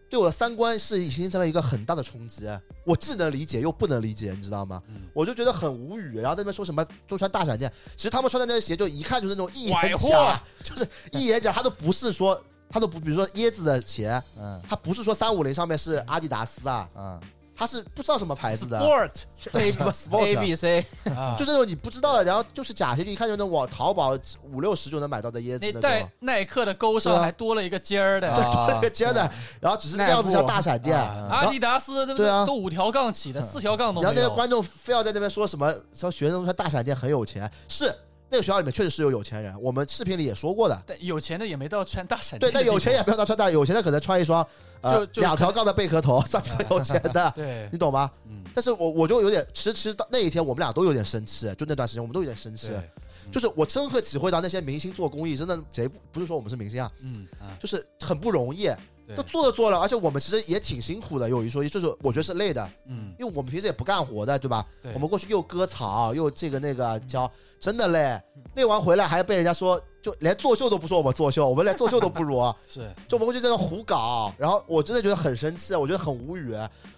[SPEAKER 1] 对我的三观是形成了一个很大的冲击，我既能理解又不能理解，你知道吗？
[SPEAKER 3] 嗯
[SPEAKER 1] 我就觉得很无语。然后在那边说什么都穿大闪电，其实他们穿的那些鞋就一看就是那种一眼
[SPEAKER 2] 崴货
[SPEAKER 1] 假，就是一眼假，他都不是说。他都不，比如说椰子的鞋，
[SPEAKER 2] 嗯
[SPEAKER 1] 他不是说三五零上面是阿迪达斯啊，
[SPEAKER 2] 嗯，
[SPEAKER 1] 他是不知道什么牌子的，
[SPEAKER 3] Sport
[SPEAKER 1] 什么 sport
[SPEAKER 4] A B C，
[SPEAKER 3] 啊，
[SPEAKER 1] 就是那种你不知道的，然后就是假鞋，你一看就能往淘宝五六十就能买到的椰
[SPEAKER 3] 那
[SPEAKER 1] 子那
[SPEAKER 3] 带
[SPEAKER 1] 种，
[SPEAKER 3] 耐克的钩上
[SPEAKER 1] 对啊啊
[SPEAKER 3] 还多了一个尖 儿的。
[SPEAKER 1] 那个尖的，然后只是那样子像大闪电，
[SPEAKER 3] 嗯啊
[SPEAKER 1] 然
[SPEAKER 3] 阿
[SPEAKER 1] 后
[SPEAKER 3] 迪达斯对不
[SPEAKER 1] 对啊
[SPEAKER 3] 都五条杠起的，四条杠都
[SPEAKER 1] 然后
[SPEAKER 3] 没
[SPEAKER 1] 那个
[SPEAKER 3] 有。
[SPEAKER 1] 观众非要在那边说什么，说学生穿大闪电很有钱，是那个学校里面确实是有有钱人，我们视频里也说过的，
[SPEAKER 3] 但有钱的也没到穿大闪
[SPEAKER 1] 对，
[SPEAKER 3] 电的
[SPEAKER 1] 但
[SPEAKER 3] 地步。
[SPEAKER 1] 有钱也不要到穿大，有钱的可能穿一双呃
[SPEAKER 3] 就就，
[SPEAKER 1] 两条杠的贝壳头 算比较有钱的
[SPEAKER 3] 对，
[SPEAKER 1] 你懂吗？
[SPEAKER 3] 嗯，
[SPEAKER 1] 但是我我就有点，其实其实到那一天我们俩都有点生气，就那段时间我们都有点生气
[SPEAKER 3] 对，，
[SPEAKER 1] 就是我深刻体会到那些明星做公益真的谁不不是说我们是明星啊，
[SPEAKER 3] 嗯啊，
[SPEAKER 1] 就是很不容易，
[SPEAKER 3] 对
[SPEAKER 1] 就做着做了，而且我们其实也挺辛苦的。有一说一，就是我觉得是累的，
[SPEAKER 3] 嗯，
[SPEAKER 1] 因为我们平时也不干活的，对吧？
[SPEAKER 3] 对
[SPEAKER 1] 我们过去又割草，又这个那个教，真的累。累完回来还被人家说，就连作秀都不说我们作秀，我们连作秀都不如，啊
[SPEAKER 3] 是
[SPEAKER 1] 就我们过去在那胡搞。然后我真的觉得很生气，我觉得很无语。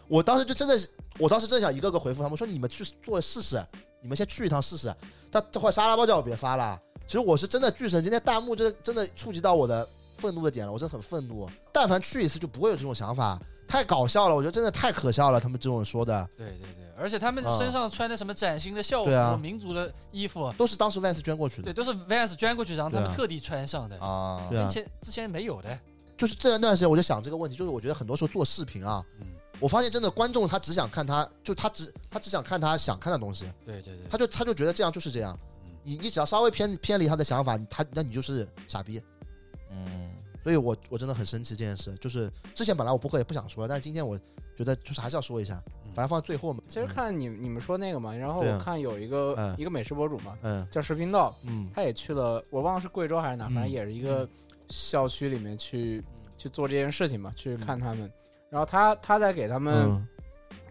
[SPEAKER 1] 我当时就真的是，我当时真想一个个回复他们说，你们去做试试，你们先去一趟试试。但这会沙拉包叫我别发了。其实我是真的巨神，今天弹幕真的真的触及到我的愤怒的点了，我真的很愤怒。但凡去一次就不会有这种想法，太搞笑了，我觉得真的太可笑了，他们这种说的
[SPEAKER 3] 对对对，而且他们
[SPEAKER 1] 啊
[SPEAKER 3] 身上穿的什么崭新的校
[SPEAKER 1] 对啊
[SPEAKER 3] 服、民族的衣服，
[SPEAKER 1] 都是当时 Vans 捐过去
[SPEAKER 3] 对，
[SPEAKER 1] 的，
[SPEAKER 3] 都是 Vans 捐过去，然后他们
[SPEAKER 1] 对啊
[SPEAKER 3] 特地穿上的，
[SPEAKER 2] 啊
[SPEAKER 1] 对，啊
[SPEAKER 3] 之，前之前没有的。
[SPEAKER 1] 就是这段时间我就想这个问题，就是我觉得很多时候做视频啊，
[SPEAKER 3] 嗯，
[SPEAKER 1] 我发现真的观众他只想看他，就他只他只想看他想看的东西，
[SPEAKER 3] 对对对，
[SPEAKER 1] 他就他就觉得这样就是这样
[SPEAKER 3] 嗯，
[SPEAKER 1] 你你只要稍微偏偏离他的想法，你他那你就是傻逼。
[SPEAKER 2] 嗯
[SPEAKER 1] 所以我我真的很生气这件事，就是之前本来我不会也不想说了，但是今天我觉得就是还是要说一下，反正放在最后嘛。
[SPEAKER 4] 嗯其实看你你们说那个嘛，然后
[SPEAKER 1] 嗯对啊
[SPEAKER 4] 我看有一个、
[SPEAKER 1] 嗯
[SPEAKER 4] 一个美食博主嘛，
[SPEAKER 1] 嗯
[SPEAKER 4] 叫食频道，
[SPEAKER 1] 嗯
[SPEAKER 4] 他也去了，我忘了是贵州还是哪，
[SPEAKER 1] 嗯
[SPEAKER 4] 反正也是一个校区里面去去做这件事情嘛，去看他们。然后他他在给他们
[SPEAKER 1] 嗯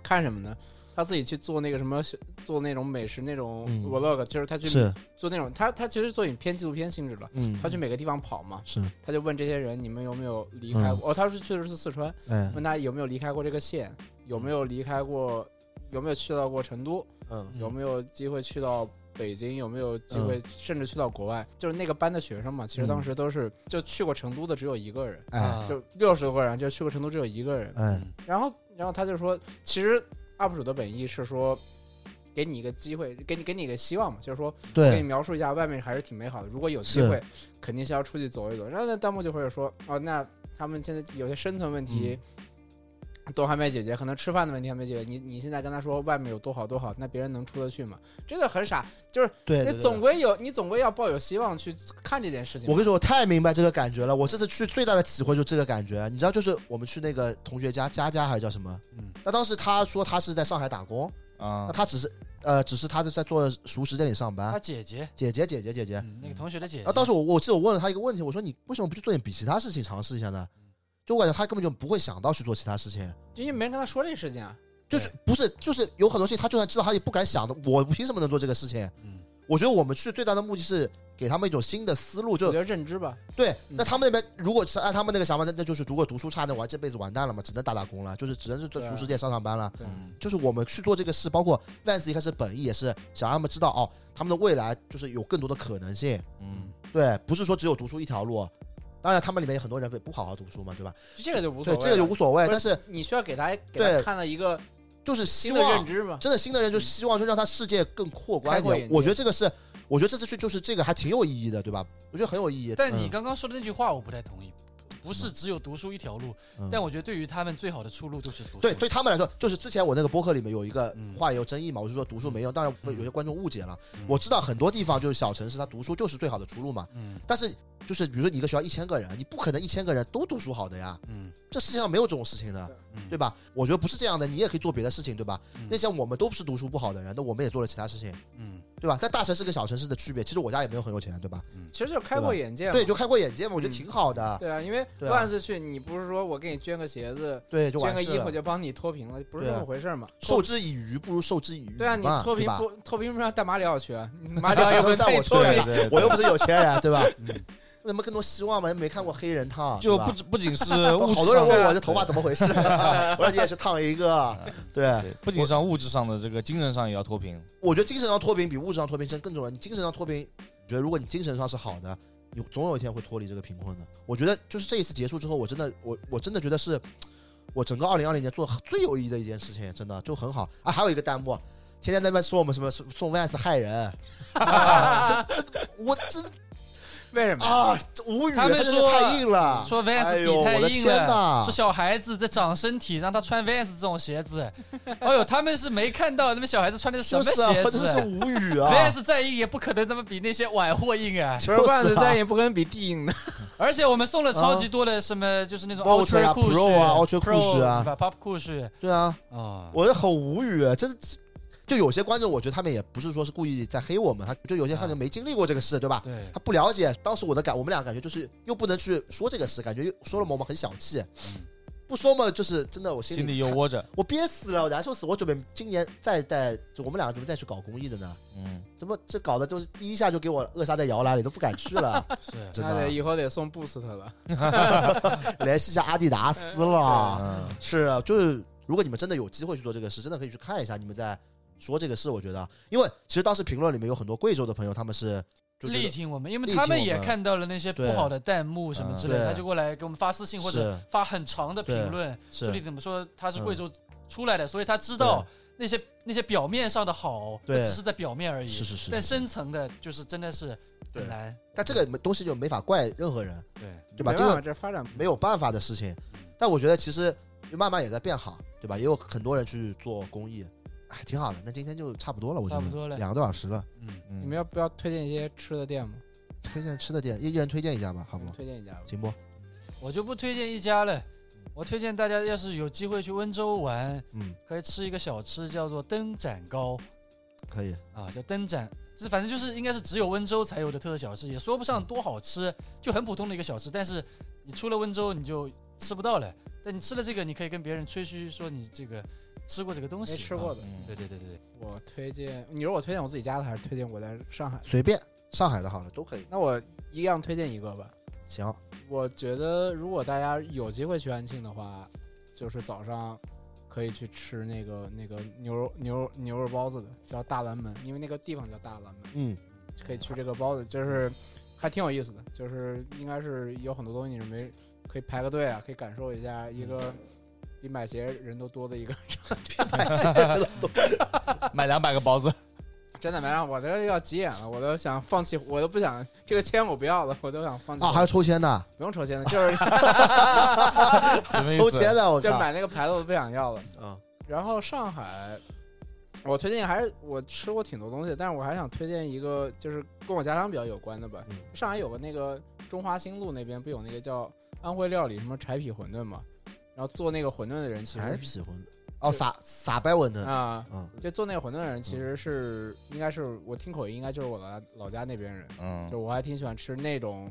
[SPEAKER 4] 看什么呢？他自己去做那个什么，做那种美食那种
[SPEAKER 1] 嗯
[SPEAKER 4] vlog，就是他去
[SPEAKER 1] 是
[SPEAKER 4] 做那种，他他其实做影片纪录片性质的，
[SPEAKER 1] 嗯
[SPEAKER 4] 他去每个地方跑嘛，
[SPEAKER 1] 是
[SPEAKER 4] 他就问这些人你们有没有离开
[SPEAKER 1] 嗯
[SPEAKER 4] 过？哦，他是去的是四川，
[SPEAKER 1] 哎
[SPEAKER 4] 问他有没有离开过这个县，有没有离开过，有没有去到过成都，
[SPEAKER 1] 嗯
[SPEAKER 4] 有没有机会去到北京，有没有机会甚至去到国外？就是那个班的学生嘛，其实当时都是就去过成都的只有一个人，
[SPEAKER 1] 哎
[SPEAKER 3] 啊
[SPEAKER 4] 就六十多个人，就去过成都只有一个人。
[SPEAKER 1] 哎
[SPEAKER 3] 嗯
[SPEAKER 4] 然后然后他就说，其实 UP 主的本意是说。给你一个机会，给你给你一个希望嘛，就是说给你
[SPEAKER 1] 对
[SPEAKER 4] 描述一下，外面还是挺美好的。如果有机
[SPEAKER 1] 是
[SPEAKER 4] 会，肯定是要出去走一走。然后那弹幕就会说，哦，那他们现在有些生存问题
[SPEAKER 1] 嗯
[SPEAKER 4] 都还没解决，可能吃饭的问题还没解决。你你现在跟他说外面有多好多好，那别人能出得去吗？这个很傻，就是
[SPEAKER 1] 对，
[SPEAKER 4] 你
[SPEAKER 1] 对
[SPEAKER 4] 总。归有，你总归要抱有希望去看这件事情
[SPEAKER 1] 我。跟你说，我太明白这个感觉了。我这次去最大的体会就是这个感觉，你知道，就是我们去那个同学家，佳佳还是叫什么？
[SPEAKER 3] 嗯
[SPEAKER 1] 那当时他说他是在上海打工，
[SPEAKER 2] 啊
[SPEAKER 1] 那，他只是呃，只是他是在做熟食店里上
[SPEAKER 3] 他
[SPEAKER 1] 班。
[SPEAKER 3] 姐姐，
[SPEAKER 1] 姐姐，姐姐，姐姐。
[SPEAKER 3] 嗯那个同学的姐姐，
[SPEAKER 1] 啊，当时我我记得我问了他一个问题，我说你为什么不去做点比其他事情尝试一下呢？就我感觉他根本就不会想到去做其他事情，
[SPEAKER 4] 就因为没人跟他说这事情啊。
[SPEAKER 1] 就是不是就是有很多事情他就算知道他也不敢想的，我凭什么能做这个事情？
[SPEAKER 3] 嗯
[SPEAKER 1] 我觉得我们去最大的目的是给他们一种新的思路，
[SPEAKER 4] 我
[SPEAKER 1] 就
[SPEAKER 4] 觉得认知吧，
[SPEAKER 1] 对，
[SPEAKER 4] 嗯
[SPEAKER 1] 那他们那边如果是按他们那个想法，那那就是如果读书差，那完这辈子完蛋了嘛，只能打打工了，就是只能是做
[SPEAKER 4] 对啊
[SPEAKER 1] 厨师店上上班了。
[SPEAKER 4] 对，
[SPEAKER 2] 嗯
[SPEAKER 1] 就是我们去做这个事，包括 Vans 一开始本意也是想让他们知道哦，他们的未来就是有更多的可能性。
[SPEAKER 2] 嗯，
[SPEAKER 1] 对，不是说只有读书一条路。当然，他们里面有很多人不好好读书嘛，对吧？
[SPEAKER 4] 就这个就无所
[SPEAKER 1] 对，
[SPEAKER 4] 谓了。
[SPEAKER 1] 这个就无所谓。
[SPEAKER 4] 不
[SPEAKER 1] 但
[SPEAKER 4] 是
[SPEAKER 1] 是
[SPEAKER 4] 你需要给他给
[SPEAKER 1] 对
[SPEAKER 4] 他看到一个
[SPEAKER 1] 就是希
[SPEAKER 4] 新的认
[SPEAKER 1] 望，
[SPEAKER 4] 知嘛。
[SPEAKER 1] 真的新的人就希望就让他世界更扩广一
[SPEAKER 4] 开阔
[SPEAKER 1] 点
[SPEAKER 4] 眼。界
[SPEAKER 1] 我觉得这个是，我觉得这次去就是这个还挺有意义的，对吧？我觉得很有意义。
[SPEAKER 3] 但你
[SPEAKER 1] 嗯
[SPEAKER 3] 刚刚说的那句话我不太同意，不是只有读书一条路，
[SPEAKER 1] 嗯
[SPEAKER 3] 但我觉得对于他们最好的出路就是读书。
[SPEAKER 1] 对，对他们来说，就是之前我那个播客里面有一个
[SPEAKER 3] 嗯
[SPEAKER 1] 话也有争议嘛，我就说读书没用，当然有些观众误解了
[SPEAKER 3] 嗯。
[SPEAKER 1] 我知道很多地方就是小城市，它读书就是最好的出路嘛。
[SPEAKER 3] 嗯
[SPEAKER 1] 但是就是比如说你一个学校一千个人，你不可能一千个人都读书好的呀，
[SPEAKER 3] 嗯
[SPEAKER 1] 这世界上没有这种事情的，
[SPEAKER 3] 嗯，
[SPEAKER 1] 对吧？我觉得不是这样的，你也可以做别的事情，对吧
[SPEAKER 3] 嗯？
[SPEAKER 1] 那像我们都不是读书不好的人，那我们也做了其他事情，
[SPEAKER 3] 嗯
[SPEAKER 1] 对吧？在大城市跟小城市的区别，其实我家也没有很有钱，对吧？
[SPEAKER 4] 其实就开阔眼界嘛。
[SPEAKER 1] 对，就开阔眼界嘛，我觉得挺好的。
[SPEAKER 4] 对啊，因为
[SPEAKER 1] 对啊
[SPEAKER 4] 万次去，你不是说我给你捐个鞋子、
[SPEAKER 1] 对，就
[SPEAKER 4] 捐
[SPEAKER 1] 完
[SPEAKER 4] 个
[SPEAKER 1] 事
[SPEAKER 4] 衣服
[SPEAKER 1] 了。
[SPEAKER 4] 就帮你脱贫了，不是
[SPEAKER 1] 对
[SPEAKER 4] 这
[SPEAKER 1] 啊
[SPEAKER 4] 么回事儿嘛？
[SPEAKER 1] 授之以鱼不如授之以渔
[SPEAKER 4] 对啊，你
[SPEAKER 1] 嘛，
[SPEAKER 4] 脱
[SPEAKER 1] 对
[SPEAKER 4] 贫
[SPEAKER 1] 吧？
[SPEAKER 4] 不脱贫不让带马里奥 去啊，你马里奥也会
[SPEAKER 1] 带我
[SPEAKER 4] 被
[SPEAKER 1] 去
[SPEAKER 4] 脱
[SPEAKER 1] 对
[SPEAKER 4] 贫
[SPEAKER 2] 对
[SPEAKER 1] 啊。
[SPEAKER 2] 对，
[SPEAKER 1] 我又不是有钱人，对吧？那么更多希望嘛，又没看过黑人烫，
[SPEAKER 2] 就是
[SPEAKER 1] 吧
[SPEAKER 2] 不止不仅是
[SPEAKER 1] 都
[SPEAKER 2] 物质
[SPEAKER 1] 好多人问
[SPEAKER 2] 上
[SPEAKER 1] 我
[SPEAKER 2] 的
[SPEAKER 1] 这头发怎么回事，我说你也是烫一个。对，
[SPEAKER 2] 对，不仅上物质上的这个，精神上也要脱贫。
[SPEAKER 1] 我觉得精神上脱贫比物质上脱贫真更重要。你精神上脱贫，我觉得如果你精神上是好的，你总有一天会脱离这个贫困的。我觉得就是这一次结束之后，我真的我我真的觉得是我整个二零二零年做得最有意义的一件事情，真的就很好啊。还有一个弹幕。天天在那边说我们什么送 Vans 害人，啊、这这我真的
[SPEAKER 4] 为什么？
[SPEAKER 1] 啊这无语了，
[SPEAKER 3] 他们
[SPEAKER 1] 真的
[SPEAKER 3] 说
[SPEAKER 1] 太硬了，
[SPEAKER 3] 说
[SPEAKER 1] 哎
[SPEAKER 3] Vans
[SPEAKER 1] 呦
[SPEAKER 3] 底
[SPEAKER 1] 我
[SPEAKER 3] 太
[SPEAKER 1] 的
[SPEAKER 3] 硬
[SPEAKER 1] 天
[SPEAKER 3] 了，
[SPEAKER 1] 呐
[SPEAKER 3] 说，小孩子在长身体，让他穿 Vans 这种鞋子。哎呦，他们是没看到那们小孩子穿的是
[SPEAKER 1] 是
[SPEAKER 3] 什么
[SPEAKER 1] 不是啊？
[SPEAKER 3] 鞋
[SPEAKER 1] 我真的是
[SPEAKER 3] 子
[SPEAKER 1] 无语 啊！
[SPEAKER 3] ？Vans 再硬也不可能他们比那些晚货硬啊！
[SPEAKER 4] 不是万次再也不跟比地硬的，
[SPEAKER 3] 而且我们送了超级多的什么，就是那种
[SPEAKER 1] 嗯 Ultra 呀
[SPEAKER 3] Cool
[SPEAKER 1] Pro 啊，Ultra Cool
[SPEAKER 3] Pro
[SPEAKER 1] 啊
[SPEAKER 3] 是吧？Pop Cool
[SPEAKER 1] 对啊，
[SPEAKER 3] 啊，
[SPEAKER 1] 我就很无语，真是。就有些观众，我觉得他们也不是说是故意在黑我们，他就
[SPEAKER 3] 啊
[SPEAKER 1] 有些观众没经历过这个事，对吧？
[SPEAKER 3] 对，
[SPEAKER 1] 他不了解。当时我的感，我们俩感觉就是又不能去说这个事，感觉又说了嘛，我们很小气；
[SPEAKER 3] 嗯
[SPEAKER 1] 不说嘛，就是真的，我心里
[SPEAKER 2] 心里又窝着。
[SPEAKER 1] 我憋死了，我难受死。我准备今年再带，就我们俩准备再去搞公益的呢，
[SPEAKER 2] 嗯，
[SPEAKER 1] 怎么这搞的就是第一下就给我扼杀在摇篮里，都不敢去了，
[SPEAKER 3] 是
[SPEAKER 1] 真
[SPEAKER 4] 那得
[SPEAKER 1] 的。
[SPEAKER 4] 以后得送 Boost 了。
[SPEAKER 1] 联系一下阿迪达斯 了。
[SPEAKER 2] 嗯，
[SPEAKER 1] 是啊，就是如果你们真的有机会去做这个事，真的可以去看一下你们在说这个事。我觉得，啊因为其实当时评论里面有很多贵州的朋友，他们是就觉
[SPEAKER 3] 力
[SPEAKER 1] 得
[SPEAKER 3] 挺我们，因
[SPEAKER 1] 力
[SPEAKER 3] 为
[SPEAKER 1] 挺
[SPEAKER 3] 他
[SPEAKER 1] 我
[SPEAKER 3] 们也
[SPEAKER 1] 们
[SPEAKER 3] 看到了那些不好的弹幕什么之类
[SPEAKER 1] 嗯
[SPEAKER 3] 的，
[SPEAKER 1] 对
[SPEAKER 3] 他就过来给我们发私信或者
[SPEAKER 1] 是嗯
[SPEAKER 3] 发很长的评论，说你
[SPEAKER 1] 是
[SPEAKER 3] 怎么说他是贵州出来的，所以他知道那些那些表面上的好，
[SPEAKER 1] 对
[SPEAKER 3] 只是在表面而已，
[SPEAKER 1] 是是是
[SPEAKER 3] 但
[SPEAKER 1] 是
[SPEAKER 3] 深层的就是真的是很难，嗯
[SPEAKER 1] 但这个没东西就没法怪任何人，
[SPEAKER 3] 对，
[SPEAKER 1] 对吧？
[SPEAKER 4] 没
[SPEAKER 1] 这
[SPEAKER 4] 办法，
[SPEAKER 1] 个
[SPEAKER 4] 这发展
[SPEAKER 1] 没有办法的事情。但我觉得其实慢慢也在变好，对吧？也有很多人去做公益，哎，挺好的。那今天就差不多了，我觉得
[SPEAKER 3] 差不多了
[SPEAKER 1] 两个多小时了，
[SPEAKER 3] 嗯，
[SPEAKER 2] 你
[SPEAKER 4] 你们要不要推荐一些吃的店吗？
[SPEAKER 1] 推荐吃的店，一一人推荐一下吧，好不好？
[SPEAKER 4] 推荐一家吧。
[SPEAKER 1] 行不？
[SPEAKER 3] 我就不推荐一家了，我推荐大家要是有机会去温州玩，
[SPEAKER 1] 嗯，
[SPEAKER 3] 可以吃一个小吃叫做灯盏糕。
[SPEAKER 1] 可以。
[SPEAKER 3] 啊，叫灯盏，这反正就是应该是只有温州才有的特色小吃，也说不上多好吃，就很普通的一个小吃。但是你出了温州你就吃不到了，但你吃了这个，你可以跟别人吹嘘说你这个吃过这个东
[SPEAKER 4] 没
[SPEAKER 3] 西。
[SPEAKER 1] 啊
[SPEAKER 4] 吃过的。
[SPEAKER 2] 嗯
[SPEAKER 3] 对对对对对，
[SPEAKER 4] 我推荐，你说我推荐我自己家的，还是推荐我在上海的？
[SPEAKER 1] 随便上海的好了都可以。
[SPEAKER 4] 那我一样推荐一个吧。
[SPEAKER 1] 行，
[SPEAKER 4] 我觉得如果大家有机会去安庆的话，就是早上可以去吃那个那个牛肉牛肉牛肉包子的，叫大蓝门，因为那个地方叫大蓝门，
[SPEAKER 1] 嗯，
[SPEAKER 4] 可以吃这个包子，就是还挺有意思的，就是应该是有很多东西你是没可以排个队啊，可以感受一下一个
[SPEAKER 1] 嗯
[SPEAKER 4] 比买鞋人都多的一个 场地。
[SPEAKER 2] 买两百个包子，
[SPEAKER 4] 真的没让我这要急眼了，我都想放弃，我都不想这个签我不要了，我都想放弃
[SPEAKER 1] 啊，还有抽签的，
[SPEAKER 4] 不用抽签了，就是
[SPEAKER 2] 什么意思
[SPEAKER 1] 抽签的，我
[SPEAKER 4] 就是
[SPEAKER 1] 靠，
[SPEAKER 4] 买那个牌子我都不想要了。
[SPEAKER 1] 嗯，
[SPEAKER 4] 然后上海，我推荐还是我吃过挺多东西，但是我还想推荐一个，就是跟我家乡比较有关的吧。
[SPEAKER 1] 嗯
[SPEAKER 4] 上海有个那个中华新路那边不有那个叫安徽料理什么柴皮馄饨嘛，然后做那个馄饨的人其
[SPEAKER 1] 还
[SPEAKER 4] 实
[SPEAKER 1] 喜欢嗯哦，撒撒白馄饨，
[SPEAKER 4] 啊、
[SPEAKER 1] 嗯，
[SPEAKER 4] 就做那个馄饨的人其实是、应该是我听口音应该就是我老家老家那边人，
[SPEAKER 2] 嗯
[SPEAKER 4] 就我还挺喜欢吃那种。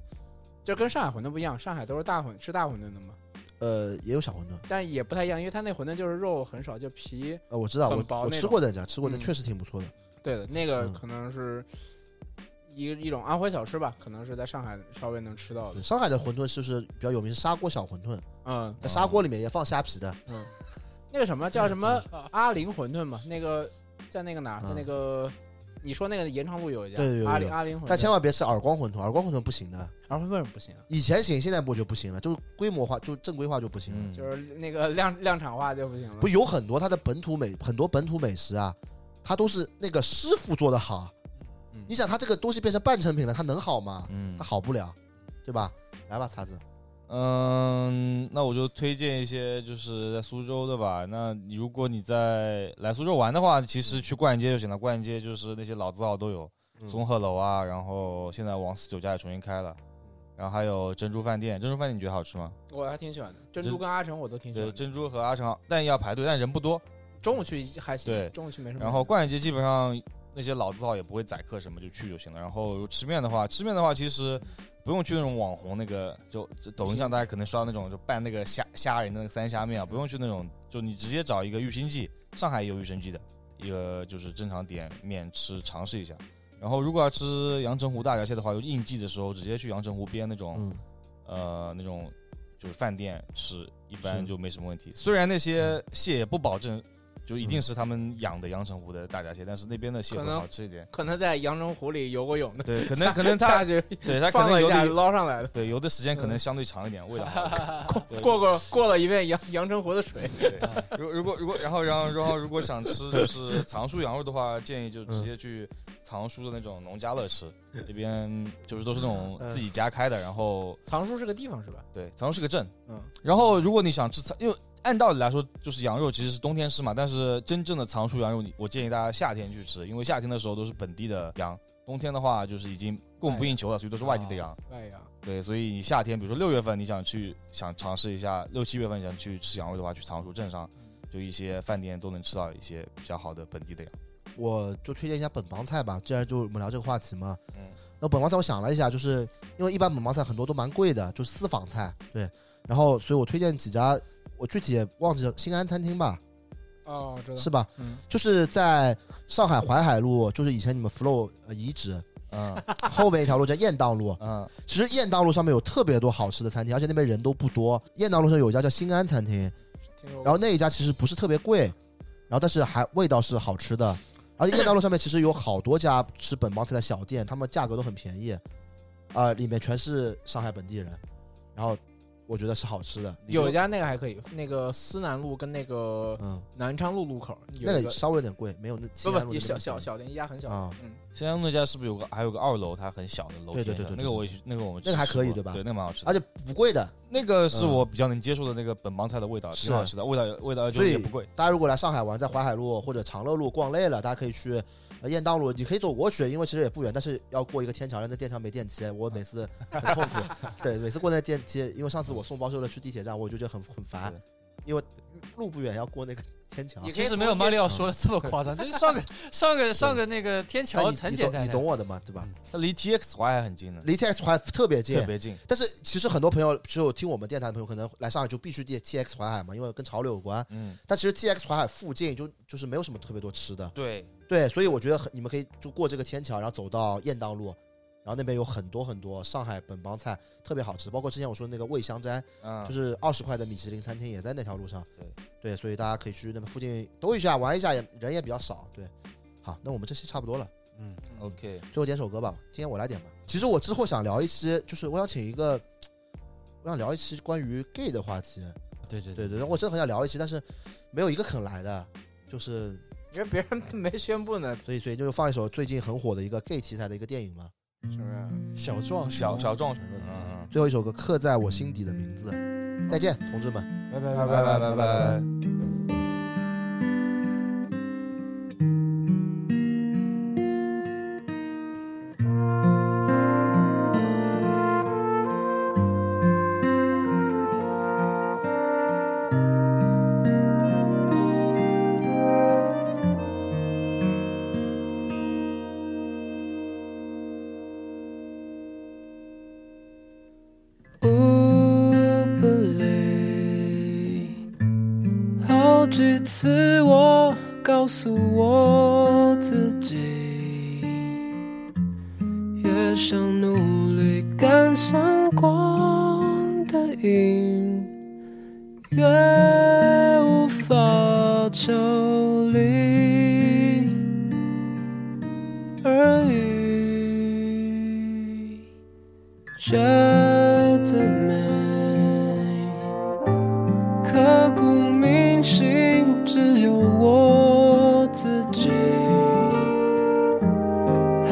[SPEAKER 4] 就跟上海馄饨不一样，上海都是大馄吃大馄饨的嘛，
[SPEAKER 1] 呃，也有小馄饨，
[SPEAKER 4] 但也不太一样，因为它那馄饨就是肉很少，就皮
[SPEAKER 1] 呃，我知道，
[SPEAKER 4] 很
[SPEAKER 1] 我
[SPEAKER 4] 薄
[SPEAKER 1] 我
[SPEAKER 4] 那
[SPEAKER 1] 吃
[SPEAKER 4] 种
[SPEAKER 1] 过那家，吃过那
[SPEAKER 4] 嗯
[SPEAKER 1] 确实挺不错的，
[SPEAKER 4] 对的，那个
[SPEAKER 1] 嗯
[SPEAKER 4] 可能是一一种安徽小吃吧，可能是在上海稍微能吃到的
[SPEAKER 1] 对。上海的馄饨是不是比较有名？是砂锅小馄饨，
[SPEAKER 4] 嗯，
[SPEAKER 1] 在砂锅里面也放虾皮的，
[SPEAKER 4] 那个什么叫什么
[SPEAKER 2] 嗯
[SPEAKER 4] 阿林馄饨嘛？那个在那个哪儿，
[SPEAKER 1] 嗯
[SPEAKER 4] 在那个你说那个延长路有一家
[SPEAKER 1] 对对对对
[SPEAKER 4] 阿林阿林馄饨，
[SPEAKER 1] 但千万别吃耳光馄饨，耳光馄饨不行的，
[SPEAKER 4] 安徽为什么不行啊？
[SPEAKER 1] 以前行，现在不就不行了，就规模化，就正规化就不行了。
[SPEAKER 2] 嗯
[SPEAKER 4] 就是那个量量产化就不行了
[SPEAKER 1] 不。有很多它的本土美很多本土美食啊，它都是那个师傅做的好。啊
[SPEAKER 4] 嗯
[SPEAKER 1] 你想，它这个东西变成半成品了，它能好吗？
[SPEAKER 2] 嗯
[SPEAKER 1] 它好不了，对吧？来吧，叉子，
[SPEAKER 2] 嗯，那我就推荐一些就是在苏州的吧。那你如果你在来苏州玩的话，其实去逛街就行了。逛街就是那些老字号都有，
[SPEAKER 1] 嗯
[SPEAKER 2] 综合楼啊，然后现在王四酒家也重新开了，然后还有珍珠饭店。珍珠饭店你觉得好吃吗？
[SPEAKER 4] 我还挺喜欢的，珍珠
[SPEAKER 2] 珍
[SPEAKER 4] 跟阿成我都挺喜
[SPEAKER 2] 对，
[SPEAKER 4] 欢的。
[SPEAKER 2] 珍珠和阿成，但要排队，但人不多。
[SPEAKER 4] 中午去还行，
[SPEAKER 2] 对
[SPEAKER 4] 中午去没什么。
[SPEAKER 2] 然后逛街基本上那些老字号也不会宰客什么，就去就行了。然后吃面的话，吃面的话其实不用去那种网红那个，就就抖音上大家可能刷到那种就拌那个虾虾仁的那个三虾面啊，不用去那种，就你直接找一个玉兴记，上海也有玉兴记的一个就是正常点面吃尝试一下。然后如果要吃阳澄湖大闸蟹的话，就应季的时候直接去阳澄湖边那种、
[SPEAKER 1] 嗯，
[SPEAKER 2] 呃那种就是饭店吃，一
[SPEAKER 1] 是
[SPEAKER 2] 般就没什么问题。虽然那些蟹也不保证就一定是他们养的阳澄湖的大闸蟹，但是那边的蟹
[SPEAKER 4] 可
[SPEAKER 2] 会
[SPEAKER 4] 能
[SPEAKER 2] 好吃一点。
[SPEAKER 4] 可能在阳澄湖里游过泳的，
[SPEAKER 2] 对，可能
[SPEAKER 4] 下
[SPEAKER 2] 可能
[SPEAKER 4] 下
[SPEAKER 2] 它
[SPEAKER 4] 去
[SPEAKER 2] 对它可
[SPEAKER 4] 放
[SPEAKER 2] 能
[SPEAKER 4] 了一
[SPEAKER 2] 游
[SPEAKER 4] 下
[SPEAKER 2] 的
[SPEAKER 4] 捞上来的，
[SPEAKER 2] 对游的时间可能相对长一点，味道好一点。 对
[SPEAKER 4] 过过过了一遍阳阳澄湖的水。
[SPEAKER 2] 对，如如果如果然后然后然后如果想吃就是藏书羊肉的话，建议就直接去藏书的那种农家乐吃，那边就是都是那种自己家开的，然后
[SPEAKER 4] 藏书是个地方是吧？
[SPEAKER 2] 对藏书是个镇，
[SPEAKER 4] 嗯，
[SPEAKER 2] 然后如果你想吃藏，因为按道理来说就是羊肉其实是冬天吃嘛，但是真正的藏书羊肉，你我建议大家夏天去吃，因为夏天的时候都是本地的羊，冬天的话就是已经供不应求了，所以都是外地的羊。
[SPEAKER 4] 哦外阳。
[SPEAKER 2] 对，所以你夏天，比如说六月份你想去想尝试一下，六七月份想去吃羊肉的话，去藏书镇上。就一些饭店都能吃到一些比较好的本地的羊。
[SPEAKER 1] 我就推荐一下本帮菜吧，既然就我们聊这个话题嘛。
[SPEAKER 2] 嗯
[SPEAKER 1] 那本帮菜我想了一下，就是因为一般本帮菜很多都蛮贵的，就是私房菜，对。然后，所以我推荐几家，我具体也忘记了，新安餐厅吧，
[SPEAKER 4] 哦，知道。
[SPEAKER 1] 是吧？
[SPEAKER 4] 嗯，
[SPEAKER 1] 就是在上海淮海路，就是以前你们 flow 呃遗址
[SPEAKER 2] 嗯
[SPEAKER 1] 后面一条路叫雁荡路，
[SPEAKER 2] 嗯
[SPEAKER 1] 其实雁荡路上面有特别多好吃的餐厅，而且那边人都不多。雁荡路上有一家叫新安餐厅，
[SPEAKER 4] 听说过
[SPEAKER 1] 然后那一家其实不是特别贵，然后但是还味道是好吃的。而且雁荡路上面其实有好多家吃本帮菜的小店，他们价格都很便宜，啊、里面全是上海本地人，然后我觉得是好吃的，
[SPEAKER 4] 有一家那个还可以，那个思南路跟那个
[SPEAKER 1] 嗯，
[SPEAKER 4] 南昌路路口有
[SPEAKER 1] 那
[SPEAKER 4] 一
[SPEAKER 1] 个稍微有点贵，没有那
[SPEAKER 4] 不
[SPEAKER 1] 新安
[SPEAKER 4] 不
[SPEAKER 1] 路
[SPEAKER 4] 有
[SPEAKER 1] 那
[SPEAKER 4] 小
[SPEAKER 1] 边
[SPEAKER 4] 小
[SPEAKER 1] 便宜
[SPEAKER 4] 小店，一家很小的
[SPEAKER 1] 啊，
[SPEAKER 4] 嗯，
[SPEAKER 2] 新安那家是不是有个还有个二楼，它很小的楼梯
[SPEAKER 1] 对
[SPEAKER 2] 那个？
[SPEAKER 1] 对对对对
[SPEAKER 2] 那个我也去，那个我们
[SPEAKER 1] 那个还
[SPEAKER 2] 吃
[SPEAKER 1] 可以
[SPEAKER 2] 过
[SPEAKER 1] 对吧
[SPEAKER 2] 对，那个蛮好吃的。
[SPEAKER 1] 而且不贵的。
[SPEAKER 2] 那个是
[SPEAKER 1] 嗯
[SPEAKER 2] 我比较能接受的那个本帮菜的味道，
[SPEAKER 1] 是
[SPEAKER 2] 挺好吃的，味道味道就
[SPEAKER 1] 所以
[SPEAKER 2] 也不贵。
[SPEAKER 1] 大家如果来上海玩，在淮海路或者长乐路逛累了，大家可以去呃雁荡路，你可以走过去，因为其实也不远，但是要过一个天桥，然后那天桥没电梯，我每次很痛 苦。对，每次过那电梯，因为上次我送包修了去地铁站，我就觉得很很烦
[SPEAKER 2] 对，
[SPEAKER 1] 因为路不远要过那个牵强
[SPEAKER 4] 也。可以
[SPEAKER 3] 其实没有
[SPEAKER 4] 通过
[SPEAKER 3] 马里奥说的这么夸张，就是 上个上个上个那个
[SPEAKER 1] 但
[SPEAKER 3] 天桥
[SPEAKER 1] 你
[SPEAKER 3] 很
[SPEAKER 1] 你
[SPEAKER 3] 简
[SPEAKER 1] 懂
[SPEAKER 3] 单
[SPEAKER 1] 你懂
[SPEAKER 3] 的，嗯
[SPEAKER 1] 我的嘛，对吧？
[SPEAKER 2] 它离 TX Y 还很近呢，
[SPEAKER 1] 离 TX 环特别近
[SPEAKER 2] 特，别近。
[SPEAKER 1] 但是其实很多朋友，只有听我们电台的朋友，可能来上海就必须 T TX 淮海嘛，因为跟潮流有关。
[SPEAKER 2] 嗯，
[SPEAKER 1] 但其实 TX 淮海附近就就是没有什么特别多吃的，
[SPEAKER 2] 对，
[SPEAKER 1] 对，所以我觉得很你们可以就过这个天桥，然后走到雁荡路，然后那边有很多很多上海本帮菜，特别好吃。包括之前我说的那个味香斋，
[SPEAKER 2] 嗯，
[SPEAKER 1] 就是二十块的米其林餐厅，也在那条路上。
[SPEAKER 2] 对
[SPEAKER 1] 对，所以大家可以去那边附近兜一下、玩一下，也人也比较少。对，好，那我们这期差不多了。
[SPEAKER 3] 嗯，
[SPEAKER 2] OK，
[SPEAKER 1] 最后点首歌吧，今天我来点吧。其实我之后想聊一期，就是我想请一个，我想聊一期关于 gay 的话题。
[SPEAKER 3] 对对
[SPEAKER 1] 对对对，我真的很想聊一期，但是没有一个肯来的，就是
[SPEAKER 4] 因为别人 没宣布呢，
[SPEAKER 1] 所以所以就是放一首最近很火的一个 gay 题材的一个电影嘛。
[SPEAKER 4] 是不是？
[SPEAKER 3] 小壮
[SPEAKER 2] 小小壮，
[SPEAKER 1] 嗯
[SPEAKER 2] 嗯
[SPEAKER 1] 最后一首歌刻在我心底的名字，再见，同志们。
[SPEAKER 4] 拜拜
[SPEAKER 2] 嗯，
[SPEAKER 4] 拜
[SPEAKER 2] 拜
[SPEAKER 4] 拜
[SPEAKER 1] 拜
[SPEAKER 2] 拜
[SPEAKER 1] 拜
[SPEAKER 2] 拜。
[SPEAKER 5] 不理。好几次我告诉我自己，越想努力赶上光的影，越无法抽离而已。学最美，刻骨铭心，只有我自己。